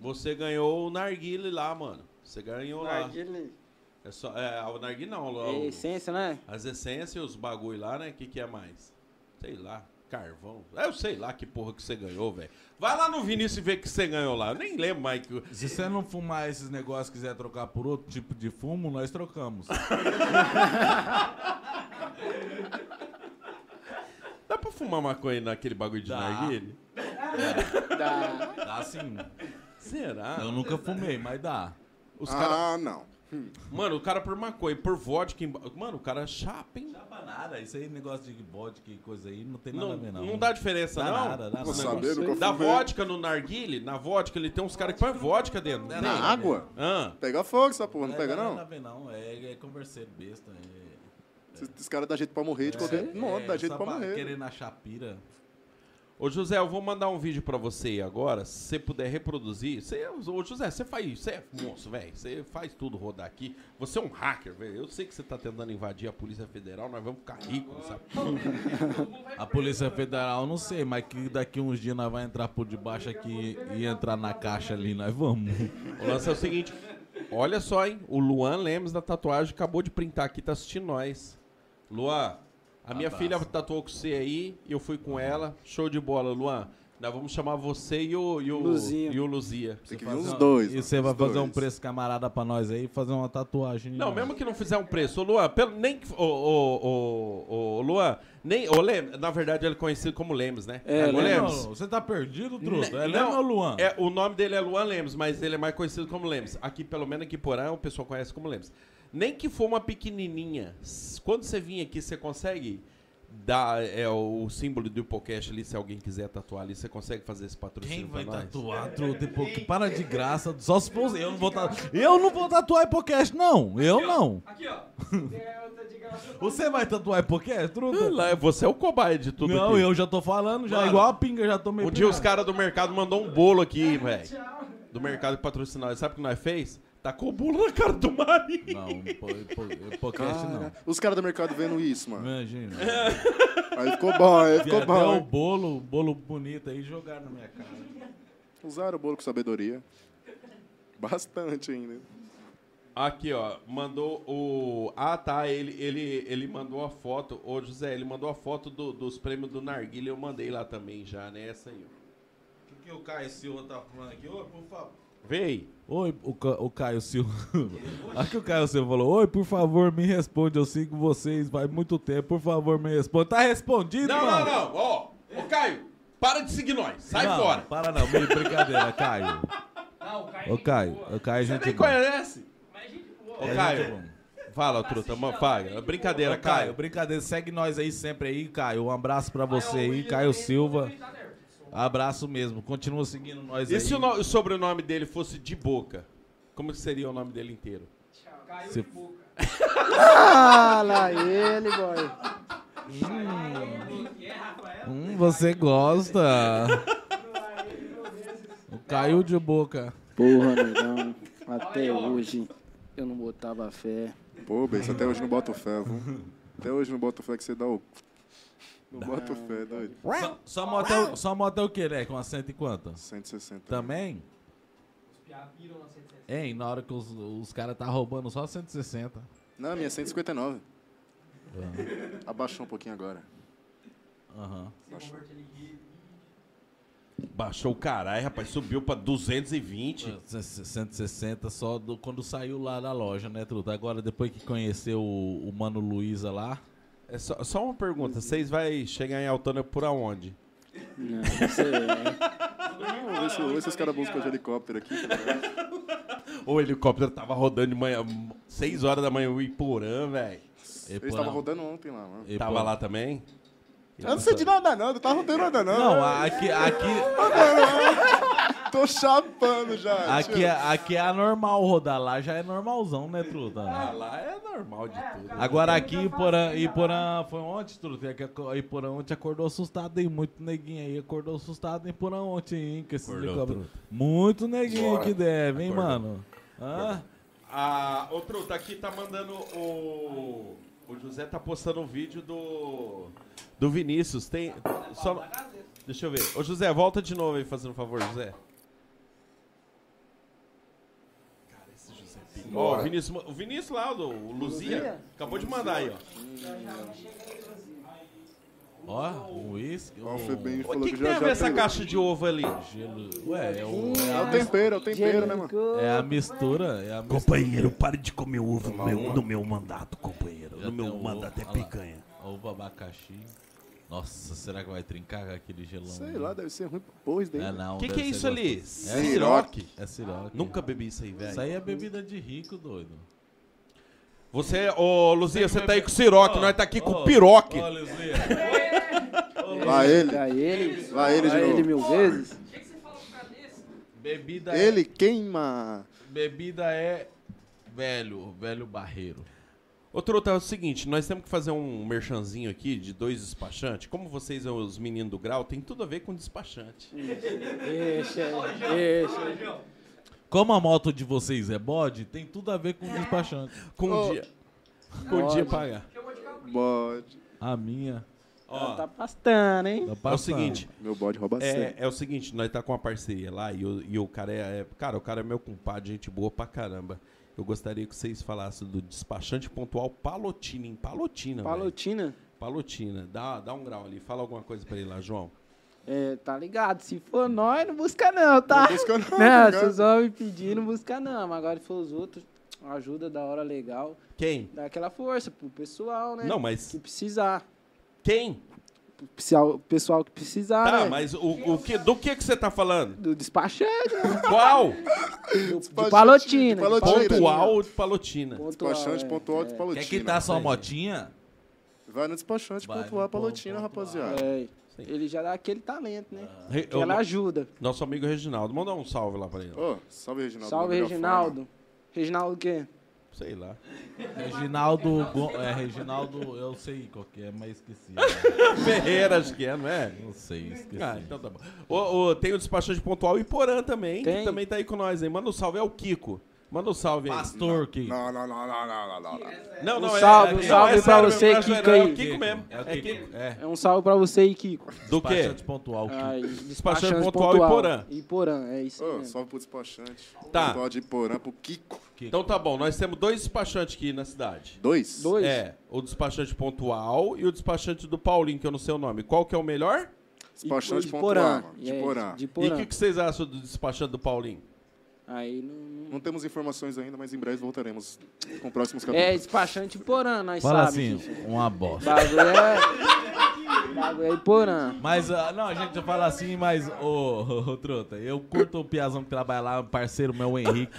Speaker 1: Você ganhou o narguile lá, mano. Você ganhou lá.
Speaker 3: Narguilé.
Speaker 1: É só, é, o narguile não. o-
Speaker 3: É
Speaker 1: o-
Speaker 3: essência, né?
Speaker 1: as essências, os bagulho lá, né? O que, que é mais? Sei lá. Carvão. É, Eu sei lá que porra que você ganhou, velho. Vai lá no Vinícius e vê o que você ganhou lá. Eu nem lembro mais que...
Speaker 2: Se você não fumar esses negócios e quiser trocar por outro tipo de fumo, nós trocamos.
Speaker 1: Dá pra fumar maconha naquele bagulho de
Speaker 2: Dá.
Speaker 1: narguile?
Speaker 3: Da...
Speaker 2: Dá sim.
Speaker 1: Será?
Speaker 2: Eu nunca fumei, mas dá.
Speaker 1: Os
Speaker 8: Ah,
Speaker 1: caras
Speaker 8: não.
Speaker 1: Mano, o cara por maconha, por vodka. em- Mano, o cara chapa, hein?
Speaker 2: Dá pra nada. Isso aí, negócio de vodka e coisa aí, não tem nada
Speaker 1: Não,
Speaker 2: a ver,
Speaker 1: não,
Speaker 2: não.
Speaker 1: dá diferença,
Speaker 2: Dá
Speaker 1: não.
Speaker 2: nada, dá
Speaker 8: Vou
Speaker 2: nada.
Speaker 8: saber, nunca
Speaker 1: Dá
Speaker 8: fumei.
Speaker 1: vodka no narguile, na vodka ele tem uns caras que põem vodka dentro. né?
Speaker 8: Na água?
Speaker 1: Ah,
Speaker 8: Pega fogo essa porra, não
Speaker 2: Não
Speaker 8: pega
Speaker 2: dá nada a
Speaker 8: não?
Speaker 2: ver, não. É, é converseiro besta. É,
Speaker 8: Esses esses caras dá jeito pra morrer de qualquer modo, dá
Speaker 2: é
Speaker 8: jeito
Speaker 2: só
Speaker 8: pra morrer.
Speaker 2: Querer na chapira.
Speaker 1: Ô, José, eu vou mandar um vídeo pra você aí agora, se você puder reproduzir. Você, ô, José, você faz, você é monstro, velho. Você faz tudo rodar aqui. Você é um hacker, velho. Eu sei que você tá tentando invadir a Polícia Federal, nós vamos ficar ricos, sabe?
Speaker 2: A Polícia Federal, não sei, mas que daqui uns dias nós vamos entrar por debaixo aqui e entrar na caixa ali, nós vamos.
Speaker 1: O lance é o seguinte: olha só, hein? O Luan Lemes da tatuagem acabou de printar aqui, tá assistindo nós. Luan, a minha
Speaker 2: Abraço.
Speaker 1: filha tatuou com você aí, eu fui com ela. Show de bola, Luan. Nós vamos chamar você e o, e o,
Speaker 3: Luzinha.
Speaker 1: E o Luzia.
Speaker 8: Tem que vir
Speaker 2: Fazer
Speaker 8: uns
Speaker 2: uma-
Speaker 8: dois.
Speaker 2: E você
Speaker 8: mano,
Speaker 2: vai
Speaker 8: uns
Speaker 2: fazer um
Speaker 8: dois.
Speaker 2: preço camarada pra nós aí e fazer uma tatuagem.
Speaker 1: Não, mesmo que não fizer um preço. Ô, Luan, pelo, nem que. Ô, ô, ô, ô, ô, Luan, nem. Ô, Lem, na verdade, ele é conhecido como Lemes, né?
Speaker 3: É,
Speaker 1: Ô,
Speaker 2: Ô,
Speaker 3: Lemos.
Speaker 2: Lemos, Você tá perdido, truta? É
Speaker 1: Não,
Speaker 2: Lemos ou Luan?
Speaker 1: É, o nome dele é Luan Lemos, mas ele é mais conhecido como Lemos. Aqui, pelo menos aqui porã, o pessoal conhece como Lemos. Nem que for uma pequenininha. s- Quando você vir aqui, você consegue dar é, o símbolo do podcast ali, se alguém quiser tatuar ali, você consegue fazer esse patrocínio
Speaker 2: Quem vai
Speaker 1: pra nós?
Speaker 2: tatuar, truta? Pô, que para de graça. Só se for... Eu não vou tatuar. Eu não vou tatuar hipocast, não. Eu não.
Speaker 20: Aqui, ó.
Speaker 2: Você vai tatuar porque truta?
Speaker 1: Lá, você é o cobaia de tudo
Speaker 2: Não,
Speaker 1: aqui.
Speaker 2: eu já tô falando, já
Speaker 1: Mano,
Speaker 2: igual a pinga, já tomei
Speaker 1: Um dia os caras do mercado mandou um bolo aqui, velho. Do mercado que patrocinou. Sabe o que nós fez? Tacou o bolo na cara do Marinho.
Speaker 2: Não,
Speaker 1: podcast não.
Speaker 8: Ah, é. Os caras do mercado vendo isso, mano.
Speaker 2: Imagina.
Speaker 8: Aí ficou bom, aí ficou
Speaker 2: até
Speaker 8: bom.
Speaker 2: o bolo, o bolo bonito aí jogaram na minha cara.
Speaker 8: Usaram o bolo com sabedoria. Bastante ainda.
Speaker 1: Aqui, ó, mandou o. Ah, tá. Ele, ele, ele mandou a foto. Ô, José, ele mandou a foto do- dos prêmios do Narguilha. Eu mandei lá também já, né? Essa aí, ó.
Speaker 2: O que, o Caio Silva tá falando aqui? Ô, por favor.
Speaker 1: Vem.
Speaker 2: Oi, o, Ca- o Caio Silva. Aqui o Caio Silva falou: Oi, por favor, me responde. Eu sigo vocês, vai muito tempo. Por favor, me responde. Tá respondido,
Speaker 1: Não, não,
Speaker 2: mano.
Speaker 1: não. Ó, ô, Caio, para de seguir nós. Sai
Speaker 2: Não,
Speaker 1: fora.
Speaker 2: Para não, meio brincadeira, Caio.
Speaker 21: Não, o Caio. é
Speaker 2: Ô, Caio, ô, Caio, é
Speaker 1: Você
Speaker 2: gente.
Speaker 1: nem
Speaker 2: boa.
Speaker 1: conhece? Ô,
Speaker 2: É, gente
Speaker 1: Caio.
Speaker 2: boa.
Speaker 1: Fala, truta. Uma faga. Brincadeira,
Speaker 2: Ô, Caio,
Speaker 1: Caio.
Speaker 2: brincadeira. Segue nós aí sempre aí, Caio. Um abraço pra você aí, Caio Silva. Abraço mesmo. Continua seguindo nós
Speaker 1: E
Speaker 2: aí.
Speaker 1: se o, no- o sobrenome dele fosse de boca? Como que seria o nome dele inteiro?
Speaker 2: Se-
Speaker 3: Ah, lá ele, boy.
Speaker 2: Hum, você gosta. O Caio de boca.
Speaker 3: Porra, negão. Até hoje eu não botava fé.
Speaker 8: Pô, Bess, até hoje não bota fé, viu? Até hoje não bota fé que você dá o. Não bota fé, doido.
Speaker 2: Só, só motel, só motel o que, né? Com acento e quanto?
Speaker 8: 160.
Speaker 2: Também? Hein, na hora que os, os caras tá roubando só 160.
Speaker 8: Não, a minha é 159. Abaixou um pouquinho agora.
Speaker 2: Aham.
Speaker 8: Abaixou.
Speaker 1: Baixou o caralho, rapaz. Subiu pra 220.
Speaker 2: 160 só do, quando saiu lá da loja, né, Truta? Agora, depois que conheceu o, o Mano Luiza lá.
Speaker 1: É só, só uma pergunta. Vocês vão chegar em Altona por aonde?
Speaker 3: Não, não sei.
Speaker 8: Vamos ver se, vamos ver se os caras buscam de helicóptero aqui. tá ligado?
Speaker 1: O helicóptero tava rodando de manhã, 6 horas da manhã, o Iporã, velho.
Speaker 2: Tipo,
Speaker 8: Eles estavam rodando ontem lá, mano.
Speaker 1: Tava lá também?
Speaker 8: Eu não sei de nada, não. Não tá rodando nada, não.
Speaker 2: Não, aqui, aqui,
Speaker 8: Tô chapando já.
Speaker 2: aqui,
Speaker 8: tio.
Speaker 2: é- aqui é anormal rodar lá, já é normalzão, né, Truta?
Speaker 1: Ah, lá é normal de tudo.
Speaker 2: Agora aqui, Iporã, Iporã foi ontem, Truta? Que aco- Iporã ontem acordou assustado, hein? Muito neguinho aí, acordou assustado, Iporã ontem, hein? Com esses
Speaker 1: Acordou,
Speaker 2: helicópteros.
Speaker 1: Truta.
Speaker 2: Muito neguinho
Speaker 1: Bora.
Speaker 2: que deve, hein,
Speaker 1: Acordou.
Speaker 2: mano? Hã?
Speaker 1: Ah, ô Truta, aqui tá mandando o. O José tá postando um vídeo do. Do Vinícius. Tem. Só, deixa eu ver. Ô José, volta de novo aí, fazendo um favor, José. Cara, esse José
Speaker 8: é
Speaker 1: Pinho. Ó, o Vinícius, ma- o Vinícius lá, o, o Luzia,
Speaker 3: Luzia?
Speaker 1: acabou de mandar aí, ó.
Speaker 2: Ó, um uísque.
Speaker 8: Ó, o Febem
Speaker 1: O
Speaker 8: falou
Speaker 1: que,
Speaker 8: que,
Speaker 1: que tem
Speaker 8: já
Speaker 1: a
Speaker 8: já
Speaker 1: ver essa
Speaker 8: tem-
Speaker 1: caixa de ovo ali?
Speaker 2: Gelo. Ué, é
Speaker 1: um
Speaker 2: o.
Speaker 8: É o tempero, é o tempero, né, mano?
Speaker 2: É a mistura, é a mistura.
Speaker 19: Companheiro, pare de comer ovo no meu, no meu mandato, companheiro. No meu
Speaker 2: Tem o-
Speaker 19: mandato é
Speaker 2: olha lá,
Speaker 19: picanha.
Speaker 2: Ovo, abacaxi. Nossa, será que vai trincar com aquele gelão?
Speaker 8: Sei lá, deve ser ruim pra porra isso daí.
Speaker 2: É,
Speaker 8: né?
Speaker 2: não.
Speaker 1: O que,
Speaker 2: deve
Speaker 1: que é
Speaker 2: ser
Speaker 1: isso ali?
Speaker 2: gostoso. É
Speaker 8: Siroque.
Speaker 1: Siroque.
Speaker 2: É siroque.
Speaker 1: Nunca bebi isso aí,
Speaker 2: Isso
Speaker 1: velho.
Speaker 2: aí é bebida de rico, doido.
Speaker 1: Você, ô Luzia, você tá aí com o Siroque, nós tá aqui com
Speaker 2: Ô,
Speaker 1: o Piroque.
Speaker 2: Olha, Zé.
Speaker 8: Lá ele.
Speaker 3: Pra ele,
Speaker 8: Lá ele de
Speaker 3: pra ele
Speaker 8: novo.
Speaker 3: mil vezes.
Speaker 2: Bebida
Speaker 8: Ele queima.
Speaker 2: é. Bebida é. Velho, velho barreiro.
Speaker 1: Ô, Truta, é o seguinte, nós temos que fazer um merchanzinho aqui de dois despachantes. Como vocês, os meninos do grau, tem tudo a ver com despachante.
Speaker 3: Deixa, deixa.
Speaker 2: Como a moto de vocês é bode, tem tudo a ver com o
Speaker 8: É.
Speaker 2: despachante.
Speaker 1: Com um
Speaker 8: Ô.
Speaker 1: dia. Com um dia pagar.
Speaker 8: Bode.
Speaker 2: A minha.
Speaker 1: Ó,
Speaker 3: Tá pastando, hein?
Speaker 2: Tá
Speaker 1: é o
Speaker 2: passando.
Speaker 1: seguinte,
Speaker 8: Meu bode rouba sempre.
Speaker 1: é, é o seguinte, nós tá com uma parceria lá e o, e o cara é, é- Cara, o cara é meu compadre, gente boa pra caramba. Eu gostaria que vocês falassem do despachante pontual Palotina, em Palotina. velho.
Speaker 3: Palotina,
Speaker 1: Palotina. Dá, dá um grau ali. Fala alguma coisa pra ele lá, João.
Speaker 3: é, tá ligado? Se for nós, não busca não, tá?
Speaker 8: Não busca não,
Speaker 3: Não,
Speaker 8: tá
Speaker 3: se os
Speaker 8: ligado?
Speaker 3: homens pedir, não busca não. Mas agora se for os outros, ajuda da hora legal.
Speaker 1: Quem?
Speaker 3: Dá aquela força pro pessoal, né?
Speaker 1: Não, mas
Speaker 3: Se precisar.
Speaker 1: quem?
Speaker 3: Pro pessoal- pessoal que precisar,
Speaker 1: Tá,
Speaker 3: né?
Speaker 1: mas o, o que, do que que você tá falando?
Speaker 3: Do despachante, né?
Speaker 1: Qual?
Speaker 3: do, né? de
Speaker 8: Despachante, né?
Speaker 3: Palotina.
Speaker 8: de
Speaker 3: de
Speaker 8: Palotina.
Speaker 1: Pontual de Palotina.
Speaker 3: Pontual,
Speaker 8: Despachante,
Speaker 3: é.
Speaker 8: ponto alto, palotina.
Speaker 2: Quer quitar sua motinha?
Speaker 8: Vai no despachante,
Speaker 2: tá Vai
Speaker 8: ponto
Speaker 2: no
Speaker 8: A, palotina,
Speaker 2: ponto A.
Speaker 8: rapaziada.
Speaker 3: É, ele já dá aquele talento, né?
Speaker 1: Re-
Speaker 3: Aquela
Speaker 1: o-
Speaker 3: ajuda.
Speaker 1: nosso amigo Reginaldo. Manda um salve lá pra ele.
Speaker 8: Ô, salve, Reginaldo.
Speaker 3: Salve,
Speaker 8: meu melhor fã.
Speaker 3: Reginaldo. Reginaldo o quê?
Speaker 1: Sei lá.
Speaker 2: Reginaldo. Gon- É, Reginaldo, eu sei qual que é, mas esqueci.
Speaker 1: Ferreira, acho que é, não é?
Speaker 2: Não sei, esqueci.
Speaker 1: Ah, então tá bom. Ô, ô, tem o despachante pontual e Porã também, que
Speaker 2: Tem.
Speaker 1: também tá aí com nós, hein? Manda um salve, é o Kiko. Manda um salve aí.
Speaker 2: Pastor Kiko.
Speaker 8: Não, não, não, não, não, não, não. não.
Speaker 1: Não,
Speaker 3: Um
Speaker 1: não, é-
Speaker 3: salve,
Speaker 1: é-
Speaker 3: um
Speaker 1: é-
Speaker 3: salve
Speaker 1: é
Speaker 3: pra
Speaker 1: sério
Speaker 3: você,
Speaker 1: mesmo, não é
Speaker 3: Kiko
Speaker 1: não, É
Speaker 3: aí.
Speaker 1: o Kiko mesmo.
Speaker 2: É o
Speaker 1: É
Speaker 2: Kiko,
Speaker 1: Kiko.
Speaker 2: é.
Speaker 3: É um salve pra você e Kiko.
Speaker 1: Do quê?
Speaker 2: Despachante pontual, Kiko.
Speaker 3: Ai,
Speaker 1: Despachante pontual e Porã.
Speaker 3: E Porã, é isso aí
Speaker 8: Ô,
Speaker 3: mesmo.
Speaker 8: salve pro despachante.
Speaker 1: Tá.
Speaker 8: Pessoal de Porã pro Kiko.
Speaker 1: Então tá bom, nós temos dois despachantes aqui na cidade.
Speaker 8: Dois?
Speaker 3: Dois.
Speaker 1: É, o despachante pontual e o despachante do Paulinho, que eu não sei o nome. Qual que é o melhor?
Speaker 8: Despachante
Speaker 3: E- e
Speaker 8: pontual,
Speaker 3: Porã.
Speaker 8: mano.
Speaker 3: E
Speaker 8: De
Speaker 3: é,
Speaker 8: Porã.
Speaker 3: de
Speaker 1: E
Speaker 3: Porã.
Speaker 1: o que, que vocês acham do despachante do Paulinho?
Speaker 3: Aí não- não...
Speaker 8: Não temos informações ainda, mas em breve voltaremos com próximos
Speaker 3: É,
Speaker 8: capítulos.
Speaker 3: despachante e Porã, nós
Speaker 2: Fala assim,
Speaker 3: sabemos.
Speaker 2: uma bosta.
Speaker 3: Bagulho é... Bagulho é e Porã.
Speaker 2: Mas, ah, não, a gente fala assim, mas, ô, ô, ô, Truta, eu curto o Piazão que trabalha lá, um parceiro meu, o Henrique.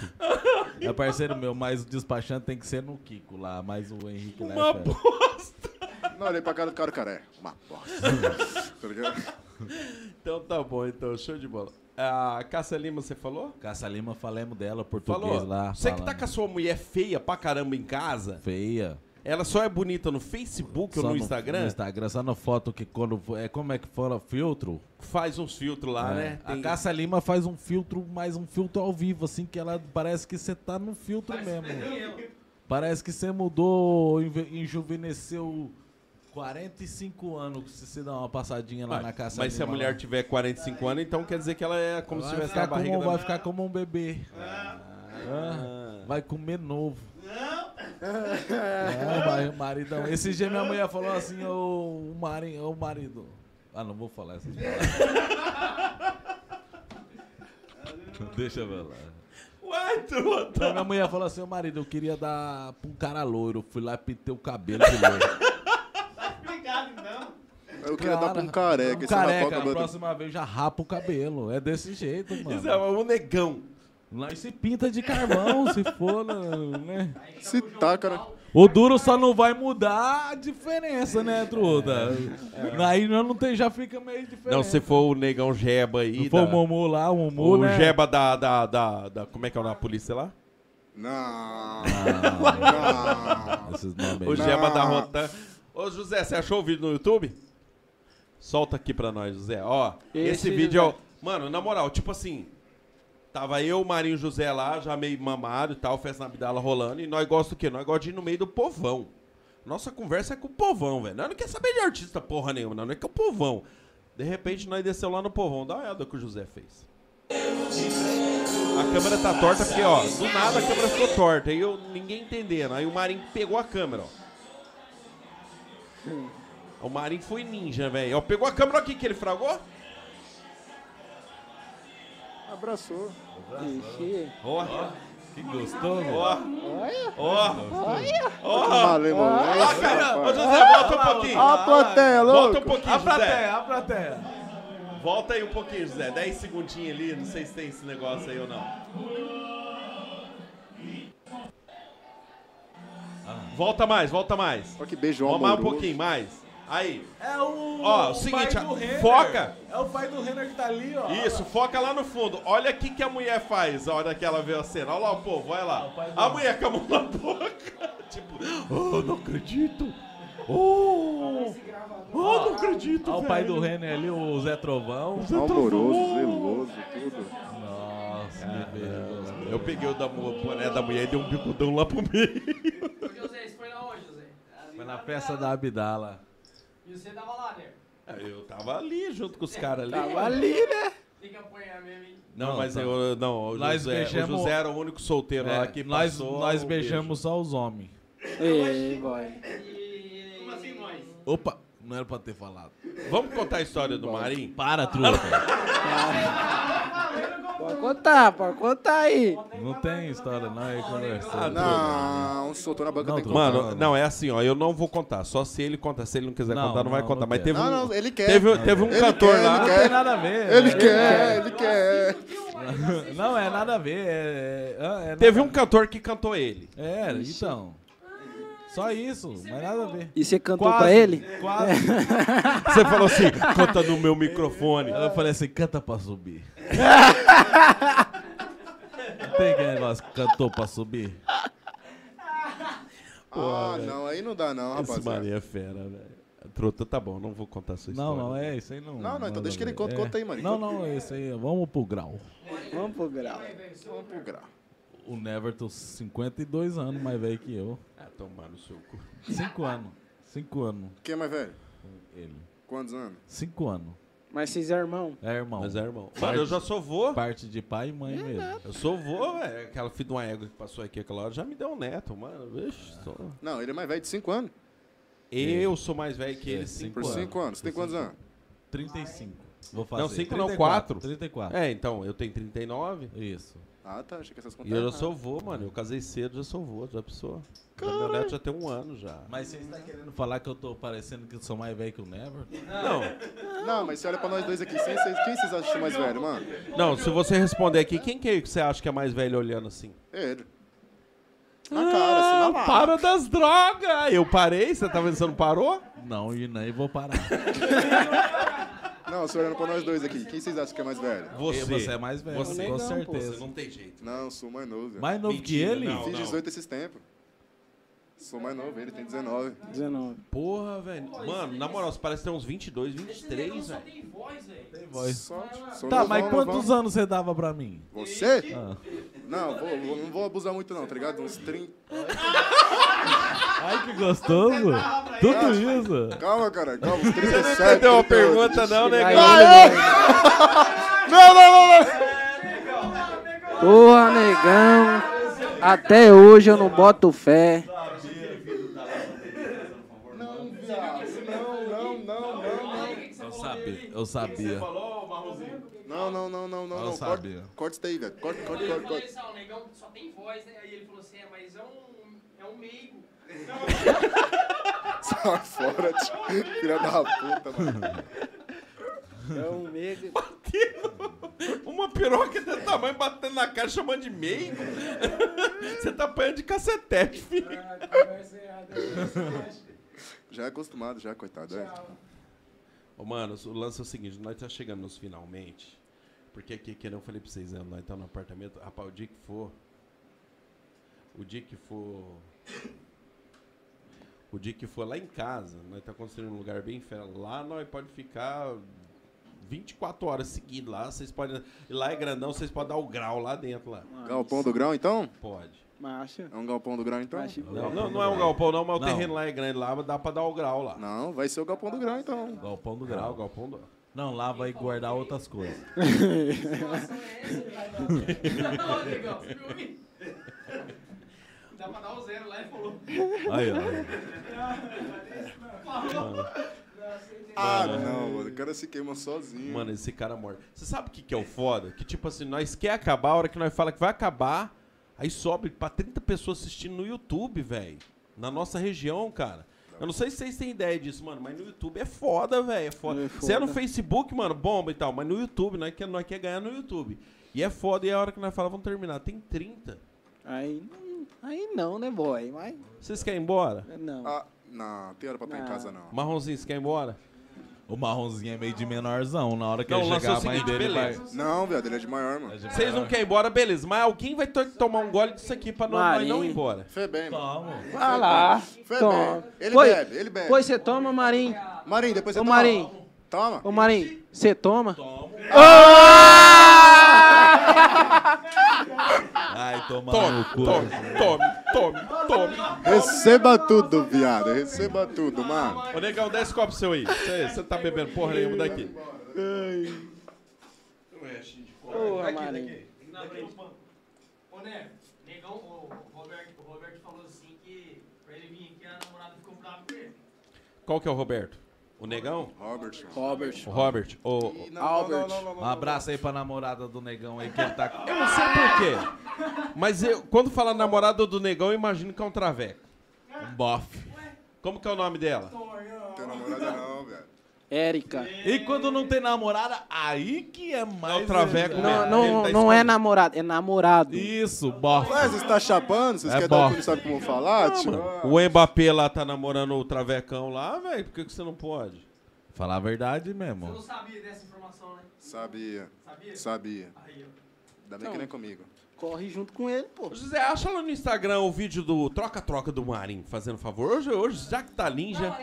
Speaker 2: É parceiro meu, mas o despachante tem que ser no Kiko lá, mas o Henrique lá é fera.
Speaker 8: Não, olhei pra cara do cara, cara, é uma bosta. tá ligado?
Speaker 1: Então tá bom, então, show de bola. A Cássia Lima, você falou?
Speaker 2: Caça Lima, falemos dela, português
Speaker 1: Falou.
Speaker 2: lá.
Speaker 1: você que tá
Speaker 2: falando.
Speaker 1: com a sua mulher feia pra caramba em casa,
Speaker 2: Feia.
Speaker 1: ela só é bonita no Facebook ou
Speaker 2: Só
Speaker 1: no, Instagram?
Speaker 2: No Instagram, só na foto que quando... É, como é que fala? Filtro?
Speaker 1: Faz uns filtros lá,
Speaker 2: É.
Speaker 1: né?
Speaker 2: A
Speaker 1: Tem-
Speaker 2: Caça Lima faz um filtro, mas um filtro ao vivo, assim, que ela parece que você tá no filtro mesmo. Parece que você mudou, enve- enjuvenesceu 45 anos, se você dá uma passadinha lá
Speaker 1: Vai,
Speaker 2: na Caça
Speaker 1: Mas
Speaker 2: Lima.
Speaker 1: se a mulher
Speaker 2: lá.
Speaker 1: tiver 45 anos, então quer dizer que ela é como se
Speaker 2: vai,
Speaker 1: tivesse
Speaker 2: ficar
Speaker 1: na barriga
Speaker 2: como,
Speaker 1: da-
Speaker 2: vai ficar como um bebê. Ah, vai comer novo. Não! vai, maridão. Esse dia minha mulher falou assim, ô mari, ô, marido. Ah, não vou falar essas palavras. Deixa eu lá.
Speaker 1: Ué, truta!
Speaker 2: Então minha mulher falou assim, ô marido, eu queria dar pra um cara loiro. Eu fui lá e pintei o cabelo de loiro.
Speaker 7: Obrigado, então.
Speaker 8: Eu queria dar pra um
Speaker 2: Cara,
Speaker 8: careca.
Speaker 2: um
Speaker 8: esse Natal
Speaker 2: careca, a
Speaker 8: acabando-
Speaker 2: próxima vez já rapa o cabelo. É desse jeito, mano.
Speaker 1: Isso é um negão.
Speaker 2: Nós se pinta de carvão, se for, né?
Speaker 8: Se tá, cara.
Speaker 2: O duro só não vai mudar a diferença, né, Truda? Aí nós não tem, já fica meio diferente.
Speaker 1: Não, se for o negão Jeba aí.
Speaker 2: Se for o
Speaker 1: da-
Speaker 2: Momu lá, o Momu,
Speaker 1: o
Speaker 2: né?
Speaker 1: Jeba da, da, da, da- Como é que é o nome da polícia lá?
Speaker 8: Não.
Speaker 2: Ah, esses nomes aí.
Speaker 1: O Jeba da Rotan. Ô, José, você achou o vídeo no YouTube? Solta aqui pra nós, José. Ó, esse,
Speaker 3: Esse
Speaker 1: vídeo é o...
Speaker 3: José.
Speaker 1: Mano, na moral, tipo assim... Tava eu, o Marinho e o José lá, já meio mamado e tal, festa na Bidala rolando. E nós gostamos do quê? Nós gostamos de ir no meio do povão. Nossa conversa é com o povão, velho. Nós não quer saber de artista porra nenhuma, não. Não é que é o povão. De repente, nós desceu lá no povão. Dá uma olhada que o José fez. A câmera tá torta porque, ó, do nada a câmera ficou torta. Aí eu, ninguém entendendo. Aí o Marinho pegou a câmera, ó. O Marinho foi ninja, velho. Ó, pegou a câmera aqui que ele fragou.
Speaker 8: Abraçou.
Speaker 3: Ixi.
Speaker 1: Ó,
Speaker 2: Que gostoso, velho.
Speaker 1: ó, ó.
Speaker 8: Valeu, mano.
Speaker 1: Ó, cara, ô José, volta um pouquinho.
Speaker 8: Ó a plateia, é
Speaker 1: Volta um
Speaker 8: louco.
Speaker 1: pouquinho, José.
Speaker 2: a plateia.
Speaker 1: Volta aí um pouquinho, José. 10 segundinhos ali, não sei se tem esse negócio aí ou não. Volta mais, volta mais.
Speaker 8: Ó que beijo
Speaker 1: Ó, mais um
Speaker 8: amoroso.
Speaker 1: pouquinho, mais. Aí.
Speaker 2: É o.
Speaker 1: Ó, o seguinte,
Speaker 2: pai do
Speaker 1: a-
Speaker 2: Renner.
Speaker 1: foca.
Speaker 2: É o pai do Renner que tá ali, ó.
Speaker 1: Isso, foca lá no fundo. Olha o que, que a mulher faz na hora que ela vê a cena. Olha lá o povo, olha lá. A mulher com a mão na boca. Tipo, oh, não acredito. Oh, oh não acredito,
Speaker 2: Ó, o pai do
Speaker 1: velho.
Speaker 2: Renner ali, o Zé Trovão.
Speaker 8: Amoroso, zeloso, tudo.
Speaker 2: Nossa, que beijo.
Speaker 1: Eu peguei o da, mu- boné da mulher e dei um bicudão lá pro meio.
Speaker 10: Ô, José, isso foi na onde, José? Ali
Speaker 2: Foi na festa da Abdala.
Speaker 10: E você tava lá, né?
Speaker 1: Eu tava ali junto com os caras ali.
Speaker 3: Tava ali, né?
Speaker 10: Tem que apanhar mesmo, hein?
Speaker 1: Tá. Não,
Speaker 2: Não,
Speaker 1: mas
Speaker 2: tá.
Speaker 1: eu. Não, o
Speaker 2: Nós
Speaker 1: José,
Speaker 2: beijamos-
Speaker 1: o José era o único solteiro lá que
Speaker 2: É, nós,
Speaker 1: passou
Speaker 2: nós
Speaker 1: o
Speaker 2: beijamos só os homens.
Speaker 3: Ei, boy.
Speaker 10: Como assim nós?
Speaker 2: Opa, não era pra ter falado.
Speaker 1: beijo. Vamos contar a história do Marim?
Speaker 2: Para, truta.
Speaker 3: Pode contar, pode contar aí.
Speaker 2: Não tem história, não. É
Speaker 1: Ah,
Speaker 2: conversa.
Speaker 8: Não, soltou na banca,
Speaker 2: Não,
Speaker 8: tem que
Speaker 2: Truta.
Speaker 8: contar.
Speaker 1: Mano, não, é assim, ó. Eu não vou contar. Só se ele contar. Se ele não quiser
Speaker 2: Não,
Speaker 1: contar, não vai
Speaker 2: não,
Speaker 1: contar.
Speaker 2: não
Speaker 1: Mas
Speaker 2: quer.
Speaker 1: teve um.
Speaker 8: Não, não, ele quer.
Speaker 1: Teve, um- teve um
Speaker 8: Ele
Speaker 1: cantor
Speaker 8: quer,
Speaker 1: lá.
Speaker 8: ele
Speaker 2: Não tem nada a ver.
Speaker 8: Ele
Speaker 2: é-
Speaker 8: quer, ele quer.
Speaker 2: Não, é nada a ver. É, é- é
Speaker 1: Teve um
Speaker 2: nada-
Speaker 1: cantor que cantou ele.
Speaker 2: É, então. Só isso, mas nada a ver.
Speaker 3: E você cantou pra ele?
Speaker 2: Quase.
Speaker 1: Você falou assim, canta no meu microfone.
Speaker 2: Eu falei assim, canta pra subir. Não tem aquele negócio, cantou pra subir?
Speaker 8: ah,
Speaker 1: velho.
Speaker 8: não, aí não dá não,
Speaker 1: Esse
Speaker 8: rapaziada.
Speaker 1: Maria é fera, velho. Trota, tá bom, não vou contar sua história.
Speaker 2: Não, não, é isso aí não.
Speaker 8: Não, não, então
Speaker 2: manda
Speaker 8: deixa que ele
Speaker 2: ver.
Speaker 8: conta,
Speaker 2: É.
Speaker 8: conta aí, Marinho,
Speaker 2: Não,
Speaker 8: conta
Speaker 2: não, é isso aí. Vamos pro grau.
Speaker 3: Vamos pro grau.
Speaker 8: Vamos é pro grau.
Speaker 2: O Neverton, 52 anos mais velho que eu.
Speaker 1: É, tomar no seu cu.
Speaker 2: 5 anos. 5 anos.
Speaker 8: Quem é mais velho?
Speaker 2: Ele.
Speaker 8: Quantos anos?
Speaker 2: 5 anos.
Speaker 3: Mas vocês é irmão?
Speaker 2: É irmão.
Speaker 1: Mas é irmão.
Speaker 2: Parte-
Speaker 1: Mano, eu já sou vô.
Speaker 2: Parte de pai e
Speaker 10: É,
Speaker 2: mãe mesmo.
Speaker 10: né?
Speaker 1: Eu sou vô, velho. Aquela filha de uma égua que passou aqui aquela hora já me deu um neto, mano. Vixe, só.
Speaker 8: Não, ele é mais velho de 5 anos.
Speaker 1: Eu sou mais velho que ele, cinco
Speaker 8: Por 5
Speaker 1: anos.
Speaker 8: anos. Você tem quantos anos?
Speaker 2: 35. Vou fazer.
Speaker 1: Não, 5 não,
Speaker 2: 34.
Speaker 1: 4.
Speaker 2: 34.
Speaker 1: É, então, eu tenho 39.
Speaker 2: Isso.
Speaker 8: Ah, tá, achei que essas
Speaker 1: E
Speaker 8: contas
Speaker 1: eu já
Speaker 8: erradas.
Speaker 1: sou vô, mano. Eu casei cedo, já sou vô, já pessoa. Já Meu neto já tem um ano já.
Speaker 2: Mas você está querendo falar que eu tô parecendo que eu sou mais velho que o Neverton?
Speaker 1: Não,
Speaker 8: Não, mas você olha pra nós dois aqui, quem vocês, quem vocês acham mais velho, mano?
Speaker 1: não, se você responder aqui, quem que é que você acha que é mais velho olhando assim?
Speaker 8: Ele. Na cara, assim, na
Speaker 1: Ah, para das drogas! Eu parei, você tá vendo se eu não parou?
Speaker 2: Não, e nem vou parar.
Speaker 8: Não, você olhando pra nós dois aqui, quem vocês acham que é mais velho?
Speaker 2: Você, você é mais velho,
Speaker 1: Você.
Speaker 2: com
Speaker 1: Não, pô,
Speaker 2: certeza.
Speaker 1: Você não tem jeito.
Speaker 8: Não, sou mais novo. velho.
Speaker 2: Mais novo
Speaker 1: Mentira,
Speaker 2: que ele?
Speaker 1: não.
Speaker 8: Fiz 18 esses tempos. Sou mais novo, ele tem 19.
Speaker 1: Tá,
Speaker 3: 19.
Speaker 1: Porra, velho. Mano, na moral, você parece ter uns 22, 23, velho.
Speaker 10: Tem voz, velho.
Speaker 2: Tem voz.
Speaker 8: Só, só
Speaker 2: Tá,
Speaker 8: novão,
Speaker 2: mas quantos
Speaker 8: novão.
Speaker 2: anos você dava pra mim?
Speaker 8: Você?
Speaker 2: Ah.
Speaker 8: Não, vou- vou- não vou abusar muito não, tá ligado? Uns 30.
Speaker 2: Ai, que gostoso. Tudo isso.
Speaker 8: Calma, cara, calma, uns 37.
Speaker 1: Deu uma
Speaker 8: 38.
Speaker 1: pergunta não, né,
Speaker 8: Não, não, não, não.
Speaker 3: Porra, negão. Até hoje eu não boto fé.
Speaker 8: Não, viado, não, não, não, não, não.
Speaker 2: Eu sabia, eu sabia.
Speaker 8: Não, não, não, não, não,
Speaker 2: Eu
Speaker 8: não.
Speaker 2: sabia.
Speaker 8: Corta, corta isso daí, velho. Corta, corta,
Speaker 10: Eu falei
Speaker 8: corta, corta.
Speaker 10: assim, ah, o negão só tem voz, né? Aí ele falou assim, é, mas é um, é um meigo.
Speaker 8: Sai fora, tio. Filha da puta, mano.
Speaker 3: É um mega.
Speaker 1: Uma piroca desse tamanho batendo na cara, chamando de meio. Você tá apanhando de cacetete, filho.
Speaker 8: Já é acostumado, já, coitado. É.
Speaker 1: Ô, mano, o lance é o seguinte, nós tá chegando nos finalmente. Porque aqui, que nem eu falei pra vocês, né, nós tá no apartamento. Rapaz, o dia que for... O dia que for... O dia que for lá em casa, nós tá construindo um lugar bem fera. Lá nós pode ficar 24 horas seguidas lá. Vocês podem... Lá é grandão, vocês podem dar o grau lá dentro, lá.
Speaker 8: Galpão do grau, então?
Speaker 1: Pode.
Speaker 3: Macha.
Speaker 8: É um galpão do grau, então?
Speaker 3: Macha.
Speaker 1: Não, não, não é um galpão não, mas
Speaker 2: Não.
Speaker 1: o terreno lá é grande. Lá dá pra dar o grau lá.
Speaker 8: Não, vai ser o galpão do grau, então.
Speaker 2: Galpão do
Speaker 1: Grau,
Speaker 2: grau.
Speaker 1: galpão do...
Speaker 2: Não, lá vai guardar outras coisas.
Speaker 10: Não, negão, você viu aí? Dá pra dar o zero lá, ele falou.
Speaker 2: Aí, ó.
Speaker 8: Ah, não, mano. O cara se queima sozinho.
Speaker 1: Mano, esse cara morre. Você sabe o que, que é o foda? Que tipo assim, nós quer acabar, a hora que nós fala que vai acabar, aí sobe pra 30 pessoas assistindo no YouTube, velho. Na nossa região, cara. Eu não sei se vocês têm ideia disso, mano, mas no YouTube é foda, velho. É foda.
Speaker 3: É
Speaker 1: Você é no
Speaker 3: foda.
Speaker 1: Facebook, mano, bomba e tal, mas no YouTube, nós quer, nós quer ganhar no YouTube. E é foda, e a hora que nós falamos, vamos terminar. Tem 30.
Speaker 3: Aí, não- aí não, né, boy? Mas
Speaker 1: Vocês querem ir embora?
Speaker 3: não.
Speaker 8: Ah, não, tem hora pra estar em
Speaker 3: Não.
Speaker 8: casa, não.
Speaker 1: Marronzinho, você quer ir embora?
Speaker 2: O marronzinho é meio de menorzão. Na hora que
Speaker 1: Não,
Speaker 2: ele
Speaker 1: o lance é
Speaker 2: chegar,
Speaker 1: o
Speaker 2: a mãe
Speaker 1: seguinte,
Speaker 2: dele vai...
Speaker 1: beleza.
Speaker 8: Não, viado, ele é de maior, mano.
Speaker 1: Vocês não querem ir embora, beleza, mas alguém vai ter que tomar um gole disso aqui pra nós nós não ir
Speaker 3: Marinho.
Speaker 1: embora.
Speaker 8: Fê bem, mano.
Speaker 2: Vamos.
Speaker 3: Ah lá.
Speaker 8: Fê
Speaker 3: Toma.
Speaker 8: bem. Ele
Speaker 3: Pois-
Speaker 8: bebe, ele bebe.
Speaker 3: Pois você toma, Marim.
Speaker 8: Marinho, depois você
Speaker 3: Ô,
Speaker 8: toma.
Speaker 3: Marinho.
Speaker 8: Toma.
Speaker 3: Ô, Marim, você toma? Ah!
Speaker 2: Ai, toma
Speaker 1: Tome,
Speaker 2: no cu.
Speaker 1: tome, tome, tome, tome.
Speaker 8: Receba tudo, viado. Receba tudo, mano.
Speaker 1: Ô, negão, dá esse copo seu aí. Você tá bebendo porra nenhuma daqui.
Speaker 3: Porra, Marim.
Speaker 10: Na frente. Ô, né, negão, o Roberto, o Roberto falou assim que pra ele vir aqui a namorada ficou brava com ele.
Speaker 1: Qual que é o Roberto? O negão?
Speaker 8: Robertson.
Speaker 1: O Robert. O...
Speaker 8: Não,
Speaker 1: o-
Speaker 8: não, Albert. Não, não, não,
Speaker 2: Um abraço aí pra namorada do negão aí que ele tá...
Speaker 1: Eu não sei por quê. Mas eu, quando fala namorada do negão, eu imagino que é um traveco.
Speaker 2: Um bofe.
Speaker 1: Como que é o nome dela?
Speaker 8: não tem namorada, não, viado.
Speaker 3: Érica.
Speaker 2: E quando não tem namorada, aí que é mais...
Speaker 1: É o traveco
Speaker 2: é-
Speaker 1: mesmo. Ele
Speaker 3: Não,
Speaker 1: tá
Speaker 3: não, não é
Speaker 1: escondido.
Speaker 3: namorado, é namorado.
Speaker 2: Isso, bofe.
Speaker 8: Ué, vocês tá chapando? Vocês
Speaker 2: É
Speaker 8: querem dar um
Speaker 2: bom.
Speaker 8: que não sabe como falar, Tipo, tio?
Speaker 1: O Mbappé lá tá namorando o travecão lá, velho. Por que, que você não pode?
Speaker 2: Falar a verdade
Speaker 10: Eu não
Speaker 2: mesmo.
Speaker 10: sabia dessa informação, né?
Speaker 8: Sabia,
Speaker 10: Sabia?
Speaker 8: sabia.
Speaker 10: Aí, ó.
Speaker 8: Ainda bem que não é comigo.
Speaker 3: Corre junto com ele, pô.
Speaker 1: José, acha lá no Instagram o vídeo do Troca-Troca do Marim, fazendo favor. Hoje, hoje já que tá ninja.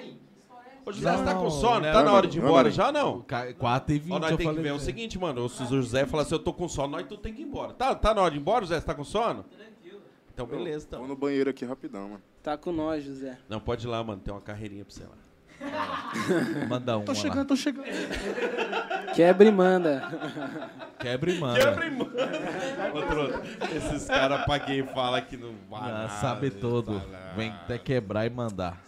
Speaker 1: Ô, José, você tá com sono? Tá na hora de ir embora já, não?
Speaker 2: 4 e 20
Speaker 1: Ó, nós
Speaker 2: eu
Speaker 1: tem que
Speaker 2: falei.
Speaker 1: ver é o seguinte, mano. Se o José falar assim, eu tô com sono, nós tu tem que ir embora. Tá, tá na hora de ir embora, José? Você tá com sono? Então, beleza, então.
Speaker 8: Vou no banheiro aqui rapidão, mano.
Speaker 3: Tá com nós, José.
Speaker 1: Não, pode ir lá, mano. Tem uma carreirinha pra você lá.
Speaker 2: Manda um.
Speaker 8: Tô chegando, tô chegando.
Speaker 3: Quebra e manda.
Speaker 2: Quebra e manda.
Speaker 1: Quebra e manda. Outro, esses caras paguei e fala que não vai
Speaker 2: Ah,
Speaker 1: nada, ah.
Speaker 2: sabe todo.
Speaker 1: vai nada.
Speaker 2: Vem até quebrar e mandar.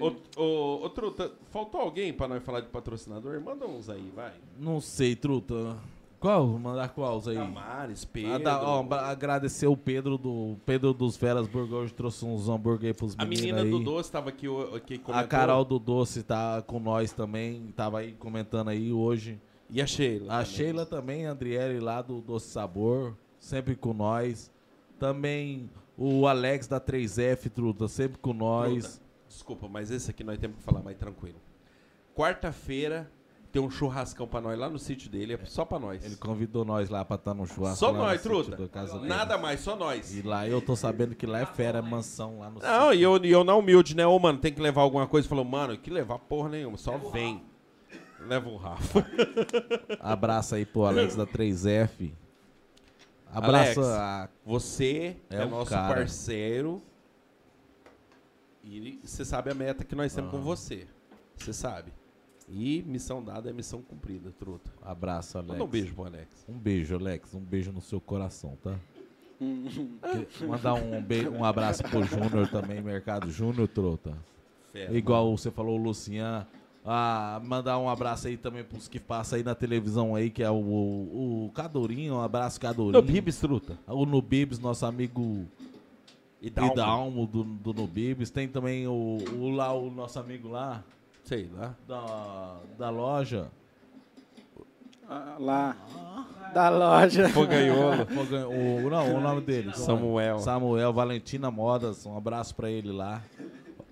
Speaker 1: Ô, ô, ô, Truta, faltou alguém pra nós falar de patrocinador? Manda uns aí, vai.
Speaker 2: Não sei, truta. Qual? Mandar quais
Speaker 1: Tá
Speaker 2: aí?
Speaker 1: Damares, Pedro.
Speaker 2: Ah, dá- ó, abra- agradecer o Pedro do Pedro dos Velas Burger. Hoje trouxe uns hambúrguer aí pros
Speaker 1: A
Speaker 2: meninos.
Speaker 1: menina
Speaker 2: aí.
Speaker 1: do Doce tava aqui, o- que
Speaker 2: A
Speaker 1: comentou.
Speaker 2: Carol do Doce tá com nós também, tava aí comentando aí hoje.
Speaker 1: E a Sheila.
Speaker 2: A Sheila também, a Andriele lá do Doce Sabor, sempre com nós. Também o Alex da 3F, Truta, sempre com nós.
Speaker 1: Truta, Desculpa, mas esse aqui nós temos que falar mais tranquilo. Quarta-feira tem um churrascão pra nós lá no sítio dele, é só pra nós.
Speaker 2: Ele convidou nós lá pra estar no churrasco.
Speaker 1: Só
Speaker 2: lá no
Speaker 1: nós,
Speaker 2: sítio
Speaker 1: Truta.
Speaker 2: da casa dele.
Speaker 1: Nada mais, só nós.
Speaker 2: E lá eu tô sabendo que lá é fera, é mansão lá no
Speaker 1: Não, e eu, e eu não humilde, né? Ô, mano, tem que levar alguma coisa. Falou, mano, que levar porra nenhuma, só vem. Leva o Rafa.
Speaker 2: Abraço aí pro Alex da 3F. Abraço
Speaker 1: Alex,
Speaker 2: a.
Speaker 1: Você é,
Speaker 2: É o
Speaker 1: nosso
Speaker 2: cara.
Speaker 1: parceiro. E você sabe a meta que nós temos
Speaker 2: Ah.
Speaker 1: com você. Você sabe. E missão dada é missão cumprida, truta.
Speaker 2: Abraço, Alex.
Speaker 1: Manda um beijo pro Alex.
Speaker 2: Um beijo, Alex. Um beijo no seu coração, tá? Que- Mandar um, be- um abraço pro Júnior também, Mercado Júnior, trota.
Speaker 1: Fera.
Speaker 2: É Igual você falou, o Lucian. Ah, mandar um abraço aí também pros que passam aí na televisão aí, que é o, o, o Cadorinho, um abraço Cadorinho.
Speaker 1: Nubibs, truta.
Speaker 2: O Nubibs, nosso amigo um
Speaker 1: Idalmo.
Speaker 2: Idalmo do, do Nubibs. Tem também o, o lá, o nosso amigo lá,
Speaker 1: Sei lá.
Speaker 2: da, da loja.
Speaker 3: Ah, Lá. Da loja.
Speaker 1: Foganholo.
Speaker 2: Fogan- O, não, o nome dele.
Speaker 1: Samuel.
Speaker 2: Samuel, Valentina Modas. Um abraço pra ele lá.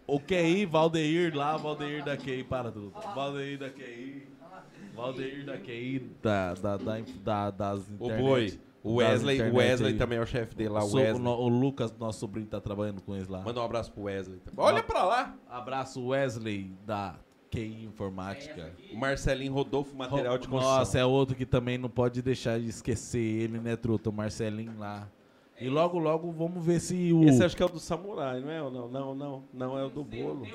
Speaker 2: O QI, Valdeir lá, Valdeir da QI, para tudo. Valdeir da QI. Valdeir da QI, da, da, da, da- das
Speaker 1: O
Speaker 2: internet-
Speaker 1: boi. O
Speaker 2: das
Speaker 1: Wesley, o
Speaker 2: internet
Speaker 1: Wesley
Speaker 2: aí.
Speaker 1: também é o chefe dele lá, o
Speaker 2: So-
Speaker 1: Wesley.
Speaker 2: no- o Lucas, nosso sobrinho, tá trabalhando com eles lá.
Speaker 1: Manda um abraço pro Wesley. também. Olha pra lá.
Speaker 2: Abraço Wesley da QI Informática.
Speaker 1: O Marcelinho Rodolfo, material de construção.
Speaker 2: Nossa, é outro que também não pode deixar de esquecer ele, né, Truta? O Marcelinho lá. E logo, logo vamos ver se o.
Speaker 1: Esse acho que é o do Samurai, não é? Ou Não, não, não. Não é o do bolo.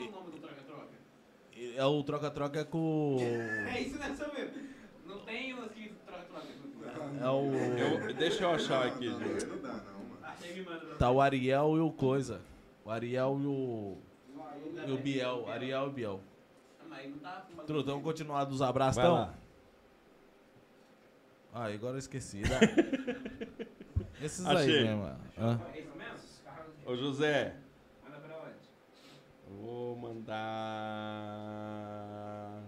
Speaker 2: É o troca-troca com.
Speaker 22: É isso nessa mesmo. Não tem umas que troca-troca.
Speaker 2: É o.
Speaker 1: Eu- deixa eu achar aqui, gente.
Speaker 22: Achei que me mandou.
Speaker 2: Tá o Ariel e o Coisa. O Ariel e o. E o Biel. Ariel e Biel.
Speaker 22: Mas não tá com
Speaker 2: Truta, vamos continuar dos abraços,
Speaker 1: Vai
Speaker 2: então?
Speaker 1: lá.
Speaker 2: Ah, agora eu esqueci. né? Esses
Speaker 1: Achei.
Speaker 2: aí mesmo. Hã?
Speaker 22: É isso mesmo?
Speaker 1: Ô, José.
Speaker 22: Manda pra onde?
Speaker 1: Vou mandar.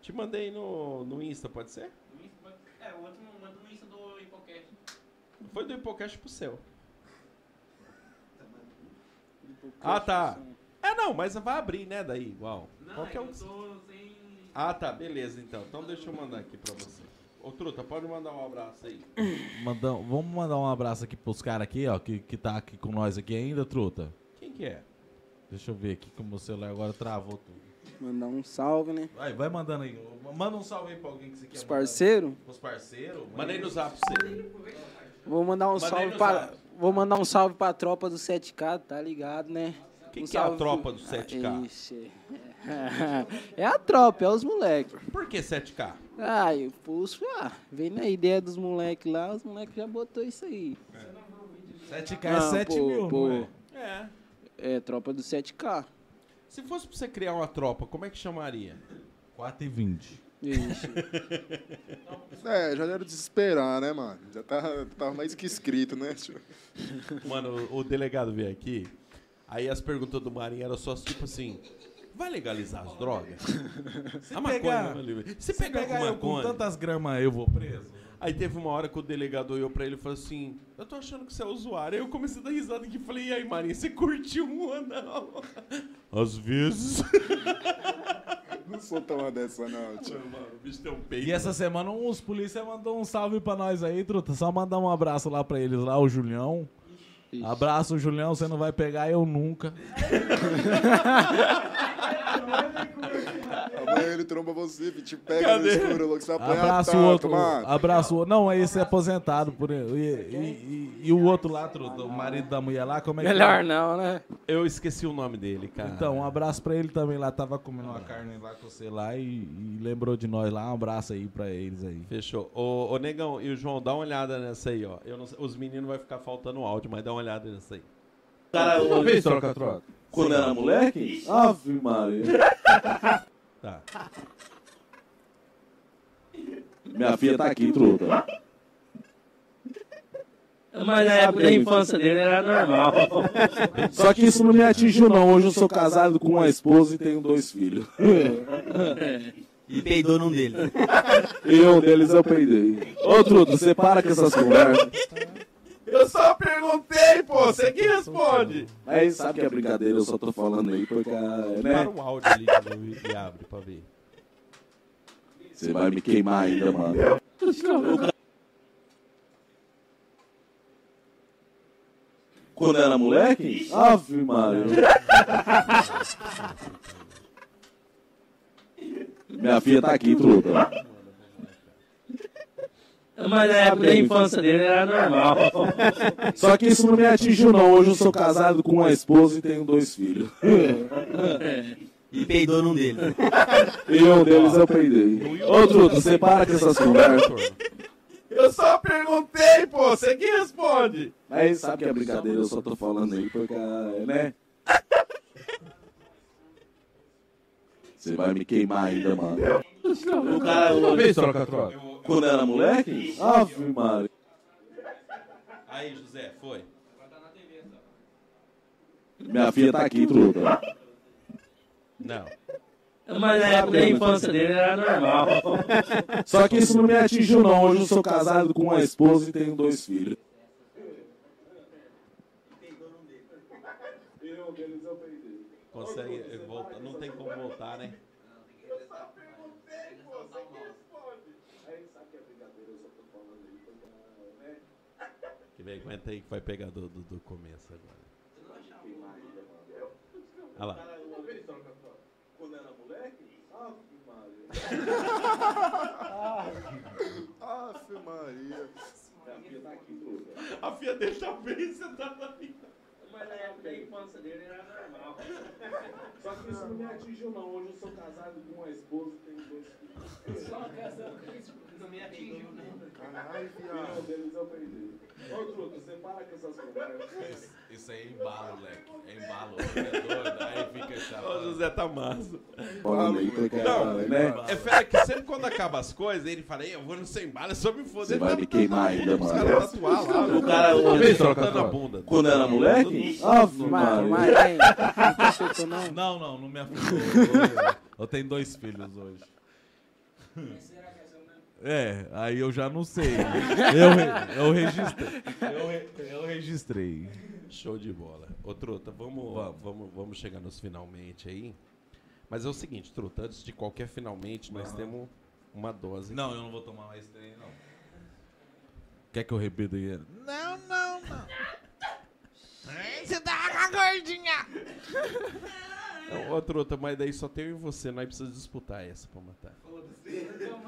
Speaker 1: Te mandei no, no Insta, pode ser?
Speaker 22: No Insta- É, o outro não manda no Insta do Hipocast.
Speaker 1: Foi do Hipocast pro seu.
Speaker 22: Tá
Speaker 1: Ah, tá. É, não, mas vai abrir, né? Daí, igual.
Speaker 22: Não,
Speaker 1: Qualquer
Speaker 22: eu
Speaker 1: um.
Speaker 22: tô sem.
Speaker 1: Ah, tá, beleza então. Então deixa eu mandar aqui pra você. Ô, Truta, pode mandar um abraço aí.
Speaker 2: Mandar- vamos mandar um abraço aqui pros caras aqui, ó, que, que tá aqui com nós aqui ainda, Truta.
Speaker 1: Quem que é?
Speaker 2: Deixa eu ver aqui como o celular agora travou tudo.
Speaker 3: Mandar um salve, né?
Speaker 2: Vai, vai mandando aí. Manda um salve aí pra alguém que você quer.
Speaker 3: Os
Speaker 2: mandar.
Speaker 3: parceiros.
Speaker 2: Os parceiros.
Speaker 1: Mandei no zap pra você.
Speaker 3: Vou mandar um
Speaker 1: Mandei
Speaker 3: salve
Speaker 1: no
Speaker 3: para
Speaker 1: zap.
Speaker 3: Vou mandar um salve pra tropa do 7K, tá ligado, né?
Speaker 1: Quem
Speaker 3: um
Speaker 1: que é a
Speaker 3: salve-
Speaker 1: tropa do 7K?
Speaker 3: Ah, ixi. É a tropa, é os moleques.
Speaker 1: Por que 7K?
Speaker 3: Ai, o pulso, ah, vem na ideia dos moleques lá, os moleques já botou isso aí.
Speaker 2: 7K
Speaker 3: Não,
Speaker 2: é 7
Speaker 3: pô,
Speaker 2: mil,
Speaker 3: pô.
Speaker 2: não é?
Speaker 1: É.
Speaker 3: É, tropa do 7K.
Speaker 1: Se fosse pra você criar uma tropa, como é que chamaria?
Speaker 2: 4 e 20.
Speaker 3: Ixi.
Speaker 8: É, já era desesperar, né, mano? Já tava, tava mais que escrito, né? tio?
Speaker 1: Mano, o o delegado veio aqui, aí as perguntas do Marinho eram só tipo assim. Vai legalizar as drogas? a
Speaker 2: pegar-
Speaker 1: maconha, né, Se pegar, com
Speaker 2: eu com
Speaker 1: maconha.
Speaker 2: tantas gramas, eu vou preso.
Speaker 1: Aí teve uma hora que o delegado olhou pra ele e falou assim: Eu tô achando que você é usuário. Aí eu comecei a dar risada aqui e falei: E aí, Marinho, você curtiu um ou não? Às vezes.
Speaker 8: Não sou tão uma dessa, não, tio.
Speaker 1: o bicho tem um peito.
Speaker 2: E essa semana uns polícia mandou um salve pra nós aí, truta. Só mandar um abraço lá pra eles lá, o Julião. Abraço, Julião, você não vai pegar eu nunca.
Speaker 8: Amanhã ele tromba você, filho, te pega
Speaker 2: Cadê?
Speaker 8: no escuro, louco. Você vai apanhar
Speaker 2: Abraço o
Speaker 8: tanto,
Speaker 2: outro.
Speaker 8: mano.
Speaker 2: Abraço o outro. Não, esse é aposentado. Por... E, e- e- e o outro lá, truta, o marido da mulher lá, como é que é?
Speaker 1: não, né? Eu esqueci o nome dele, cara.
Speaker 2: Então, um abraço pra ele também lá. Tava comendo uma carne lá com você lá e, e lembrou de nós lá. Um abraço aí pra eles aí.
Speaker 1: Fechou. Ô, ô, Negão e o João, dá uma olhada nessa aí, ó. Eu não sei- os meninos vai ficar faltando o áudio, mas dá uma olhada nessa aí.
Speaker 23: Cara, uma vez troca-troca. Quando era moleque? Ave Maria.
Speaker 1: Tá.
Speaker 23: Minha filha tá aqui, truta.
Speaker 3: Mas na época da infância dele era normal.
Speaker 23: Só que isso não me atingiu, não. Hoje eu sou casado com uma esposa e tenho dois filhos.
Speaker 3: E peidou num dele.
Speaker 23: E um deles eu peidei. Ô, truta, você para com essas conversas.
Speaker 1: Eu só perguntei, pô. Você que responde.
Speaker 23: Mas sabe que é brincadeira, eu só tô falando aí porque,
Speaker 1: Para
Speaker 23: né?
Speaker 1: o áudio ali de novo e- e abre pra ver.
Speaker 23: Você vai me queimar ainda, mano. Quando era moleque? Ave Maria. Minha filha tá aqui, truta.
Speaker 3: Mas na época da infância dele era normal.
Speaker 23: Só que isso não me atingiu, não. Hoje eu sou casado com uma esposa e tenho dois filhos.
Speaker 3: E peidou num dele.
Speaker 23: E um deles eu peidei. Ô, Truta, você para com essas conversas.
Speaker 1: Eu só perguntei, pô. Você que responde.
Speaker 23: Mas sabe que é brincadeira, eu só tô falando aí porque, né? Você vai me queimar ainda, mano.
Speaker 3: O cara.
Speaker 23: Uma vez troca-troca. Quando era moleque? Ave Maria.
Speaker 1: Aí, José, foi.
Speaker 23: Minha filha tá aqui, Truta.
Speaker 1: Não.
Speaker 3: Mas na época da infância dele era normal.
Speaker 23: Só que isso não me atingiu, não. Hoje eu sou casado com uma esposa e tenho dois filhos.
Speaker 1: Consegue eh, voltar. Não tem como voltar, né? Que vem, aguenta aí que vai pegar do, do, do começo agora. Olha lá.
Speaker 23: Quando era moleque? Ave Maria.
Speaker 8: Ave Maria.
Speaker 1: A filha dele tá bem sentada ali.
Speaker 3: Mas na época da infância dele era normal.
Speaker 23: Só que isso não me atingiu, não. Hoje eu sou casado com uma esposa e tenho dois filhos.
Speaker 3: Só casando com isso não me atingiu, né?
Speaker 23: Caralho, viado. deles eu perdi. Ô, Truta, você para com essas conversas.
Speaker 2: Isso aí é embalo, moleque. É embalo. É doido. Aí fica
Speaker 1: O José tá massa.
Speaker 23: Fala aí, tô
Speaker 1: Não,
Speaker 23: querendo, né?
Speaker 1: é fera que sempre quando acaba as coisas, ele fala, "Ei, eu vou no sem bala, é só me foder.
Speaker 23: Você
Speaker 1: Ele
Speaker 23: vai
Speaker 1: tá
Speaker 23: me queimar ainda,
Speaker 1: Os caras
Speaker 23: mano.
Speaker 1: tatuar lá. né?
Speaker 23: O cara uma vez troca
Speaker 1: na bunda.
Speaker 23: Quando era moleque? Ave Maria.
Speaker 2: Não, não, não, não me afetou. Eu- Eu tenho dois filhos hoje. É, aí eu já não sei. Eu, re- eu registrei. Eu, re- eu registrei.
Speaker 1: Show de bola. Ô, Truta, vamos, vamos. Vamos, chegar nos finalmente aí. Mas é o seguinte, Truta, antes de qualquer finalmente, nós
Speaker 2: Aham.
Speaker 1: temos uma dose.
Speaker 2: Não, eu não vou tomar mais trem, não. Quer que eu repita ele?
Speaker 24: Não, não, não. Você tá com a gordinha.
Speaker 1: Não, Ô, Truta, mas daí só tem eu e você, nós precisamos disputar essa pra matar.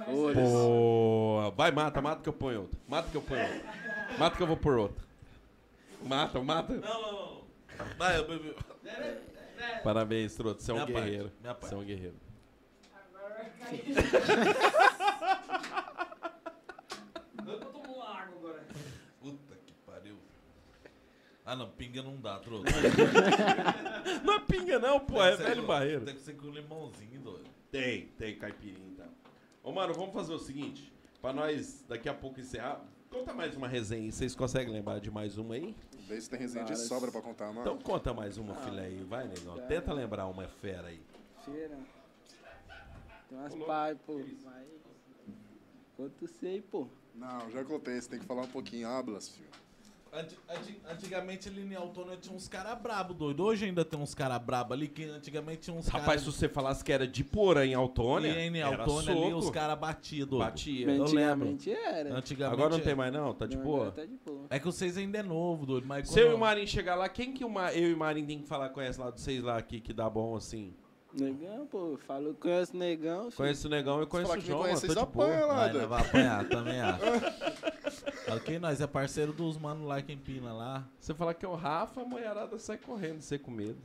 Speaker 1: Boa. Vai, mata, mata que eu ponho outra. Mata que eu ponho outra. Mata que eu vou por outra. Mata, mata.
Speaker 2: Não, não, não.
Speaker 1: Vai, eu bebi. Parabéns, Truta. Você é um
Speaker 2: Minha parte,
Speaker 1: guerreiro.
Speaker 2: minha
Speaker 1: Você é um guerreiro.
Speaker 25: Eu tô tomando água agora.
Speaker 2: Puta que pariu. Ah, não, pinga não dá, trouxa.
Speaker 1: Não é pinga, não, pô, é velho barreiro.
Speaker 2: Tem que ser com um limãozinho, doido.
Speaker 1: Tem, tem caipirinha então. Ô, mano, vamos fazer o seguinte. Pra nós, daqui a pouco, encerrar. Conta mais uma resenha aí. Vocês conseguem lembrar de mais uma aí?
Speaker 8: Vê se tem resenha de sobra pra contar, mano.
Speaker 1: Então conta mais uma, filha aí. Vai, negão.
Speaker 8: cara.
Speaker 1: Tenta lembrar uma fera aí.
Speaker 26: Cheira. Tem umas pai, pô. Vai. Quanto sei, pô.
Speaker 8: Não, já contei, você tem que falar um pouquinho. Hablas, Ah, filho.
Speaker 2: Anti- anti- Antigamente ali em Autônia tinha uns caras brabo, doido. Hoje ainda tem uns caras brabo ali que antigamente tinha uns
Speaker 1: Rapaz, se
Speaker 2: cara...
Speaker 1: você falasse que era de Porã em Altônia,
Speaker 2: E em
Speaker 1: era
Speaker 2: Altônia ali,
Speaker 1: soco.
Speaker 2: os caras batiam, doido.
Speaker 1: Batia.
Speaker 2: Eu lembro.
Speaker 1: Antigamente era. Agora não tem mais não? Ah, Tá de Não, boa? agora tá de boa.
Speaker 2: É que vocês ainda é novo, doido. Mas
Speaker 1: Se eu e
Speaker 2: quando-
Speaker 1: o Marinho chegar lá, quem que o Ma- eu e o Marinho tem que falar conhece lá dos seis lá aqui que dá bom assim?
Speaker 3: Negão, pô, falou que conhece o negão. filho.
Speaker 1: Conheço o Negão e conheço
Speaker 3: falar
Speaker 1: o
Speaker 3: que me
Speaker 1: João, mano,
Speaker 3: conhece,
Speaker 1: tô de
Speaker 3: vocês
Speaker 1: boa.
Speaker 3: apanham lá,
Speaker 2: Vai, nós vai apanhar, também acho. ok, nós é parceiro dos manos lá que empina lá.
Speaker 1: Você falar que é o Rafa, a mulherada sai correndo, você com medo.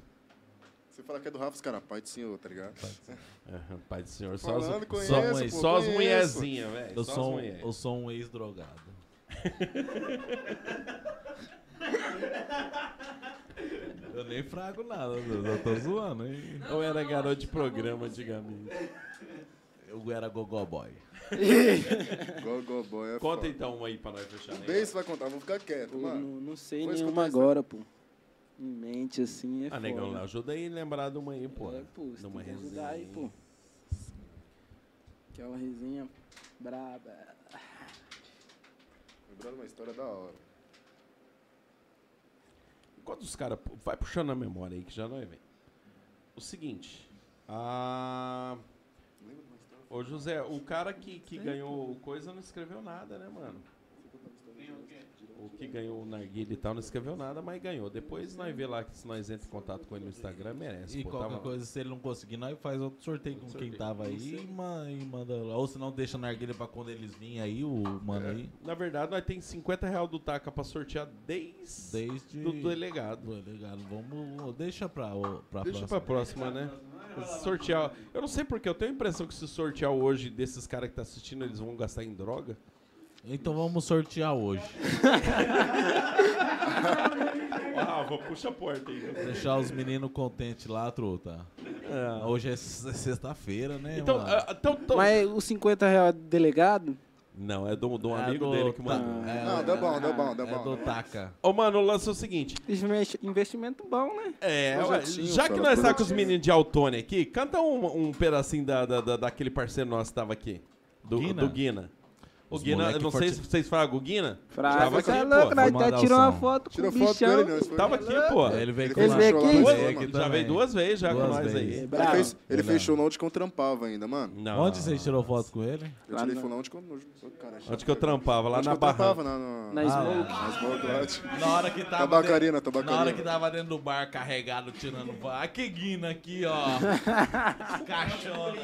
Speaker 8: Você fala que é do Rafa, os caras, pai do senhor, tá ligado?
Speaker 1: É, Pai do senhor, só as,
Speaker 8: Falando,
Speaker 1: só,
Speaker 8: conheço,
Speaker 1: as-
Speaker 8: pô,
Speaker 1: só as
Speaker 8: conheço.
Speaker 1: mulherzinhas, velho.
Speaker 2: Eu
Speaker 1: É só as
Speaker 2: sou um-
Speaker 1: mulher.
Speaker 2: eu sou um ex-drogado. eu nem frago nada, eu só tô zoando, hein?
Speaker 1: Eu era garoto de programa antigamente.
Speaker 3: É,
Speaker 2: Eu era gogó boy.
Speaker 8: Gogó boy é
Speaker 1: Conta
Speaker 8: foda.
Speaker 1: então uma aí pra nós fechar.
Speaker 8: O
Speaker 1: né?
Speaker 8: Beijo vai contar, vou ficar quieto,
Speaker 3: Eu
Speaker 8: mano.
Speaker 3: não, não sei
Speaker 8: Vou
Speaker 3: nenhuma
Speaker 8: escutar isso.
Speaker 3: agora, pô. Em mente, assim, é
Speaker 1: Ah,
Speaker 3: foda.
Speaker 1: negão, ajuda aí a lembrar de uma aí, pô.
Speaker 3: É, pô,
Speaker 1: de
Speaker 3: você
Speaker 1: uma
Speaker 3: tem que
Speaker 1: resenha.
Speaker 3: ajudar aí, pô. Aquela resenha braba.
Speaker 8: Lembrando uma história da hora.
Speaker 1: Enquanto os caras. Vai puxando a memória aí que já não é, velho. O seguinte. Ah. Ô, José, o cara que, que ganhou o coisa não escreveu nada, né, mano? O que ganhou o narguilha e tal não escreveu nada, mas ganhou. Depois nós vê lá que se nós entra em contato com ele no Instagram, merece.
Speaker 2: E
Speaker 1: pô, tá
Speaker 2: qualquer
Speaker 1: tava lá.
Speaker 2: coisa, se ele não conseguir, nós faz outro sorteio com
Speaker 1: Sorteio.
Speaker 2: quem tava aí e ma- e manda lá. Ou se não, deixa na argilha pra quando eles virem aí, o mano aí.
Speaker 1: Na verdade, nós tem 50 reais do Taca pra sortear desde,
Speaker 2: Desde.
Speaker 1: do delegado.
Speaker 2: Do delegado. Vamos. Deixa pra, o- pra
Speaker 1: Deixa pra próxima,
Speaker 2: próxima.
Speaker 1: né? Sortear. Eu não sei porque, eu tenho a impressão que se sortear hoje desses caras que tá assistindo, eles vão gastar em droga.
Speaker 2: Então vamos sortear hoje.
Speaker 1: Ah, vou puxa a porta aí.
Speaker 2: Deixar os meninos contentes lá, truta. Hoje é s- sexta-feira, né?
Speaker 1: Então,
Speaker 2: mano?
Speaker 1: ah, então, então-
Speaker 3: Mas os 50 reais do é delegado?
Speaker 1: Não, é do, do um
Speaker 2: É
Speaker 1: amigo
Speaker 2: do
Speaker 1: dele que
Speaker 2: Ta-
Speaker 1: mandou.
Speaker 2: é, Não, dá bom, dá bom, dá é bom. do Taca.
Speaker 1: Ô, mano, o lance é o seguinte.
Speaker 3: Investi- Investimento bom, né?
Speaker 1: É, ué,
Speaker 3: Projetinho,
Speaker 1: já que
Speaker 3: cara,
Speaker 1: nós tá com os
Speaker 3: projetinho.
Speaker 1: meninos de Altone aqui, canta um, um pedacinho da, da, da- daquele parceiro nosso que tava aqui. Do
Speaker 2: Guina?
Speaker 1: do Guina. O
Speaker 2: Os
Speaker 1: Guina, eu
Speaker 2: moleque
Speaker 1: não sei
Speaker 2: forte-
Speaker 1: se vocês fragam o Guina.
Speaker 3: Fraga,
Speaker 1: Tava
Speaker 3: você é
Speaker 1: aqui,
Speaker 3: louco,
Speaker 1: pô.
Speaker 2: né?
Speaker 3: nós até tirou uma foto com né? o bichão.
Speaker 8: né?
Speaker 1: Tava aqui, pô.
Speaker 2: Ele veio
Speaker 3: com Ele veio aqui.
Speaker 1: Duas-
Speaker 8: Ele veio aqui
Speaker 1: Já veio
Speaker 8: também.
Speaker 1: duas vezes já com
Speaker 2: Duas
Speaker 1: nós
Speaker 2: vezes.
Speaker 1: aí.
Speaker 8: Ele fez, ele
Speaker 2: Bravo.
Speaker 8: fez show na onde que eu trampava ainda, mano.
Speaker 2: Onde vocês tirou foto com ele?
Speaker 8: Eu tirei show na onde que eu... oh, cara,
Speaker 1: Onde que eu trampava? Lá
Speaker 8: Onde
Speaker 1: na
Speaker 8: que eu trampava?
Speaker 1: barranca.
Speaker 8: Na, na...
Speaker 1: Na Smoke.
Speaker 8: Na Smoke, lá, tipo.
Speaker 2: Na hora que tava.
Speaker 8: Tabacarina,
Speaker 2: dentro,
Speaker 8: tabacarina.
Speaker 2: Na hora que tava dentro do bar carregado, tirando. ba- Aqui, Guina, aqui, ó. Caixona.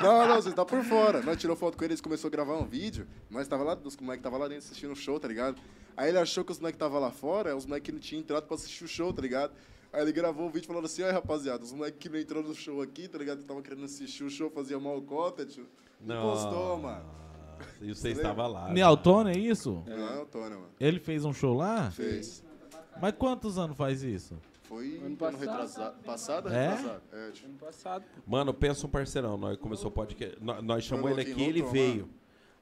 Speaker 8: Não, não, você tá por fora. Nós tirou foto com ele, eles começou a gravar um vídeo. Nós tava lá, os moleques tava lá dentro assistindo o show, tá ligado? Aí ele achou que os moleques tava lá fora, os moleques que não tinham entrado pra assistir o show, tá ligado? Aí ele gravou o vídeo falando assim, ai rapaziada, os moleques que não entrou no show aqui, tá ligado? Que tava querendo assistir o show, fazia mal cota, tio.
Speaker 2: Ah.
Speaker 8: Não. Postou, mano.
Speaker 1: E vocês estavam lá.
Speaker 2: Nealtona, é isso?
Speaker 8: É. Não, é o Tony, mano.
Speaker 2: Ele fez um show lá?
Speaker 8: Fez.
Speaker 2: Mas quantos anos faz isso?
Speaker 8: Foi ano, retrasado. Passado,
Speaker 2: É?
Speaker 8: retrasado. É, tio. Ano
Speaker 3: passado.
Speaker 1: Mano, pensa um parceirão. Nós começou o podcast. Nós, nós chamou
Speaker 8: Foi
Speaker 1: ele
Speaker 8: louquinho,
Speaker 1: aqui, ele
Speaker 8: voltou,
Speaker 1: veio.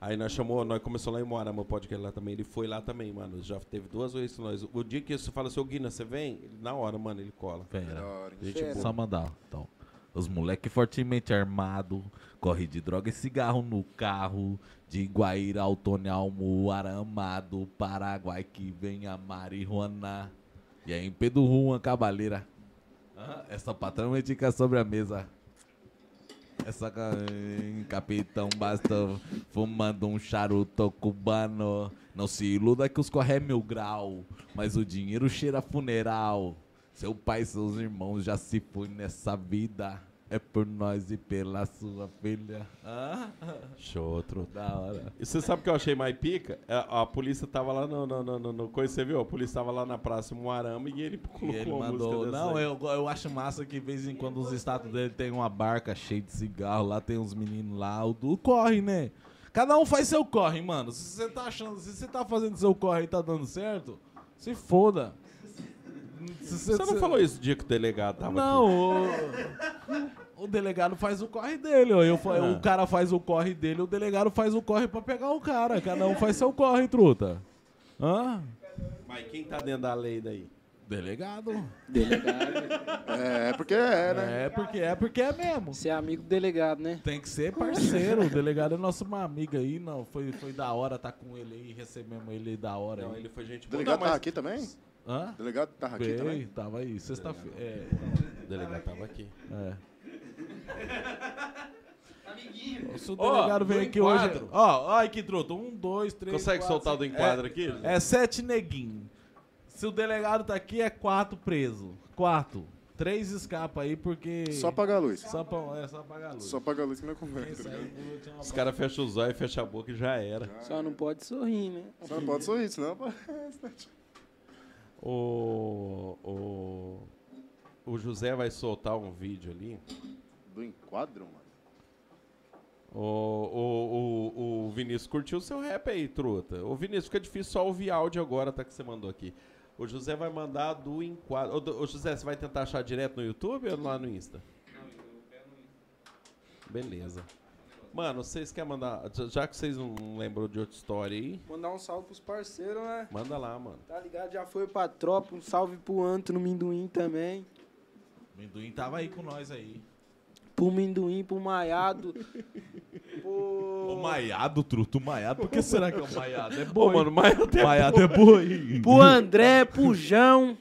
Speaker 1: Aí nós chamou, nós começou lá em Moarama o podcast lá também. Ele foi lá também, mano. Já teve duas vezes com nós. O dia que você fala, seu Guina, você vem? Ele- na hora, mano, ele cola.
Speaker 2: Vem.
Speaker 1: Gente boa.
Speaker 2: tipo, Só mandar, então. Os moleque fortemente armado, corre de droga e cigarro no carro, de Iguaíra, Altônia, Almoara, Amado, Paraguai, que vem a marihuana. E aí, em Pedro Juan, Cabaleira. Ah, Essa patrão indica sobre a mesa. Essa ca- em capitão basta fumando um charuto cubano. Não se iluda que os corré mil grau, mas o dinheiro cheira funeral. Seu pai e seus irmãos já se foi nessa vida. É por nós e pela sua filha. Ah. Show, outro. Da hora.
Speaker 1: E você sabe o que eu achei mais pica? É, A, a polícia tava lá no, no, no, no, no coisa, você viu? A polícia tava lá na praça Moarama e ele colocou
Speaker 2: E ele
Speaker 1: uma música
Speaker 2: mandou.
Speaker 1: dessa
Speaker 2: Não,
Speaker 1: aí.
Speaker 2: eu, eu acho massa que de vez em quando os status dele tem uma barca cheia de cigarro, lá tem uns meninos lá, o do corre, né? Cada um faz seu corre, mano. Se você tá achando, se você tá fazendo seu corre e tá dando certo, se foda. Se
Speaker 1: Você não falou isso o dia que o delegado tava
Speaker 2: Não, o, o delegado faz o corre dele, ó. Eu, fa-
Speaker 1: Ah.
Speaker 2: O cara faz o corre dele, o delegado faz o corre pra pegar o cara. Cada um faz seu corre, truta. Hã?
Speaker 1: aqui. Mas quem tá dentro da lei daí?
Speaker 2: Delegado.
Speaker 3: Delegado.
Speaker 8: É, porque é,
Speaker 2: né? É, porque é, porque é mesmo.
Speaker 3: Você é amigo do delegado, né?
Speaker 2: Tem que ser parceiro. O delegado é nosso uma amiga aí, não. Foi, foi da hora tá com ele aí, recebemos ele da hora.
Speaker 1: Não,
Speaker 2: aí.
Speaker 1: ele foi gente
Speaker 8: O delegado tá tava aqui também?
Speaker 2: Hã?
Speaker 8: O delegado tava aqui
Speaker 2: Veio,
Speaker 8: também?
Speaker 2: Tava aí, sexta-feira. É.
Speaker 1: O delegado tava aqui.
Speaker 2: É.
Speaker 27: Amiguinho.
Speaker 2: Se o
Speaker 1: Ó,
Speaker 2: delegado vem
Speaker 1: do
Speaker 2: aqui hoje.
Speaker 1: enquadro.
Speaker 2: Ó, ai que troto. Um, dois, três.
Speaker 1: Consegue
Speaker 2: quatro,
Speaker 1: soltar o do
Speaker 2: cinco.
Speaker 1: enquadro
Speaker 2: É-
Speaker 1: aqui?
Speaker 2: É sete neguinho. Se o delegado tá aqui, é quatro preso. Quatro. Três escapa aí porque.
Speaker 8: Só apagar a luz.
Speaker 2: Só apagar é, só apagar a luz.
Speaker 8: Só apaga a luz que não conversa. tá ligado?
Speaker 2: É.
Speaker 1: Os caras fecham os olhos, fecham a boca e já era.
Speaker 3: Só não pode sorrir, né?
Speaker 8: Só não pode sorrir, senão.
Speaker 1: O, o, o José vai soltar um vídeo ali.
Speaker 8: Do enquadro, mano.
Speaker 1: O, o, o, o Vinícius curtiu o seu rap aí, truta. Ô, Vinícius, fica difícil só ouvir áudio agora, tá? Que você mandou aqui. O José vai mandar do enquadro. Ô, do- Ô, José, você vai tentar achar direto no YouTube ou lá no Insta? Beleza. Mano, vocês querem mandar. já- Já que vocês não lembram de outra história aí,
Speaker 3: Mandar um salve pros parceiros, né?
Speaker 1: manda lá, mano.
Speaker 3: Tá ligado? Já foi pra tropa. Um salve pro Anto no Minduim também.
Speaker 2: Minduim tava aí com nós aí.
Speaker 3: Pro Minduim, pro Maiado.
Speaker 2: O Maiado, truto, o Maiado. Por que será que é o Maiado? É
Speaker 1: Ô,
Speaker 2: boi.
Speaker 1: mano, o Maiado é
Speaker 2: Maiado
Speaker 1: boi.
Speaker 2: é boi.
Speaker 3: pro André, pro Jão.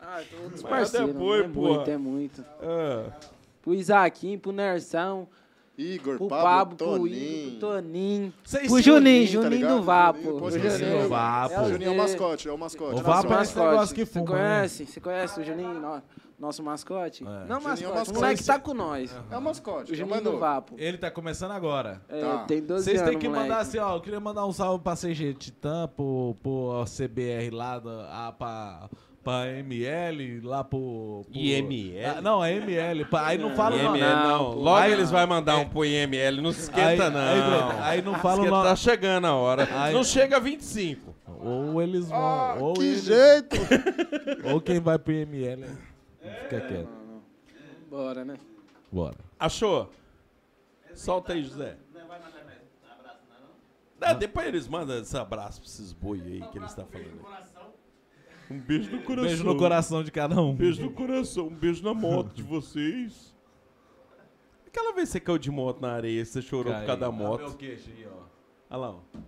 Speaker 3: Ah, tô outros
Speaker 1: Mas
Speaker 3: parceiros.
Speaker 1: depois,
Speaker 3: é
Speaker 1: pô.
Speaker 3: muito, é muito.
Speaker 1: Ah,
Speaker 3: Pro Isaquim, pro Nersão,
Speaker 8: Igor,
Speaker 3: pro
Speaker 8: Pablo,
Speaker 3: Pablo,
Speaker 8: Toninho.
Speaker 3: pro Igor, pro Toninho.
Speaker 2: Vocês
Speaker 3: pro
Speaker 2: sim,
Speaker 8: Juninho,
Speaker 3: Juninho,
Speaker 8: tá
Speaker 3: Juninho
Speaker 8: ligado?
Speaker 3: do Vapo.
Speaker 8: Juninho, pô,
Speaker 3: O
Speaker 8: Juninho
Speaker 2: do Vapo.
Speaker 3: os
Speaker 8: Juninho é o
Speaker 3: meus.
Speaker 8: mascote, é o mascote.
Speaker 2: O Vapo é esse
Speaker 3: mascote.
Speaker 2: negócio que fuma.
Speaker 3: Você
Speaker 2: né?
Speaker 3: conhece? Você conhece o Juninho? no- Nosso mascote? Não,
Speaker 8: É. Juninho é o
Speaker 3: mascote.
Speaker 8: mascote.
Speaker 3: O moleque tá com nós.
Speaker 8: É o
Speaker 3: O
Speaker 8: mascote, é o
Speaker 3: Juninho
Speaker 8: mais
Speaker 3: do
Speaker 8: novo.
Speaker 3: Vapo.
Speaker 2: Ele tá começando agora.
Speaker 3: É,
Speaker 8: Tá.
Speaker 3: tem 12
Speaker 2: Vocês
Speaker 3: anos,
Speaker 2: têm que mandar
Speaker 3: moleque.
Speaker 2: assim, ó. Eu queria mandar um salve pra CG Titã, pro, pro CBR lá, da, a, pra, pra ML, lá pro. pro-
Speaker 1: IML?
Speaker 2: Ah, não, é ML. pá, Aí não fala o
Speaker 1: IML
Speaker 2: nome.
Speaker 1: não.
Speaker 3: pô.
Speaker 1: Logo
Speaker 2: Aí- É.
Speaker 1: eles vão mandar um pro IML. Não se
Speaker 2: Aí-
Speaker 1: esquenta,
Speaker 2: aí-
Speaker 1: não.
Speaker 2: aí não fala o
Speaker 1: Esquenta,
Speaker 2: nome.
Speaker 1: Tá chegando a hora.
Speaker 2: Aí-
Speaker 1: Não chega a 25.
Speaker 2: Ou eles vão. ou,
Speaker 8: Que
Speaker 2: eles-
Speaker 8: jeito!
Speaker 2: ou quem vai pro ML. Fica quieto.
Speaker 3: Bora, né?
Speaker 2: Bora.
Speaker 1: Achou? Solta aí, José. Ah, depois eles mandam esse abraço pra esses boi aí que eles estão falando. Um beijo no coração.
Speaker 2: Beijo no coração de cada um.
Speaker 1: Um beijo no coração. Um beijo na moto de vocês. Aquela vez que você caiu de moto na areia, você chorou por causa da moto.
Speaker 2: Olha o meu queixo aí, ó.
Speaker 1: Olha lá, ó.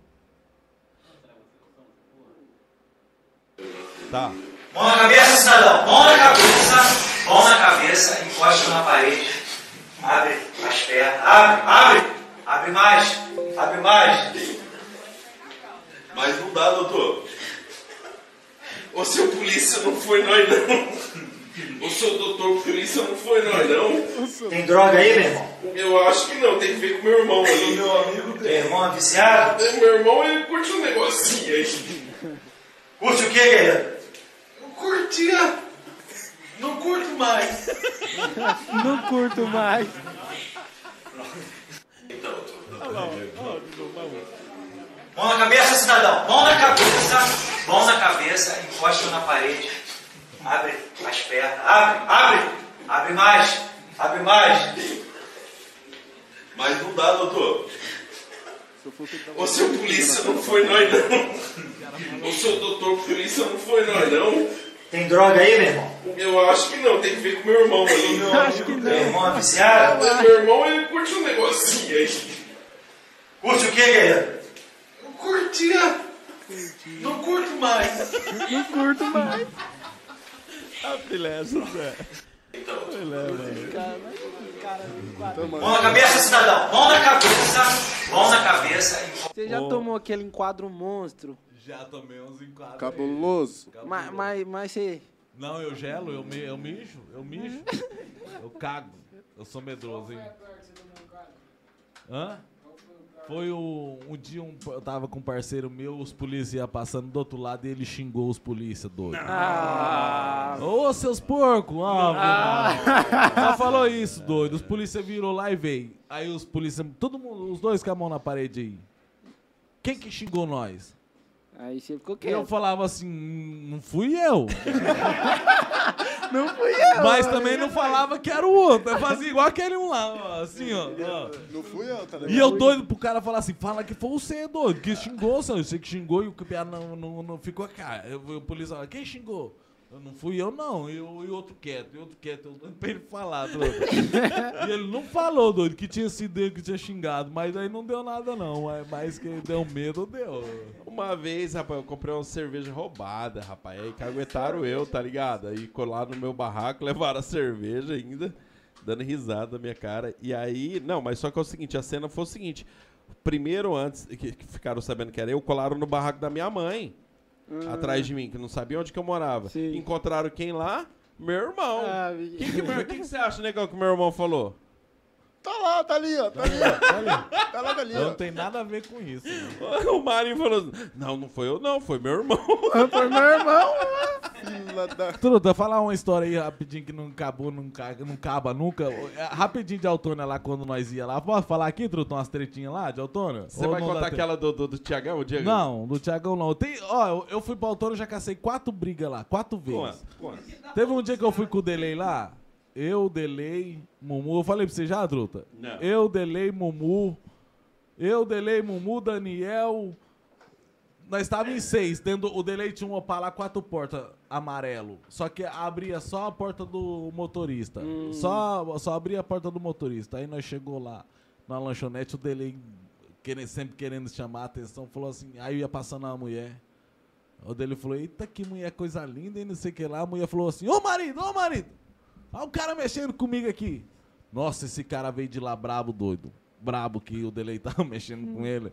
Speaker 1: Tá.
Speaker 19: Mão na cabeça, cidadão. Mão na cabeça. Mão na cabeça. Encosta na parede. Abre as pernas. Abre, abre. Abre mais. Abre mais.
Speaker 28: Mas não dá, doutor. Ô seu polícia não foi nós não. Ô seu doutor polícia não foi nós não.
Speaker 19: Tem droga aí, meu irmão?
Speaker 28: Eu acho que não, tem que ver com meu irmão aí. Meu amigo
Speaker 19: Teu irmão é viciado?
Speaker 28: Meu irmão ele curte um negocinho aí.
Speaker 19: Curte o que, guerreiro?
Speaker 28: Eu curtia. né? Não curto mais.
Speaker 3: Não curto mais.
Speaker 19: Mão na cabeça, cidadão. Mão na cabeça. Mão na cabeça. Encosta na parede. Abre as pernas. Abre, abre. Abre mais. Abre mais.
Speaker 28: Mas não dá, doutor. Ô seu polícia não foi nós não. Ô seu doutor polícia não foi nós não.
Speaker 19: Tem droga aí, meu irmão?
Speaker 28: Eu acho que não, tem que ver com meu irmão aí. Meu acho que
Speaker 19: Teu irmão é viciado?
Speaker 28: Meu irmão ele curte um negocinho aí.
Speaker 19: Curte o que, guerreiro?
Speaker 28: Eu curtia. né? Não curto mais.
Speaker 3: Não curto mais.
Speaker 1: Ah, filé, José. Filé, mano.
Speaker 19: Então. Mão na cabeça, cidadão. Mão na cabeça. Mão na cabeça.
Speaker 3: Você já tomou aquele enquadro monstro?
Speaker 2: Já tomei uns enquadros.
Speaker 8: Cabuloso.
Speaker 3: Mas, mas, mas você.
Speaker 2: Não, eu gelo, eu, me, eu mijo, eu mijo. eu cago. Eu sou medroso, hein? Hã? Foi o- um dia um, eu tava com um parceiro meu, os polícia passando do outro lado e ele xingou os polícia doido.
Speaker 3: Ah,
Speaker 2: Ô, seus porcos! Ah, não. Só falou isso, doido. Os polícia virou lá e veio. Aí os polícia, todo mundo, os dois com a mão na parede aí. Quem que xingou nós?
Speaker 3: aí você ficou
Speaker 2: E eu
Speaker 3: quieto.
Speaker 2: falava assim, "Hum, não fui eu.
Speaker 3: Não fui eu.
Speaker 2: Mas também não falava que era o outro. Eu fazia igual aquele um lá, ó, assim, ó. ó.
Speaker 8: Não fui eu, tá ligado?
Speaker 2: E eu doido pro cara falar assim, fala que foi você, doido, que xingou, senhor. Você que xingou e o piada não, não, não ficou cá. Eu, o polícia fala, quem xingou? Eu não fui eu, não. Eu, e outro quieto, e outro quieto. Eu dando pra ele falar, doido. e ele não falou, doido, que tinha sido ele que tinha xingado. Mas aí não deu nada, não. Mas- Mas que deu medo, deu.
Speaker 29: Uma vez, rapaz, eu comprei uma cerveja roubada, rapaz. Aí caguetaram eu, tá ligado? Aí colaram no meu barraco, levaram a cerveja ainda, dando risada na minha cara. E aí, não, mas só que é o seguinte, a cena foi o seguinte. Primeiro, antes, que, que ficaram sabendo que era eu, colaram no barraco da minha mãe.
Speaker 1: Ah.
Speaker 29: Atrás de mim, que não sabia onde que eu morava. Encontraram quem lá? Meu irmão.
Speaker 1: Ah,
Speaker 29: O que, que meu- que que você acha, negão, que meu irmão falou?
Speaker 30: Tá lá, tá ali, ó. Tá ali, ó. Tá lá, tá ali, ó.
Speaker 29: Não
Speaker 2: tem nada a ver com isso.
Speaker 29: o Marinho falou: assim, Não, não foi eu, não, foi meu irmão.
Speaker 30: Foi meu irmão.
Speaker 2: Truta, falar uma história aí rapidinho que não acabou, não, ca- não acaba nunca. É, Rapidinho de Autônia lá quando nós ia lá. Posso falar aqui, Truta, umas tretinhas lá de Autônia?
Speaker 29: Você
Speaker 2: Ou
Speaker 29: vai
Speaker 2: não dá
Speaker 29: contar
Speaker 2: tempo?
Speaker 29: aquela do, do, do Tiagão, o Diego?
Speaker 2: Não, do Thiagão não. Tem, ó, eu, eu fui pra Autônia, já cacei quatro brigas lá, quatro vezes. Teve um dia que eu fui com o Delay lá. Eu, Delay, Mumu. Eu falei pra você já, Druta?
Speaker 29: Não.
Speaker 2: Eu, Delay, Mumu. Eu, Delay, Mumu, Daniel. Nós estávamos em seis. Dentro, o Delay tinha um Opala quatro portas amarelo. Só que abria só a porta do motorista. Só, só abria a porta do motorista. Aí nós chegou lá na lanchonete, o Delay querendo, sempre querendo chamar a atenção, falou assim, aí ia passando uma mulher. O dele falou, eita, que mulher coisa linda e não sei o que lá. A mulher falou assim, ô marido, ô marido, olha o cara mexendo comigo aqui. Nossa, esse cara veio de lá brabo, doido. Brabo que o Delay tava mexendo com ele.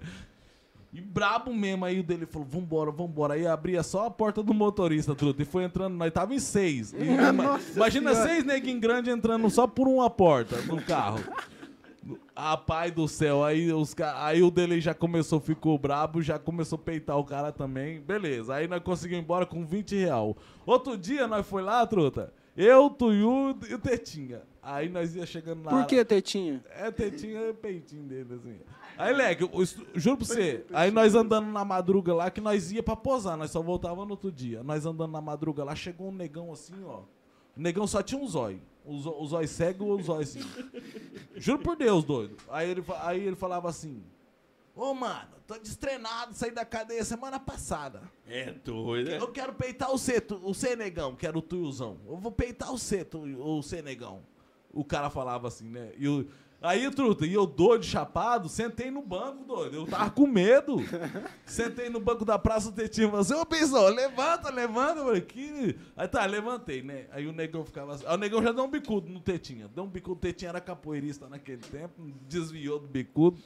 Speaker 2: E brabo mesmo, aí o dele falou, vambora, vambora. Aí abria só a porta do motorista, truta, e foi entrando, nós tava em seis. E ima-
Speaker 30: Nossa
Speaker 2: imagina
Speaker 30: Senhora.
Speaker 2: seis neguinhos grandes entrando só por uma porta no carro. Rapaz do céu, aí, os, ca- aí o dele já começou, ficou brabo, já começou a peitar o cara também. Beleza, aí nós conseguimos ir embora com 20 real. Outro dia nós foi lá, truta, eu, Tuiu e o Tetinha. Aí nós ia chegando lá.
Speaker 3: Por que, Tetinha?
Speaker 2: É, Tetinha é peitinho dele, assim. Aí, Leque, eu- eu estu- juro pra você, aí nós andando na madruga lá, que nós ia pra posar, nós só voltava no outro dia. Nós andando na madruga lá, chegou um negão assim, ó. O negão só tinha um zóio. O zó- o zóio cego ou o zóio assim. Juro por Deus, doido. Aí ele, fa- aí ele falava assim, ô, mano, tô destreinado, saí da cadeia semana passada.
Speaker 29: É doido, né?
Speaker 2: Eu quero peitar o Ceto, o Senegão, que era o Tuiuzão. Eu vou peitar o Ceto, o Senegão. O cara falava assim, né? E o- aí, truta, e eu doido, chapado, sentei no banco, doido. Eu tava com medo. Sentei no banco da praça, o Tetinho falou assim, ô, Pisão, levanta, levanta. Eu falei, "Que-" Aí tá, levantei, né? Aí o Negão ficava assim. Aí o Negão já deu um bicudo no Tetinha. Deu um bicudo, o Tetinha era capoeirista naquele tempo, desviou do bicudo.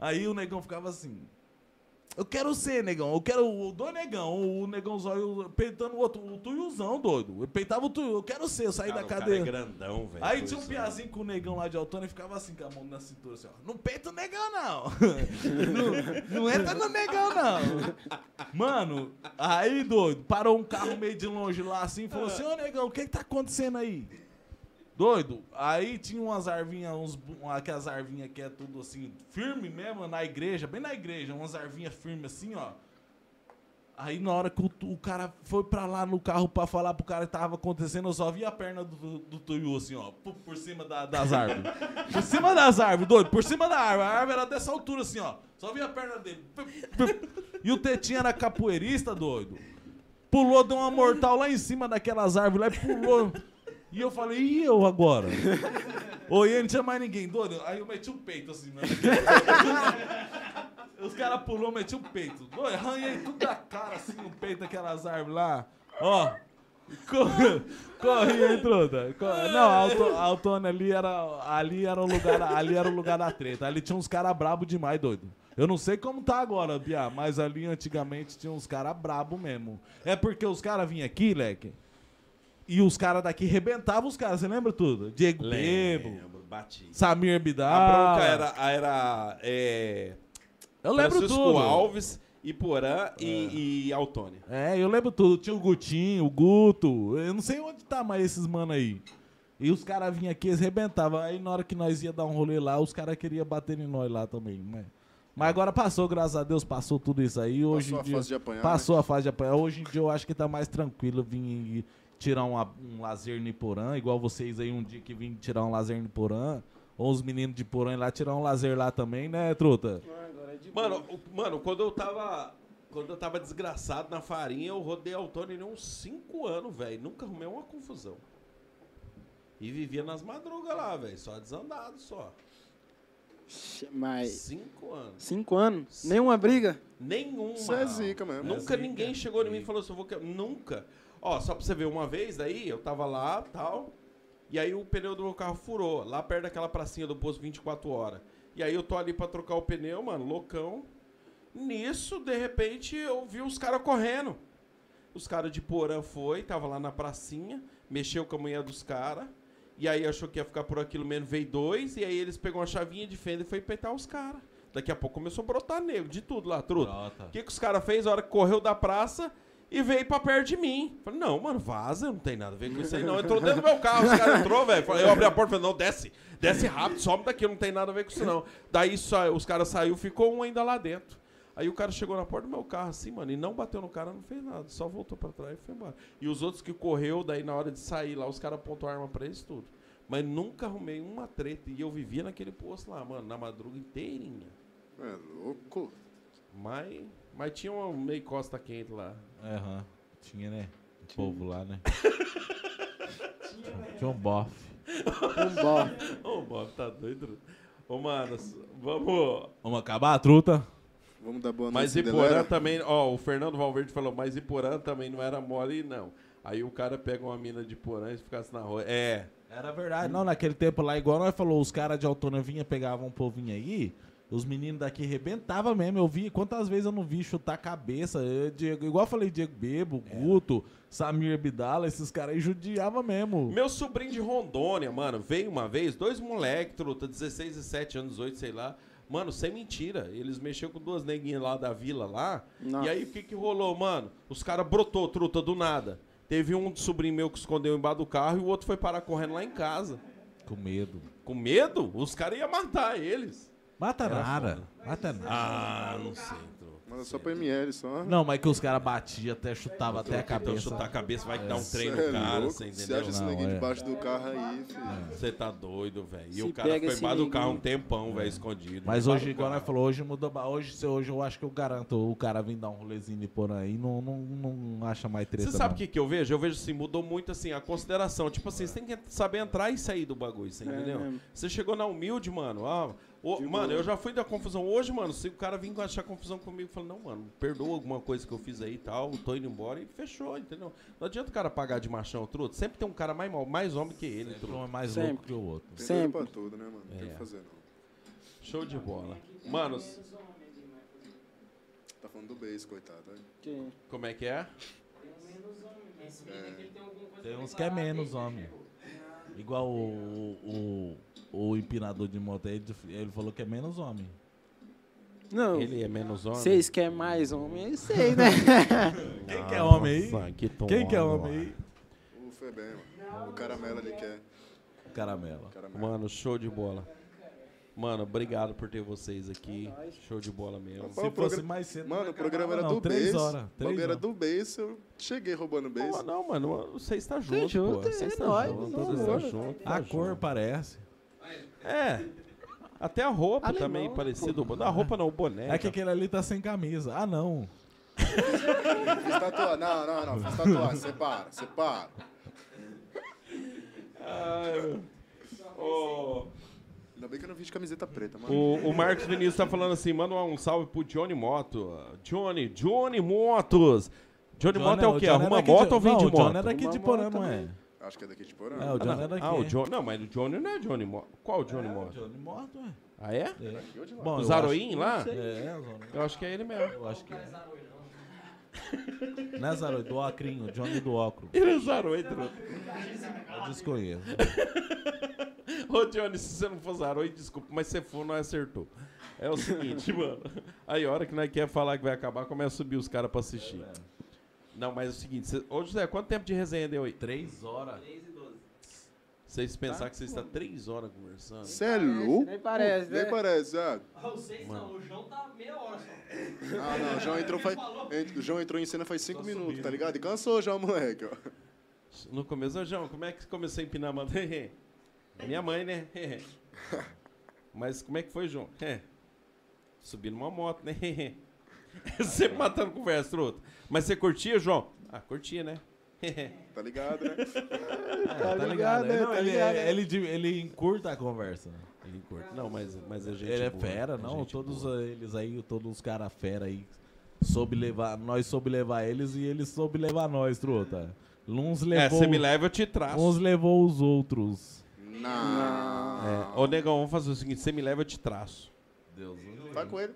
Speaker 2: Aí o Negão ficava assim... Eu quero ser, negão. Eu quero o do negão, o negão zóio peitando o outro, o tuiuzão, doido. Eu peitava o tuiu, eu quero ser, eu saí
Speaker 29: Cara,
Speaker 2: da
Speaker 29: o cara
Speaker 2: cadeia.
Speaker 29: é grandão, velho,
Speaker 2: Aí tinha um
Speaker 29: tuiuzão.
Speaker 2: piazinho com o negão lá de Altona e ficava assim com a mão na cintura, assim, ó. Não peita o negão, não. não, não entra no negão, não. Mano, aí, doido, parou um carro meio de longe lá assim e falou assim, ô negão, o que, que tá acontecendo aí? Doido, aí tinha umas arvinhas, uns, bu- aquelas arvinhas que é tudo assim, firme mesmo, na igreja, bem na igreja, umas arvinhas firmes assim, ó. Aí na hora que o, tu- o cara foi pra lá no carro pra falar pro cara que tava acontecendo, eu só vi a perna do, do, Tuiu assim, ó, por, por cima da- das árvores. Por cima das árvores, doido, por cima da árvore. A árvore era dessa altura assim, ó. Só vi a perna dele. Pup, pup. E o Tetinha era capoeirista, doido. Pulou, deu uma mortal lá em cima daquelas árvores lá e pulou. E eu falei, e eu agora? Oi, e não tinha mais ninguém, doido. Aí eu meti o peito assim, né? Os caras pulou, meti o peito. Doido, arranhei tudo da cara assim no peito daquelas árvores lá. Ó. Corre, corre aí, truta. Corre. Não, a auto- a Autônia ali era, ali, era o lugar, da- ali era o lugar da treta. Ali tinha uns caras brabo demais, doido. Eu não sei como tá agora, Bia, mas ali antigamente tinha uns caras brabo mesmo. É porque os caras vinham aqui, leque, e os caras daqui rebentavam os caras, você lembra tudo? Diego
Speaker 1: É,
Speaker 2: Bebo,
Speaker 29: bati.
Speaker 2: Samir Bidal.
Speaker 29: A bronca era. era é,
Speaker 2: Ah, Eu lembro
Speaker 29: Francisco
Speaker 2: tudo.
Speaker 29: Alves, Iporã e, e Altone.
Speaker 2: É, eu lembro tudo. Tinha o Gutinho, o Guto. Eu não sei onde tá mais esses mano aí. E os caras vinham aqui, eles rebentavam. Aí na hora que nós ia dar um rolê lá, os caras queriam bater em nós lá também. Mas, mas agora passou, graças a Deus, passou tudo isso aí. Hoje
Speaker 8: Passou
Speaker 2: em
Speaker 8: a
Speaker 2: dia,
Speaker 8: fase de apanhar, né?
Speaker 2: Passou a fase de apanhar. Hoje em dia eu acho que tá mais tranquilo vir tirar uma- um lazer no Iporã, igual vocês aí um dia que vim tirar um lazer no Iporã. Ou os meninos de
Speaker 8: É
Speaker 2: Iporã ir lá tirar um lazer lá também, né, truta?
Speaker 29: Mano, o- mano, quando eu tava.
Speaker 1: Quando eu tava desgraçado na farinha, eu rodei autônomo em uns 5 anos, velho. Nunca arrumei uma confusão. E vivia nas madrugas lá, velho. Só desandado, só.
Speaker 3: Mas.
Speaker 1: Cinco anos.
Speaker 3: Cinco anos? Nenhuma briga?
Speaker 1: Nenhuma.
Speaker 8: Isso é zica mesmo.
Speaker 1: Nunca
Speaker 8: É zica.
Speaker 1: ninguém chegou em mim e falou assim, eu vou... que- Nunca. Ó, só pra você ver, uma vez daí, eu tava lá, tal, e aí o pneu do meu carro furou, lá perto daquela pracinha do posto 24 horas. E aí eu tô ali pra trocar o pneu, mano, loucão. Nisso, de repente, eu vi os caras correndo. Os caras de Porã foi, tava lá na pracinha, mexeu com a manhã dos caras. E aí achou que ia ficar por aquilo mesmo, veio dois. E aí eles pegou uma chavinha de fenda e foi peitar os caras. Daqui a pouco começou a brotar negro, de tudo lá, truta. O que, que os caras fez? A hora que correu da praça e veio pra perto de mim. Falei, não, mano, vaza, não tem nada a ver com isso aí, não. Entrou dentro do meu carro, os caras entrou, velho. Falei, Eu abri a porta e falei, não, desce, desce rápido, some daqui, não tem nada a ver com isso, não. Daí só, os caras saiu, ficou um ainda lá dentro. Aí o cara chegou na porta do meu carro assim, mano, e não bateu no cara, não fez nada, só voltou pra trás e foi embora. E os outros que correu, daí na hora de sair lá, os caras apontou a arma pra eles tudo. Mas nunca arrumei uma treta e eu vivia naquele posto lá, mano, na madruga inteirinha.
Speaker 8: É louco.
Speaker 1: Mas, mas tinha uma meio costa quente lá.
Speaker 2: Aham. Tinha, né? O povo lá, né? Tinha um bofe.
Speaker 1: Um bofe. Ô, bofe, tá doido? Ô, mano, s- vamos.
Speaker 2: Vamos acabar a truta?
Speaker 8: Vamos dar boa
Speaker 1: Mas
Speaker 8: noite,
Speaker 1: Iporã tá-
Speaker 8: galera.
Speaker 1: também, ó, o Fernando Valverde falou, mas Iporã também não era mole, não. Aí o cara pega uma mina de Porã e ficasse na rua. É.
Speaker 2: Era verdade. Não, naquele tempo lá, igual nós falou, os caras de Altona vinha, pegavam um povinho aí, os meninos daqui rebentavam mesmo. Eu vi, quantas vezes eu não vi chutar cabeça. Eu, Diego, igual eu falei, Diego Bebo, Guto, Samir Bidala, esses caras aí judiavam mesmo.
Speaker 1: Meu sobrinho de Rondônia, mano, veio uma vez, dois moleques, truta, 16 e 7 anos, 8, sei lá. Mano, sem mentira, eles mexeram com duas neguinhas lá da vila lá. E aí o que que rolou, mano? Os caras brotou, truta, do nada. Teve um sobrinho meu que escondeu embaixo do carro e o outro foi parar correndo lá em casa.
Speaker 2: Com medo.
Speaker 1: Com medo? Os caras iam matar eles.
Speaker 2: Mata
Speaker 1: Era
Speaker 2: nada. Mata nada.
Speaker 1: Ah, não sei, truta.
Speaker 8: Manda só pra ML, só.
Speaker 2: Não, mas que os caras batiam até, chutavam até a
Speaker 1: Então,
Speaker 2: cabeça.
Speaker 1: chutar a cabeça vai que dá um
Speaker 8: Cê
Speaker 1: trem no
Speaker 8: é
Speaker 1: cara,
Speaker 8: louco?
Speaker 1: você
Speaker 8: Cê
Speaker 1: entendeu?
Speaker 8: acha esse
Speaker 1: Não,
Speaker 8: neguinho
Speaker 1: é.
Speaker 8: debaixo do carro aí, filho?
Speaker 1: Você tá doido, velho. E
Speaker 8: Se
Speaker 1: o cara
Speaker 8: pega
Speaker 1: foi
Speaker 8: esse
Speaker 1: embaixo do
Speaker 8: neguinho.
Speaker 1: carro um tempão, velho, escondido.
Speaker 2: Mas
Speaker 1: Embaixo
Speaker 2: hoje,
Speaker 1: do
Speaker 2: igual
Speaker 1: carro.
Speaker 2: nós falou, hoje mudou. ba- Hoje, se- hoje eu acho que eu garanto o cara vir dar um rolezinho por aí não, não, não acha mais treta.
Speaker 1: Você sabe
Speaker 2: não.
Speaker 1: o que, que eu vejo? Eu vejo assim, mudou muito assim, a consideração. Tipo assim, você tem que saber entrar e sair do bagulho, você
Speaker 31: É
Speaker 1: entendeu?
Speaker 31: mesmo.
Speaker 1: Você chegou na humilde, mano. Ah, ô, mano, eu já fui da confusão. Hoje, mano, se o cara vir achar confusão comigo, fala, não, mano, perdoa alguma coisa que eu fiz aí e tal, tô indo embora e fechou, entendeu? Não adianta o cara pagar de machão, truto. Sempre tem um cara mais mal, mais homem que ele, truto.
Speaker 2: um é mais louco Sempre. que o outro.
Speaker 8: Tem doido pra tudo, né, mano? Não tem o
Speaker 1: É.
Speaker 8: que fazer, não.
Speaker 1: Show de bola. Mano,
Speaker 8: Tá falando do base, coitado. né?
Speaker 1: como é que é?
Speaker 2: Tem uns que é menos homem. Igual o, o, o empinador de moto, ele, ele falou que é menos homem.
Speaker 3: Não.
Speaker 1: Ele é menos homem?
Speaker 3: Vocês querem mais homem? Eu sei, né?
Speaker 2: Quem que é homem
Speaker 1: Nossa,
Speaker 2: aí?
Speaker 1: que
Speaker 2: Quem que é
Speaker 1: tomada.
Speaker 2: homem aí?
Speaker 8: O Febem, mano. O caramelo ali é. quer.
Speaker 2: Caramela.
Speaker 1: Mano, show de bola. Mano, obrigado por ter vocês aqui. Show de bola mesmo.
Speaker 8: Mas o progra- Mano, o programa era do
Speaker 1: três
Speaker 8: base.
Speaker 1: horas,
Speaker 8: O
Speaker 1: três
Speaker 8: bagulho era
Speaker 1: horas.
Speaker 8: do base, eu cheguei roubando base.
Speaker 1: Não, mano, você está
Speaker 8: Tá
Speaker 1: junto,
Speaker 8: junto,
Speaker 1: pô. Você
Speaker 8: é
Speaker 1: está
Speaker 8: nóis,
Speaker 1: junto,
Speaker 8: tá
Speaker 1: você está
Speaker 8: louco.
Speaker 1: junto.
Speaker 2: A cor parece.
Speaker 1: É. Até a roupa também parecido. Da roupa não, o boné.
Speaker 2: É que aquele ali tá sem camisa. Ah, não.
Speaker 8: Fiz tatuagem. tá Não, não, tá não. Fiz tatuagem. Separa, separa. Ainda bem que eu não vi de camiseta preta, mano.
Speaker 1: O, o Marcos Vinícius tá falando assim, manda um salve pro Johnny Moto. Johnny, Johnny Motos. Johnny,
Speaker 2: Johnny
Speaker 1: Moto é o quê?
Speaker 2: é- o Johnny é
Speaker 1: Arruma
Speaker 2: daqui
Speaker 1: moto
Speaker 2: de-
Speaker 1: ou vende
Speaker 2: não, o
Speaker 1: moto?
Speaker 2: Johnny é daqui de Porã, não é?
Speaker 8: Acho que é daqui de Porã.
Speaker 2: É, o Johnny é
Speaker 1: não.
Speaker 2: daqui.
Speaker 1: Ah, o Johnny. Não, mas o Johnny não é Johnny Moto. Qual o Johnny Moto?
Speaker 2: Johnny Moto, é.
Speaker 1: Ah, é?
Speaker 2: É.
Speaker 8: Daqui ou de lá?
Speaker 2: Bom,
Speaker 1: o
Speaker 2: eu
Speaker 1: Zaroim
Speaker 2: acho-
Speaker 1: lá?
Speaker 2: É, o Zaroim.
Speaker 1: Eu acho que é ele mesmo.
Speaker 2: Eu acho que é. Não é Zaroi, do Ocrinho, Johnny do Ocro.
Speaker 1: Ele é Zaroi, truta.
Speaker 2: Eu desconheço.
Speaker 1: Ô, Johnny, se você não for Zaroi, desculpa, mas se for, não acertou. É o seguinte, mano. Aí, a hora que nós quer falar que vai acabar, começa a subir os caras pra
Speaker 2: É
Speaker 1: assistir. não, mas é o seguinte, cê... ô José, quanto tempo de resenha deu aí?
Speaker 2: Três horas. Tá?
Speaker 1: Vocês pensar que vocês estão três horas conversando?
Speaker 8: Você é louco?
Speaker 3: nem parece,
Speaker 8: Nem
Speaker 3: né?
Speaker 8: parece, ah.
Speaker 19: Ah, vocês não, o João tá meia hora só.
Speaker 8: Ah, não, o João entrou, faz, ent- o João entrou em cena faz cinco minutos, tá ligado? E cansou já, o moleque, ó.
Speaker 1: No começo, ô João, como é que você começou a empinar a mão? Minha mãe, né? É. Mas como é que foi, João? Subi numa moto, né? Sempre matando conversa, truta. Mas você curtia, João? Ah, curtia, né?
Speaker 8: Tá ligado, né?
Speaker 2: Tá ligado, né? Não, ele, ele, de- ele encurta a conversa. né? Ele encurta.
Speaker 1: Não, mas, mas a gente.
Speaker 2: Ele é
Speaker 1: boa,
Speaker 2: fera,
Speaker 1: é
Speaker 2: não?
Speaker 1: gente
Speaker 2: Todos eles aí, todos os caras fera aí. Soube levar, nós soube levar eles e eles soube levar nós, truta. Uns levou.
Speaker 1: É, você me leva, eu te traço.
Speaker 2: Uns levou os outros.
Speaker 1: É. Ô, negão, vamos fazer o seguinte: você me leva, eu te traço. Deus.
Speaker 8: Vai com ele.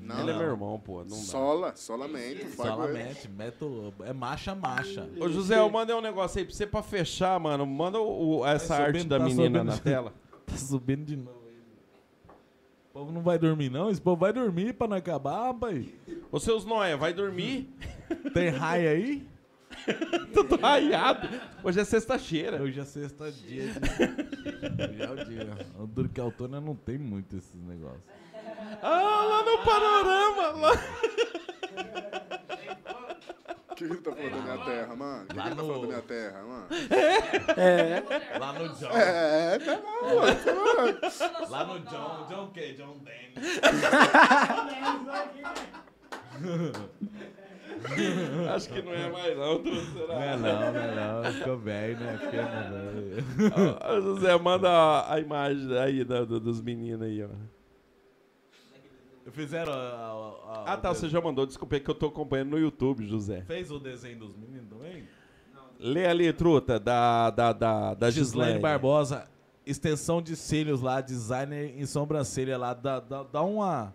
Speaker 8: Não,
Speaker 1: Ele é
Speaker 8: Ah, não.
Speaker 1: meu irmão, pô. Não dá.
Speaker 8: Sola, solamente. vai com ele.
Speaker 2: Solamente, meto, é macha, macha.
Speaker 1: Ô, José, eu mandei um negócio aí pra você pra fechar, mano. Manda o- o- essa
Speaker 2: Tá
Speaker 1: arte
Speaker 2: subindo,
Speaker 1: da
Speaker 2: tá
Speaker 1: menina
Speaker 2: subindo
Speaker 1: na
Speaker 2: de-
Speaker 1: tela.
Speaker 2: Tá subindo de novo. aí. O povo não vai dormir, não? Esse povo vai dormir pra não acabar, pai.
Speaker 1: Ô, seus noia, vai dormir?
Speaker 2: Tem raia aí?
Speaker 1: Tudo raiado. Hoje é sexta-feira.
Speaker 2: Hoje é sexta-dia. Hoje é o dia. O duro que a autônoma não tem muito esses negócios.
Speaker 1: Ah, lá no panorama!
Speaker 8: O que ele tá falando da minha terra, mano? O que
Speaker 2: Lá
Speaker 8: ele tá
Speaker 2: no-
Speaker 8: falando da minha terra, mano?
Speaker 2: É. Lá no John.
Speaker 8: É, tá bom, tá bom.
Speaker 2: Lá
Speaker 28: Então,
Speaker 2: no John, John o quê? John Dennis.
Speaker 1: lá. Acho que não é mais, não. Não
Speaker 2: Não é não, não é não. Ficou velho, né? Fiquei velho.
Speaker 1: Ô, Ah, José, manda a- a imagem aí da- do- dos meninos aí, ó.
Speaker 2: Fizeram a, a- a-
Speaker 1: Ah, tá,
Speaker 2: o
Speaker 1: você
Speaker 2: desenho-
Speaker 1: já mandou. Desculpa, é que eu tô acompanhando no YouTube, José.
Speaker 2: Fez o desenho dos meninos também?
Speaker 1: Lê ali, truta, da, da, da, da
Speaker 2: Gislaine
Speaker 1: Gislaine.
Speaker 2: Barbosa, extensão de cílios lá, designer em sobrancelha lá, dá, dá, dá uma.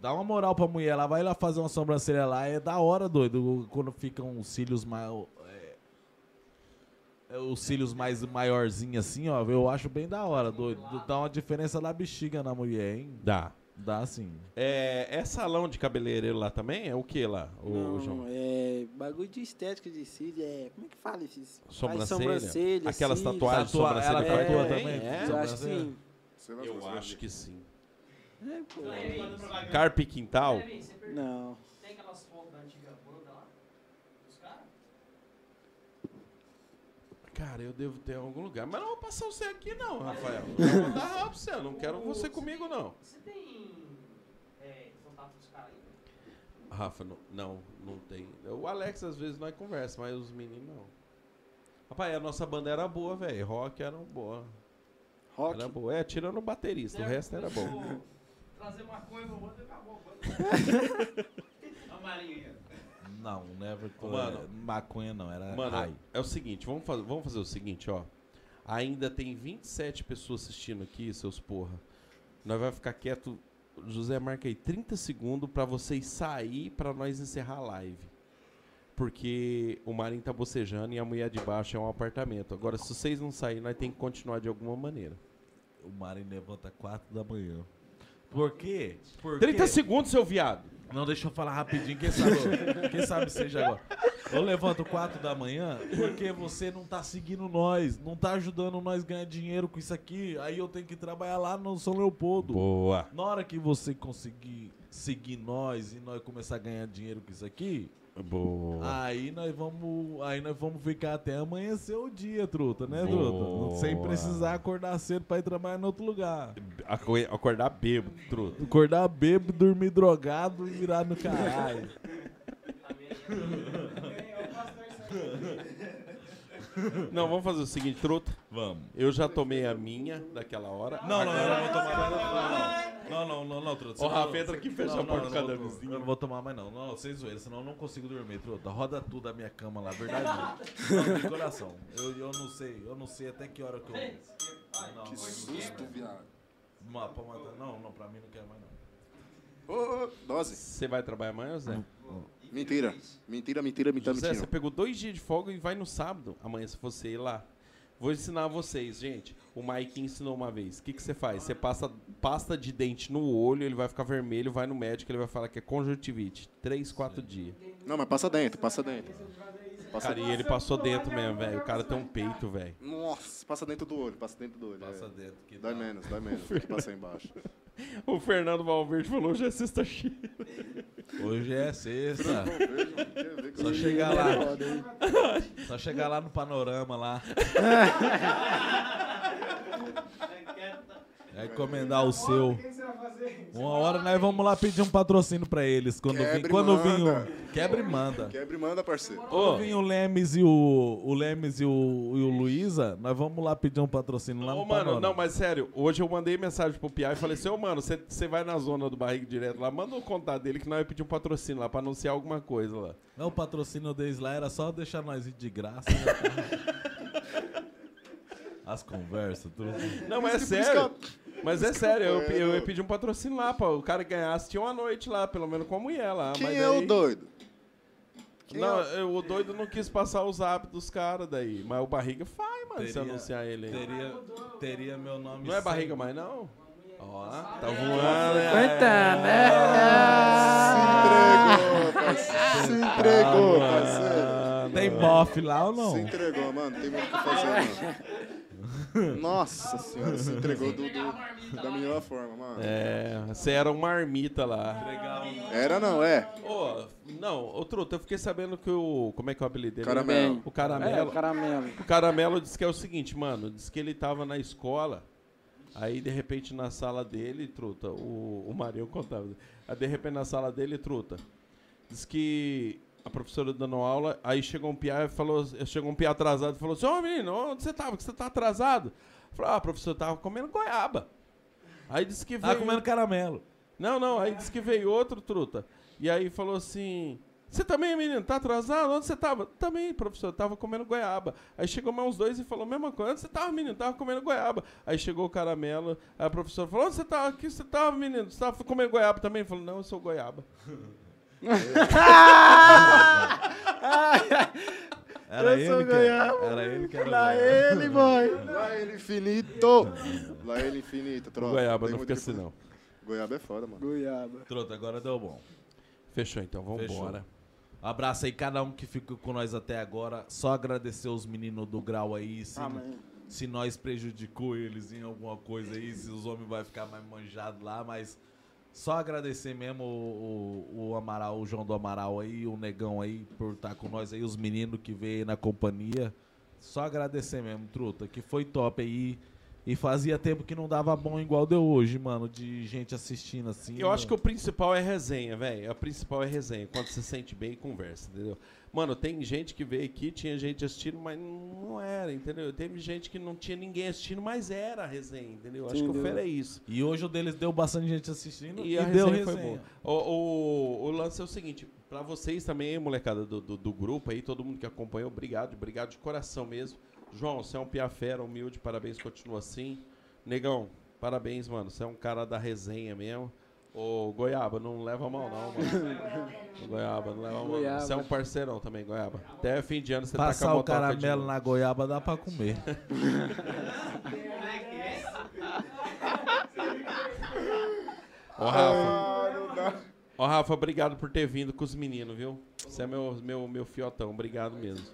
Speaker 2: Dá uma moral pra mulher lá, vai lá fazer uma sobrancelha lá, é da hora, doido, quando ficam os cílios mais. é, é, os cílios mais maiorzinhos assim, ó, eu acho bem da hora, doido. Dá uma diferença na bexiga na mulher, hein?
Speaker 1: Dá.
Speaker 2: Dá sim.
Speaker 1: É, é salão de cabeleireiro lá também? É o que lá, o
Speaker 3: Não,
Speaker 1: João?
Speaker 3: é bagulho de estética de cílio, é... Como é que fala esses? Faz
Speaker 1: Sobrancelha?
Speaker 3: sobrancelha,
Speaker 1: Aquelas
Speaker 3: cílios.
Speaker 1: tatuagens, Tatua- sobrancelha ela pra tatua também?
Speaker 3: É, eu
Speaker 1: Sobrancelha?
Speaker 3: acho que sim.
Speaker 1: Eu acho que sim.
Speaker 3: É, pô.
Speaker 1: Carpe Quintal?
Speaker 3: Não.
Speaker 19: Tem aquelas fotos da antiga banda lá? Os caras?
Speaker 1: Cara, eu devo ter em algum lugar. Mas não vou passar você aqui, não, Rafael. Não vou mandar rabo pra você. eu Não quero você comigo, não.
Speaker 19: Você tem é, contato com os caras aí?
Speaker 1: Rafa, não, não, não tem. O Alex, às vezes, nós conversa, mas os meninos não. Rapaz, a nossa banda era boa, velho. Rock era boa.
Speaker 8: Rock?
Speaker 1: Era boa. É, tirando o baterista, o resto era bom.
Speaker 19: Trazer maconha pro outro e acabou a banda. Olha o Marinho aí, ó.
Speaker 2: Não, never
Speaker 1: Ô, mano.
Speaker 2: é, maconha não, era
Speaker 1: Mano,
Speaker 2: raio.
Speaker 1: é o seguinte, vamos fazer, vamos fazer o seguinte, ó. Ainda tem 27 pessoas assistindo aqui, seus porra. Nós vai ficar quieto. José, marca aí 30 segundos pra vocês sair pra nós encerrar a live. Porque o Marinho tá bocejando e a mulher de baixo é um apartamento. Agora, se vocês não saírem, nós tem que continuar de alguma maneira.
Speaker 2: O Marinho levanta 4 da manhã. Por quê? Por
Speaker 1: 30
Speaker 2: quê?
Speaker 1: segundos, seu viado!
Speaker 2: Não, deixa eu falar rapidinho, quem sabe, quem sabe seja agora. Eu levanto 4 da manhã porque você não tá seguindo nós, não tá ajudando nós a ganhar dinheiro com isso aqui, aí eu tenho que trabalhar lá no São Leopoldo.
Speaker 1: Boa.
Speaker 2: Na hora que você conseguir seguir nós e nós começar a ganhar dinheiro com isso aqui,
Speaker 1: Boa.
Speaker 2: aí nós vamos, aí nós vamos ficar até amanhecer o dia, truta, né,
Speaker 1: Boa.
Speaker 2: truta? Sem precisar acordar cedo pra ir trabalhar em outro lugar.
Speaker 1: Aco- Acordar bêbado, truta.
Speaker 2: Acordar bêbado, dormir drogado e virar no caralho.
Speaker 1: Não, vamos fazer o seguinte, truta.
Speaker 2: Vamos.
Speaker 1: Eu já tomei a minha daquela hora.
Speaker 2: Não, não, eu
Speaker 1: Agora-
Speaker 2: não vou tomar mais. Não, não, não, não, não, truta.
Speaker 1: Ô, Rafa, entra aqui e fecha a porta por causa da
Speaker 2: vizinha. Eu não vou tomar mais, não. Não, vocês zoeiram, senão eu não consigo dormir, truta. Roda tudo a minha cama lá, verdade. mesmo. Não, de coração. Eu, eu não sei, eu não sei até que hora que eu. Não,
Speaker 8: Que susto, viado.
Speaker 2: Uma, pra matar. Não, não, pra mim não quero mais, não.
Speaker 8: Ô, ô, dose.
Speaker 1: Você vai trabalhar amanhã, Zé?
Speaker 8: Mentira. Mentira, mentira, mentira,
Speaker 1: José, você
Speaker 8: mentira.
Speaker 1: pegou dois dias de folga e vai no sábado. Amanhã, se você ir lá. Vou ensinar vocês, gente. O Mike ensinou uma vez. O que, que você faz? Você passa pasta de dente no olho, ele vai ficar vermelho, vai no médico, ele vai falar que é conjuntivite. Três, quatro dias.
Speaker 8: Não, mas passa dentro, passa dentro. Passa
Speaker 1: Cara, e ele passou dentro mesmo, velho. O cara tem um peito, velho.
Speaker 8: Nossa, passa dentro do olho, passa dentro do olho. Passa
Speaker 2: dentro. Que
Speaker 8: dói menos, dói menos. que passa embaixo.
Speaker 1: O Fernando Valverde falou hoje é sexta-feira.
Speaker 2: Hoje é sexta. Só
Speaker 8: Ih, é
Speaker 2: chegar lá.
Speaker 8: foda, hein?
Speaker 2: Só chegar lá no panorama lá. Vai encomendar o seu.
Speaker 32: Olha, O que que você vai fazer?
Speaker 2: Uma hora nós vamos lá pedir um patrocínio pra eles. Quando
Speaker 8: Quebra
Speaker 2: vir,
Speaker 8: e
Speaker 2: quando vir
Speaker 8: manda.
Speaker 2: o... Quebra e manda.
Speaker 8: Quebra e manda, parceiro.
Speaker 2: Quando vir o Lemes e o, o Lemes e o, e o Luísa, nós vamos lá pedir um patrocínio lá
Speaker 1: Ô,
Speaker 2: no
Speaker 1: mano,
Speaker 2: Panorama.
Speaker 1: não, mas sério, hoje eu mandei mensagem pro Piá e falei assim, ô, mano, você vai na zona do barriga direto lá, manda o contato dele que nós vamos pedir um patrocínio lá pra anunciar alguma coisa lá.
Speaker 2: Não, o patrocínio deles lá era só deixar nós ir de graça. né? As conversas, tudo.
Speaker 1: Não, mas é sério. Mas é sério, eu, pe- eu ia pedir um patrocínio lá, pô. O cara ganhasse tinha uma noite lá, pelo menos com a mulher lá.
Speaker 8: Quem
Speaker 1: mas
Speaker 8: é o
Speaker 1: daí-
Speaker 8: doido? Quem
Speaker 1: não,
Speaker 8: é
Speaker 1: eu- o doido não quis passar o zap dos caras daí. Mas o barriga faz, mano, se
Speaker 2: Teria-
Speaker 1: anunciar ele. aí.
Speaker 2: Teria, teria meu nome.
Speaker 1: Não é
Speaker 2: sem-
Speaker 1: barriga mais, não? Ó, tá voando, né?
Speaker 2: Coitado, né?
Speaker 1: Ah,
Speaker 8: Se entregou,
Speaker 1: Ah,
Speaker 8: parceiro.
Speaker 2: Tem bofe lá ou não?
Speaker 8: Se entregou, mano. Tem muito o que fazer, não. Nossa senhora, se entregou do, do- da melhor forma, mano.
Speaker 1: É, você era uma marmita lá.
Speaker 8: Era não, é.
Speaker 1: Ô, não, ô Truta, eu fiquei sabendo que o. Como é que é o apelido dele?
Speaker 8: Caramelo.
Speaker 1: O caramelo.
Speaker 8: É, o Caramelo.
Speaker 1: O caramelo disse que é o seguinte, mano. Disse que ele tava na escola. Aí, de repente, na sala dele, truta, o, o Marinho contava. Aí, de repente, na sala dele, truta. Diz que a professora dando aula, aí chegou um piá e falou, chegou um piá atrasado e falou assim, ô menino, onde você tava? Que você tá atrasado? Falou, ah, professor, eu tava comendo goiaba. Aí disse que veio.
Speaker 2: Tava comendo caramelo.
Speaker 1: Não, não, aí disse que veio outro truta. E aí falou assim: Você também, menino, tá atrasado? Onde você tava? Também, professor, eu tava comendo goiaba. Aí chegou mais uns dois e falou a mesma coisa: Onde você tava, menino? Tava comendo goiaba. Aí chegou o caramelo, aí a professora falou: Onde você tava? Aqui você tava, menino? Você tava comendo goiaba também? Ele falou: Não, eu sou goiaba.
Speaker 2: Era
Speaker 1: Eu sou
Speaker 2: ele que
Speaker 1: goiaba.
Speaker 2: era, era ele que era.
Speaker 33: Lá
Speaker 2: goiaba.
Speaker 33: ele, boy.
Speaker 8: Lá ele infinito. Lá ele infinito, troca.
Speaker 1: Goiaba,
Speaker 8: Tem
Speaker 1: não
Speaker 8: muito
Speaker 1: fica
Speaker 8: o que
Speaker 1: assim,
Speaker 8: fazer.
Speaker 1: não.
Speaker 8: Goiaba é foda, mano.
Speaker 33: Goiaba.
Speaker 2: Truta, agora deu bom.
Speaker 1: Fechou então, vambora.
Speaker 2: Fechou. Abraço aí cada um que ficou com nós até agora. Só agradecer os meninos do grau aí. Se,
Speaker 33: Amém.
Speaker 2: se nós prejudicou eles em alguma coisa aí, se os homens vai ficar mais manjado lá, mas só agradecer mesmo o, o- o Amaral, o João do Amaral aí, o Negão aí por estar com nós aí, os meninos que veio aí na companhia. Só agradecer mesmo, truta, que foi top aí. E fazia tempo que não dava bom igual deu hoje, mano, de gente assistindo assim.
Speaker 1: Eu acho que o principal é resenha, velho. O principal é resenha. Quando você sente bem e conversa, entendeu? Mano, tem gente que veio aqui, tinha gente assistindo, mas não era, entendeu? Teve gente que não tinha ninguém assistindo, mas era a resenha, entendeu? Acho que o
Speaker 2: Entendeu.
Speaker 1: Fera é isso.
Speaker 2: E hoje o deles deu bastante gente assistindo
Speaker 1: E,
Speaker 2: e,
Speaker 1: a
Speaker 2: deu
Speaker 1: resenha,
Speaker 2: resenha.
Speaker 1: foi boa. O, o- o lance é o seguinte, pra vocês também, hein, molecada do, do, do grupo aí, todo mundo que acompanhou, obrigado, obrigado de coração mesmo. João, você é um piá fera, humilde, parabéns, continua assim. Negão, parabéns, mano, você é um cara da resenha mesmo. Ô, Goiaba, não leva mal não, mano. Ô, Goiaba, não leva mal. não.
Speaker 2: Goiaba.
Speaker 1: Você é um parceirão também, Goiaba. Até fim de ano você tá com a
Speaker 2: Passar o
Speaker 1: motoca de
Speaker 2: caramelo
Speaker 1: novo.
Speaker 2: na goiaba dá pra comer.
Speaker 1: Ô, Rafa. Ó, Rafa, obrigado por ter vindo com os meninos, viu? Você é meu, meu, meu fiotão, obrigado mesmo.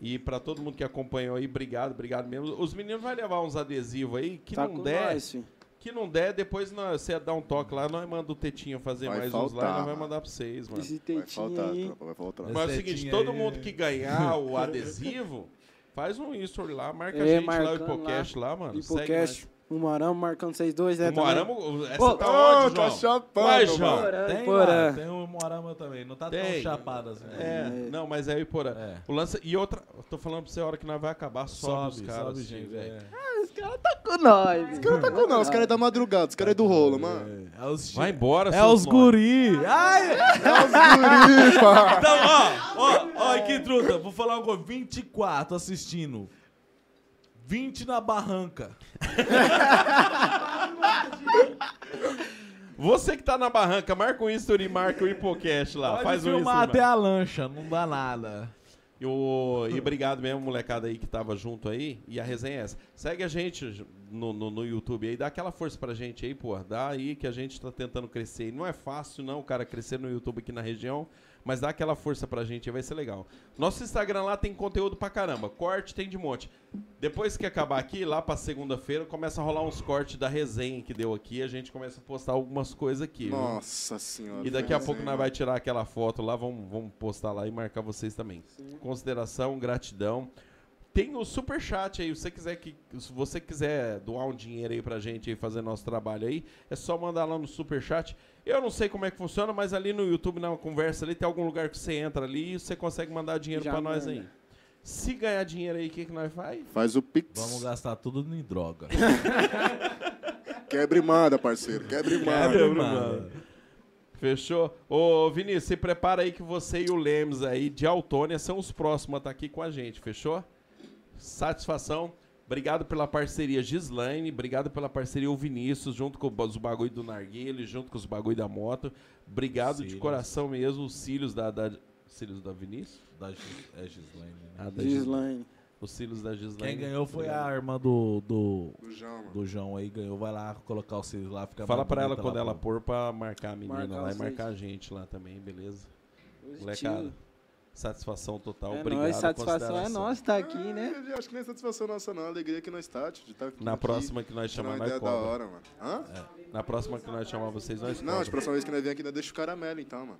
Speaker 1: E pra todo mundo que acompanhou aí, obrigado, obrigado mesmo. Os meninos vão levar uns adesivos aí, que
Speaker 3: Tá
Speaker 1: não
Speaker 3: com
Speaker 1: der.
Speaker 3: nós, filho.
Speaker 1: que não der, depois nós, você dá um toque lá, nós manda o Tetinho fazer
Speaker 8: Vai
Speaker 1: mais uns lá
Speaker 8: faltar,
Speaker 1: e nós vai
Speaker 8: mano.
Speaker 1: mandar pra vocês, mano.
Speaker 8: Esse Vai tetinho faltar, tá. aí. tropa, vai faltar.
Speaker 1: Mas é o
Speaker 8: Esse
Speaker 1: seguinte,
Speaker 8: tetinho
Speaker 1: todo
Speaker 8: aí. né?
Speaker 1: mundo que ganhar o adesivo, faz um history lá, marca a gente lá, o Hipocast lá, mano. segue Um nós.
Speaker 3: Hipocast. O Moarama um marcando vocês dois, né?
Speaker 1: O Moarama,
Speaker 3: também?
Speaker 1: essa tá onde, João? Vai, João.
Speaker 2: Tem,
Speaker 3: Porã.
Speaker 2: lá, tem o Morama também. Não tá tão
Speaker 1: Tem.
Speaker 2: chapado assim.
Speaker 1: É, não, mas aí, porra. O lance, e outra, eu tô falando pra você a hora que nós vai acabar, sobe,
Speaker 2: É. Sobe,
Speaker 1: os caras,
Speaker 2: sobe,
Speaker 1: assim,
Speaker 2: gente, é.
Speaker 1: velho.
Speaker 33: Com nós.
Speaker 8: Os caras tá com não, os caras é da madrugada, os caras é do rolo, mano.
Speaker 1: Vai embora,
Speaker 2: É
Speaker 1: seus
Speaker 2: os guri. Ai!
Speaker 8: É os guri, pá.
Speaker 2: Então, ó, ó, ó, e que truta. Vou falar uma coisa. 24 assistindo. 20 na barranca.
Speaker 1: Você que tá na barranca, marca o history, marca o hipocast lá.
Speaker 2: Pode
Speaker 1: faz um history.
Speaker 2: filmar até a lancha. Não dá nada.
Speaker 1: E, o- e obrigado mesmo, molecada aí que tava junto aí. E a resenha é essa. Segue a gente no, no, no YouTube aí, dá aquela força pra gente aí, porra. Dá aí que a gente tá tentando crescer. E não é fácil, não, cara, crescer no YouTube aqui na região. Mas dá aquela força pra gente aí, vai ser legal. Nosso Instagram lá tem conteúdo pra caramba. Corte tem de monte. Depois que acabar aqui, lá pra segunda-feira, começa a rolar uns cortes da resenha que deu aqui. A gente começa a postar algumas coisas aqui. viu?
Speaker 8: Nossa senhora.
Speaker 1: E daqui a
Speaker 8: Sim,
Speaker 1: pouco nós
Speaker 8: mano.
Speaker 1: vai tirar aquela foto lá, vamos, vamos postar lá e marcar vocês também. Consideração, gratidão. Tem o superchat aí, se você quiser que se você quiser doar um dinheiro aí pra gente aí fazer nosso trabalho aí, é só mandar lá no superchat. Eu não sei como é que funciona, mas ali no YouTube na conversa ali tem algum lugar que você entra ali e você consegue mandar dinheiro
Speaker 34: Já
Speaker 1: pra nós
Speaker 34: manda.
Speaker 1: aí. Se ganhar dinheiro aí, o que que nós faz?
Speaker 8: Faz o pix.
Speaker 2: Vamos gastar tudo em droga.
Speaker 8: Quebre e manda, parceiro. Quebre e manda.
Speaker 1: Quebra, mano. Fechou? Ô, Vinícius, se prepara aí que você e o Lemes aí de Autônia são os próximos a estar aqui com a gente, fechou? Satisfação. Obrigado pela parceria, Gislaine. Obrigado pela parceria, o Vinícius, junto com os bagulho do Narguile, junto com os bagulho da moto. Obrigado de
Speaker 2: Cílios.
Speaker 1: coração mesmo, os cílios da. da cílios da Vinícius?
Speaker 2: Da Gis- é Gislaine, né?
Speaker 1: Ah, da
Speaker 2: Gislaine.
Speaker 1: Os cílios da Gislaine.
Speaker 2: Quem ganhou foi a
Speaker 1: Obrigado.
Speaker 2: arma do. Do,
Speaker 8: do João,
Speaker 2: aí, ganhou. Vai lá colocar o seis lá, fica
Speaker 1: Fala
Speaker 2: mais
Speaker 1: pra ela
Speaker 2: bonita
Speaker 1: quando
Speaker 2: lá,
Speaker 1: ela
Speaker 2: pô.
Speaker 1: pôr pra marcar a menina
Speaker 2: Marcar
Speaker 1: lá e
Speaker 2: vocês.
Speaker 1: marcar a gente lá também, beleza?
Speaker 3: Positivo.
Speaker 1: Molecada, satisfação total.
Speaker 3: É
Speaker 1: Obrigado.
Speaker 3: nóis, satisfação é
Speaker 1: consideração.
Speaker 3: nossa estar aqui, né?
Speaker 8: Eu acho que nem é satisfação nossa, não. A alegria que nós tá, tio, de tá aqui.
Speaker 1: Na próxima que nós
Speaker 8: Tirar
Speaker 1: chamar,
Speaker 8: uma
Speaker 1: nós
Speaker 8: ideia da
Speaker 1: cobra.
Speaker 8: hora, mano. Hã?
Speaker 1: É. Na próxima que nós chamar vocês, nós
Speaker 8: Não, tipo,
Speaker 1: cobra.
Speaker 8: a próxima vez que nós vier aqui, nós deixa o caramelo, então, mano.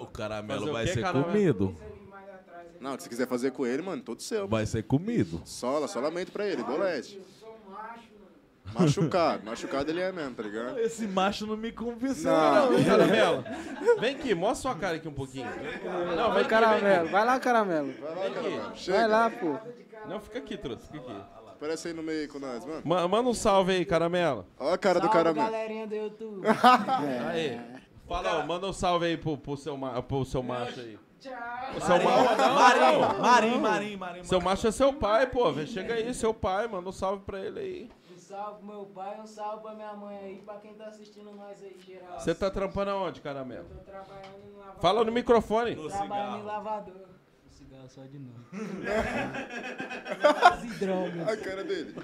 Speaker 2: O caramelo
Speaker 8: Fazer o
Speaker 2: vai
Speaker 8: quê,
Speaker 2: ser
Speaker 8: caramelo?
Speaker 2: comido.
Speaker 8: Não, se quiser fazer com ele, mano, todo seu.
Speaker 2: Vai ser comido.
Speaker 8: Sola, solamento pra ele, bolete. Machucado, machucado ele é mesmo, tá ligado?
Speaker 2: Esse macho não me convenceu,
Speaker 8: Não.
Speaker 2: não.
Speaker 8: Não,
Speaker 1: Caramelo, vem aqui, mostra sua cara aqui um pouquinho. Não, vem
Speaker 3: Vai,
Speaker 1: aqui,
Speaker 3: caramelo.
Speaker 1: vem
Speaker 3: Vai lá, caramelo.
Speaker 8: Vai lá, caramelo.
Speaker 1: aqui.
Speaker 8: Chega.
Speaker 3: lá, pô.
Speaker 1: Não, fica aqui, trouxa, fica aqui.
Speaker 8: Aparece aí no meio com nós, mano.
Speaker 1: Ma- Manda um salve aí, Caramelo.
Speaker 8: Olha a cara do caramelo.
Speaker 35: galerinha do YouTube.
Speaker 1: Aí. Fala, ó, manda um salve aí pro, pro seu, ma- pro seu macho aí. Tchau.
Speaker 2: Marim, Marim, Marim, Marim, Marim.
Speaker 1: Seu macho é seu pai, pô. velho. Chega aí, seu pai, manda um salve pra ele aí.
Speaker 35: Um salve pro meu pai, um salve pra minha mãe aí, pra quem tá assistindo nós aí, geral.
Speaker 1: Você tá trampando aonde, caramelo?
Speaker 35: Tô trabalhando em lavador.
Speaker 1: Fala no microfone.
Speaker 35: Tô Trabalhando em lavador. Cigarro só de novo.
Speaker 8: use
Speaker 35: drogas.
Speaker 8: A cara dele.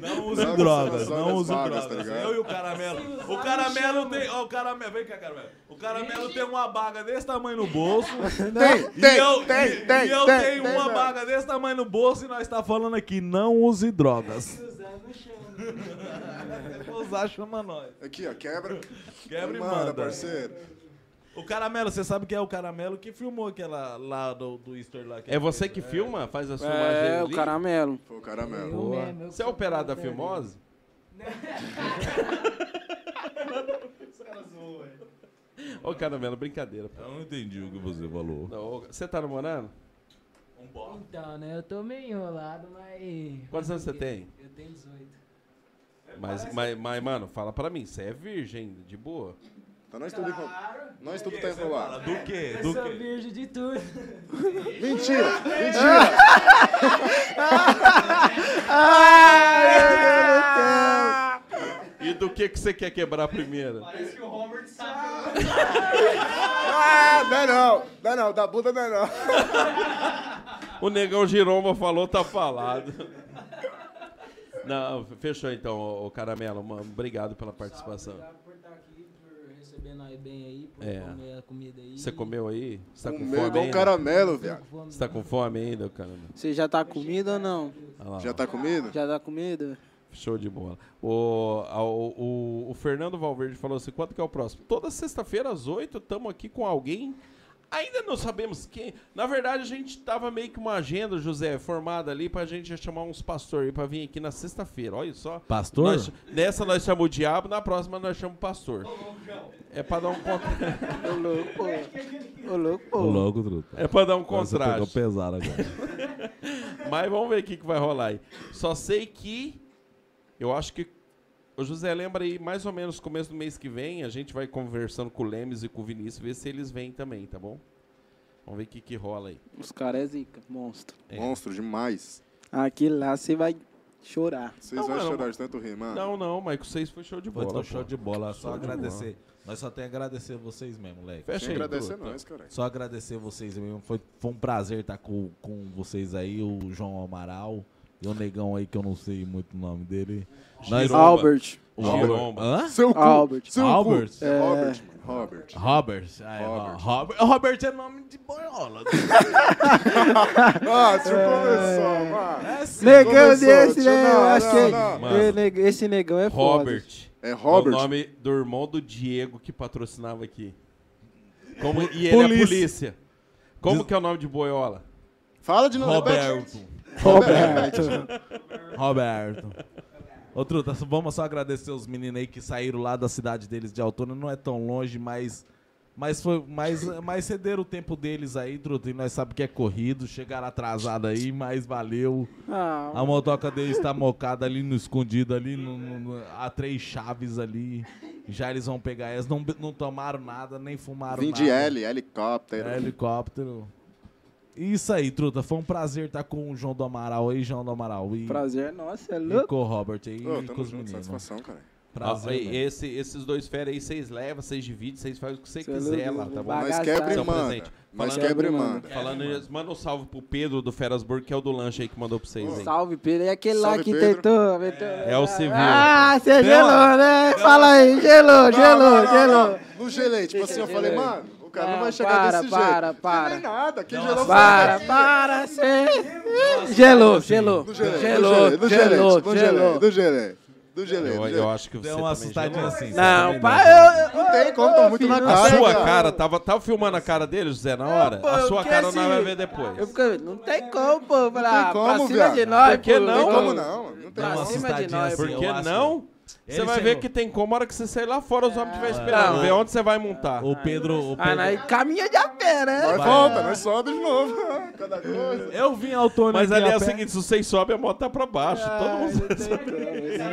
Speaker 2: Não use
Speaker 8: você
Speaker 2: drogas,
Speaker 8: usa
Speaker 2: não use
Speaker 8: vagas,
Speaker 2: drogas.
Speaker 8: tá ligado?
Speaker 2: eu e o caramelo. O caramelo tem. Ó, o caramelo, vem cá, caramelo. O caramelo tem uma baga desse tamanho no bolso.
Speaker 8: Tem,
Speaker 2: e
Speaker 8: tem,
Speaker 2: eu,
Speaker 8: tem,
Speaker 2: e,
Speaker 8: tem,
Speaker 2: e eu
Speaker 8: tem,
Speaker 2: tenho
Speaker 8: tem
Speaker 2: uma
Speaker 8: mesmo.
Speaker 2: baga desse tamanho no bolso e nós tá falando aqui, não use drogas. Vou usar, chama nós.
Speaker 8: Aqui, ó, quebra.
Speaker 2: Quebra e
Speaker 8: Manda,
Speaker 2: manda.
Speaker 8: parceiro.
Speaker 2: O caramelo, você sabe que é o caramelo que filmou aquela lá do, do Easter lá. que
Speaker 1: É
Speaker 2: ele
Speaker 1: você
Speaker 2: fez,
Speaker 1: que
Speaker 2: né?
Speaker 1: filma? Faz a sua
Speaker 3: É, o caramelo.
Speaker 8: Foi o caramelo.
Speaker 1: Boa. Você é operado da filmose?
Speaker 36: Os caras zoam, velho.
Speaker 1: Ô, caramelo, brincadeira. Pô.
Speaker 2: Eu não entendi o que você falou.
Speaker 1: Não, ô, Você tá namorando?
Speaker 36: Um
Speaker 35: Então, né, eu tô meio enrolado, mas...
Speaker 1: Quantos anos você tem?
Speaker 35: Eu tenho 18.
Speaker 36: É
Speaker 1: Mas, mas, mas, mano, fala pra mim, você é virgem, de boa?
Speaker 8: Então nós tudo enrolado. Nós tudo tá enrolado.
Speaker 2: Do quê?
Speaker 35: Eu sou virgem de tudo.
Speaker 8: Mentira! Mentira!
Speaker 1: E do que, que você quer quebrar primeiro?
Speaker 37: Parece que o Robert sabe.
Speaker 8: Ah, não é não. Não é não, da bunda não é não.
Speaker 1: Tá O negão Giromba falou, tá falado. Não, fechou então, ô, ô, Caramelo. Mano, obrigado pela participação.
Speaker 35: Obrigado por estar aqui, por receber nós bem aí, por
Speaker 1: É.
Speaker 35: comer a comida aí.
Speaker 1: Você comeu aí? Você tá com
Speaker 8: Comeu
Speaker 1: fome
Speaker 8: é igual
Speaker 1: ainda?
Speaker 8: caramelo, viado.
Speaker 1: Você tá com fome ainda, Caramelo?
Speaker 3: Você já tá comida ou não?
Speaker 1: Olha lá,
Speaker 8: Já tá comendo?
Speaker 3: Já tá comida?
Speaker 1: Show de bola. O, a- o, o- o Fernando Valverde falou assim: quanto que é o próximo? Toda sexta-feira, às 8, estamos aqui com alguém. Ainda não sabemos quem. Na verdade, a gente tava meio que uma agenda, José, formada ali pra gente já chamar uns pastores pra vir aqui na sexta-feira. Olha só.
Speaker 2: Pastor?
Speaker 1: Nós- nessa nós chamamos o diabo, na próxima nós chamamos o pastor. É pra dar um contra.
Speaker 3: Ô louco, pô. Ô louco, pô.
Speaker 2: Ô, louco, truta.
Speaker 1: É pra dar um
Speaker 2: Você
Speaker 1: contraste.
Speaker 2: pegou pesado agora.
Speaker 1: Mas vamos ver o que, que vai rolar aí. Só sei que. Eu acho que. Ô José, lembra aí, mais ou menos começo do mês que vem, a gente vai conversando com o Lemes e com o Vinícius, ver se eles vêm também, tá bom? Vamos ver o que, que rola aí.
Speaker 3: Os caras é zica, monstro.
Speaker 8: Monstro demais.
Speaker 3: Aqui lá você vai chorar.
Speaker 8: Vocês vão chorar de tanto rir, mano.
Speaker 1: Não, não, mas com vocês foi show de
Speaker 2: Foi
Speaker 1: bola.
Speaker 2: tão
Speaker 1: pô.
Speaker 2: um show de bola, só
Speaker 1: Show de
Speaker 2: agradecer. Nós só tem a agradecer vocês mesmo, moleque.
Speaker 1: Fecha Tem aí,
Speaker 8: agradecer Bruto. é
Speaker 1: tá.
Speaker 8: nós, caralho.
Speaker 2: Só agradecer vocês mesmo. Foi, foi um prazer estar com, com vocês aí, o João Amaral e o negão aí que eu não sei muito o nome dele.
Speaker 1: Giromba. Albert.
Speaker 2: O Albert.
Speaker 1: Giromba.
Speaker 2: Hã?
Speaker 1: Seu cu, Albert. seu cu.
Speaker 2: Albert.
Speaker 1: É. Robert,
Speaker 8: mano. Robert.
Speaker 2: Robert. Ah, é, ó, Robert. Robert é nome de boiola.
Speaker 8: Nossa, Ah, começou, mano.
Speaker 1: assim.
Speaker 2: É
Speaker 3: Negão
Speaker 8: começou,
Speaker 3: desse,
Speaker 8: tio.
Speaker 3: né?
Speaker 8: Não,
Speaker 3: Eu acho
Speaker 8: não,
Speaker 3: que
Speaker 8: não.
Speaker 1: Mano.
Speaker 3: Esse neg- esse negão é foda.
Speaker 1: Robert.
Speaker 8: É Robert?
Speaker 1: o nome do irmão do Diego que patrocinava aqui. Como, e ele é
Speaker 2: Polícia.
Speaker 1: polícia. Como que é o nome de boiola?
Speaker 38: Fala de novo.
Speaker 2: Roberto.
Speaker 38: repete.
Speaker 2: Roberto.
Speaker 38: Roberto.
Speaker 2: Roberto. Ô, Truta, só- vamos só agradecer os meninos aí que saíram lá da cidade deles de Altona. Não é tão longe, mas. Mas, foi, mas, mas cederam o tempo deles aí, Truta. E nós sabemos que é corrido. Chegaram atrasado aí, mas valeu.
Speaker 3: Ah,
Speaker 2: A motoca dele está mocada ali no escondido, ali no, no- no- a três chaves ali. Já eles vão pegar elas. Não, be- não tomaram nada, nem fumaram
Speaker 8: Vim
Speaker 2: nada.
Speaker 8: de L, helicóptero.
Speaker 2: Helicóptero. Isso aí, Truta. Foi um prazer estar com o João do Amaral aí, João do Amaral. E,
Speaker 3: Prazer, nossa, é louco.
Speaker 2: E com o Robert aí,
Speaker 8: Ô,
Speaker 2: e
Speaker 8: tamo
Speaker 2: com os
Speaker 8: junto,
Speaker 2: meninos.
Speaker 8: satisfação, cara.
Speaker 2: Prazer, né?
Speaker 1: Ó,
Speaker 3: Ah,
Speaker 1: e-
Speaker 2: velho.
Speaker 1: esse- esses dois férias aí vocês levam, vocês dividem, vocês fazem o que você
Speaker 8: Cê é
Speaker 1: quiser
Speaker 8: louco,
Speaker 1: lá, tá bom?
Speaker 8: Nós quebra e
Speaker 1: São
Speaker 8: manda.
Speaker 1: presente.
Speaker 8: Nós
Speaker 1: Falando-
Speaker 8: quebra e manda.
Speaker 1: Falando nisso, manda um salve pro Pedro do Ferasburg, que é o do lanche aí que mandou pra vocês aí.
Speaker 3: Salve, Pedro. É aquele lá
Speaker 1: Salve,
Speaker 3: que
Speaker 1: Pedro.
Speaker 3: tentou. tentou-
Speaker 1: É o civil.
Speaker 3: Ah, você
Speaker 1: Deu
Speaker 3: gelou,
Speaker 1: uma-
Speaker 3: né? Fala aí, gelou, gelou,
Speaker 8: não,
Speaker 3: gelou.
Speaker 8: Não, não gelei. Tipo assim, eu falei,
Speaker 3: Gelei.
Speaker 8: mano, o cara não,
Speaker 3: Não,
Speaker 8: vai chegar
Speaker 3: para,
Speaker 8: desse
Speaker 3: para,
Speaker 8: jeito.
Speaker 3: para.
Speaker 8: Gelei nada. Quem
Speaker 3: Não,
Speaker 8: gelou foi
Speaker 3: para,
Speaker 8: você.
Speaker 3: para, você. Gelou, gelou.
Speaker 8: Não gelei,
Speaker 3: Gelou,
Speaker 8: não gelei,
Speaker 3: gelou,
Speaker 8: não gelei,
Speaker 3: gelou.
Speaker 8: não gelei. Não gelei, não
Speaker 1: Eu,
Speaker 8: gelei.
Speaker 1: eu acho que você
Speaker 2: Deu uma
Speaker 1: também
Speaker 2: assustadinha
Speaker 1: gelou.
Speaker 2: assim,
Speaker 1: Não,
Speaker 3: Pai, eu- eu-
Speaker 8: Não tem como,
Speaker 3: eu
Speaker 8: tá muito
Speaker 3: fiz
Speaker 8: na
Speaker 3: um
Speaker 1: A
Speaker 8: cara.
Speaker 1: sua
Speaker 8: cara.
Speaker 1: cara, tava, tava filmando a cara dele, José, na hora?
Speaker 3: pô,
Speaker 1: a sua
Speaker 3: porque
Speaker 1: cara nós
Speaker 3: assim-
Speaker 1: vamos ver depois.
Speaker 3: Eu fico- não tem como, pô. Pra,
Speaker 8: Não tem
Speaker 3: pra
Speaker 8: como,
Speaker 3: cima
Speaker 8: viado.
Speaker 3: de nós,
Speaker 1: Por que
Speaker 3: pô.
Speaker 1: não? Não tem como
Speaker 8: não, não
Speaker 3: pra cima
Speaker 1: Tadinho,
Speaker 3: de
Speaker 2: assim,
Speaker 3: nós,
Speaker 1: Por
Speaker 3: pô.
Speaker 1: que não? Você
Speaker 2: Ele
Speaker 1: vai
Speaker 2: chegou.
Speaker 1: ver que tem como a hora que você sair lá fora, os homens estiver esperando.
Speaker 2: Não.
Speaker 1: Vê onde você vai montar.
Speaker 2: O Pedro. O
Speaker 3: Ah,
Speaker 2: Pedro...
Speaker 3: nós caminha de a pé, né?
Speaker 8: Nós
Speaker 1: Vai.
Speaker 8: volta, nós sobe de novo. Cada coisa.
Speaker 2: Eu vim ao Tony
Speaker 1: Mas
Speaker 2: aqui
Speaker 1: ali
Speaker 2: a
Speaker 1: é o
Speaker 2: pé.
Speaker 1: seguinte, se vocês sobem, a moto tá pra baixo.
Speaker 3: Ah,
Speaker 1: Todo mundo...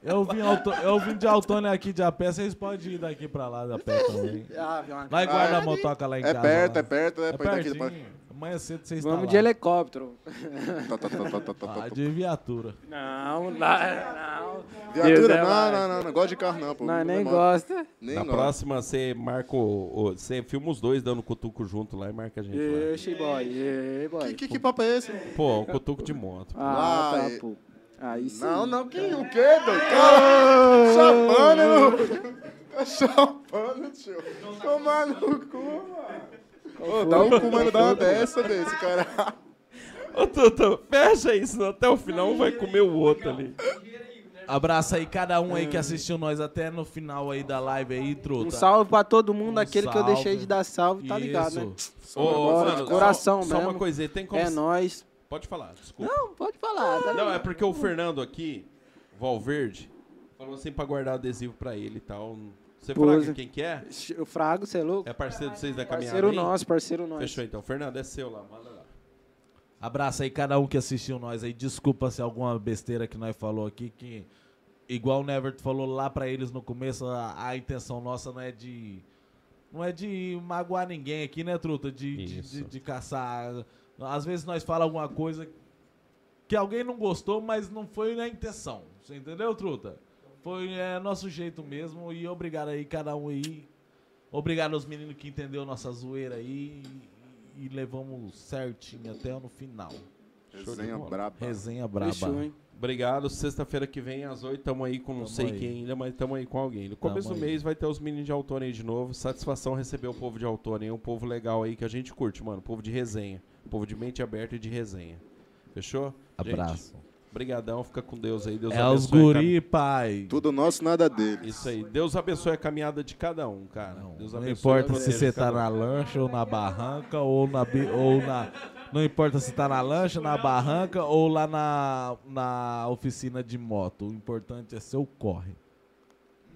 Speaker 2: Eu vim, alto, eu vim de Altônia aqui de a pé, vocês podem ir daqui pra lá da pé também.
Speaker 3: Ah, viu uma
Speaker 2: Vai guardar a
Speaker 3: cara.
Speaker 2: motoca lá em
Speaker 8: É
Speaker 2: casa.
Speaker 8: perto,
Speaker 2: lá.
Speaker 8: é perto, é
Speaker 2: é
Speaker 8: perto daqui,
Speaker 2: pertinho. Amanhã cedo vocês estão
Speaker 3: Vamos
Speaker 2: lá.
Speaker 3: de helicóptero.
Speaker 8: Tá, tá, tá, tá, tá, tá,
Speaker 2: Ah,
Speaker 8: tá.
Speaker 2: de viatura.
Speaker 3: Não, não, não. Deus é
Speaker 8: Viatura? Não,
Speaker 3: mais.
Speaker 8: não, não, não gosto de carro não, pô.
Speaker 3: Nós
Speaker 8: Não é
Speaker 3: nem
Speaker 8: demora.
Speaker 3: gosta.
Speaker 8: Nem
Speaker 1: Na
Speaker 8: gosto.
Speaker 1: próxima, você marca o... o- Você filma os dois dando cutuco junto lá e marca a gente lá.
Speaker 3: Ixi, boy, ei, boy.
Speaker 8: Que, que papo é esse?
Speaker 1: Pô, um cutuco de moto.
Speaker 3: Ah,
Speaker 8: Ah,
Speaker 3: tá,
Speaker 8: é.
Speaker 3: pô. Aí sim.
Speaker 8: Não, não, que, o quê, doido? Cara, Chapando, irmão. Tá chapando, tio. Tomar no cu, mano. Ô, dá um cu, mano, dá uma dessa desse, cara.
Speaker 1: Ô, Tutu, fecha isso, senão até o final um vai comer o outro ali.
Speaker 2: Abraço aí cada um aí
Speaker 8: É.
Speaker 2: que assistiu nós até no final aí da live aí, truta.
Speaker 3: Um salve pra todo mundo,
Speaker 2: Um
Speaker 3: aquele que eu deixei
Speaker 2: salve.
Speaker 3: de dar salve, tá ligado,
Speaker 2: Isso.
Speaker 3: né?
Speaker 1: Ô, ô,
Speaker 3: Bora,
Speaker 1: mano,
Speaker 3: de coração
Speaker 1: só- só
Speaker 3: mesmo.
Speaker 1: uma coisa aí, tem como-
Speaker 3: É nóis.
Speaker 1: Pode falar, desculpa.
Speaker 3: Não, pode falar. Tá
Speaker 1: Não,
Speaker 3: ligado?
Speaker 1: é porque o Fernando aqui, Valverde, falou assim pra guardar adesivo pra ele e tal. Você
Speaker 3: Pô,
Speaker 1: fraga
Speaker 3: Zé.
Speaker 1: quem que é?
Speaker 3: O Frago, você é louco?
Speaker 1: É parceiro de vocês da caminhada
Speaker 3: Parceiro
Speaker 1: aí?
Speaker 3: nosso, parceiro nosso.
Speaker 1: Fechou então. Fernando, é seu lá, manda lá.
Speaker 2: Abraço aí cada um que assistiu nós aí. Desculpa se alguma besteira que nós falou aqui que igual o Nevert falou lá pra eles no começo, a, a intenção nossa não é de não é de magoar ninguém aqui, né, truta, de de, de- de caçar. Às vezes nós fala alguma coisa que alguém não gostou, mas não foi na intenção. Você entendeu, truta? Foi é, nosso jeito mesmo e obrigado aí cada um aí. Obrigado aos meninos que entendeu nossa zoeira aí e, e levamos certinho até no final.
Speaker 8: Resenha braba.
Speaker 2: Resenha braba.
Speaker 1: Obrigado. Sexta-feira que vem, às 8, tamo aí com não
Speaker 2: Tamo
Speaker 1: sei
Speaker 2: aí.
Speaker 1: quem ainda, mas tamo aí com alguém. No
Speaker 2: Tamo
Speaker 1: começo do
Speaker 2: aí.
Speaker 1: mês vai ter os meninos de Autônia aí de novo. Satisfação receber o povo de Autônia, um povo legal aí que a gente curte, mano. Povo de resenha. Povo de mente aberta e de resenha. Fechou? Gente,
Speaker 2: Abraço.
Speaker 1: Brigadão, fica com Deus aí. Deus
Speaker 2: é
Speaker 1: abençoe.
Speaker 2: os
Speaker 1: cada
Speaker 2: guri, pai.
Speaker 8: Tudo nosso, nada dele.
Speaker 1: Isso aí. Deus abençoe a caminhada de cada um, cara. Deus
Speaker 2: Não
Speaker 1: abençoe
Speaker 2: importa
Speaker 1: a
Speaker 2: se
Speaker 1: vida
Speaker 2: você
Speaker 1: de
Speaker 2: tá
Speaker 1: cada um.
Speaker 2: na lancha ou na barranca ou na bi- ou na não importa se tá na lancha, na barranca ou lá na, na oficina de moto. O importante é seu corre.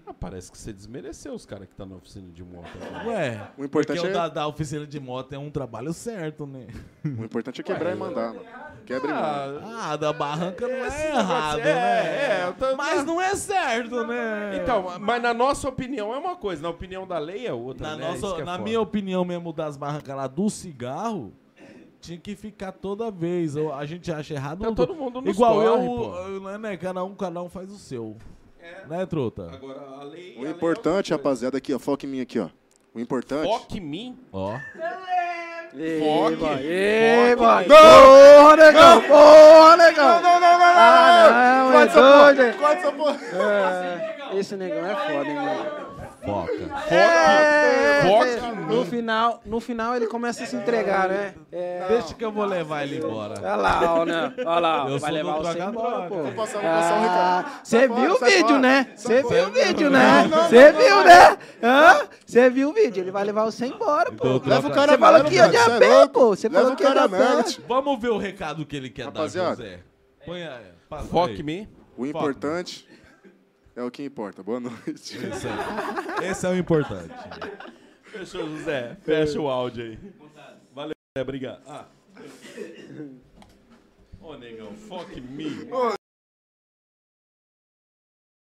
Speaker 1: um. Ah, parece que você desmereceu os caras que tá na oficina de moto. agora.
Speaker 2: Ué,
Speaker 8: O importante
Speaker 2: porque
Speaker 8: é-
Speaker 2: o da, da oficina de moto é um trabalho certo, né?
Speaker 8: O importante é quebrar e mandar, mano. Quebra e manda.
Speaker 2: Ah, da barranca não
Speaker 1: Esse
Speaker 2: é
Speaker 1: negócio-
Speaker 2: errado,
Speaker 1: é,
Speaker 2: né?
Speaker 1: é, eu tô-
Speaker 2: Mas não é certo, né?
Speaker 1: Então, mas na nossa opinião é uma coisa, na opinião da lei é outra.
Speaker 2: Na,
Speaker 1: né? Isso
Speaker 2: nossa,
Speaker 1: que é
Speaker 2: na
Speaker 1: foda.
Speaker 2: minha opinião mesmo, das barrancas lá do cigarro, tinha que ficar toda vez. Eu- A gente acha errado.
Speaker 1: Tá
Speaker 2: não-
Speaker 1: todo mundo nos
Speaker 2: Igual
Speaker 1: corre,
Speaker 2: eu,
Speaker 1: pô.
Speaker 2: eu, né, né, cada um, cada um faz o seu. Né, truta?
Speaker 1: Agora, a lei.
Speaker 8: O importante, rapaziada, aqui, ó. Foca em mim aqui, ó. O importante.
Speaker 1: Foque em mim?
Speaker 2: Ó.
Speaker 8: Foque.
Speaker 3: Ei, boy.
Speaker 8: Não!
Speaker 3: Ô, negão! Ô, negão!
Speaker 8: Não, não, não, não, não,
Speaker 3: Ah, não,
Speaker 8: não,
Speaker 3: é
Speaker 8: não. Corta essa porra,
Speaker 3: doido.
Speaker 8: corta essa porra.
Speaker 3: É, Esse negão é foda, hein, mano.
Speaker 2: fofoca.
Speaker 3: É,
Speaker 2: Foca.
Speaker 3: é, no final, no final ele começa a se entregar, né? É,
Speaker 2: Deixa que eu vou levar ele embora.
Speaker 3: Olha lá, ó, né? Olha lá, ó,
Speaker 2: Eu sou
Speaker 3: vai levar
Speaker 2: do
Speaker 3: você
Speaker 2: H
Speaker 3: embora, pô.
Speaker 2: Vou passar-
Speaker 8: vou passar um recado.
Speaker 3: Você
Speaker 8: Sai
Speaker 3: Ah, viu o
Speaker 8: fora, sai
Speaker 3: vídeo,
Speaker 8: fora.
Speaker 3: né?
Speaker 8: Sai
Speaker 3: Você
Speaker 8: fora.
Speaker 3: viu o vídeo,
Speaker 8: Não,
Speaker 3: né?
Speaker 8: não,
Speaker 3: Você
Speaker 8: não,
Speaker 3: viu,
Speaker 8: não.
Speaker 3: né? Hã? Você viu o vídeo, ele vai levar você embora,
Speaker 1: Então,
Speaker 3: pô.
Speaker 2: troca- Leva o cara
Speaker 3: Você falou
Speaker 2: mesmo,
Speaker 3: que ia de
Speaker 2: cara,
Speaker 3: a
Speaker 2: você é
Speaker 3: pé,
Speaker 2: louco.
Speaker 3: pô. Você
Speaker 2: Leva
Speaker 3: falou
Speaker 2: o
Speaker 3: que ia de
Speaker 2: cara
Speaker 3: a pé.
Speaker 2: mesmo. Vamos ver o recado que ele quer
Speaker 8: Rapaziada.
Speaker 2: dar, José. Põe aí. passa
Speaker 8: Foque
Speaker 2: aí.
Speaker 8: O
Speaker 2: Foque-me.
Speaker 8: importante é o que importa. Boa noite.
Speaker 2: Isso aí. Esse é o importante.
Speaker 29: Fechou, José. Fecha o áudio aí. Valeu, José. Obrigado. Ah. Ô, negão, fuck me.